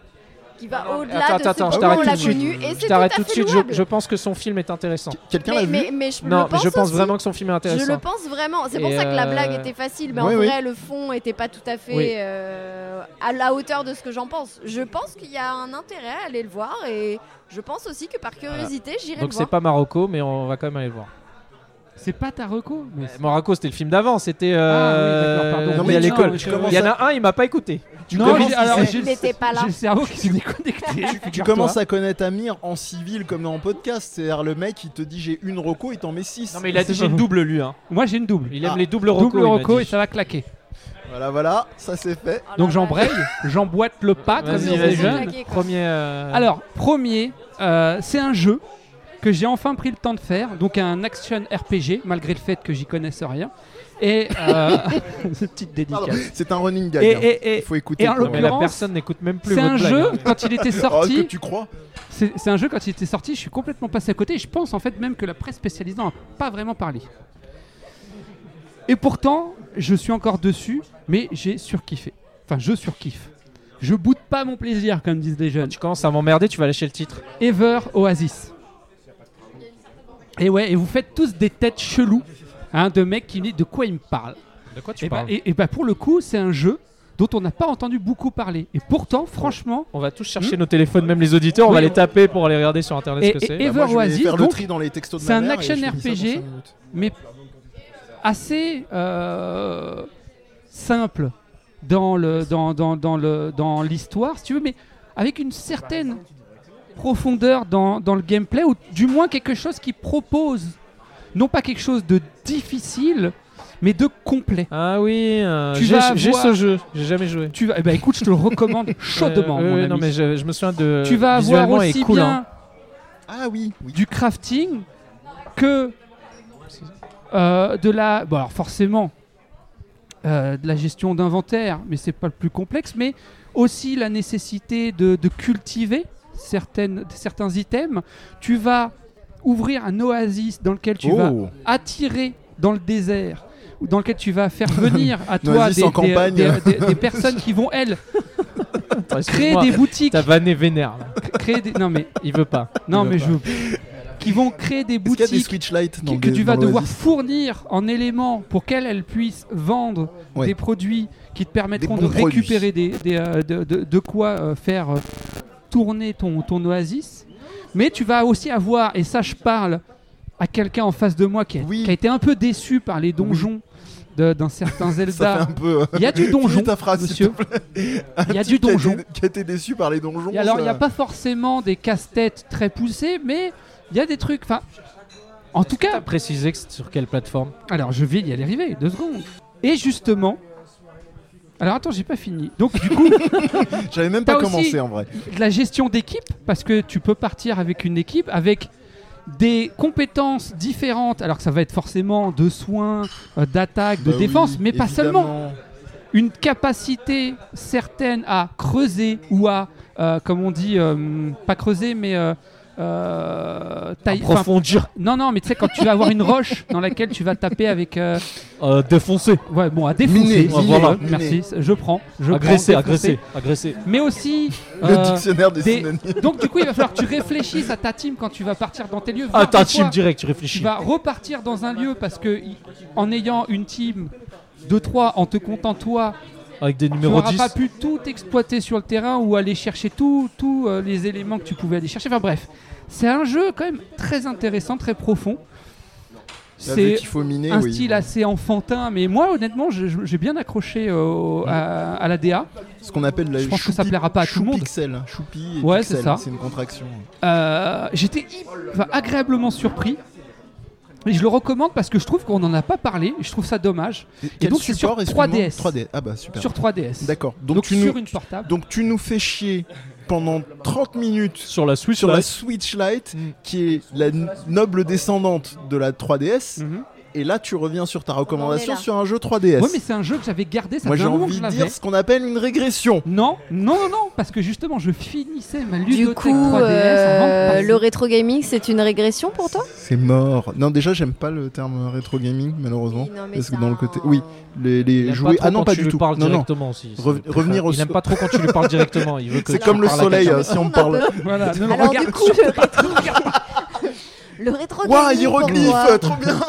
[SPEAKER 7] qui va au-delà
[SPEAKER 4] Attends,
[SPEAKER 7] de ce
[SPEAKER 4] attends, je
[SPEAKER 7] pourquoi
[SPEAKER 4] t'arrête
[SPEAKER 7] on
[SPEAKER 4] tout de
[SPEAKER 7] l'a
[SPEAKER 4] suite.
[SPEAKER 7] connu. Et
[SPEAKER 4] Je
[SPEAKER 7] c'est tout à
[SPEAKER 4] t'arrête tout de
[SPEAKER 7] fait
[SPEAKER 4] suite. Je,
[SPEAKER 7] louable.
[SPEAKER 4] je pense que son film est intéressant.
[SPEAKER 1] Quelqu'un
[SPEAKER 7] Mais- l'a vu mais- mais je
[SPEAKER 4] Non,
[SPEAKER 7] le pense
[SPEAKER 4] je pense
[SPEAKER 7] aussi.
[SPEAKER 4] vraiment que son film est intéressant.
[SPEAKER 7] Je le pense vraiment. C'est pour
[SPEAKER 4] Et,
[SPEAKER 7] ça que la
[SPEAKER 4] euh,
[SPEAKER 7] blague était facile, mais
[SPEAKER 4] oui,
[SPEAKER 7] en
[SPEAKER 4] oui.
[SPEAKER 7] vrai, le fond était pas tout à fait
[SPEAKER 4] Oui.
[SPEAKER 7] euh, à la hauteur de ce que j'en pense. Je pense qu'il y a un intérêt à aller le voir et je pense aussi que par curiosité, j'irai le
[SPEAKER 4] Donc c'est
[SPEAKER 7] voir.
[SPEAKER 4] pas Marocco, mais on va quand même aller le voir.
[SPEAKER 5] C'est pas ta reco mais
[SPEAKER 4] Euh, Morocco, c'était le film d'avant, c'était.
[SPEAKER 5] Ah oui,
[SPEAKER 4] Euh...
[SPEAKER 5] d'accord, pardon.
[SPEAKER 4] il
[SPEAKER 5] Non, mais
[SPEAKER 4] y a
[SPEAKER 5] tu
[SPEAKER 4] l'école.
[SPEAKER 5] commences- tu commences
[SPEAKER 4] Il y en
[SPEAKER 5] à-
[SPEAKER 4] a un, il m'a pas écouté.
[SPEAKER 5] Tu Non, commences- j'ai- alors, j'ai le- Mais t'es pas là. j'ai le cerveau qui s'est
[SPEAKER 1] Tu,
[SPEAKER 5] déconnecté.
[SPEAKER 1] tu
[SPEAKER 5] Figure-toi.
[SPEAKER 1] commences à connaître Amir en civil comme en podcast. C'est-à-dire le mec, il te dit j'ai une reco, il t'en met six.
[SPEAKER 4] Non, mais il a dit j'ai une double lui. Hein.
[SPEAKER 5] Moi j'ai une double.
[SPEAKER 4] Il aime
[SPEAKER 1] Ah.
[SPEAKER 4] les doubles recos.
[SPEAKER 5] Double
[SPEAKER 4] il m'a
[SPEAKER 5] reco
[SPEAKER 4] dit.
[SPEAKER 5] et ça va claquer.
[SPEAKER 1] Voilà, voilà, ça c'est fait.
[SPEAKER 5] Ah Donc j'embraye, j'emboîte le pas comme
[SPEAKER 4] Vas-y,
[SPEAKER 5] disent les
[SPEAKER 4] vas-y.
[SPEAKER 5] jeunes.
[SPEAKER 4] Premier. euh,
[SPEAKER 5] Alors, premier, euh, c'est un jeu que j'ai enfin pris le temps de faire, donc un action RPG, malgré le fait que j'y connaisse rien. Et euh, cette petite dédicace.
[SPEAKER 1] Pardon, C'est un running gag.
[SPEAKER 5] Et-
[SPEAKER 1] hein.
[SPEAKER 5] et- et-
[SPEAKER 1] il faut écouter.
[SPEAKER 5] et en
[SPEAKER 1] pour-
[SPEAKER 5] l'occurrence, Mais la personne
[SPEAKER 4] n'écoute même
[SPEAKER 5] C'est un jeu, quand il était sorti.
[SPEAKER 1] Oh, que tu crois
[SPEAKER 5] C'est c'est un jeu, quand il était sorti, je suis complètement passé à côté. Et je pense en fait même que la presse spécialisée n'en a pas vraiment parlé. Et pourtant, je suis encore dessus, mais j'ai surkiffé. Enfin, je surkiffe. Je boude pas mon plaisir, comme disent les jeunes.
[SPEAKER 4] Tu commences à m'emmerder, tu vas lâcher le titre.
[SPEAKER 5] Ever Oasis. Et ouais, et vous faites tous des têtes cheloues hein, de mecs qui me disent de quoi ils me parlent.
[SPEAKER 4] De quoi tu
[SPEAKER 5] et bah-
[SPEAKER 4] parles
[SPEAKER 5] et, et bah pour le coup, c'est un jeu dont on n'a pas entendu beaucoup parler. Et pourtant, franchement.
[SPEAKER 4] On va tous chercher nos téléphones, même les auditeurs, on va les taper pour aller regarder sur internet
[SPEAKER 5] Et,
[SPEAKER 7] E-
[SPEAKER 4] ce que c'est. Bah,
[SPEAKER 5] et Ever Oasis, donc, c'est un action RPG, mais assez euh, simple dans le dans, dans, dans le dans l'histoire, si tu veux, mais avec une certaine profondeur dans, dans le gameplay ou du moins quelque chose qui propose non pas quelque chose de difficile mais de complet.
[SPEAKER 4] Ah oui,
[SPEAKER 5] tu
[SPEAKER 4] j'ai-
[SPEAKER 5] vas
[SPEAKER 4] j'ai
[SPEAKER 5] avoir-
[SPEAKER 4] ce jeu, j'ai jamais joué.
[SPEAKER 5] Tu vas, eh ben, écoute, je te le recommande chaudement.
[SPEAKER 4] Euh, ouais,
[SPEAKER 5] mon
[SPEAKER 4] ouais,
[SPEAKER 5] ami.
[SPEAKER 4] non, mais je, je me souviens de.
[SPEAKER 5] Tu vas avoir
[SPEAKER 4] visuellement, il est
[SPEAKER 5] aussi
[SPEAKER 4] cool,
[SPEAKER 5] bien
[SPEAKER 4] hein.
[SPEAKER 1] Ah
[SPEAKER 5] du crafting que euh, de la. Bon, alors forcément, euh, de la gestion d'inventaire, mais c'est pas le plus complexe, mais aussi la nécessité de, de cultiver certaines, certains items. Tu vas ouvrir un oasis dans lequel tu
[SPEAKER 1] Oh.
[SPEAKER 5] vas attirer dans le désert ou dans lequel tu vas faire venir à
[SPEAKER 1] Une
[SPEAKER 5] toi
[SPEAKER 1] oasis
[SPEAKER 5] des,
[SPEAKER 1] en
[SPEAKER 5] des-
[SPEAKER 1] campagne.
[SPEAKER 5] des- des- des personnes qui vont elles
[SPEAKER 4] Attends,
[SPEAKER 5] créer
[SPEAKER 4] excuse-moi,
[SPEAKER 5] des boutiques
[SPEAKER 4] T'as vanné vénère. là.
[SPEAKER 5] créer des non mais
[SPEAKER 4] Il veut pas.
[SPEAKER 5] non
[SPEAKER 4] Il
[SPEAKER 5] mais
[SPEAKER 4] veut
[SPEAKER 5] je
[SPEAKER 4] pas.
[SPEAKER 5] veux qui vont créer des
[SPEAKER 1] Est-ce qu'il y a
[SPEAKER 5] boutiques
[SPEAKER 1] des Switch Lite dans
[SPEAKER 5] que, que
[SPEAKER 1] le-
[SPEAKER 5] tu
[SPEAKER 1] dans
[SPEAKER 5] vas devoir
[SPEAKER 1] l'Oasis
[SPEAKER 5] fournir en éléments pour qu'elles elles puissent vendre
[SPEAKER 1] Ouais.
[SPEAKER 5] des produits qui te permettront
[SPEAKER 1] Des
[SPEAKER 5] de
[SPEAKER 1] bons produits.
[SPEAKER 5] récupérer des, des, euh, de, de- de quoi euh, faire euh, tourner ton, ton oasis. Mais tu vas aussi avoir, et ça je parle à quelqu'un en face de moi qui a, qui a été un peu déçu par les donjons de- d'un certain Zelda.
[SPEAKER 1] Ça fait un peu. euh,
[SPEAKER 5] Il y a du
[SPEAKER 1] finis
[SPEAKER 5] donjon,
[SPEAKER 1] ta phrase, s'il
[SPEAKER 5] monsieur.
[SPEAKER 1] te plaît.
[SPEAKER 5] Il y a
[SPEAKER 1] Un
[SPEAKER 5] du
[SPEAKER 1] type qui
[SPEAKER 5] donjon.
[SPEAKER 1] été- Qui a été déçu par les donjons.
[SPEAKER 5] Et alors,
[SPEAKER 1] ça-
[SPEAKER 5] il n'y a pas forcément des casse-têtes très poussés, mais il y a des trucs. Enfin, en tout cas.
[SPEAKER 4] Préciser que c'est sur quelle plateforme
[SPEAKER 5] Alors, je vais y aller arriver, deux secondes. Et justement. Alors, attends, j'ai pas fini. Donc, du coup.
[SPEAKER 1] J'avais même
[SPEAKER 5] t'as
[SPEAKER 1] pas
[SPEAKER 5] aussi
[SPEAKER 1] commencé en vrai.
[SPEAKER 5] De la gestion d'équipe, parce que tu peux partir avec une équipe, avec des compétences différentes. Alors que ça va être forcément de soins, euh, d'attaque, de
[SPEAKER 1] Bah oui,
[SPEAKER 5] défense, mais pas
[SPEAKER 1] évidemment.
[SPEAKER 5] seulement une capacité certaine à creuser ou à, euh, comme on dit, euh, pas creuser, mais euh, euh, taille- enfin,
[SPEAKER 4] Approfondir.
[SPEAKER 5] Non, non, mais tu sais, quand tu vas avoir une roche dans laquelle tu vas taper avec. euh,
[SPEAKER 4] Euh, Défoncer.
[SPEAKER 5] ouais, bon, à défoncer.
[SPEAKER 4] Miner, voilà.
[SPEAKER 5] Merci, je prends. Je
[SPEAKER 4] Agresser,
[SPEAKER 5] prends,
[SPEAKER 4] agresser,
[SPEAKER 5] défoncer.
[SPEAKER 4] agresser.
[SPEAKER 5] Mais aussi.
[SPEAKER 1] Le
[SPEAKER 5] euh,
[SPEAKER 1] dictionnaire des,
[SPEAKER 5] des-
[SPEAKER 1] synonymes.
[SPEAKER 5] Donc, du coup, il va falloir que tu réfléchisses à ta team quand tu vas partir dans tes lieux.
[SPEAKER 4] Ah,
[SPEAKER 5] voir
[SPEAKER 4] t'as un
[SPEAKER 5] des
[SPEAKER 4] team
[SPEAKER 5] fois-
[SPEAKER 4] direct, tu
[SPEAKER 5] tu
[SPEAKER 4] réfléchis.
[SPEAKER 5] vas repartir dans un lieu parce que y- en ayant une team de 3 en te comptant toi
[SPEAKER 4] Avec des
[SPEAKER 5] tu
[SPEAKER 4] numéros
[SPEAKER 5] n'auras
[SPEAKER 4] 10.
[SPEAKER 5] pas pu tout exploiter sur le terrain ou aller chercher tous tous, euh, les éléments que tu pouvais aller chercher enfin bref c'est un jeu quand même très intéressant très profond
[SPEAKER 1] T'as
[SPEAKER 5] c'est
[SPEAKER 1] vu qu'il faut miner,
[SPEAKER 5] un
[SPEAKER 1] oui.
[SPEAKER 5] style assez enfantin mais moi honnêtement je- je- j'ai bien accroché euh, à, à la DA
[SPEAKER 1] Mmh. Ce qu'on appelle la
[SPEAKER 5] je pense que ça
[SPEAKER 1] choupi-
[SPEAKER 5] plaira pas à tout le monde
[SPEAKER 1] Pixel, choupi. et
[SPEAKER 5] Ouais,
[SPEAKER 1] pixel.
[SPEAKER 5] c'est ça.
[SPEAKER 1] C'est une contraction.
[SPEAKER 5] Euh, J'étais hy- enfin, agréablement surpris. Et je le recommande parce que je trouve qu'on n'en a pas parlé. et Je trouve ça dommage. Et
[SPEAKER 1] Quel
[SPEAKER 5] donc c'est sur
[SPEAKER 1] support, excuse-moi
[SPEAKER 5] 3DS.
[SPEAKER 1] 3D. Ah bah super.
[SPEAKER 5] Sur 3DS.
[SPEAKER 1] D'accord.
[SPEAKER 5] Donc,
[SPEAKER 1] Donc, tu
[SPEAKER 5] sur
[SPEAKER 1] nous
[SPEAKER 5] une portable.
[SPEAKER 1] donc tu nous fais chier pendant 30 minutes
[SPEAKER 4] Sur la Switch, Mm.
[SPEAKER 1] sur la
[SPEAKER 4] là. Mm-hmm.
[SPEAKER 1] Switch Lite qui est la n- noble descendante de la 3DS Et là, tu reviens sur ta recommandation
[SPEAKER 5] On en est là.
[SPEAKER 1] sur un jeu 3DS.
[SPEAKER 5] Ouais, mais c'est un jeu que j'avais gardé, ça
[SPEAKER 1] Moi,
[SPEAKER 5] faisait
[SPEAKER 1] j'ai
[SPEAKER 5] un moment que je
[SPEAKER 1] envie de
[SPEAKER 5] l'avais.
[SPEAKER 1] dire ce qu'on appelle une régression.
[SPEAKER 5] Non, non, non, non, parce que justement, je finissais ma ludothèque
[SPEAKER 7] Du coup,
[SPEAKER 5] 3DS avant de
[SPEAKER 7] euh,
[SPEAKER 5] passer.
[SPEAKER 7] le rétro gaming, c'est une régression pour toi
[SPEAKER 1] C'est mort. Non, déjà, j'aime pas le terme rétro gaming, malheureusement. parce que dans le côté. Oui, les, les
[SPEAKER 4] aime
[SPEAKER 1] jouets.
[SPEAKER 4] pas trop
[SPEAKER 1] Ah non,
[SPEAKER 4] quand
[SPEAKER 1] pas
[SPEAKER 4] tu
[SPEAKER 1] du
[SPEAKER 4] lui
[SPEAKER 1] tout.
[SPEAKER 4] parles
[SPEAKER 1] non, non.
[SPEAKER 4] directement aussi, ça
[SPEAKER 1] Rev-
[SPEAKER 4] me préfère.
[SPEAKER 1] revenir au
[SPEAKER 4] Il aime pas trop quand tu lui parles directement, il veut que
[SPEAKER 1] C'est
[SPEAKER 4] tu
[SPEAKER 1] comme le
[SPEAKER 4] parles à
[SPEAKER 1] soleil,
[SPEAKER 4] quelqu'un.
[SPEAKER 1] euh, si on
[SPEAKER 4] On
[SPEAKER 1] me
[SPEAKER 4] a
[SPEAKER 1] parle.
[SPEAKER 4] peur. Voilà, non, mais
[SPEAKER 7] Alors
[SPEAKER 4] regarde.
[SPEAKER 7] du coup, le rétro Le rétro gaming.
[SPEAKER 1] Ouah,
[SPEAKER 7] pour
[SPEAKER 1] hiéroglyphe,
[SPEAKER 7] moi.
[SPEAKER 1] trop bien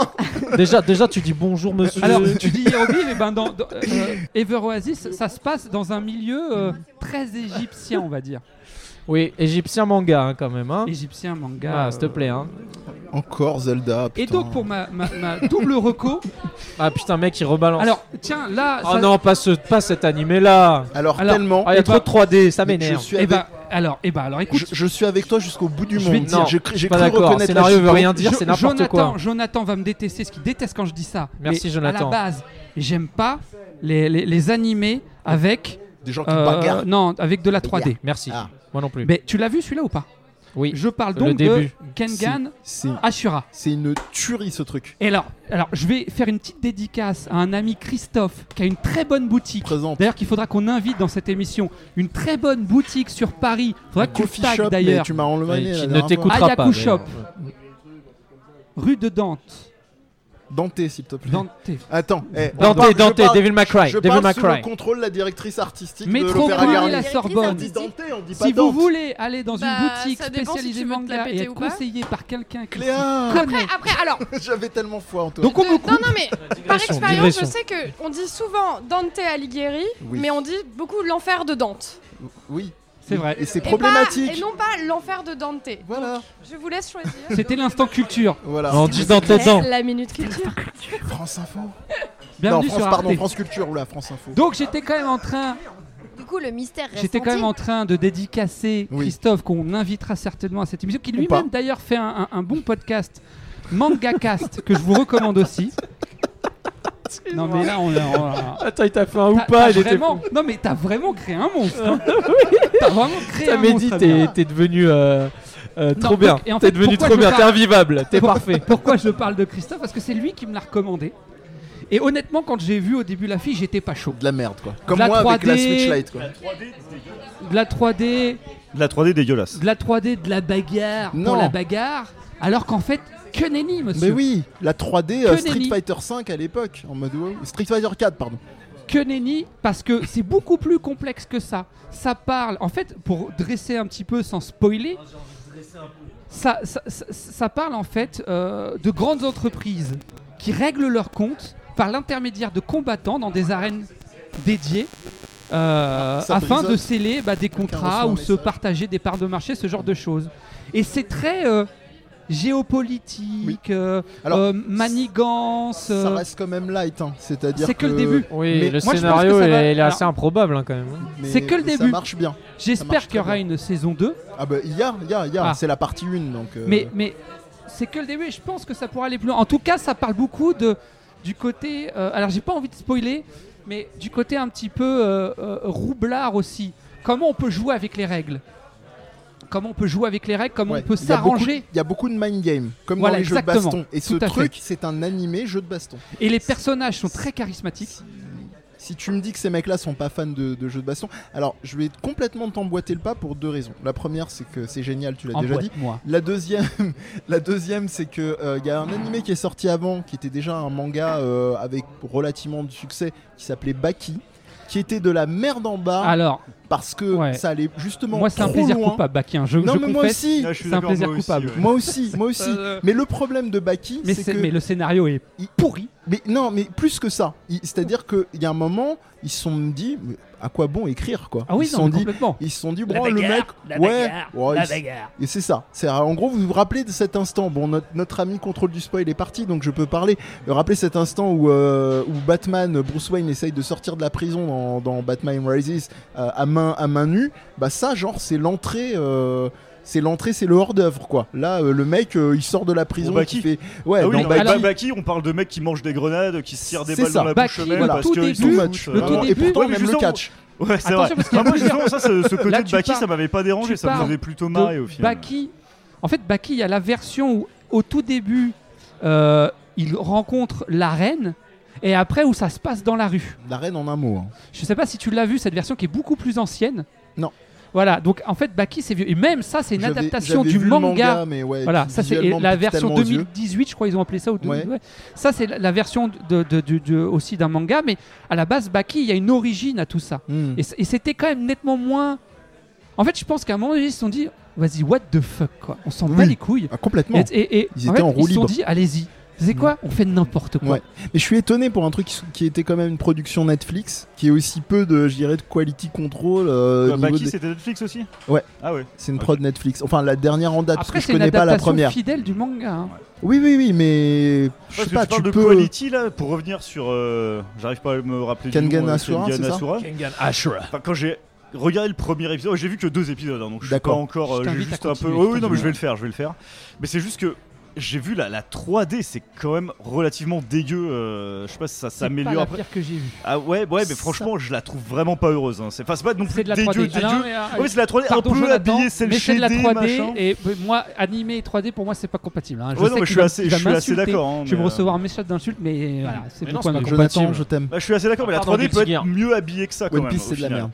[SPEAKER 4] Déjà, déjà, tu dis bonjour monsieur.
[SPEAKER 5] Alors, tu dis hiéroglyphe, et ben dans, dans, euh, Ever Oasis, ça se passe dans un milieu euh, très égyptien, on va dire.
[SPEAKER 4] Oui, égyptien manga hein, quand même. Hein.
[SPEAKER 5] Égyptien manga.
[SPEAKER 4] Ah, s'il te plaît. Hein.
[SPEAKER 1] Euh, Encore Zelda.
[SPEAKER 5] Et donc, pour ma, ma, ma double reco.
[SPEAKER 4] Ah putain, mec, il rebalance.
[SPEAKER 5] Alors, tiens, là.
[SPEAKER 4] Oh
[SPEAKER 5] ça- Eh ben,
[SPEAKER 4] non, pas, ce, pas cet animé là.
[SPEAKER 1] Alors,
[SPEAKER 4] Ah, il y a trop de 3D, ça
[SPEAKER 1] Mais Je
[SPEAKER 4] m'énerve.
[SPEAKER 1] suis
[SPEAKER 4] Eh
[SPEAKER 1] avec...
[SPEAKER 4] ben,
[SPEAKER 5] alors, et ben, alors écoute.
[SPEAKER 1] Je, je suis avec toi jusqu'au bout du
[SPEAKER 4] Je
[SPEAKER 1] monde.
[SPEAKER 4] vais te dire,
[SPEAKER 1] J'ai
[SPEAKER 4] je
[SPEAKER 1] cru,
[SPEAKER 4] suis
[SPEAKER 1] j'ai
[SPEAKER 4] pas
[SPEAKER 1] cru
[SPEAKER 4] d'accord,
[SPEAKER 1] reconnaître
[SPEAKER 4] scénario
[SPEAKER 1] la
[SPEAKER 4] veut
[SPEAKER 1] chicane.
[SPEAKER 4] rien dire, c'est n'importe
[SPEAKER 5] Jonathan,
[SPEAKER 4] quoi.
[SPEAKER 5] Jonathan va me détester, ce qu'il déteste quand je dis ça.
[SPEAKER 4] Eh, Merci,
[SPEAKER 5] Mais
[SPEAKER 4] Jonathan.
[SPEAKER 5] À la base, j'aime pas les, les, les animés avec.
[SPEAKER 1] Des
[SPEAKER 4] gens qui bagarrent.
[SPEAKER 5] euh, Non, avec de la Ah. 3D.
[SPEAKER 4] Merci. Moi non plus.
[SPEAKER 5] Mais tu l'as vu celui-là ou pas
[SPEAKER 4] Oui.
[SPEAKER 5] Je parle
[SPEAKER 4] Le
[SPEAKER 5] donc de
[SPEAKER 4] début.
[SPEAKER 5] Kengan
[SPEAKER 1] C'est-
[SPEAKER 5] Ashura.
[SPEAKER 1] C'est une tuerie ce truc.
[SPEAKER 5] Et alors, alors, je vais faire une petite dédicace à un ami Christophe qui a une très bonne boutique. D'ailleurs, qu'il faudra qu'on invite dans cette émission. Une très bonne boutique sur Paris. Faudra
[SPEAKER 1] Un
[SPEAKER 5] que tu
[SPEAKER 1] coffee
[SPEAKER 5] le tagues,
[SPEAKER 1] shop, mais
[SPEAKER 5] d'ailleurs.
[SPEAKER 1] tu m'as enlevé la dernière fois.
[SPEAKER 5] Ayaku Shop, rue de Dante.
[SPEAKER 1] Dante, s'il te plaît.
[SPEAKER 5] Dante.
[SPEAKER 1] Attends. eh, on
[SPEAKER 4] Dante,
[SPEAKER 1] parle- je
[SPEAKER 4] Dante,
[SPEAKER 1] parle-
[SPEAKER 4] Devil May Cry,
[SPEAKER 1] Je
[SPEAKER 4] Devil
[SPEAKER 1] parle
[SPEAKER 4] May
[SPEAKER 1] sous
[SPEAKER 4] Cry.
[SPEAKER 1] le contrôle la directrice artistique de
[SPEAKER 5] Métro
[SPEAKER 1] l'Opéra
[SPEAKER 5] Bruni,
[SPEAKER 1] Garnier.
[SPEAKER 5] la Sorbonne.
[SPEAKER 1] On dit Dante, on dit pas
[SPEAKER 5] Si vous
[SPEAKER 1] Dante.
[SPEAKER 5] voulez aller dans une
[SPEAKER 1] Bah,
[SPEAKER 5] boutique
[SPEAKER 1] ça dépend si
[SPEAKER 5] spécialisée
[SPEAKER 1] tu veux te la
[SPEAKER 5] manga et
[SPEAKER 1] péter
[SPEAKER 5] être
[SPEAKER 1] ou pas.
[SPEAKER 5] conseillé par quelqu'un qui
[SPEAKER 1] Léa
[SPEAKER 5] s'y connaît.
[SPEAKER 13] Après, alors.
[SPEAKER 1] J'avais tellement foi en toi.
[SPEAKER 5] Donc on me
[SPEAKER 13] Non, non, mais par
[SPEAKER 5] Digression,
[SPEAKER 13] expérience, je
[SPEAKER 5] digression.
[SPEAKER 13] sais que on dit souvent Dante Alighieri,
[SPEAKER 1] Oui.
[SPEAKER 13] mais on dit beaucoup l'enfer de Dante.
[SPEAKER 1] Oui.
[SPEAKER 5] C'est vrai.
[SPEAKER 1] Et c'est
[SPEAKER 13] Et pas-
[SPEAKER 1] problématique.
[SPEAKER 13] et Eh ben, non pas l'enfer de Dante. Voilà. je vous laisse choisir.
[SPEAKER 5] C'était l'instant culture.
[SPEAKER 1] Voilà.
[SPEAKER 4] On dit Dante dedans.
[SPEAKER 13] La minute culture.
[SPEAKER 1] France Info.
[SPEAKER 5] Bienvenue
[SPEAKER 1] non, France,
[SPEAKER 5] sur Arte.
[SPEAKER 1] pardon, France Culture ou la France Info.
[SPEAKER 5] Donc j'étais quand même en train
[SPEAKER 7] Du coup, le mystère reste
[SPEAKER 5] J'étais quand même en train de dédicacer Christophe, qu'on invitera certainement à cette émission, qui
[SPEAKER 1] pas.
[SPEAKER 5] lui-même d'ailleurs fait un, un- un bon podcast, MangaCast, que je vous recommande aussi. Non mais là on,
[SPEAKER 4] Attends, il t'a fait un ou
[SPEAKER 5] T'as-
[SPEAKER 4] pas,
[SPEAKER 5] t'as
[SPEAKER 4] il était
[SPEAKER 5] vraiment- Non mais t'as vraiment créé un monstre. hein. T'as vraiment créé
[SPEAKER 4] T'as
[SPEAKER 5] un
[SPEAKER 4] mais
[SPEAKER 5] monstre.
[SPEAKER 4] dit,
[SPEAKER 5] Fabien.
[SPEAKER 4] t'es t'es devenu euh, euh,
[SPEAKER 5] Non,
[SPEAKER 4] trop
[SPEAKER 5] donc-
[SPEAKER 4] bien.
[SPEAKER 5] et en
[SPEAKER 4] T'es
[SPEAKER 5] fait,
[SPEAKER 4] devenu
[SPEAKER 5] pourquoi
[SPEAKER 4] trop
[SPEAKER 5] je
[SPEAKER 4] bien, t'es
[SPEAKER 5] parle-
[SPEAKER 4] invivable, t'es
[SPEAKER 5] Pour-
[SPEAKER 4] parfait.
[SPEAKER 5] Pourquoi je parle de Christophe Parce que c'est lui qui me l'a recommandé. Et honnêtement, quand j'ai vu au début la fille, j'étais pas chaud. De
[SPEAKER 1] la merde quoi.
[SPEAKER 6] Comme moi avec la Switch Lite, quoi.
[SPEAKER 5] De la 3D,
[SPEAKER 6] De la 3D dégueulasse.
[SPEAKER 5] de la 3D, de la bagarre
[SPEAKER 1] Non.
[SPEAKER 5] pour la bagarre, alors qu'en fait, que nenni, monsieur.
[SPEAKER 1] Mais oui, la 3D euh,
[SPEAKER 5] Que
[SPEAKER 1] Street
[SPEAKER 5] nenni.
[SPEAKER 1] Fighter 5 à l'époque en mode WoW. Street Fighter 4 pardon.
[SPEAKER 5] Que nenni, parce que c'est beaucoup plus complexe que ça. Ça parle, en fait, pour dresser un petit peu sans spoiler, ça, ça, ça- ça parle en fait euh, de grandes entreprises qui règlent leurs comptes par l'intermédiaire de combattants dans des arènes dédiées euh,
[SPEAKER 4] Ça
[SPEAKER 5] afin
[SPEAKER 4] brisole.
[SPEAKER 5] de sceller bah, des
[SPEAKER 4] reçoit
[SPEAKER 5] contrats
[SPEAKER 4] un
[SPEAKER 5] ou se
[SPEAKER 4] message.
[SPEAKER 5] partager des parts de marché, ce genre de choses. Et c'est très euh, géopolitique, euh,
[SPEAKER 1] Alors,
[SPEAKER 5] euh, manigance.
[SPEAKER 1] Ça
[SPEAKER 5] euh,
[SPEAKER 1] reste quand même light hein. c'est-à-dire
[SPEAKER 5] C'est que le début.
[SPEAKER 4] Oui,
[SPEAKER 5] Mais moi, je
[SPEAKER 4] le
[SPEAKER 5] pense que
[SPEAKER 4] scénario
[SPEAKER 5] ça
[SPEAKER 4] il
[SPEAKER 5] va-
[SPEAKER 4] est, il est
[SPEAKER 5] alors-
[SPEAKER 4] assez improbable hein, quand même.
[SPEAKER 5] C'est que le
[SPEAKER 1] mais ça
[SPEAKER 5] début.
[SPEAKER 1] marche bien. Ça
[SPEAKER 5] J'espère
[SPEAKER 1] marche
[SPEAKER 5] qu'il y
[SPEAKER 1] très
[SPEAKER 5] aura une saison 2.
[SPEAKER 1] Ah bah il y a, il y a, il y a.
[SPEAKER 5] Ah.
[SPEAKER 1] c'est la partie 1 donc euh,
[SPEAKER 5] Mais, mais c'est que le début et je pense que ça pourra aller plus loin. En tout cas, ça parle beaucoup de, du côté. euh, alors, j'ai pas envie de spoiler, mais du côté un petit peu euh, euh, roublard aussi. Comment on peut jouer avec les règles Comment on peut jouer avec les règles Comment
[SPEAKER 1] ouais,
[SPEAKER 5] on peut
[SPEAKER 1] il y a beaucoup-
[SPEAKER 5] s'arranger
[SPEAKER 1] Il y a beaucoup de mind game comme
[SPEAKER 5] Voilà,
[SPEAKER 1] dans les jeux de
[SPEAKER 5] exactement.
[SPEAKER 1] baston et ce
[SPEAKER 5] Tout à
[SPEAKER 1] truc c'est un animé jeu de baston.
[SPEAKER 5] Et les personnages sont très charismatiques.
[SPEAKER 1] Si tu me dis que ces mecs-là sont pas fans de, de jeux de baston, alors je vais complètement t'emboîter le pas pour deux raisons. La première, c'est que c'est génial, tu l'as déjà dit.
[SPEAKER 5] Emboîte-moi.
[SPEAKER 1] La deuxième, la deuxième, c'est que euh, il y a un animé qui est sorti avant, qui était déjà un manga euh, avec relativement du succès, qui s'appelait Baki, qui était de la merde en bas.
[SPEAKER 5] Alors.
[SPEAKER 1] Parce que
[SPEAKER 5] Ouais.
[SPEAKER 1] ça allait justement
[SPEAKER 5] Moi, c'est un
[SPEAKER 1] trop
[SPEAKER 5] plaisir
[SPEAKER 1] loin.
[SPEAKER 5] coupable, Baki, hein. Je-
[SPEAKER 1] non,
[SPEAKER 5] je
[SPEAKER 1] mais moi
[SPEAKER 5] confesse,
[SPEAKER 1] aussi.
[SPEAKER 5] Ah, je suis c'est un d'accord, plaisir moi aussi, coupable. ouais.
[SPEAKER 1] Moi aussi, moi
[SPEAKER 5] Ça,
[SPEAKER 1] aussi.
[SPEAKER 5] euh,
[SPEAKER 1] Mais le problème de Baki,
[SPEAKER 5] Mais,
[SPEAKER 1] c'est
[SPEAKER 5] c'est-
[SPEAKER 1] que
[SPEAKER 5] mais le scénario est. pourri.
[SPEAKER 1] Mais non, mais plus que ça. Il- C'est-à-dire qu'il y a un moment, ils se sont dit, mais à quoi bon écrire quoi
[SPEAKER 5] Ah oui,
[SPEAKER 1] ils se
[SPEAKER 5] non,
[SPEAKER 1] sont
[SPEAKER 5] mais
[SPEAKER 1] dit,
[SPEAKER 5] complètement.
[SPEAKER 1] ils se sont dit,
[SPEAKER 5] La
[SPEAKER 1] bon, le
[SPEAKER 5] bagarre,
[SPEAKER 1] mec,
[SPEAKER 5] la
[SPEAKER 1] ouais,
[SPEAKER 5] bagarre,
[SPEAKER 1] ouais,
[SPEAKER 5] la
[SPEAKER 1] il s-
[SPEAKER 5] bagarre.
[SPEAKER 1] Et c'est ça. C'est euh, en gros, vous vous rappelez de cet instant. Bon, notre, notre ami contrôle du spoil est parti, donc je peux parler. Euh, Rappelez cet instant où, euh, où Batman, euh, Bruce Wayne essaye de sortir de la prison dans, dans Batman Rises euh, à main à main nue. Bah ça, genre, c'est l'entrée. euh, c'est l'entrée, c'est le hors-d'œuvre, quoi. Là, euh, le mec, euh, il sort de la prison,
[SPEAKER 6] Baki.
[SPEAKER 1] il fait, ouais,
[SPEAKER 6] ah oui,
[SPEAKER 1] dans
[SPEAKER 6] non,
[SPEAKER 1] Baki,
[SPEAKER 6] bah, Baki, on parle de mecs qui mangent des grenades, qui se tirent des
[SPEAKER 1] C'est
[SPEAKER 6] balles
[SPEAKER 1] ça.
[SPEAKER 6] dans la
[SPEAKER 1] Baki,
[SPEAKER 6] bouche eux-mêmes
[SPEAKER 1] voilà.
[SPEAKER 6] parce
[SPEAKER 1] Tout
[SPEAKER 6] que ils
[SPEAKER 1] début,
[SPEAKER 6] sont match.
[SPEAKER 1] le tout début. Et pourtant, même le catch.
[SPEAKER 6] Ouais, c'est
[SPEAKER 5] Attention,
[SPEAKER 6] vrai.
[SPEAKER 5] parce qu'il y a
[SPEAKER 6] Ah, moi,
[SPEAKER 5] plusieurs-
[SPEAKER 6] justement, ça, ce, ce côté
[SPEAKER 5] Là,
[SPEAKER 6] de
[SPEAKER 5] tu
[SPEAKER 6] Baki,
[SPEAKER 5] parles-
[SPEAKER 6] ça m'avait pas dérangé,
[SPEAKER 5] tu
[SPEAKER 6] ça me
[SPEAKER 5] parles
[SPEAKER 6] faisait plutôt
[SPEAKER 5] de
[SPEAKER 6] marrer au final.
[SPEAKER 5] Baki, en fait, Baki, il y a la version où, au tout début, euh, il rencontre la reine et après où ça se passe dans la rue.
[SPEAKER 1] La reine en un mot. hein.
[SPEAKER 5] Je sais pas si tu l'as vu cette version qui est beaucoup plus ancienne.
[SPEAKER 1] Non.
[SPEAKER 5] Voilà, donc en fait Baki c'est vieux et même ça c'est une
[SPEAKER 1] J'avais-
[SPEAKER 5] adaptation
[SPEAKER 1] j'avais
[SPEAKER 5] du
[SPEAKER 1] vu le
[SPEAKER 5] manga.
[SPEAKER 1] manga, mais ouais,
[SPEAKER 5] voilà,
[SPEAKER 1] qui
[SPEAKER 5] ça c'est
[SPEAKER 1] visuellement
[SPEAKER 5] la
[SPEAKER 1] pique
[SPEAKER 5] version
[SPEAKER 1] tellement aux yeux.
[SPEAKER 5] 2018 je crois ils ont appelé ça ou 2000,
[SPEAKER 1] Ouais.
[SPEAKER 5] ouais. Ça c'est la- la version de, de- de- de- aussi d'un manga mais à la base Baki il y a une origine à tout ça.
[SPEAKER 1] Hmm.
[SPEAKER 5] Et c- Et, c'était quand même nettement moins En fait, je pense qu'à un moment donné, ils se sont dit vas-y what the fuck quoi. On s'en bat les couilles.
[SPEAKER 1] Ah, complètement.
[SPEAKER 5] Et, et- et-
[SPEAKER 1] Ils
[SPEAKER 5] en
[SPEAKER 1] étaient
[SPEAKER 5] fait,
[SPEAKER 1] en roue
[SPEAKER 5] Ils se sont
[SPEAKER 1] libre.
[SPEAKER 5] dit allez-y. C'est quoi On fait n'importe quoi.
[SPEAKER 1] Ouais. Mais je suis étonné pour un truc qui, s- qui était quand même une production Netflix, qui est aussi peu de, je dirais, de quality control. euh, au
[SPEAKER 6] Bah,
[SPEAKER 1] niveau
[SPEAKER 6] Baki,
[SPEAKER 1] des-
[SPEAKER 6] c'était Netflix aussi
[SPEAKER 1] Ouais.
[SPEAKER 6] Ah ouais.
[SPEAKER 1] C'est une prod Netflix. Enfin, la dernière en date, parce
[SPEAKER 5] Après
[SPEAKER 1] que je
[SPEAKER 5] c'est une
[SPEAKER 1] connais pas la
[SPEAKER 5] adaptation
[SPEAKER 1] première.
[SPEAKER 5] fidèle du manga. hein.
[SPEAKER 1] Oui, oui, oui, mais je
[SPEAKER 6] Parce
[SPEAKER 1] sais
[SPEAKER 6] que
[SPEAKER 1] pas,
[SPEAKER 6] tu parles de
[SPEAKER 1] peux.
[SPEAKER 6] quality là, pour revenir sur. euh, J'arrive pas à me rappeler. du
[SPEAKER 1] Kengan
[SPEAKER 6] nom, euh,
[SPEAKER 1] Ashura,
[SPEAKER 6] Kengan
[SPEAKER 1] c'est ça
[SPEAKER 6] Ashura.
[SPEAKER 1] Kengan Ashura.
[SPEAKER 6] Enfin, quand j'ai regardé le premier épisode, j'ai vu que deux épisodes, hein, donc je suis pas
[SPEAKER 1] D'accord.
[SPEAKER 6] encore. euh,
[SPEAKER 1] Je
[SPEAKER 6] j'ai
[SPEAKER 1] t'invite à
[SPEAKER 6] juste un peu.
[SPEAKER 1] continuer,
[SPEAKER 6] Oui,
[SPEAKER 1] je
[SPEAKER 6] oui, non, mais je vais
[SPEAKER 1] t'invite.
[SPEAKER 6] le faire, je vais le faire. Mais c'est juste que. J'ai vu la, la 3D, c'est quand même relativement dégueu. euh, je sais pas si ça
[SPEAKER 5] C'est pas
[SPEAKER 6] s'améliore
[SPEAKER 5] la
[SPEAKER 6] après.
[SPEAKER 5] pire que j'ai vue.
[SPEAKER 6] Ah ouais, ouais, mais franchement, je la trouve vraiment pas heureuse. hein. C'est enfin, c'est pas non plus
[SPEAKER 5] C'est de la
[SPEAKER 6] dégueu,
[SPEAKER 5] 3D.
[SPEAKER 6] dégueu.
[SPEAKER 5] Alors, mais,
[SPEAKER 6] Ouais,
[SPEAKER 5] euh,
[SPEAKER 6] Ah c'est de la 3D
[SPEAKER 5] pardon,
[SPEAKER 6] un peu
[SPEAKER 5] Jonathan,
[SPEAKER 6] habillée, celle
[SPEAKER 5] mais c'est de la 3D
[SPEAKER 6] machin.
[SPEAKER 5] et euh, moi animé et 3D pour moi c'est pas compatible. hein. Je
[SPEAKER 6] Ouais,
[SPEAKER 5] sais
[SPEAKER 6] non, mais
[SPEAKER 5] que
[SPEAKER 6] je
[SPEAKER 5] tu
[SPEAKER 6] suis
[SPEAKER 5] vas-
[SPEAKER 6] assez-
[SPEAKER 5] tu vas
[SPEAKER 6] je suis assez
[SPEAKER 5] m'insulter,
[SPEAKER 6] d'accord, hein,
[SPEAKER 5] je vais
[SPEAKER 6] mais,
[SPEAKER 5] me
[SPEAKER 6] euh,
[SPEAKER 5] recevoir un message d'insultes
[SPEAKER 4] euh,
[SPEAKER 5] mais voilà, c'est
[SPEAKER 6] Mais
[SPEAKER 5] mon
[SPEAKER 6] non,
[SPEAKER 5] point
[SPEAKER 6] c'est
[SPEAKER 5] de
[SPEAKER 6] pas
[SPEAKER 5] vue.
[SPEAKER 1] Jonathan, je t'aime.
[SPEAKER 6] Bah, je suis assez d'accord, mais la
[SPEAKER 5] Pardon,
[SPEAKER 6] 3D peut
[SPEAKER 5] petit
[SPEAKER 6] être
[SPEAKER 5] Gear.
[SPEAKER 6] mieux habillée que ça quand
[SPEAKER 1] One
[SPEAKER 6] même.
[SPEAKER 1] Piece,
[SPEAKER 6] au
[SPEAKER 1] c'est de la
[SPEAKER 6] final.
[SPEAKER 1] merde.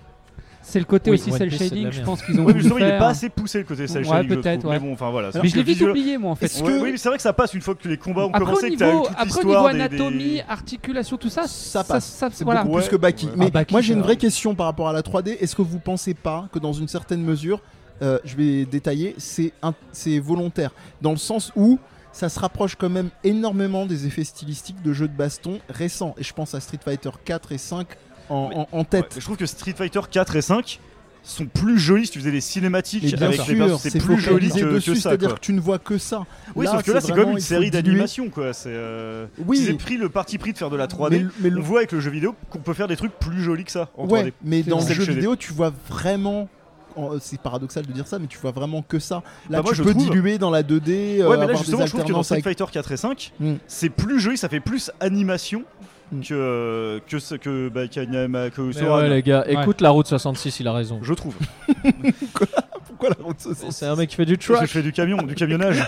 [SPEAKER 5] C'est le côté
[SPEAKER 1] Oui,
[SPEAKER 5] aussi
[SPEAKER 1] One
[SPEAKER 5] cell
[SPEAKER 1] Piece, c'est de
[SPEAKER 5] shading,
[SPEAKER 1] la
[SPEAKER 5] je
[SPEAKER 1] merde.
[SPEAKER 5] pense qu'ils ont
[SPEAKER 6] Ouais, mais
[SPEAKER 5] voulu
[SPEAKER 6] justement, il est
[SPEAKER 5] faire.
[SPEAKER 6] pas assez poussé, le côté cel
[SPEAKER 5] Ouais,
[SPEAKER 6] shading, je
[SPEAKER 5] peut-être,
[SPEAKER 6] trouve.
[SPEAKER 5] ouais.
[SPEAKER 6] Mais bon, enfin, voilà.
[SPEAKER 5] Mais je l'ai vite oublié moi en fait.
[SPEAKER 6] Est-ce que- Oui, mais c'est vrai que ça passe une fois que les combats ont
[SPEAKER 5] Après au
[SPEAKER 6] commencé, que t'as eu
[SPEAKER 5] niveau,
[SPEAKER 6] toute
[SPEAKER 5] après, au
[SPEAKER 6] l'histoire
[SPEAKER 5] niveau
[SPEAKER 6] des- des-
[SPEAKER 5] anatomie, articulation, tout ça, ça
[SPEAKER 1] passe.
[SPEAKER 5] ça-
[SPEAKER 1] C'est
[SPEAKER 5] voilà.
[SPEAKER 1] beaucoup plus que Baki.
[SPEAKER 5] Ouais.
[SPEAKER 1] Mais
[SPEAKER 5] Ah, Baki,
[SPEAKER 1] moi j'ai une
[SPEAKER 5] c'est
[SPEAKER 1] vraie question par rapport à la 3D. Est-ce que vous pensez pas que dans une certaine mesure, euh, je vais détailler, c'est un- c'est volontaire dans le sens où ça se rapproche quand même énormément des effets stylistiques de jeux de baston récents. Et je pense à Street Fighter 4 et 5 en, en- en tête.
[SPEAKER 6] Je trouve que Street Fighter 4 et 5 sont plus jolis si tu faisais les
[SPEAKER 1] Mais
[SPEAKER 6] cinématiques
[SPEAKER 1] bien
[SPEAKER 6] avec les
[SPEAKER 1] sûr,
[SPEAKER 6] personnages, c'est plus joli
[SPEAKER 1] focalisé
[SPEAKER 6] que,
[SPEAKER 1] dessus,
[SPEAKER 6] que ça.
[SPEAKER 1] c'est-à-dire
[SPEAKER 6] quoi.
[SPEAKER 1] que tu ne vois que ça.
[SPEAKER 6] Oui, sauf que là, c'est quand
[SPEAKER 1] vraiment,
[SPEAKER 6] même une
[SPEAKER 1] il faut
[SPEAKER 6] série
[SPEAKER 1] diluer.
[SPEAKER 6] d'animation, quoi. C'est. euh,
[SPEAKER 1] Oui.
[SPEAKER 6] Ils ont pris le parti pris de faire de la 3D.
[SPEAKER 1] Mais- mais le-
[SPEAKER 6] On voit avec le jeu vidéo qu'on peut faire des trucs plus jolis que ça en
[SPEAKER 1] ouais,
[SPEAKER 6] 3D.
[SPEAKER 1] mais dans le
[SPEAKER 6] C'est
[SPEAKER 1] jeu
[SPEAKER 6] chez les-
[SPEAKER 1] vidéo, tu vois vraiment. en- euh, C'est paradoxal de dire ça, mais tu vois vraiment que ça. Là,
[SPEAKER 6] Bah, moi,
[SPEAKER 1] tu
[SPEAKER 6] je
[SPEAKER 1] peux
[SPEAKER 6] trouve-
[SPEAKER 1] diluer dans la 2D, euh,
[SPEAKER 6] Ouais, mais là
[SPEAKER 1] avoir
[SPEAKER 6] justement,
[SPEAKER 1] des
[SPEAKER 6] je trouve que dans
[SPEAKER 1] alternances
[SPEAKER 6] Street
[SPEAKER 1] avec
[SPEAKER 6] Fighter 4 et 5,
[SPEAKER 1] Mm.
[SPEAKER 6] c'est plus joli, ça fait plus animation
[SPEAKER 1] Hmm.
[SPEAKER 6] que que ce que bah, Kanyama- que
[SPEAKER 4] Mais
[SPEAKER 6] Soran.
[SPEAKER 4] ouais, les gars,
[SPEAKER 6] Ouais.
[SPEAKER 4] écoute la route 66, il a raison.
[SPEAKER 6] Je trouve.
[SPEAKER 1] Pourquoi la route 66
[SPEAKER 4] C'est un mec qui fait du
[SPEAKER 6] Parce que
[SPEAKER 4] trash.
[SPEAKER 6] je fais du camion, du camionnage.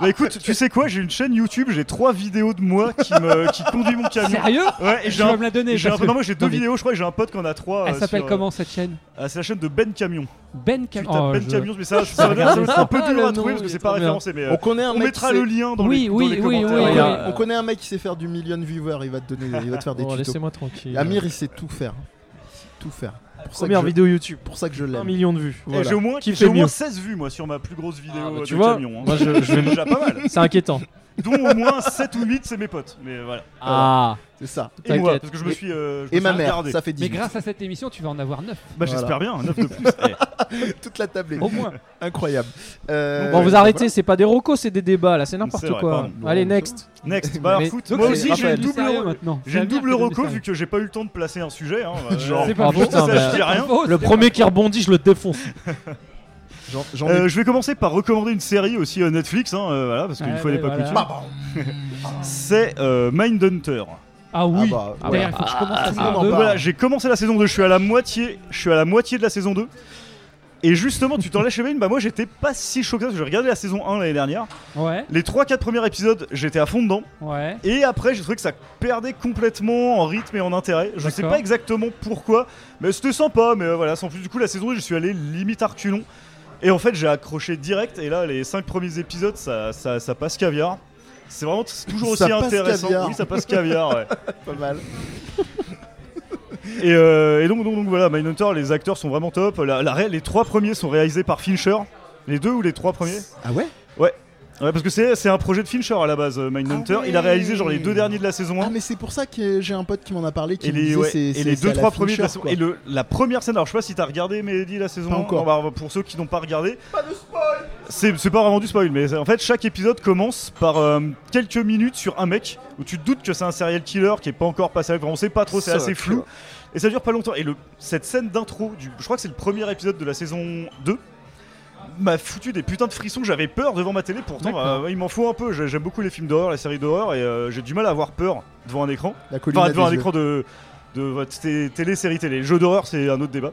[SPEAKER 6] Bah écoute, tu sais quoi, j'ai une chaîne YouTube, j'ai trois vidéos de moi qui, me, qui conduit mon camion.
[SPEAKER 5] Sérieux
[SPEAKER 6] Ouais, et
[SPEAKER 5] Tu
[SPEAKER 6] j'ai
[SPEAKER 5] vas
[SPEAKER 6] un-
[SPEAKER 5] me la donner,
[SPEAKER 6] j'ai un-
[SPEAKER 5] parce que-
[SPEAKER 6] Non, moi j'ai deux
[SPEAKER 5] Non, mais-
[SPEAKER 6] vidéos, je crois que j'ai un pote qui en a trois.
[SPEAKER 5] Elle
[SPEAKER 6] euh,
[SPEAKER 5] s'appelle
[SPEAKER 6] sur, euh,
[SPEAKER 5] comment cette chaîne
[SPEAKER 6] ah, C'est la chaîne de Ben Camion.
[SPEAKER 5] Ben Cam-
[SPEAKER 6] Tu tapes
[SPEAKER 5] Oh,
[SPEAKER 6] Ben
[SPEAKER 5] je-
[SPEAKER 6] Camion, mais
[SPEAKER 5] je
[SPEAKER 6] ça,
[SPEAKER 5] vais
[SPEAKER 6] ça-
[SPEAKER 5] regarder
[SPEAKER 6] ça va être
[SPEAKER 5] ça.
[SPEAKER 6] un peu
[SPEAKER 5] Ah,
[SPEAKER 6] dur
[SPEAKER 5] le
[SPEAKER 6] à trouver
[SPEAKER 5] nom,
[SPEAKER 6] parce que
[SPEAKER 5] il
[SPEAKER 6] c'est
[SPEAKER 5] est
[SPEAKER 6] pas
[SPEAKER 5] trop bien.
[SPEAKER 6] référencé. Mais euh,
[SPEAKER 1] On connaît un
[SPEAKER 6] on
[SPEAKER 1] mec
[SPEAKER 6] mettra
[SPEAKER 1] qui
[SPEAKER 6] le
[SPEAKER 1] sait-
[SPEAKER 6] lien dans les, dans les commentaires.
[SPEAKER 1] On,
[SPEAKER 4] Regarde, euh,
[SPEAKER 1] connaît un mec qui sait faire du million viewers, il va te donner, il va te faire des
[SPEAKER 4] Bon,
[SPEAKER 1] tutos.
[SPEAKER 4] Oh, laissez-moi tranquille.
[SPEAKER 1] Amir, il sait tout faire, Il sait tout faire. Pour ça
[SPEAKER 4] Première
[SPEAKER 1] que je-
[SPEAKER 4] vidéo YouTube.
[SPEAKER 1] Pour ça que je l'aime.
[SPEAKER 4] Un million de vues.
[SPEAKER 6] Et
[SPEAKER 4] Voilà.
[SPEAKER 6] Eh, J'ai au moins,
[SPEAKER 4] Qui
[SPEAKER 6] j'ai
[SPEAKER 4] fait
[SPEAKER 6] au moins
[SPEAKER 4] mieux
[SPEAKER 6] 16 vues moi sur ma plus grosse vidéo
[SPEAKER 4] bah,
[SPEAKER 6] euh,
[SPEAKER 4] tu
[SPEAKER 6] de
[SPEAKER 4] vois,
[SPEAKER 6] camion. hein.
[SPEAKER 4] moi, je- je vais-
[SPEAKER 6] C'est déjà pas mal.
[SPEAKER 4] C'est inquiétant.
[SPEAKER 6] Dont au moins 7 ou 8 c'est mes potes. Mais voilà.
[SPEAKER 4] Ah.
[SPEAKER 1] C'est ça.
[SPEAKER 6] Et moi,
[SPEAKER 4] T'inquiète.
[SPEAKER 6] parce que je me
[SPEAKER 4] Et-
[SPEAKER 6] suis. euh, je
[SPEAKER 1] et
[SPEAKER 6] me
[SPEAKER 1] ma
[SPEAKER 6] suis
[SPEAKER 1] mère,
[SPEAKER 6] regardé.
[SPEAKER 1] ça fait 10.
[SPEAKER 5] Mais grâce à cette émission, tu vas en avoir 9.
[SPEAKER 6] Bah j'espère bien,
[SPEAKER 1] Voilà.
[SPEAKER 6] 9 de plus. Eh.
[SPEAKER 1] Toute la tablée.
[SPEAKER 5] Au moins.
[SPEAKER 1] Incroyable. Euh,
[SPEAKER 4] Bon, vous
[SPEAKER 1] voilà.
[SPEAKER 4] arrêtez, c'est pas des rocos, c'est des débats là, c'est
[SPEAKER 6] C'est
[SPEAKER 4] n'importe
[SPEAKER 6] vrai,
[SPEAKER 4] quoi.
[SPEAKER 6] pardon.
[SPEAKER 4] Allez, next.
[SPEAKER 6] Next, bah
[SPEAKER 4] Mais-
[SPEAKER 6] foot.
[SPEAKER 4] Donc,
[SPEAKER 6] Moi
[SPEAKER 4] c'est
[SPEAKER 6] aussi j'ai
[SPEAKER 4] Raphaël.
[SPEAKER 6] une double,
[SPEAKER 5] Sérieux, maintenant.
[SPEAKER 6] j'ai une
[SPEAKER 5] J'aime bien
[SPEAKER 6] double
[SPEAKER 5] que
[SPEAKER 6] reco
[SPEAKER 5] le
[SPEAKER 6] vu que j'ai pas eu le temps de placer un sujet. Hein, bah,
[SPEAKER 4] Genre,
[SPEAKER 6] euh,
[SPEAKER 4] ah,
[SPEAKER 6] juste ça,
[SPEAKER 4] putain,
[SPEAKER 6] je dis
[SPEAKER 4] mais-
[SPEAKER 6] rien.
[SPEAKER 4] Le premier qui rebondit, je le défonce.
[SPEAKER 1] J'en- j'en ai-
[SPEAKER 6] Euh, je vais commencer par recommander une série aussi euh, Netflix, hein, euh, voilà, parce qu'une
[SPEAKER 5] Ouais,
[SPEAKER 6] fois n'est
[SPEAKER 5] ouais,
[SPEAKER 6] pas
[SPEAKER 5] voilà.
[SPEAKER 6] coutume.
[SPEAKER 1] Bah,
[SPEAKER 6] C'est euh, Mindhunter.
[SPEAKER 5] Ah oui.
[SPEAKER 1] Ah bah,
[SPEAKER 5] D'ailleurs, il faut que je commence la
[SPEAKER 1] ah,
[SPEAKER 5] saison
[SPEAKER 1] ah,
[SPEAKER 5] deux.
[SPEAKER 1] bah.
[SPEAKER 6] Voilà, j'ai commencé la saison 2, je suis à la moitié, je suis à la moitié de la saison 2. Et justement, tu t'en lâches une, bah moi j'étais pas si choqué parce que j'ai regardé la saison 1 l'année dernière.
[SPEAKER 5] Ouais,
[SPEAKER 6] Les 3-4 premiers épisodes, j'étais à fond dedans.
[SPEAKER 5] ouais.
[SPEAKER 6] Et après, j'ai trouvé que ça perdait complètement en rythme et en intérêt. Je sais
[SPEAKER 5] D'accord.
[SPEAKER 6] pas exactement pourquoi, mais c'était sympa. Mais euh, voilà, sans plus, du coup, la saison 2, je suis allé limite à reculons. Et en fait, j'ai accroché direct. Et là, les 5 premiers épisodes, ça, ça, ça passe caviar. C'est vraiment t- toujours aussi
[SPEAKER 1] Ça passe
[SPEAKER 6] intéressant.
[SPEAKER 1] caviar.
[SPEAKER 6] Oui, ça passe caviar, ouais.
[SPEAKER 1] Pas mal.
[SPEAKER 6] Et, euh, et donc, donc, donc voilà, Mindhunter, les acteurs sont vraiment top. La, la ré- les 3 premiers sont réalisés par Fincher. Les deux ou les 3 premiers
[SPEAKER 1] Ah ouais
[SPEAKER 6] Ouais. Ouais, parce que c'est c'est un projet de Fincher à la base, euh, Mindhunter.
[SPEAKER 1] Ah ouais.
[SPEAKER 6] Il a réalisé genre les deux derniers de la saison 1.
[SPEAKER 1] Ah mais c'est pour ça que j'ai un pote qui m'en a parlé qui
[SPEAKER 6] Et
[SPEAKER 1] me
[SPEAKER 6] les,
[SPEAKER 1] disait
[SPEAKER 6] ouais,
[SPEAKER 1] c'est-
[SPEAKER 6] et
[SPEAKER 1] c'est-
[SPEAKER 6] les
[SPEAKER 1] c'est
[SPEAKER 6] deux
[SPEAKER 1] à la
[SPEAKER 6] trois premiers de
[SPEAKER 1] Fincher,
[SPEAKER 6] la saison
[SPEAKER 1] quoi.
[SPEAKER 6] et le, la première scène. Alors je sais pas si t'as regardé Mehdi la saison.
[SPEAKER 1] Pas
[SPEAKER 6] un.
[SPEAKER 1] encore.
[SPEAKER 6] Non, bah, pour ceux qui n'ont pas regardé. Pas de spoil. C'est c'est pas vraiment du spoil, mais en fait chaque épisode commence par euh, quelques minutes sur un mec où tu te doutes que c'est un serial killer qui est pas encore passé. à- On sait pas trop, c'est
[SPEAKER 1] Ça,
[SPEAKER 6] assez
[SPEAKER 1] tu
[SPEAKER 6] flou.
[SPEAKER 1] vois.
[SPEAKER 6] Et ça dure pas longtemps. Et le, cette scène d'intro, du- je crois que c'est le premier épisode de la saison 2 m'a foutu des putains de frissons, j'avais peur devant ma télé, pourtant
[SPEAKER 5] D'accord.
[SPEAKER 6] euh, il m'en faut un peu, J'ai- j'aime beaucoup les films d'horreur, les séries d'horreur, et euh, j'ai du mal à avoir peur devant un écran.
[SPEAKER 1] La
[SPEAKER 6] Enfin,
[SPEAKER 1] colline
[SPEAKER 6] devant un
[SPEAKER 1] des
[SPEAKER 6] écran de, de votre té- télé, série télé. Jeu d'horreur, c'est un autre débat.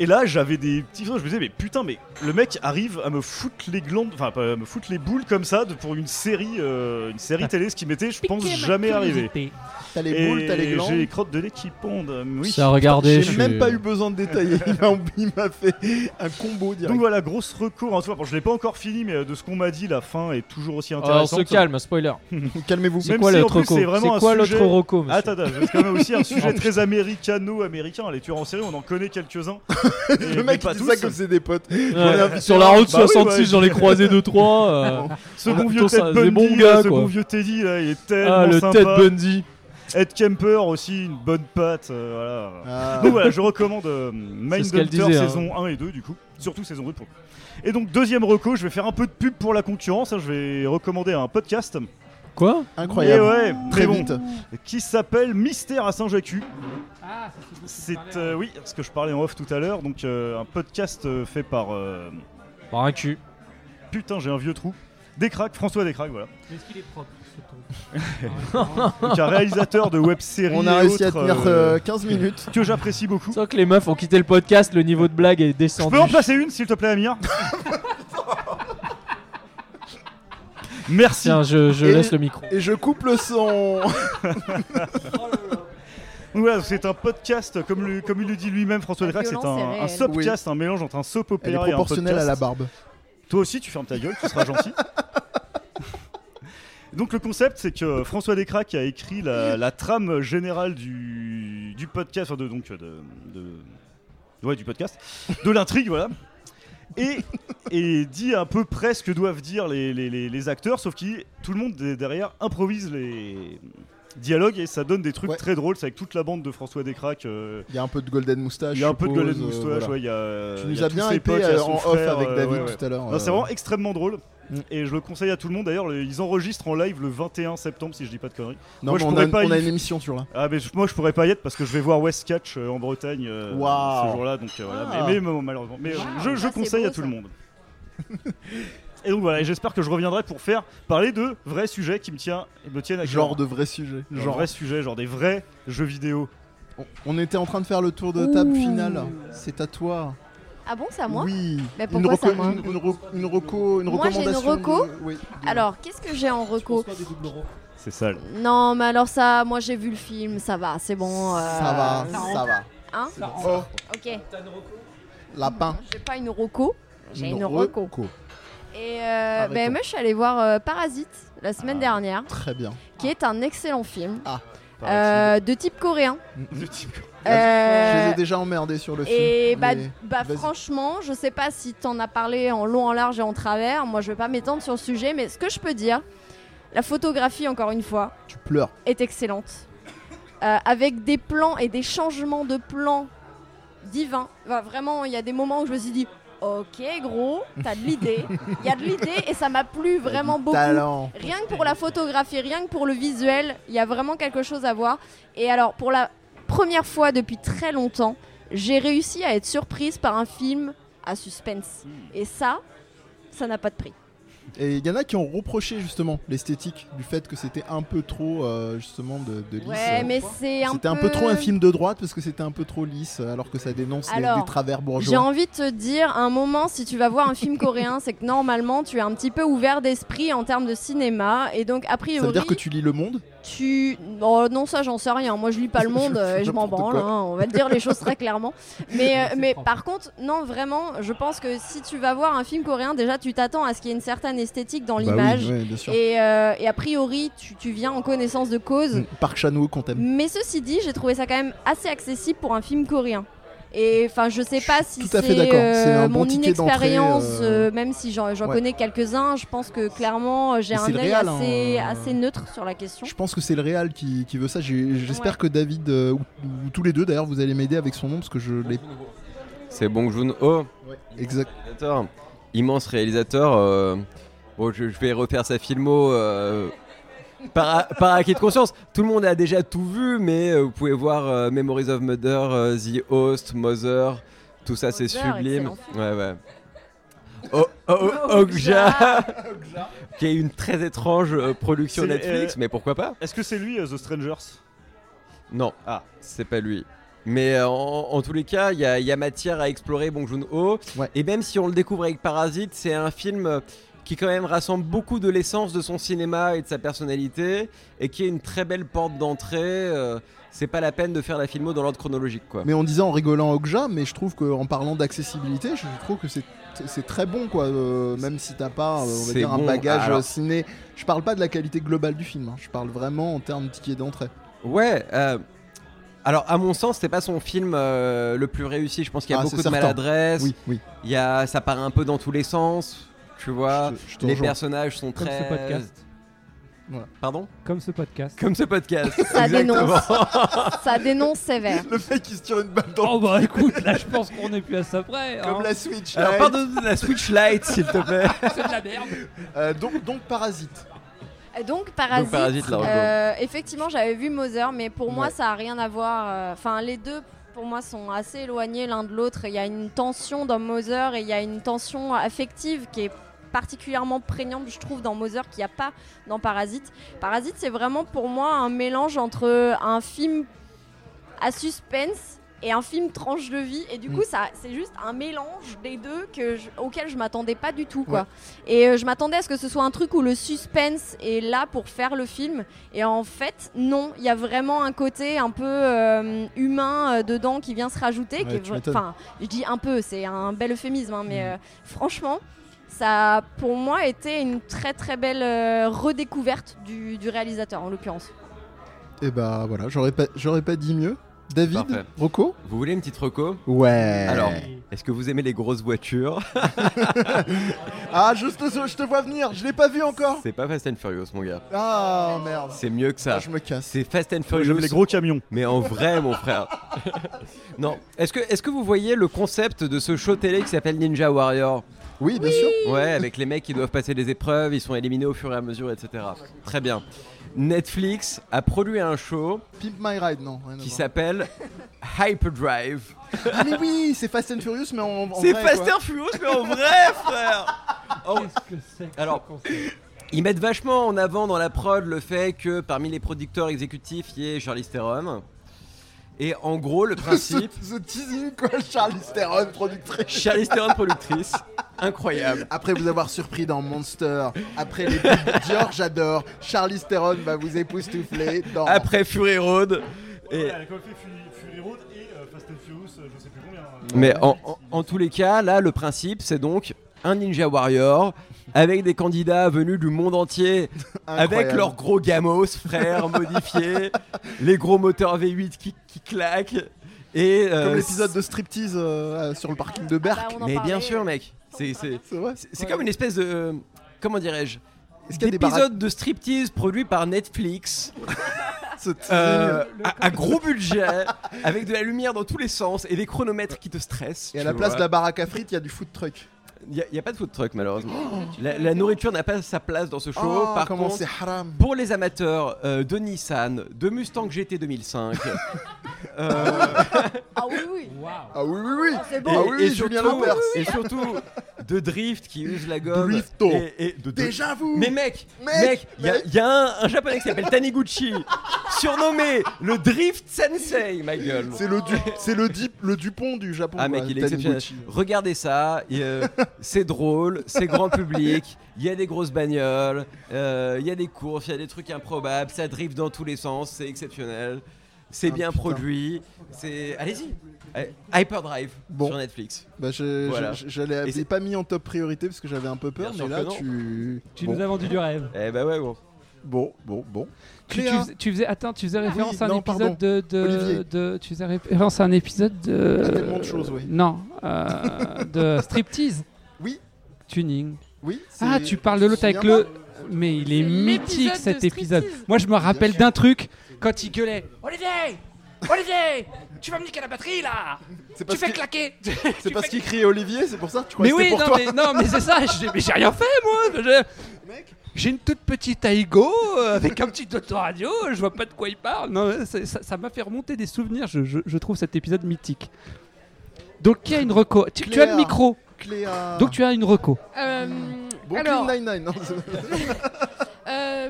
[SPEAKER 6] Et là, j'avais des petits frissons. Je me disais, mais putain, mais le mec arrive à me foutre les glandes, enfin, pas à me foutre les boules comme ça de- pour une série, euh, une série télé, ce qui m'était, je pense,
[SPEAKER 1] Piquer ma
[SPEAKER 6] jamais arrivé.
[SPEAKER 1] curiosité. T'as les boules,
[SPEAKER 6] Et
[SPEAKER 1] t'as les glandes.
[SPEAKER 6] J'ai les crottes de nez qui pondent. euh, Oui.
[SPEAKER 4] Ça a regardé, je
[SPEAKER 1] J'ai
[SPEAKER 4] suis-
[SPEAKER 1] même pas eu besoin de détailler. Il m'a- Il m'a fait un combo direct.
[SPEAKER 6] Donc voilà, grosse recours. En tout cas, bon, je l'ai pas encore fini, mais euh, de ce qu'on m'a dit, la fin est toujours aussi
[SPEAKER 4] Alors, on
[SPEAKER 6] intéressante.
[SPEAKER 4] se calme, spoiler.
[SPEAKER 1] Calmez-vous.
[SPEAKER 4] hein. C'est
[SPEAKER 6] Même
[SPEAKER 4] quoi
[SPEAKER 6] si, en
[SPEAKER 4] l'autre
[SPEAKER 6] plus,
[SPEAKER 4] reco
[SPEAKER 6] C'est vraiment
[SPEAKER 4] C'est
[SPEAKER 6] un
[SPEAKER 4] quoi l'autre
[SPEAKER 6] sujet...
[SPEAKER 4] reco monsieur
[SPEAKER 6] Attends, attends, parce qu'on a aussi un sujet très américano-américain. Les tueurs en série, on en connaît quelques-uns.
[SPEAKER 1] Le mec il dit ça comme c'est des potes. J'en ai invité
[SPEAKER 4] Sur la
[SPEAKER 1] un.
[SPEAKER 4] route
[SPEAKER 6] Bah oui,
[SPEAKER 4] 66,
[SPEAKER 6] ouais.
[SPEAKER 4] j'en ai croisé 2-3. euh,
[SPEAKER 6] Ce
[SPEAKER 4] on a
[SPEAKER 6] bon vieux
[SPEAKER 4] plutôt ça-
[SPEAKER 6] Ted Bundy,
[SPEAKER 4] des
[SPEAKER 6] là,
[SPEAKER 4] bons gars,
[SPEAKER 6] ce
[SPEAKER 4] quoi.
[SPEAKER 6] bon vieux Teddy, là, il est tellement
[SPEAKER 4] Ah, le
[SPEAKER 6] sympa.
[SPEAKER 4] Ted Bundy.
[SPEAKER 6] Ed Kemper aussi, une bonne patte. euh, voilà.
[SPEAKER 1] Ah.
[SPEAKER 6] Donc voilà, je recommande euh,
[SPEAKER 4] C'est ce qu'elle
[SPEAKER 6] Mindhunter
[SPEAKER 4] disait, hein.
[SPEAKER 6] saison 1 et 2, du coup. Surtout saison 2 pour le coup. Et donc, deuxième reco, je vais faire un peu de pub pour la concurrence. hein, je vais recommander un podcast.
[SPEAKER 4] Quoi
[SPEAKER 1] Incroyable.
[SPEAKER 6] Et ouais,
[SPEAKER 1] Très
[SPEAKER 6] mais bon.
[SPEAKER 1] vite.
[SPEAKER 6] Qui s'appelle Mystère à Saint-Jacques.
[SPEAKER 5] Ah, c'est ce que vous
[SPEAKER 6] C'est
[SPEAKER 5] parlez,
[SPEAKER 6] euh, oui, ce que je parlais en off tout à l'heure, donc euh, un podcast euh, fait par euh,
[SPEAKER 4] Par un cul.
[SPEAKER 6] putain, j'ai un vieux trou. Descraques, François Descraques, voilà.
[SPEAKER 5] Mais Est-ce qu'il est propre ce ton
[SPEAKER 6] Donc un réalisateur de web série
[SPEAKER 1] On a réussi à tenir euh, 15 minutes.
[SPEAKER 6] que j'apprécie beaucoup.
[SPEAKER 4] Sans que les meufs ont quitté le podcast, le niveau de blague est
[SPEAKER 6] Je
[SPEAKER 4] descendu.
[SPEAKER 6] peux en placer une s'il te plaît Amir Merci.
[SPEAKER 4] Tiens, je, je
[SPEAKER 1] Et-
[SPEAKER 4] laisse le micro.
[SPEAKER 1] Et je coupe le son.
[SPEAKER 6] Donc Voilà, c'est un podcast comme, le- comme il le dit lui-même François
[SPEAKER 7] La
[SPEAKER 6] Descraques, c'est
[SPEAKER 7] violence est
[SPEAKER 6] un, un
[SPEAKER 7] réelle.
[SPEAKER 6] sopcast, un mélange entre un soap
[SPEAKER 1] Elle est
[SPEAKER 6] opéra et un podcast.
[SPEAKER 1] proportionnelle à la barbe.
[SPEAKER 6] Toi aussi, tu fermes ta gueule, tu seras gentil. Donc le concept, c'est que François Descraques a écrit la, la trame générale du, du podcast, enfin, de, donc de, de- ouais, du podcast, de l'intrigue, voilà. Et, et dit à peu près ce que doivent dire les, les- les- les acteurs, sauf que tout le monde de- derrière improvise les dialogues et ça donne des trucs
[SPEAKER 1] Ouais.
[SPEAKER 6] très drôles. C'est avec toute la bande de François Descraques. euh,
[SPEAKER 1] Il y a un peu de golden moustache.
[SPEAKER 6] il y a un peu de
[SPEAKER 1] golden
[SPEAKER 6] golden moustache, ouais, il y a.
[SPEAKER 1] Tu
[SPEAKER 6] il y
[SPEAKER 1] nous
[SPEAKER 6] a
[SPEAKER 1] as
[SPEAKER 6] tous
[SPEAKER 1] bien
[SPEAKER 6] ses
[SPEAKER 1] hypé
[SPEAKER 6] potes, il y a
[SPEAKER 1] euh,
[SPEAKER 6] son
[SPEAKER 1] en off
[SPEAKER 6] frère,
[SPEAKER 1] avec
[SPEAKER 6] euh,
[SPEAKER 1] David
[SPEAKER 6] ouais, ouais.
[SPEAKER 1] tout à l'heure.
[SPEAKER 6] Non, c'est
[SPEAKER 1] euh,
[SPEAKER 6] vraiment extrêmement drôle.
[SPEAKER 1] Mm.
[SPEAKER 6] Et je le conseille à tout le monde. D'ailleurs, le- ils enregistrent en live le 21 septembre, si je dis pas de conneries. moi,
[SPEAKER 1] non, mais
[SPEAKER 6] je
[SPEAKER 1] on,
[SPEAKER 6] pourrais
[SPEAKER 1] a,
[SPEAKER 6] pas
[SPEAKER 1] on a
[SPEAKER 6] y-
[SPEAKER 1] une émission sur là.
[SPEAKER 6] Ah, mais je- moi, je pourrais pas y être parce que je vais voir West Catch euh, en Bretagne euh,
[SPEAKER 1] Waouh.
[SPEAKER 6] ce jour-là. Donc euh, voilà.
[SPEAKER 1] Ah.
[SPEAKER 6] Mais, mais, bon, malheureusement. Mais euh, je, je
[SPEAKER 7] Ça, c'est
[SPEAKER 6] conseille
[SPEAKER 7] beau,
[SPEAKER 6] à tout
[SPEAKER 7] ça.
[SPEAKER 6] le monde. et donc voilà. Et j'espère que je reviendrai pour faire parler de vrais sujets qui me tient, me tiennent à cœur.
[SPEAKER 1] Genre de vrai sujet.
[SPEAKER 6] Genre
[SPEAKER 1] Genre.
[SPEAKER 6] vrais sujets, genre des vrais jeux vidéo.
[SPEAKER 1] On- On était en train de faire le tour de table final. C'est à toi.
[SPEAKER 7] Ah bon, c'est à moi
[SPEAKER 1] Oui.
[SPEAKER 7] Mais
[SPEAKER 1] une,
[SPEAKER 7] pourquoi c'est à
[SPEAKER 1] reco-
[SPEAKER 7] moi
[SPEAKER 1] une, une reco- une reco- une
[SPEAKER 7] Moi, j'ai une
[SPEAKER 1] recommandation.
[SPEAKER 7] reco.
[SPEAKER 1] de- oui, de-
[SPEAKER 7] Alors, qu'est-ce que j'ai en reco
[SPEAKER 6] C'est sale.
[SPEAKER 7] Non, mais alors ça, moi j'ai vu le film, ça va, c'est bon. euh,
[SPEAKER 1] Ça va, ça va.
[SPEAKER 7] Hein
[SPEAKER 1] Oh,
[SPEAKER 7] Ok.
[SPEAKER 1] lapin.
[SPEAKER 7] J'ai pas une roco, j'ai une, reco.
[SPEAKER 1] reco.
[SPEAKER 7] Et euh,
[SPEAKER 1] Ah,
[SPEAKER 7] ben,
[SPEAKER 1] reco.
[SPEAKER 7] moi je suis allée voir euh, Parasite la semaine dernière,
[SPEAKER 1] Très bien.
[SPEAKER 7] qui est un excellent film
[SPEAKER 1] Ah,
[SPEAKER 7] euh, de type coréen.
[SPEAKER 6] De type-
[SPEAKER 1] Je
[SPEAKER 7] Euh,
[SPEAKER 1] les ai déjà emmerdés sur le film.
[SPEAKER 7] et bah,
[SPEAKER 1] mais-
[SPEAKER 7] bah,
[SPEAKER 1] vas-y.
[SPEAKER 7] franchement, je sais pas si t'en as parlé en long, en large et en travers. Moi, je vais pas m'étendre sur le sujet, mais ce que je peux dire, la photographie, encore une fois,
[SPEAKER 1] Tu pleures.
[SPEAKER 7] est excellente. Euh, avec des plans et des changements de plans divins. Enfin, vraiment, il y a des moments où je me suis dit Ok, gros, t'as de l'idée. Il y a de l'idée et ça m'a plu vraiment beaucoup.
[SPEAKER 1] Talent.
[SPEAKER 7] Rien que pour la photographie, rien que pour le visuel, il y a vraiment quelque chose à voir. Et alors, pour la première fois depuis très longtemps, j'ai réussi à être surprise par un film à suspense. Et ça, ça n'a pas de prix.
[SPEAKER 1] Et il y en a qui ont reproché justement l'esthétique du fait que c'était un peu trop euh, justement de, de lisse.
[SPEAKER 7] Ouais, mais c'est un
[SPEAKER 1] C'était un peu trop un film de droite parce que c'était un peu trop lisse alors que ça dénonce les-
[SPEAKER 7] Alors,
[SPEAKER 1] les travers
[SPEAKER 7] J'ai
[SPEAKER 1] bourgeois.
[SPEAKER 7] envie de te dire, à un moment, si tu vas voir un film coréen, c'est que normalement, tu es un petit peu ouvert d'esprit en termes de cinéma. Et donc, a
[SPEAKER 1] Ça
[SPEAKER 7] priori,
[SPEAKER 1] veut dire que tu lis Le Monde
[SPEAKER 7] tu... Oh, non, ça, j'en sais rien. Moi, je lis pas le monde, euh, je m'en
[SPEAKER 1] N'importe
[SPEAKER 7] branle.
[SPEAKER 1] quoi.
[SPEAKER 7] hein, on va te dire les choses très clairement. Mais, euh,
[SPEAKER 5] C'est
[SPEAKER 7] mais
[SPEAKER 5] propre.
[SPEAKER 7] par contre, non, vraiment, je pense que si tu vas voir un film coréen, déjà, tu t'attends à ce qu'il y ait une certaine esthétique dans l'image.
[SPEAKER 1] Bah oui, ouais, bien sûr.
[SPEAKER 7] et, euh, et a priori, tu, tu viens en connaissance de cause.
[SPEAKER 1] Mm, Park Chan-wook qu'on t'aime.
[SPEAKER 7] Mais ceci dit, j'ai trouvé ça quand même assez accessible pour un film coréen. Et enfin, je sais pas si
[SPEAKER 1] Tout à
[SPEAKER 7] c'est
[SPEAKER 1] fait
[SPEAKER 7] euh,
[SPEAKER 1] d'accord. C'est un bon
[SPEAKER 7] mon
[SPEAKER 1] ticket d'entrée,
[SPEAKER 7] inexpérience,
[SPEAKER 1] euh,
[SPEAKER 7] euh, même si j'en j'en
[SPEAKER 1] ouais.
[SPEAKER 7] connais quelques-uns, je pense que clairement euh, j'ai
[SPEAKER 1] Mais c'est
[SPEAKER 7] un
[SPEAKER 1] le
[SPEAKER 7] œil
[SPEAKER 1] réel,
[SPEAKER 7] assez,
[SPEAKER 1] hein.
[SPEAKER 7] assez neutre sur la question.
[SPEAKER 1] Je pense que c'est le réal qui, qui veut ça. J'ai- J'espère
[SPEAKER 7] Ouais.
[SPEAKER 1] que David euh, ou, ou tous les deux d'ailleurs vous allez m'aider avec son nom parce que je l'ai
[SPEAKER 11] C'est Bong Joon-ho,
[SPEAKER 1] exact.
[SPEAKER 11] réalisateur, immense réalisateur. euh, Bon, je, je vais refaire sa filmo euh, par, a- par acquis de conscience. Tout le monde a déjà tout vu, mais euh, vous pouvez voir euh, Memories of Murder, euh, The Host, Mother. Tout ça, c'est
[SPEAKER 7] Mother,
[SPEAKER 11] sublime.
[SPEAKER 7] excellent
[SPEAKER 11] Ouais, ouais. Oh, oh, oh, Okja, qui est une très étrange euh, production
[SPEAKER 6] C'est,
[SPEAKER 11] Netflix,
[SPEAKER 6] euh,
[SPEAKER 11] mais pourquoi pas
[SPEAKER 6] Est-ce que c'est lui, euh, The Strangers
[SPEAKER 11] Non,
[SPEAKER 6] Ah.
[SPEAKER 11] c'est pas lui. Mais euh, en, en tous les cas, il y, a- il y a matière à explorer Bong Joon-ho. Et même si on le découvre avec Parasite, c'est un film euh, qui quand même rassemble beaucoup de l'essence de son cinéma et de sa personnalité, et qui est une très belle porte d'entrée. euh, c'est pas la peine de faire la filmo dans l'ordre chronologique, quoi.
[SPEAKER 1] Mais on disait en rigolant Okja, mais je trouve qu'en parlant d'accessibilité, je trouve que c'est c'est très bon quoi euh, même si t'as pas euh, on va
[SPEAKER 11] C'est
[SPEAKER 1] dire
[SPEAKER 11] bon,
[SPEAKER 1] un bagage
[SPEAKER 11] alors-
[SPEAKER 1] euh, ciné je parle pas de la qualité globale du film hein, je parle vraiment en termes de ticket d'entrée
[SPEAKER 11] Ouais. euh, alors, à mon sens, c'est pas son film euh, le plus réussi. Je pense qu'il y a
[SPEAKER 1] Ah,
[SPEAKER 11] beaucoup de
[SPEAKER 1] c'est certain.
[SPEAKER 11] maladresse.
[SPEAKER 1] Oui, oui.
[SPEAKER 11] Il y a, ça part un peu dans tous les sens. Tu vois,
[SPEAKER 1] te
[SPEAKER 11] les
[SPEAKER 1] rejoins.
[SPEAKER 11] personnages sont
[SPEAKER 1] Comme ce
[SPEAKER 11] très.
[SPEAKER 1] podcast.
[SPEAKER 11] Pardon
[SPEAKER 5] Comme ce podcast.
[SPEAKER 11] Comme ce podcast.
[SPEAKER 7] Ça dénonce.
[SPEAKER 11] Exactement.
[SPEAKER 7] ça dénonce sévère.
[SPEAKER 1] Le mec qui se tire une balle dans
[SPEAKER 5] Oh bah écoute, là je pense qu'on est plus à ça près.
[SPEAKER 1] Comme la Switch
[SPEAKER 11] hein. Alors,
[SPEAKER 1] Lite.
[SPEAKER 11] pardon, la Switch Lite, s'il te plaît.
[SPEAKER 5] C'est de la merde.
[SPEAKER 1] Euh, donc, donc Parasite.
[SPEAKER 7] Et Euh, Donc Parasite,
[SPEAKER 11] Donc, Parasite, la
[SPEAKER 7] euh, effectivement j'avais vu Mother mais pour moi
[SPEAKER 1] Ouais.
[SPEAKER 7] ça a rien à voir. euh, Enfin les deux pour moi sont assez éloignés l'un de l'autre. Il y a une tension dans Mother et il y a une tension affective qui est particulièrement prégnante je trouve dans Mother qu'il n'y a pas dans Parasite. Parasite c'est vraiment pour moi un mélange entre un film à suspense et un film tranche de vie et du coup
[SPEAKER 13] Mm.
[SPEAKER 7] ça c'est juste un mélange des deux que je- auquel je m'attendais pas du tout quoi et euh, je m'attendais à ce que ce soit un truc où le suspense est là pour faire le film et en fait non il y a vraiment un côté un peu euh, humain euh, dedans qui vient se rajouter qui
[SPEAKER 13] Ouais,
[SPEAKER 7] est
[SPEAKER 13] tu
[SPEAKER 7] vra-
[SPEAKER 13] m'étonnes. Mm.
[SPEAKER 7] enfin je dis un peu c'est un bel euphémisme hein, mais euh, franchement ça a pour moi été une très très belle euh, redécouverte du, du réalisateur en l'occurrence
[SPEAKER 1] Et bah voilà, j'aurais pas, j'aurais pas dit mieux. David,
[SPEAKER 11] Parfait.
[SPEAKER 1] Rocco
[SPEAKER 11] Vous voulez une petite reco
[SPEAKER 1] Ouais.
[SPEAKER 11] Alors, est-ce que vous aimez les grosses voitures
[SPEAKER 1] Ah, je te, je te vois venir, je l'ai pas vu encore.
[SPEAKER 11] C'est pas Fast and Furious, mon gars.
[SPEAKER 1] Ah merde.
[SPEAKER 11] C'est mieux que ça.
[SPEAKER 1] je me casse.
[SPEAKER 11] C'est Fast and
[SPEAKER 6] Moi,
[SPEAKER 11] Furious.
[SPEAKER 6] j'aime les gros camions.
[SPEAKER 11] Mais en vrai, mon frère. non. Est-ce que, est-ce que vous voyez le concept de ce show télé qui s'appelle Ninja Warrior
[SPEAKER 1] Oui, bien sûr.
[SPEAKER 11] Ouais, avec les mecs qui doivent passer des épreuves, ils sont éliminés au fur et à mesure, etc. Très bien. Netflix a produit un show
[SPEAKER 1] Pimp My Ride, non. rien à
[SPEAKER 11] qui
[SPEAKER 1] voir.
[SPEAKER 11] s'appelle Hyperdrive.
[SPEAKER 1] Ah mais oui, c'est Fast and Furious, mais en, en
[SPEAKER 11] C'est
[SPEAKER 1] vrai,
[SPEAKER 11] Fast
[SPEAKER 1] quoi.
[SPEAKER 11] and Furious, mais en vrai, frère Oh. Alors, ils mettent vachement en avant dans la prod le fait que parmi les producteurs exécutifs, il y ait Charlie Theron. Et en gros, le principe...
[SPEAKER 1] Ce teasing quoi, Charlie Theron, productrice.
[SPEAKER 11] Charlie Theron, productrice. Incroyable.
[SPEAKER 1] Après vous avoir surpris dans Monster, après les pubs de Dior, j'adore. Charlie Theron va vous époustoufler dans.
[SPEAKER 11] Après Fury Road. Et,
[SPEAKER 6] elle a quand même fait Fury, Fury Road et euh, Fast and Furious, euh, je sais plus combien. euh.
[SPEAKER 11] Mais en, en- en tous les cas, là, le principe, c'est donc un Ninja Warrior avec des candidats venus du monde entier, avec
[SPEAKER 1] Incroyable.
[SPEAKER 11] leurs gros gamos, frères modifiés, les gros moteurs V8 qui, qui claquent. Et, euh,
[SPEAKER 1] Comme l'épisode de striptease euh, euh, sur le parking de Berck.
[SPEAKER 7] Bah,
[SPEAKER 11] c'est- Mais bien
[SPEAKER 7] euh,
[SPEAKER 11] sûr, mec. C'est c'est- c'est- c'est comme une espèce de. euh, Comment dirais-je
[SPEAKER 1] Est-ce qu'il y a des
[SPEAKER 11] D'épisode de striptease produit par Netflix.
[SPEAKER 1] C'est
[SPEAKER 11] euh, à, à gros budget, avec de la lumière dans tous les sens et des chronomètres qui te stressent.
[SPEAKER 1] Et à
[SPEAKER 11] tu
[SPEAKER 1] la place
[SPEAKER 11] vois.
[SPEAKER 1] de la baraque à frites, il y a du food truck.
[SPEAKER 11] Il n'y a, pas de food truck malheureusement. La, la nourriture n'a pas sa place dans ce show.
[SPEAKER 1] Oh,
[SPEAKER 11] Par
[SPEAKER 1] comment
[SPEAKER 11] contre,
[SPEAKER 1] c'est haram.
[SPEAKER 11] pour les amateurs euh, de Nissan, de Mustang GT 2005, euh,
[SPEAKER 7] ah oui oui
[SPEAKER 1] ah oui oui oui
[SPEAKER 7] c'est
[SPEAKER 11] et,
[SPEAKER 7] bon
[SPEAKER 11] et surtout, et surtout de drift qui use la gomme.
[SPEAKER 1] Drifto.
[SPEAKER 11] et- et de- de-
[SPEAKER 1] Déjà vous
[SPEAKER 11] Mais mec,
[SPEAKER 1] Mec,
[SPEAKER 11] mec, il y a, y a un, un japonais qui s'appelle Taniguchi, surnommé le Drift Sensei, ma gueule.
[SPEAKER 1] C'est le, du... c'est le, dip- le Dupont du Japon.
[SPEAKER 11] Ah
[SPEAKER 1] quoi,
[SPEAKER 11] mec, il est
[SPEAKER 1] Taniguchi.
[SPEAKER 11] exceptionnel. Regardez ça, et, euh, c'est drôle, c'est grand public, il y a des grosses bagnoles, euh, il y a des courses, il y a des trucs improbables, ça drift dans tous les sens, c'est exceptionnel, c'est
[SPEAKER 1] Ah,
[SPEAKER 11] bien produit, c'est... Allez-y Allez, Hyperdrive
[SPEAKER 1] Bon.
[SPEAKER 11] sur Netflix.
[SPEAKER 1] Bah, je,
[SPEAKER 11] Voilà.
[SPEAKER 1] je- je l'ai
[SPEAKER 11] Et c'est-
[SPEAKER 1] j'ai pas mis en top priorité parce que j'avais un peu peur,
[SPEAKER 11] Bien
[SPEAKER 1] mais
[SPEAKER 11] sûr
[SPEAKER 1] là
[SPEAKER 11] que non.
[SPEAKER 1] tu.
[SPEAKER 5] Tu
[SPEAKER 1] Bon.
[SPEAKER 5] nous as vendu du rêve.
[SPEAKER 11] Eh bah ouais, bon.
[SPEAKER 1] Bon, bon, bon.
[SPEAKER 5] Tu, tu
[SPEAKER 1] Cléa.
[SPEAKER 5] fais- tu faisais, attends, tu faisais référence à un
[SPEAKER 1] non, pardon.
[SPEAKER 5] épisode de, de,
[SPEAKER 1] Olivier.
[SPEAKER 5] de- Tu faisais référence à un épisode de.
[SPEAKER 1] Il y a tellement de choses, oui.
[SPEAKER 5] Non, euh, de striptease.
[SPEAKER 1] Oui.
[SPEAKER 5] Tuning.
[SPEAKER 1] Oui.
[SPEAKER 5] Ah,
[SPEAKER 1] c'est-
[SPEAKER 5] tu parles de l'autre
[SPEAKER 1] te
[SPEAKER 5] avec
[SPEAKER 1] souviens
[SPEAKER 5] le. Mais il est mythique
[SPEAKER 13] l'épisode
[SPEAKER 5] cet
[SPEAKER 13] de
[SPEAKER 5] épisode.
[SPEAKER 13] striptease.
[SPEAKER 5] Moi, je me rappelle
[SPEAKER 1] sûr.
[SPEAKER 5] d'un truc quand il gueulait.
[SPEAKER 13] Olivier Olivier Tu vas me niquer la batterie là
[SPEAKER 1] C'est
[SPEAKER 13] Tu
[SPEAKER 1] parce
[SPEAKER 13] fais
[SPEAKER 1] qu'il-
[SPEAKER 13] claquer
[SPEAKER 1] c'est parce qu'il criait Olivier, c'est pour ça que tu crois
[SPEAKER 5] Mais
[SPEAKER 1] que c'était
[SPEAKER 5] oui, non
[SPEAKER 1] pour toi.
[SPEAKER 5] mais, non, mais c'est ça, j'ai mais j'ai rien fait moi je- J'ai une toute petite Aigo euh, avec un petit autoradio, je vois pas de quoi il parle. Non, c'est- ça ça m'a fait remonter des souvenirs, je, je- je trouve cet épisode mythique. Donc il y a une reco. Tu, tu as le
[SPEAKER 1] Claire.
[SPEAKER 5] micro,
[SPEAKER 1] Cléa.
[SPEAKER 5] donc tu as une reco.
[SPEAKER 13] Euh,
[SPEAKER 1] Brooklyn
[SPEAKER 13] Alors,
[SPEAKER 1] Nine-Nine, non c'est-
[SPEAKER 13] euh,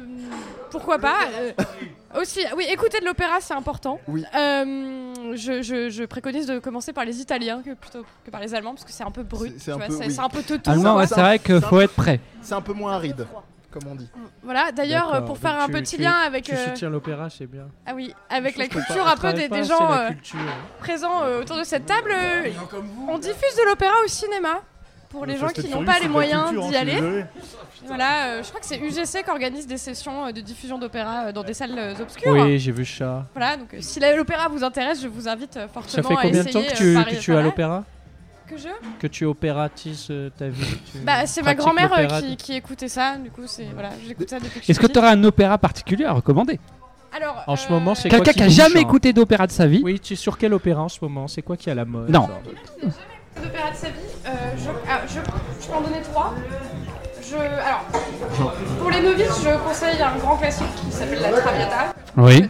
[SPEAKER 13] pourquoi pas euh, Aussi, oui, écouter de l'opéra, c'est important.
[SPEAKER 1] Oui.
[SPEAKER 13] Euh, je, je- je préconise de commencer par les Italiens que plutôt que par les Allemands parce que c'est un peu brut, tu vois, c'est
[SPEAKER 1] oui.
[SPEAKER 13] c'est un peu tout.
[SPEAKER 4] Ah
[SPEAKER 1] Ça va, ça- ça-
[SPEAKER 4] prêt.
[SPEAKER 1] C'est un peu moins aride, comme on dit.
[SPEAKER 13] Voilà, d'ailleurs, euh, pour faire un petit lien avec.
[SPEAKER 4] Tu
[SPEAKER 13] euh,
[SPEAKER 4] soutiens l'opéra, c'est bien.
[SPEAKER 13] Ah oui, avec
[SPEAKER 4] Je
[SPEAKER 13] la
[SPEAKER 4] trouve qu'on
[SPEAKER 13] culture
[SPEAKER 4] par-
[SPEAKER 13] un peu des,
[SPEAKER 4] travaille
[SPEAKER 13] des
[SPEAKER 4] pas assez
[SPEAKER 13] gens
[SPEAKER 4] la
[SPEAKER 13] euh,
[SPEAKER 4] culture.
[SPEAKER 13] présents euh, autour de cette table. euh, on diffuse de l'opéra au cinéma
[SPEAKER 4] Bah,
[SPEAKER 13] pour les gens
[SPEAKER 6] Fast and
[SPEAKER 13] qui n'ont
[SPEAKER 6] Furious,
[SPEAKER 13] pas
[SPEAKER 6] c'est
[SPEAKER 13] les
[SPEAKER 6] de la
[SPEAKER 13] moyens
[SPEAKER 6] culture, hein, je
[SPEAKER 13] d'y
[SPEAKER 6] suis
[SPEAKER 13] aller.
[SPEAKER 6] désolé.
[SPEAKER 13] Voilà, euh, je crois que c'est UGC qui organise des sessions euh, de diffusion d'opéra euh, dans des salles euh, obscures.
[SPEAKER 4] Oui, j'ai vu ça.
[SPEAKER 13] Voilà, donc euh, si la- l'opéra vous intéresse, je vous invite euh,
[SPEAKER 4] Ça
[SPEAKER 13] fortement
[SPEAKER 4] fait
[SPEAKER 13] à
[SPEAKER 4] combien de
[SPEAKER 13] essayer.
[SPEAKER 4] temps que tu,
[SPEAKER 13] euh, par-
[SPEAKER 4] que tu es
[SPEAKER 13] par
[SPEAKER 4] à
[SPEAKER 13] là.
[SPEAKER 4] l'opéra
[SPEAKER 13] Que je
[SPEAKER 4] Que tu opératise euh, ta vie tu
[SPEAKER 13] Bah, c'est ma
[SPEAKER 4] pratiques
[SPEAKER 13] grand-mère euh,
[SPEAKER 4] l'opéra.
[SPEAKER 13] qui, qui écoutait ça, du coup, c'est voilà, j'écoute ça depuis que je
[SPEAKER 5] Est-ce que
[SPEAKER 13] suis
[SPEAKER 5] tu auras un opéra particulier à recommander
[SPEAKER 13] Alors,
[SPEAKER 4] En ce moment, c'est
[SPEAKER 5] Quelqu'un
[SPEAKER 4] quoi hein
[SPEAKER 5] qui a jamais écouté d'opéra de sa vie
[SPEAKER 4] Oui, tu es sur quel opéra en ce moment C'est quoi qui est à la mode
[SPEAKER 5] Non.
[SPEAKER 13] petite. D'opéra de sa vie, euh, je, ah, je, je peux en donner trois. Je, alors, pour les novices, je conseille un grand classique qui s'appelle La Traviata,
[SPEAKER 2] Oui.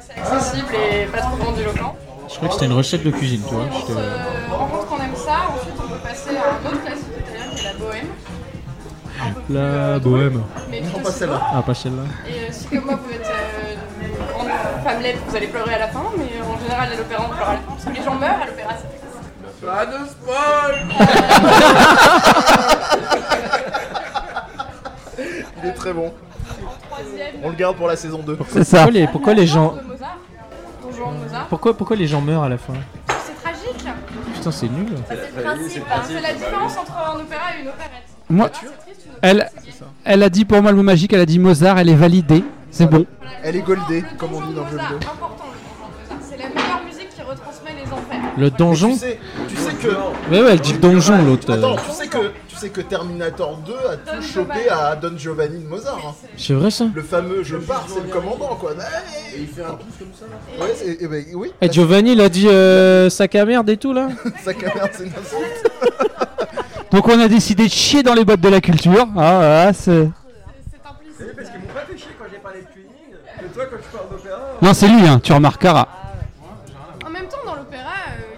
[SPEAKER 13] C'est accessible et pas trop grandiloquent.
[SPEAKER 2] Je crois que c'était une recette de cuisine, tu vois. euh,
[SPEAKER 13] On se rend compte qu'on aime ça, ensuite on peut passer à un autre classique italien qui est la bohème.
[SPEAKER 2] La bohème.
[SPEAKER 13] Mais tout aussi beau.
[SPEAKER 2] Ah, pas celle-là.
[SPEAKER 13] Et euh, si comme moi vous êtes euh, une grande femme lettre, vous allez pleurer à la fin, mais euh, en général à l'opéra on pleure à la fin parce que les gens meurent à l'opéra. c'est
[SPEAKER 8] Pas de spoil
[SPEAKER 1] Il est très bon. On le garde pour la saison 2.
[SPEAKER 4] Pourquoi- Pourquoi les, pourquoi les gens.
[SPEAKER 13] Bonjour Mozart.
[SPEAKER 4] Pourquoi, pourquoi les gens meurent à la fin
[SPEAKER 13] C'est tragique. Bah,
[SPEAKER 4] Putain, c'est nul.
[SPEAKER 13] C'est le principe, hein. c'est la différence entre un opéra et une opérette.
[SPEAKER 5] Moi,
[SPEAKER 13] Un opéra, c'est triste, une opérette,
[SPEAKER 5] elle,
[SPEAKER 13] c'est bien.
[SPEAKER 5] elle a dit pour moi le mot magique, elle a dit Mozart, elle est validée, c'est bon.
[SPEAKER 1] Elle est goldée, comme on dit dans le jeu
[SPEAKER 13] Mozart,
[SPEAKER 1] vidéo.
[SPEAKER 13] important le donjon de Mozart. C'est la meilleure musique qui retransmet les enfers.
[SPEAKER 4] Le donjon
[SPEAKER 1] Tu sais, tu sais que.
[SPEAKER 4] Ouais, ouais, elle dit donjon l'autre.
[SPEAKER 2] euh.
[SPEAKER 1] Attends, tu sais que, tu sais que Terminator 2 a tout chopé à Don Giovanni de Mozart. hein.
[SPEAKER 4] C'est vrai ça
[SPEAKER 1] Le fameux je pars, c'est le commandant quoi. Et il fait un pouce comme ça là Ouais, c'est- eh ben, oui.
[SPEAKER 4] Et Giovanni, il a dit euh, sac à merde et tout là
[SPEAKER 1] Sac à merde, c'est une insulte.
[SPEAKER 5] Donc on a décidé de chier dans les bottes de la culture. Ah, ah, c'est-
[SPEAKER 11] Eh, Parce qu'ils m'ont pas fait chier quand j'ai parlé de tuning, que toi quand tu parles d'opéra.
[SPEAKER 5] non, c'est lui, hein, tu remarqueras.
[SPEAKER 13] En même temps, dans l'opéra,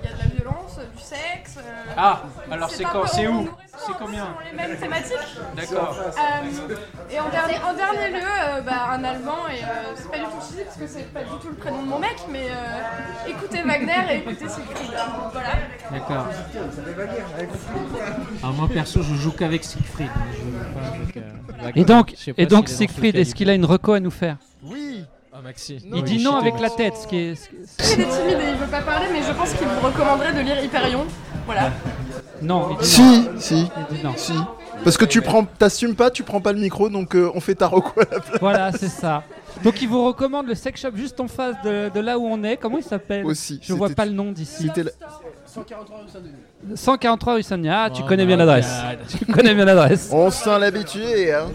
[SPEAKER 13] il y a de la violence, du sexe. euh,
[SPEAKER 4] Ah, alors c'est
[SPEAKER 13] un
[SPEAKER 4] quand-
[SPEAKER 13] peu-
[SPEAKER 4] c'est
[SPEAKER 13] on-
[SPEAKER 4] où
[SPEAKER 13] on nous restreint
[SPEAKER 4] C'est
[SPEAKER 13] un peu
[SPEAKER 4] combien
[SPEAKER 13] selon les mêmes thématiques.
[SPEAKER 4] D'accord.
[SPEAKER 13] Euh, et en, dernier- en dernier lieu, euh, bah, un Allemand, et euh, c'est pas du tout cheesy parce que c'est pas du tout le prénom de mon mec, mais euh, écoutez Wagner et écoutez Siegfried. Voilà.
[SPEAKER 2] D'accord. Alors, Ah, moi perso, je joue qu'avec Siegfried. hein, Je joue pas avec, euh,
[SPEAKER 5] Et
[SPEAKER 2] Wagner.
[SPEAKER 5] donc,
[SPEAKER 2] Je sais pas
[SPEAKER 5] et donc
[SPEAKER 2] s'il est dans ce
[SPEAKER 5] Siegfried, est-ce qu'il a une reco à nous faire
[SPEAKER 1] Oui
[SPEAKER 2] Ah, Maxi.
[SPEAKER 5] Il dit non avec la tête, ce qui est. ce qui est-
[SPEAKER 13] Il est timide et il veut pas parler, mais je pense qu'il vous recommanderait de lire Hyperion. Voilà.
[SPEAKER 5] Non, il dit
[SPEAKER 1] Si, si,
[SPEAKER 5] non.
[SPEAKER 1] si. Parce que tu prends, t'assumes pas, tu prends pas le micro, donc euh, on fait ta reco à la place.
[SPEAKER 5] Voilà, c'est ça. Donc il vous recommande le sex shop juste en face de, de là où on est. Comment il s'appelle
[SPEAKER 1] Aussi,
[SPEAKER 5] Je vois
[SPEAKER 1] c'était-
[SPEAKER 5] pas le nom d'ici.
[SPEAKER 1] C'était la-
[SPEAKER 8] 143 rue Saint-Denis.
[SPEAKER 5] 143 rue Saint-Denis. Ah, tu
[SPEAKER 2] Oh
[SPEAKER 5] connais
[SPEAKER 2] my
[SPEAKER 5] bien l'adresse.
[SPEAKER 2] God.
[SPEAKER 5] Tu connais bien l'adresse.
[SPEAKER 1] On sent l'habitué, hein.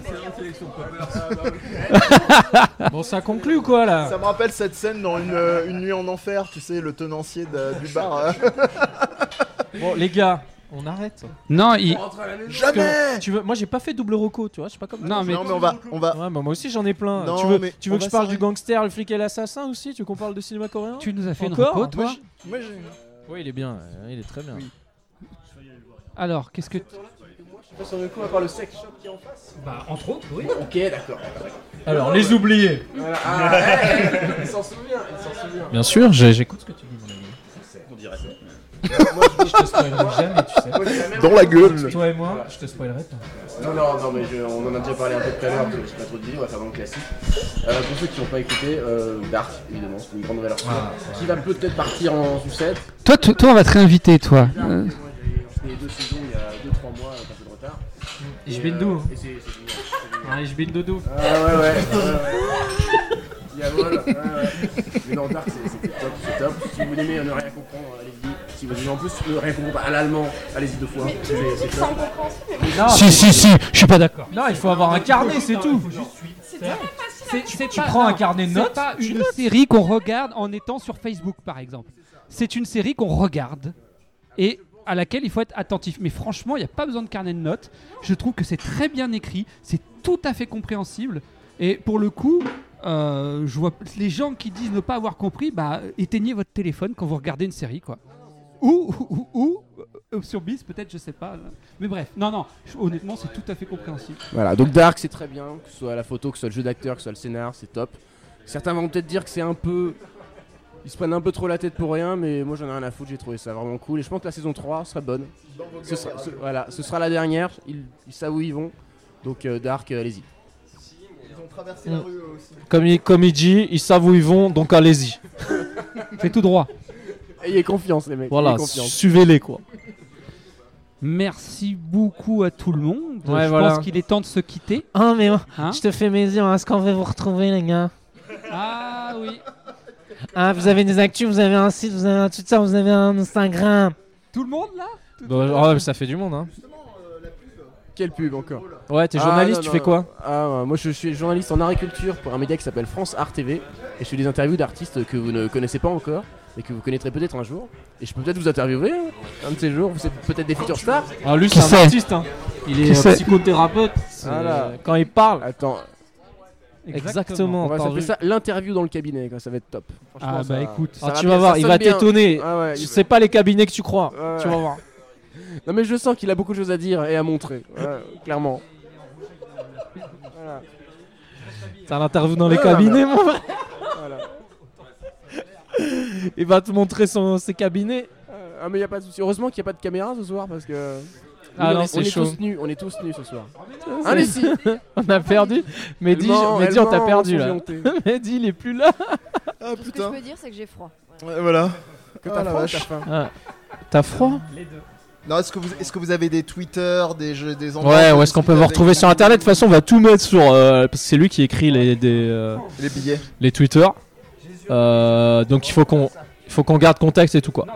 [SPEAKER 4] Bon, ça conclut ou quoi là
[SPEAKER 1] Ça me rappelle cette scène dans une, euh, Une nuit en enfer, tu sais, le tenancier de- du bar. euh.
[SPEAKER 4] Bon, les gars, on arrête.
[SPEAKER 5] Non, il.
[SPEAKER 4] Parce que
[SPEAKER 1] Jamais
[SPEAKER 4] tu veux... Moi, j'ai pas fait double roco, tu vois, je suis pas comme
[SPEAKER 5] Non, mais.
[SPEAKER 1] Non mais on va, on va.
[SPEAKER 4] Ouais, bah, moi aussi j'en ai plein.
[SPEAKER 1] Non,
[SPEAKER 4] tu veux,
[SPEAKER 1] mais
[SPEAKER 4] tu veux
[SPEAKER 1] on
[SPEAKER 4] que
[SPEAKER 1] va
[SPEAKER 4] je parle du
[SPEAKER 1] s'arrêter.
[SPEAKER 4] gangster, le flic et l'assassin aussi Tu veux qu'on parle de cinéma coréen
[SPEAKER 5] Tu nous as fait
[SPEAKER 4] Encore
[SPEAKER 5] une reco, toi
[SPEAKER 1] Moi, j'ai-
[SPEAKER 4] Oui, il est bien, euh, il est très bien.
[SPEAKER 5] Alors, qu'est-ce que.
[SPEAKER 8] Je pense qu'on va voir le sex shop qui est en face.
[SPEAKER 5] Bah, entre autres, oui.
[SPEAKER 8] Ok, d'accord.
[SPEAKER 4] Alors, les oubliés
[SPEAKER 8] Voilà. Ah, ouais, il s'en souvient, il s'en souvient.
[SPEAKER 4] Bien sûr, j'ai- j'écoute ce que tu dis, mon ami.
[SPEAKER 8] Moi, je-
[SPEAKER 4] Je te spoilerai jamais, tu sais.
[SPEAKER 8] moi, je- même-
[SPEAKER 1] Dans la gueule.
[SPEAKER 4] Toi et moi, je te spoilerai pas.
[SPEAKER 8] Non, non, non, mais je- on en a déjà parlé un peu tout à l'heure, donc j'ai pas trop de on va faire dans le classique. Euh, pour ceux qui n'ont pas écouté, euh, Dark, évidemment, c'est une grande valeur sûre,
[SPEAKER 4] Ah,
[SPEAKER 8] qui va peut-être partir en sucette.
[SPEAKER 5] Toi, tu- toi, on va te réinviter, toi.
[SPEAKER 8] Dark,
[SPEAKER 5] Euh,
[SPEAKER 8] moi j'ai enchaîné les deux saisons il y a 2-3 mois, avec un peu de retard.
[SPEAKER 2] Je
[SPEAKER 8] Et,
[SPEAKER 2] vais
[SPEAKER 8] euh,
[SPEAKER 2] d'où
[SPEAKER 8] et c'est- c'est génial.
[SPEAKER 2] Ouais, je bille de doux.
[SPEAKER 8] Ah ouais, ouais, ouais, ouais. Il y a voilà, ouais, ouais. Mais non, Dark, c'est- c'était top, c'est top. Si vous aimez euh, ne rien comprendre, allez-y. Si vous aimez en plus ne rien comprendre à l'allemand, allez-y deux fois. C'est c'est top.
[SPEAKER 5] Si, si, si, je suis pas d'accord.
[SPEAKER 4] Non, il faut avoir un carnet, c'est tout.
[SPEAKER 5] C'est- c'est
[SPEAKER 4] Tu
[SPEAKER 5] pas-
[SPEAKER 4] prends un
[SPEAKER 5] non,
[SPEAKER 4] carnet de notes,
[SPEAKER 5] C'est pas
[SPEAKER 4] tu
[SPEAKER 5] une série qu'on regarde en étant sur Facebook, par exemple. C'est une série qu'on regarde et à laquelle il faut être attentif. Mais franchement, il n'y a pas besoin de carnet de notes. Je trouve que c'est très bien écrit, c'est tout à fait compréhensible. Et pour le coup, euh, je vois les gens qui disent ne pas avoir compris, bah éteignez votre téléphone quand vous regardez une série, quoi. Ou, ou, ou, ou, option bis, peut-être, je sais pas. euh, Mais bref, non, non, honnêtement, c'est tout à fait compréhensible.
[SPEAKER 8] Voilà, donc Dark c'est très bien, que ce soit la photo, que ce soit le jeu d'acteur, que ce soit le scénar, c'est top. Certains vont peut-être dire que c'est un peu Ils se prennent un peu trop la tête pour rien, mais moi j'en ai rien à foutre, j'ai trouvé ça vraiment cool. Et je pense que la saison 3 sera bonne. Ce sera, ce- voilà, ce sera la dernière, ils, ils savent où ils vont. Donc euh, Dark, euh, allez-y.
[SPEAKER 1] Ils ont traversé la rue eux aussi.
[SPEAKER 4] Mm. Comme il, comme il dit, ils savent où ils vont, donc allez-y.
[SPEAKER 5] C'est tout droit.
[SPEAKER 8] Ayez confiance, les mecs.
[SPEAKER 4] Voilà,
[SPEAKER 8] ayez confiance.
[SPEAKER 4] suivez-les quoi.
[SPEAKER 5] Merci beaucoup à tout le monde.
[SPEAKER 4] Ouais,
[SPEAKER 5] je
[SPEAKER 4] voilà.
[SPEAKER 5] pense qu'il est temps de se quitter.
[SPEAKER 2] Ah, mais
[SPEAKER 5] Hein
[SPEAKER 2] je te fais mes yeux, hein, est-ce qu'on va vous retrouver, les gars
[SPEAKER 5] Ah oui.
[SPEAKER 2] Ah, vous avez des actus, vous avez un site, vous avez un Twitter, vous avez un Instagram.
[SPEAKER 5] Tout le monde là
[SPEAKER 4] Bah, oh, mais ça fait du monde, hein.
[SPEAKER 8] Quelle pub hein. encore
[SPEAKER 4] Ouais, t'es journaliste, tu fais quoi
[SPEAKER 8] Ah, ouais, Moi je suis journaliste en agriculture pour un média qui s'appelle France Art TV. Et je fais des interviews d'artistes que vous ne connaissez pas encore et que vous connaîtrez peut-être un jour. Et je peux peut-être vous interviewer un de ces jours. Vous êtes peut-être des futurs stars.
[SPEAKER 4] Alors lui, c'est un artiste, hein. Il
[SPEAKER 8] Qui
[SPEAKER 4] est euh,
[SPEAKER 8] sait
[SPEAKER 4] psychothérapeute. c'est- euh,
[SPEAKER 8] Voilà.
[SPEAKER 4] Quand il parle.
[SPEAKER 8] Ah, Attends.
[SPEAKER 4] Exactement.
[SPEAKER 8] On va
[SPEAKER 4] par
[SPEAKER 8] s'appeler ça l'interview dans le cabinet, quoi, ça va être top. Franchement,
[SPEAKER 4] Ah, bah,
[SPEAKER 8] ça-
[SPEAKER 4] écoute.
[SPEAKER 8] ça
[SPEAKER 4] Alors,
[SPEAKER 8] va
[SPEAKER 4] tu
[SPEAKER 8] bien,
[SPEAKER 4] vas voir,
[SPEAKER 8] ça
[SPEAKER 4] il
[SPEAKER 8] sonne
[SPEAKER 4] va
[SPEAKER 8] bien.
[SPEAKER 4] t'étonner.
[SPEAKER 8] Ah ouais, il-
[SPEAKER 4] C'est pas les cabinets que tu crois.
[SPEAKER 8] Ouais,
[SPEAKER 4] Tu
[SPEAKER 8] ouais.
[SPEAKER 4] vas voir.
[SPEAKER 8] Non mais je sens qu'il a beaucoup de choses à dire et à montrer, ouais, clairement.
[SPEAKER 4] T'as l'interview dans les
[SPEAKER 8] Ouais,
[SPEAKER 4] cabinets,
[SPEAKER 8] non, mais-
[SPEAKER 4] mon frère.
[SPEAKER 8] Voilà.
[SPEAKER 4] Il va te montrer son, ses cabinets.
[SPEAKER 8] Euh, Ah mais y a pas de souci. Heureusement qu'il n'y a pas de caméra ce soir parce que.
[SPEAKER 4] Ah
[SPEAKER 8] Oui,
[SPEAKER 4] non,
[SPEAKER 8] on est-
[SPEAKER 4] c'est
[SPEAKER 8] on
[SPEAKER 4] chaud. Ah,
[SPEAKER 8] est tous nus, on est tous nus ce soir. Hein, Allez si.
[SPEAKER 4] on a perdu. Mais dis,
[SPEAKER 8] ment,
[SPEAKER 4] mais
[SPEAKER 8] elle
[SPEAKER 4] dis on t'a
[SPEAKER 8] ment,
[SPEAKER 4] perdu
[SPEAKER 8] son
[SPEAKER 4] là.
[SPEAKER 8] géanté.
[SPEAKER 4] mais dis, il est plus là.
[SPEAKER 1] Ah
[SPEAKER 7] Tout ce que je peux dire, c'est que j'ai froid.
[SPEAKER 1] Ouais, voilà.
[SPEAKER 8] Que
[SPEAKER 1] Ah,
[SPEAKER 8] t'as
[SPEAKER 1] la
[SPEAKER 8] froid ou
[SPEAKER 1] vache.
[SPEAKER 8] t'as faim
[SPEAKER 4] Ah, T'as froid
[SPEAKER 1] Non, est-ce que vous est-ce que vous avez des Twitter, des jeux, des endroits
[SPEAKER 4] Ouais,
[SPEAKER 1] où
[SPEAKER 4] ou est-ce qu'on
[SPEAKER 1] discuter
[SPEAKER 4] peut vous
[SPEAKER 1] avec-
[SPEAKER 4] retrouver sur internet De toute façon, on va tout mettre sur. euh, parce que c'est lui qui écrit les, des, euh,
[SPEAKER 1] Les billets.
[SPEAKER 4] les Twitter. Euh, donc il faut qu'on il faut qu'on garde contact et tout quoi.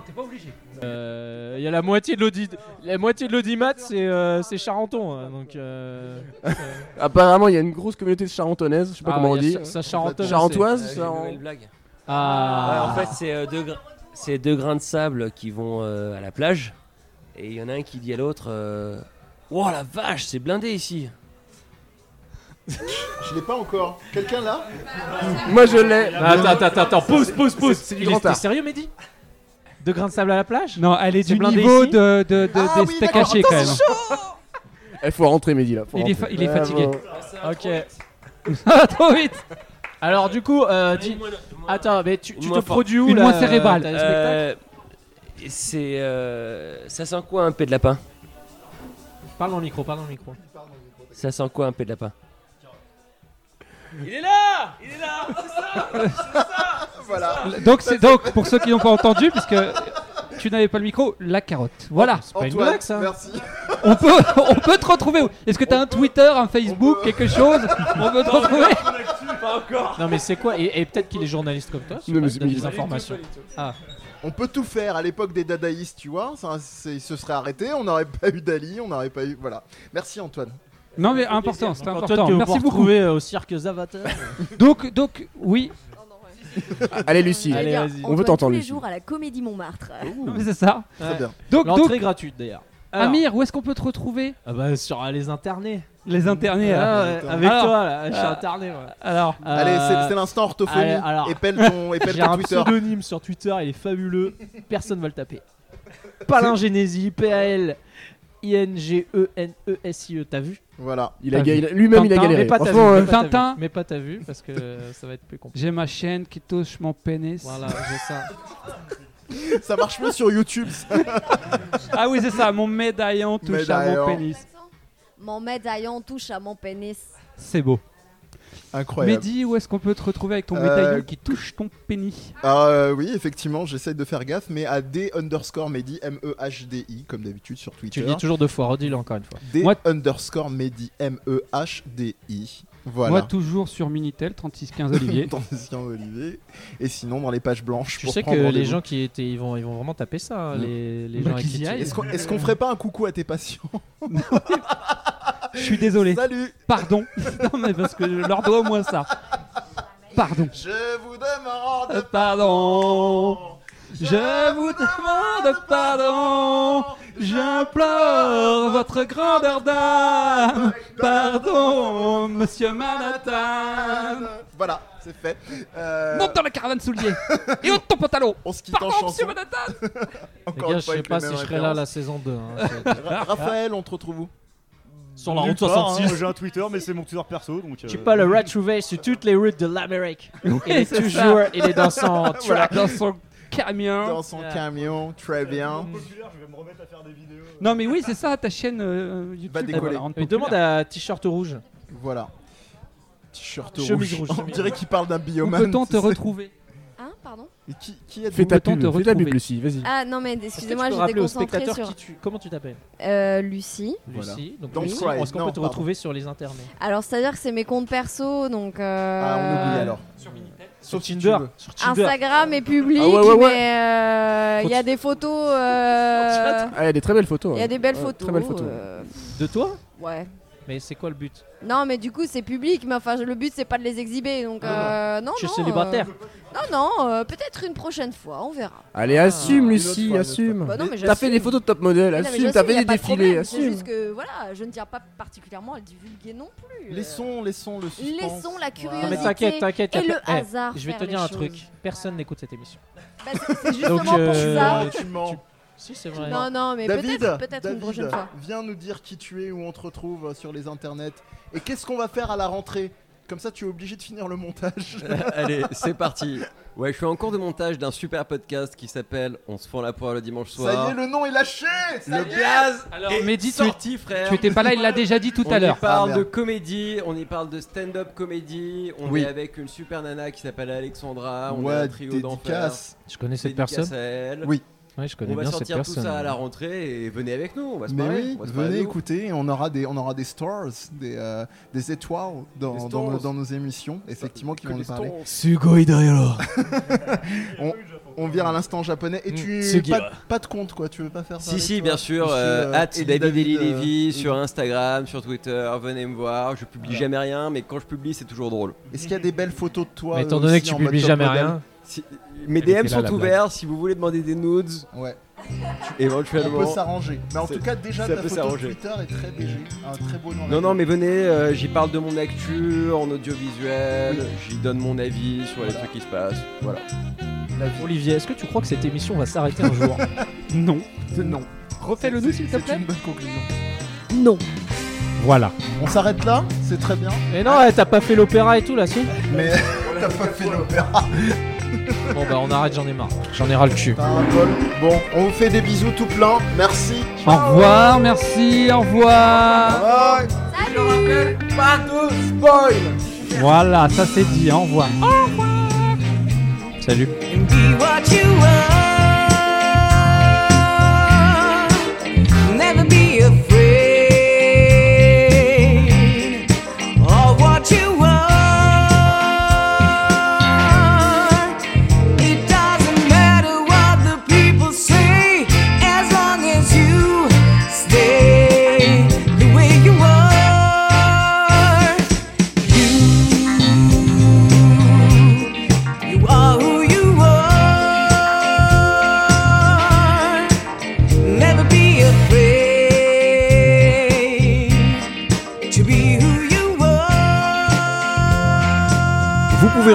[SPEAKER 4] Euh, Il y a la moitié de l'audit, la moitié de l'audimat c'est euh, c'est Charenton hein, donc. euh, euh,
[SPEAKER 8] Apparemment il y a une grosse communauté de charentonnaise, je sais pas
[SPEAKER 4] Ah,
[SPEAKER 8] comment on
[SPEAKER 4] ouais, y a
[SPEAKER 8] dit.
[SPEAKER 4] ça- ça charentonne,
[SPEAKER 8] Charentoise.
[SPEAKER 12] c'est-
[SPEAKER 8] ça,
[SPEAKER 12] Euh,
[SPEAKER 8] en-
[SPEAKER 12] nouvelle blague.
[SPEAKER 4] Ah.
[SPEAKER 12] Ouais, en fait, c'est euh, deux, gra- c'est deux grains de sable qui vont euh, à la plage. Et il y en a un qui dit à l'autre euh, Wow, la vache, c'est blindé ici.
[SPEAKER 1] Je l'ai pas encore. Quelqu'un là
[SPEAKER 8] Moi je l'ai.
[SPEAKER 4] Non, attends attends attends, attends pousse pousse pousse.
[SPEAKER 8] c'est du
[SPEAKER 4] Il
[SPEAKER 8] grand
[SPEAKER 4] est t'es
[SPEAKER 8] art.
[SPEAKER 4] sérieux Mehdi De grains de sable à la plage
[SPEAKER 5] Non, elle est
[SPEAKER 4] C'est
[SPEAKER 5] du
[SPEAKER 4] blindé
[SPEAKER 5] niveau
[SPEAKER 4] ici
[SPEAKER 5] de, de, de-
[SPEAKER 1] Ah
[SPEAKER 5] des
[SPEAKER 1] oui,
[SPEAKER 5] steaks
[SPEAKER 1] d'accord,
[SPEAKER 5] hachés quand même.
[SPEAKER 8] Il faut rentrer Mehdi là. faut
[SPEAKER 5] Il est,
[SPEAKER 8] rentrer.
[SPEAKER 5] fa- il est
[SPEAKER 8] Ouais,
[SPEAKER 5] fatigué.
[SPEAKER 8] bon.
[SPEAKER 4] Ok.
[SPEAKER 5] Ah, trop vite.
[SPEAKER 4] Alors du coup euh, dis- attends mais tu, tu
[SPEAKER 12] Moins
[SPEAKER 4] te
[SPEAKER 12] fort.
[SPEAKER 4] produis où
[SPEAKER 5] Une
[SPEAKER 4] là
[SPEAKER 5] moins cérébrale.
[SPEAKER 4] t'as des spectacles
[SPEAKER 12] Euh, c'est. euh, ça sent quoi un pet de lapin
[SPEAKER 4] Parle dans le micro parle dans le micro.
[SPEAKER 12] Ça sent quoi un pet de lapin
[SPEAKER 5] Donc, c'est, donc, pour ceux qui n'ont pas entendu, puisque tu n'avais pas le micro, la carotte. Voilà.
[SPEAKER 4] pas une
[SPEAKER 1] Antoine,
[SPEAKER 4] blague, ça.
[SPEAKER 1] Merci.
[SPEAKER 5] On peut, on peut te retrouver où Est-ce que t'as un Twitter, un Facebook, quelque chose On peut te retrouver
[SPEAKER 4] Non mais c'est quoi et, et peut-être qu'il est journaliste comme toi. je sais
[SPEAKER 8] Non,
[SPEAKER 4] pas,
[SPEAKER 8] mais
[SPEAKER 4] il
[SPEAKER 8] c'est
[SPEAKER 4] donne des
[SPEAKER 8] Mehdi.
[SPEAKER 4] informations.
[SPEAKER 5] Ah.
[SPEAKER 1] On peut tout faire à l'époque des dadaïstes, tu vois. Ça, c'est- il se serait arrêté, on n'aurait pas eu Dali, on n'aurait pas eu. Voilà. Merci Antoine.
[SPEAKER 5] Non, mais important, c'est
[SPEAKER 4] Antoine que
[SPEAKER 5] important.
[SPEAKER 4] vous
[SPEAKER 5] Merci
[SPEAKER 4] pouvez
[SPEAKER 5] beaucoup.
[SPEAKER 4] retrouver euh, au cirque Zavatar.
[SPEAKER 5] Donc, donc, oui,
[SPEAKER 8] Allez Lucie.
[SPEAKER 4] Allez,
[SPEAKER 7] Eh Bien,
[SPEAKER 4] vas-y.
[SPEAKER 8] On veut t'entendre,
[SPEAKER 7] tous les
[SPEAKER 8] Lucie.
[SPEAKER 7] jours à la Comédie Montmartre.
[SPEAKER 5] non, mais c'est ça.
[SPEAKER 1] Très bien.
[SPEAKER 5] Donc, donc,
[SPEAKER 4] L'entrée gratuite d'ailleurs. Alors,
[SPEAKER 5] Amir, où est-ce qu'on peut te retrouver
[SPEAKER 4] ah bah, sur euh, les internets.
[SPEAKER 5] Les internets.
[SPEAKER 4] Ah, ouais, avec
[SPEAKER 5] Alors,
[SPEAKER 4] toi là, je
[SPEAKER 8] euh,
[SPEAKER 4] suis interné moi.
[SPEAKER 5] Alors,
[SPEAKER 1] Allez, c'est- c'est l'instant orthophonie.
[SPEAKER 4] allez, alors.
[SPEAKER 1] Épelle ton, épelle
[SPEAKER 4] J'ai
[SPEAKER 1] ton
[SPEAKER 4] un
[SPEAKER 1] Twitter.
[SPEAKER 4] pseudonyme sur Twitter, il est fabuleux, personne va le taper. Palingénésie, P-A-L. E I-N-G-E-N-E-S-I-E, t'as vu
[SPEAKER 1] Voilà.
[SPEAKER 8] Il a
[SPEAKER 5] T'as
[SPEAKER 8] galéré- Lui-même il a
[SPEAKER 5] Tintin, mais
[SPEAKER 8] galéré.
[SPEAKER 4] pas t'as vu,
[SPEAKER 8] Franchement, euh,
[SPEAKER 4] mais
[SPEAKER 8] ouais.
[SPEAKER 4] pas t'as vu.
[SPEAKER 5] Tintin.
[SPEAKER 4] Mais pas t'as vu, parce que euh, ça va être plus compliqué.
[SPEAKER 5] j'ai ma chaîne qui touche mon pénis.
[SPEAKER 4] Voilà, j'ai ça.
[SPEAKER 1] Ça marche mieux sur YouTube. ça.
[SPEAKER 5] Ah oui, c'est ça, mon médaillon touche à
[SPEAKER 1] Médaillon.
[SPEAKER 5] mon pénis.
[SPEAKER 7] Mon médaillon touche à mon pénis.
[SPEAKER 5] C'est beau.
[SPEAKER 1] Incroyable.
[SPEAKER 5] Mehdi, où est-ce qu'on peut te retrouver avec ton
[SPEAKER 1] Euh,
[SPEAKER 5] médaillon qui touche ton pénis
[SPEAKER 1] Ah euh, oui, effectivement, j'essaye de faire gaffe, mais à D underscore Mehdi, E M-E-H-D-I, comme d'habitude sur
[SPEAKER 4] Tu
[SPEAKER 1] Twitter.
[SPEAKER 4] le dis toujours deux fois, redis-le encore une fois.
[SPEAKER 1] D
[SPEAKER 5] Moi-
[SPEAKER 1] underscore Mehdi, E M-E-H-D-I. Voilà.
[SPEAKER 5] Moi, toujours sur Minitel, 3615 Olivier.
[SPEAKER 1] Dans les yeux, Olivier. Et sinon, dans les pages blanches.
[SPEAKER 4] Tu
[SPEAKER 1] pour
[SPEAKER 4] sais que
[SPEAKER 1] prendre
[SPEAKER 4] les
[SPEAKER 1] rendez-vous.
[SPEAKER 4] gens qui étaient, ils vont, ils vont vraiment taper ça, hein,
[SPEAKER 1] Mm.
[SPEAKER 4] les, les
[SPEAKER 5] Bah,
[SPEAKER 4] gens avec
[SPEAKER 5] qu'ils
[SPEAKER 4] qui
[SPEAKER 5] y
[SPEAKER 4] tu-
[SPEAKER 5] aillent.
[SPEAKER 1] Est-ce qu'on est-ce qu'on ferait pas un coucou à tes patients
[SPEAKER 5] Je suis désolé.
[SPEAKER 1] Salut
[SPEAKER 5] Pardon. non, mais parce que je leur dois au moins ça. Pardon.
[SPEAKER 1] Je vous demande
[SPEAKER 5] Pardon. Je vous demande pardon. J'implore votre grandeur d'âme. Pardon, monsieur Manhattan.
[SPEAKER 1] Voilà, c'est fait. Euh,
[SPEAKER 5] Monte dans la caravane soulier. Et ôte ton pantalon.
[SPEAKER 1] on se quitte en
[SPEAKER 5] Pardon, monsieur
[SPEAKER 1] chanson.
[SPEAKER 5] Manhattan.
[SPEAKER 4] Les
[SPEAKER 1] Encore
[SPEAKER 4] gars,
[SPEAKER 1] une
[SPEAKER 4] je
[SPEAKER 1] fois
[SPEAKER 4] sais
[SPEAKER 1] avec
[SPEAKER 4] pas
[SPEAKER 1] les
[SPEAKER 4] si je
[SPEAKER 1] mêmes
[SPEAKER 4] serai là la
[SPEAKER 1] références.
[SPEAKER 4] saison 2. hein, c'est-
[SPEAKER 1] Ra- Raphaël, on te retrouve où
[SPEAKER 4] Sur la
[SPEAKER 6] Nulle
[SPEAKER 4] route
[SPEAKER 6] part,
[SPEAKER 4] 66.
[SPEAKER 6] hein, J'ai un Twitter, mais c'est mon Twitter perso. Donc, euh,
[SPEAKER 2] Tu peux le retrouver sur toutes les routes de l'Amérique. il est
[SPEAKER 5] c'est
[SPEAKER 2] toujours,
[SPEAKER 5] ça.
[SPEAKER 2] il est dans son truck.
[SPEAKER 5] Voilà, dans son camion.
[SPEAKER 1] Dans son camion, très bien.
[SPEAKER 5] Non, mais oui, c'est ça, ta chaîne euh, YouTube
[SPEAKER 1] Va décoller.
[SPEAKER 5] va rendre
[SPEAKER 1] Mais
[SPEAKER 5] populaire.
[SPEAKER 1] demande
[SPEAKER 4] à t-shirt rouge.
[SPEAKER 1] Voilà. T-shirt rouge.
[SPEAKER 5] Chemise rouge,
[SPEAKER 1] On
[SPEAKER 5] chemise
[SPEAKER 1] dirait
[SPEAKER 5] rouge.
[SPEAKER 1] qu'il parle d'un bioman.
[SPEAKER 5] Où peut-on te
[SPEAKER 1] c'est-
[SPEAKER 5] retrouver
[SPEAKER 7] Hein, pardon
[SPEAKER 1] Et qui, qui êtes-vous
[SPEAKER 8] Fais ta
[SPEAKER 1] Peut-on
[SPEAKER 8] pub,
[SPEAKER 1] te
[SPEAKER 8] fais ta pub,
[SPEAKER 1] retrouver
[SPEAKER 8] Lucie, vas-y.
[SPEAKER 7] Ah non, mais excusez-moi,
[SPEAKER 4] Est-ce que tu
[SPEAKER 7] j'étais
[SPEAKER 4] peux rappeler aux
[SPEAKER 7] concentrée
[SPEAKER 4] spectateurs
[SPEAKER 7] sur.
[SPEAKER 4] qui tu- Comment tu t'appelles
[SPEAKER 7] Euh, Lucie.
[SPEAKER 4] Lucie. Donc
[SPEAKER 1] Don't
[SPEAKER 4] Lucie,
[SPEAKER 1] cry.
[SPEAKER 4] est-ce qu'on
[SPEAKER 1] Non,
[SPEAKER 4] peut te
[SPEAKER 1] pardon.
[SPEAKER 4] retrouver sur les internets
[SPEAKER 7] Alors, c'est-à-dire que c'est mes comptes perso, donc. euh,
[SPEAKER 1] Ah, on oublie alors.
[SPEAKER 4] Sur Tinder. Sur Tinder.
[SPEAKER 7] Instagram est public,
[SPEAKER 8] Ah ouais, ouais, ouais.
[SPEAKER 7] mais euh, il y a des photos. euh,
[SPEAKER 8] Ah, il y a des très belles photos.
[SPEAKER 7] Il y a
[SPEAKER 8] ouais.
[SPEAKER 7] des belles
[SPEAKER 8] Ouais,
[SPEAKER 7] photos.
[SPEAKER 8] Très belles photos.
[SPEAKER 7] euh,
[SPEAKER 4] De toi
[SPEAKER 7] ouais.
[SPEAKER 4] Mais c'est quoi le but
[SPEAKER 7] Non, mais du coup, c'est public, mais enfin, le but, c'est pas de les exhiber, donc. euh, non,
[SPEAKER 4] Je suis
[SPEAKER 7] non,
[SPEAKER 4] célibataire.
[SPEAKER 7] euh, Non, non, euh, peut-être une prochaine fois, on verra.
[SPEAKER 8] Allez, assume,
[SPEAKER 1] une autre
[SPEAKER 8] Lucie,
[SPEAKER 1] fois, une autre
[SPEAKER 8] assume.
[SPEAKER 7] Bah non, mais
[SPEAKER 8] T'as fait
[SPEAKER 7] j'assume.
[SPEAKER 8] des photos de top modèle,
[SPEAKER 7] Mais non, mais
[SPEAKER 8] assume.
[SPEAKER 7] j'assume,
[SPEAKER 8] T'as fait
[SPEAKER 7] y a
[SPEAKER 8] des
[SPEAKER 7] pas de problème,
[SPEAKER 8] défilés,
[SPEAKER 7] C'est
[SPEAKER 8] assume.
[SPEAKER 7] juste que, voilà, je ne tiens pas particulièrement à le divulguer non plus. euh.
[SPEAKER 1] Laissons, laissons le suspense.
[SPEAKER 7] Laissons la
[SPEAKER 1] Voilà.
[SPEAKER 4] Non mais
[SPEAKER 7] curiosité
[SPEAKER 4] t'inquiète, t'inquiète.
[SPEAKER 7] et
[SPEAKER 4] y a
[SPEAKER 7] le
[SPEAKER 4] pas- eh,
[SPEAKER 7] hasard
[SPEAKER 4] Je vais te
[SPEAKER 7] faire
[SPEAKER 4] dire
[SPEAKER 7] les
[SPEAKER 4] un
[SPEAKER 7] choses.
[SPEAKER 4] truc. Personne n'écoute cette émission.
[SPEAKER 7] Bah, c'est- c'est justement
[SPEAKER 4] Donc,
[SPEAKER 7] pour
[SPEAKER 4] euh,
[SPEAKER 7] ça.
[SPEAKER 1] Tu mens.
[SPEAKER 4] Si c'est vrai.
[SPEAKER 7] Non, non, mais
[SPEAKER 1] David,
[SPEAKER 7] peut-être peut-être une
[SPEAKER 1] David,
[SPEAKER 7] prochaine fois.
[SPEAKER 1] viens nous dire qui tu es, où on te retrouve euh, sur les internets. Et qu'est-ce qu'on va faire à la rentrée Comme ça, tu es obligé de finir le montage.
[SPEAKER 11] Allez, c'est parti. Ouais, je suis en cours de montage d'un super podcast qui s'appelle On se fend la poire le dimanche soir.
[SPEAKER 1] Ça y est, le nom est lâché ça
[SPEAKER 11] Le
[SPEAKER 1] y est
[SPEAKER 11] blaze
[SPEAKER 12] Alors,
[SPEAKER 11] est
[SPEAKER 5] mais dis-
[SPEAKER 11] sorti, frère.
[SPEAKER 5] Tu étais pas là, il l'a déjà dit tout
[SPEAKER 11] on
[SPEAKER 5] à l'heure.
[SPEAKER 11] y parle
[SPEAKER 1] Ah,
[SPEAKER 11] de
[SPEAKER 1] merde.
[SPEAKER 11] comédie, on y parle de stand-up comédie, on
[SPEAKER 1] Oui.
[SPEAKER 11] est avec une super nana qui s'appelle Alexandra, on est
[SPEAKER 1] Ouais,
[SPEAKER 11] un trio d'enfer.
[SPEAKER 1] dédicace.
[SPEAKER 4] Je connais cette
[SPEAKER 11] Dédicace
[SPEAKER 4] personne.
[SPEAKER 11] à elle.
[SPEAKER 1] Oui.
[SPEAKER 4] Ouais, je
[SPEAKER 11] On
[SPEAKER 4] connais
[SPEAKER 11] va
[SPEAKER 4] bien cette
[SPEAKER 11] sortir tout
[SPEAKER 4] personne.
[SPEAKER 11] ça à la rentrée et venez avec nous, on va se
[SPEAKER 1] Mais
[SPEAKER 11] parler.
[SPEAKER 1] oui,
[SPEAKER 11] on va se parler
[SPEAKER 1] venez
[SPEAKER 11] de nous.
[SPEAKER 1] écouter et on aura des, on aura des stars, des, euh, des étoiles dans,
[SPEAKER 11] Des
[SPEAKER 1] dans
[SPEAKER 11] stars.
[SPEAKER 1] nos, dans nos émissions, effectivement, qui
[SPEAKER 11] Que
[SPEAKER 1] vont
[SPEAKER 11] des
[SPEAKER 1] nous parler.
[SPEAKER 11] stars.
[SPEAKER 4] Sugoi
[SPEAKER 1] On vire à l'instant japonais et
[SPEAKER 4] Mm.
[SPEAKER 1] tu
[SPEAKER 4] Sugi,
[SPEAKER 1] pas,
[SPEAKER 4] ouais.
[SPEAKER 1] pas de compte quoi, tu veux pas faire ça
[SPEAKER 11] Si,
[SPEAKER 1] avec
[SPEAKER 11] si,
[SPEAKER 1] toi
[SPEAKER 11] bien sûr.
[SPEAKER 1] Je suis,
[SPEAKER 11] euh,
[SPEAKER 1] euh,
[SPEAKER 11] At
[SPEAKER 1] petit
[SPEAKER 11] David Eli
[SPEAKER 1] euh,
[SPEAKER 11] Levy
[SPEAKER 1] et-
[SPEAKER 11] sur Instagram, sur Twitter. Venez me voir. Je publie jamais rien, mais quand je publie, c'est toujours drôle.
[SPEAKER 1] Est-ce qu'il y a des belles photos de toi
[SPEAKER 4] Mais étant
[SPEAKER 1] euh,
[SPEAKER 4] donné que
[SPEAKER 1] aussi
[SPEAKER 4] tu
[SPEAKER 1] en mode
[SPEAKER 4] publies
[SPEAKER 1] top
[SPEAKER 4] jamais
[SPEAKER 1] model
[SPEAKER 4] rien,
[SPEAKER 11] Si- mes
[SPEAKER 4] était
[SPEAKER 11] DM
[SPEAKER 4] là,
[SPEAKER 11] sont
[SPEAKER 4] la blague.
[SPEAKER 11] ouverts. Si vous voulez demander des nudes,
[SPEAKER 1] Ouais, on peut
[SPEAKER 11] éventuellement.
[SPEAKER 1] s'arranger. Mais en
[SPEAKER 11] C'est-
[SPEAKER 1] tout cas, déjà
[SPEAKER 11] ça
[SPEAKER 1] ta
[SPEAKER 11] peut
[SPEAKER 1] photo
[SPEAKER 11] s'arranger.
[SPEAKER 1] Twitter est très BG, un très beau nom.
[SPEAKER 11] Non, non, mais venez. euh, J'y parle de mon actu en audiovisuel. J'y donne mon avis sur les
[SPEAKER 1] Voilà.
[SPEAKER 11] trucs qui se passent. Voilà.
[SPEAKER 4] Olivier, est-ce que tu crois que cette émission va s'arrêter un jour
[SPEAKER 5] Non.
[SPEAKER 1] non.
[SPEAKER 5] Refais-le nous, s'il te plaît.
[SPEAKER 1] C'est une bonne conclusion.
[SPEAKER 7] Non.
[SPEAKER 4] Voilà.
[SPEAKER 1] On s'arrête là, c'est très bien.
[SPEAKER 4] Mais non, eh, t'as pas fait l'opéra et tout là, si
[SPEAKER 1] Mais t'as pas fait l'opéra.
[SPEAKER 4] Bon bah on arrête, j'en ai marre. J'en ai ras le cul.
[SPEAKER 1] T'as un bol. Bon, on vous fait des bisous tout plein. Merci.
[SPEAKER 5] Au revoir, merci, au
[SPEAKER 1] Euh,
[SPEAKER 5] revoir.
[SPEAKER 1] Bye.
[SPEAKER 5] Voilà, ça c'est dit, au revoir.
[SPEAKER 4] Salut.
[SPEAKER 14] and be what you are. Never be afraid of what you are. It doesn't matter what the people say, as long as you stay the way you are. You you are who you are. Never be afraid to be who you are.
[SPEAKER 1] Vous pouvez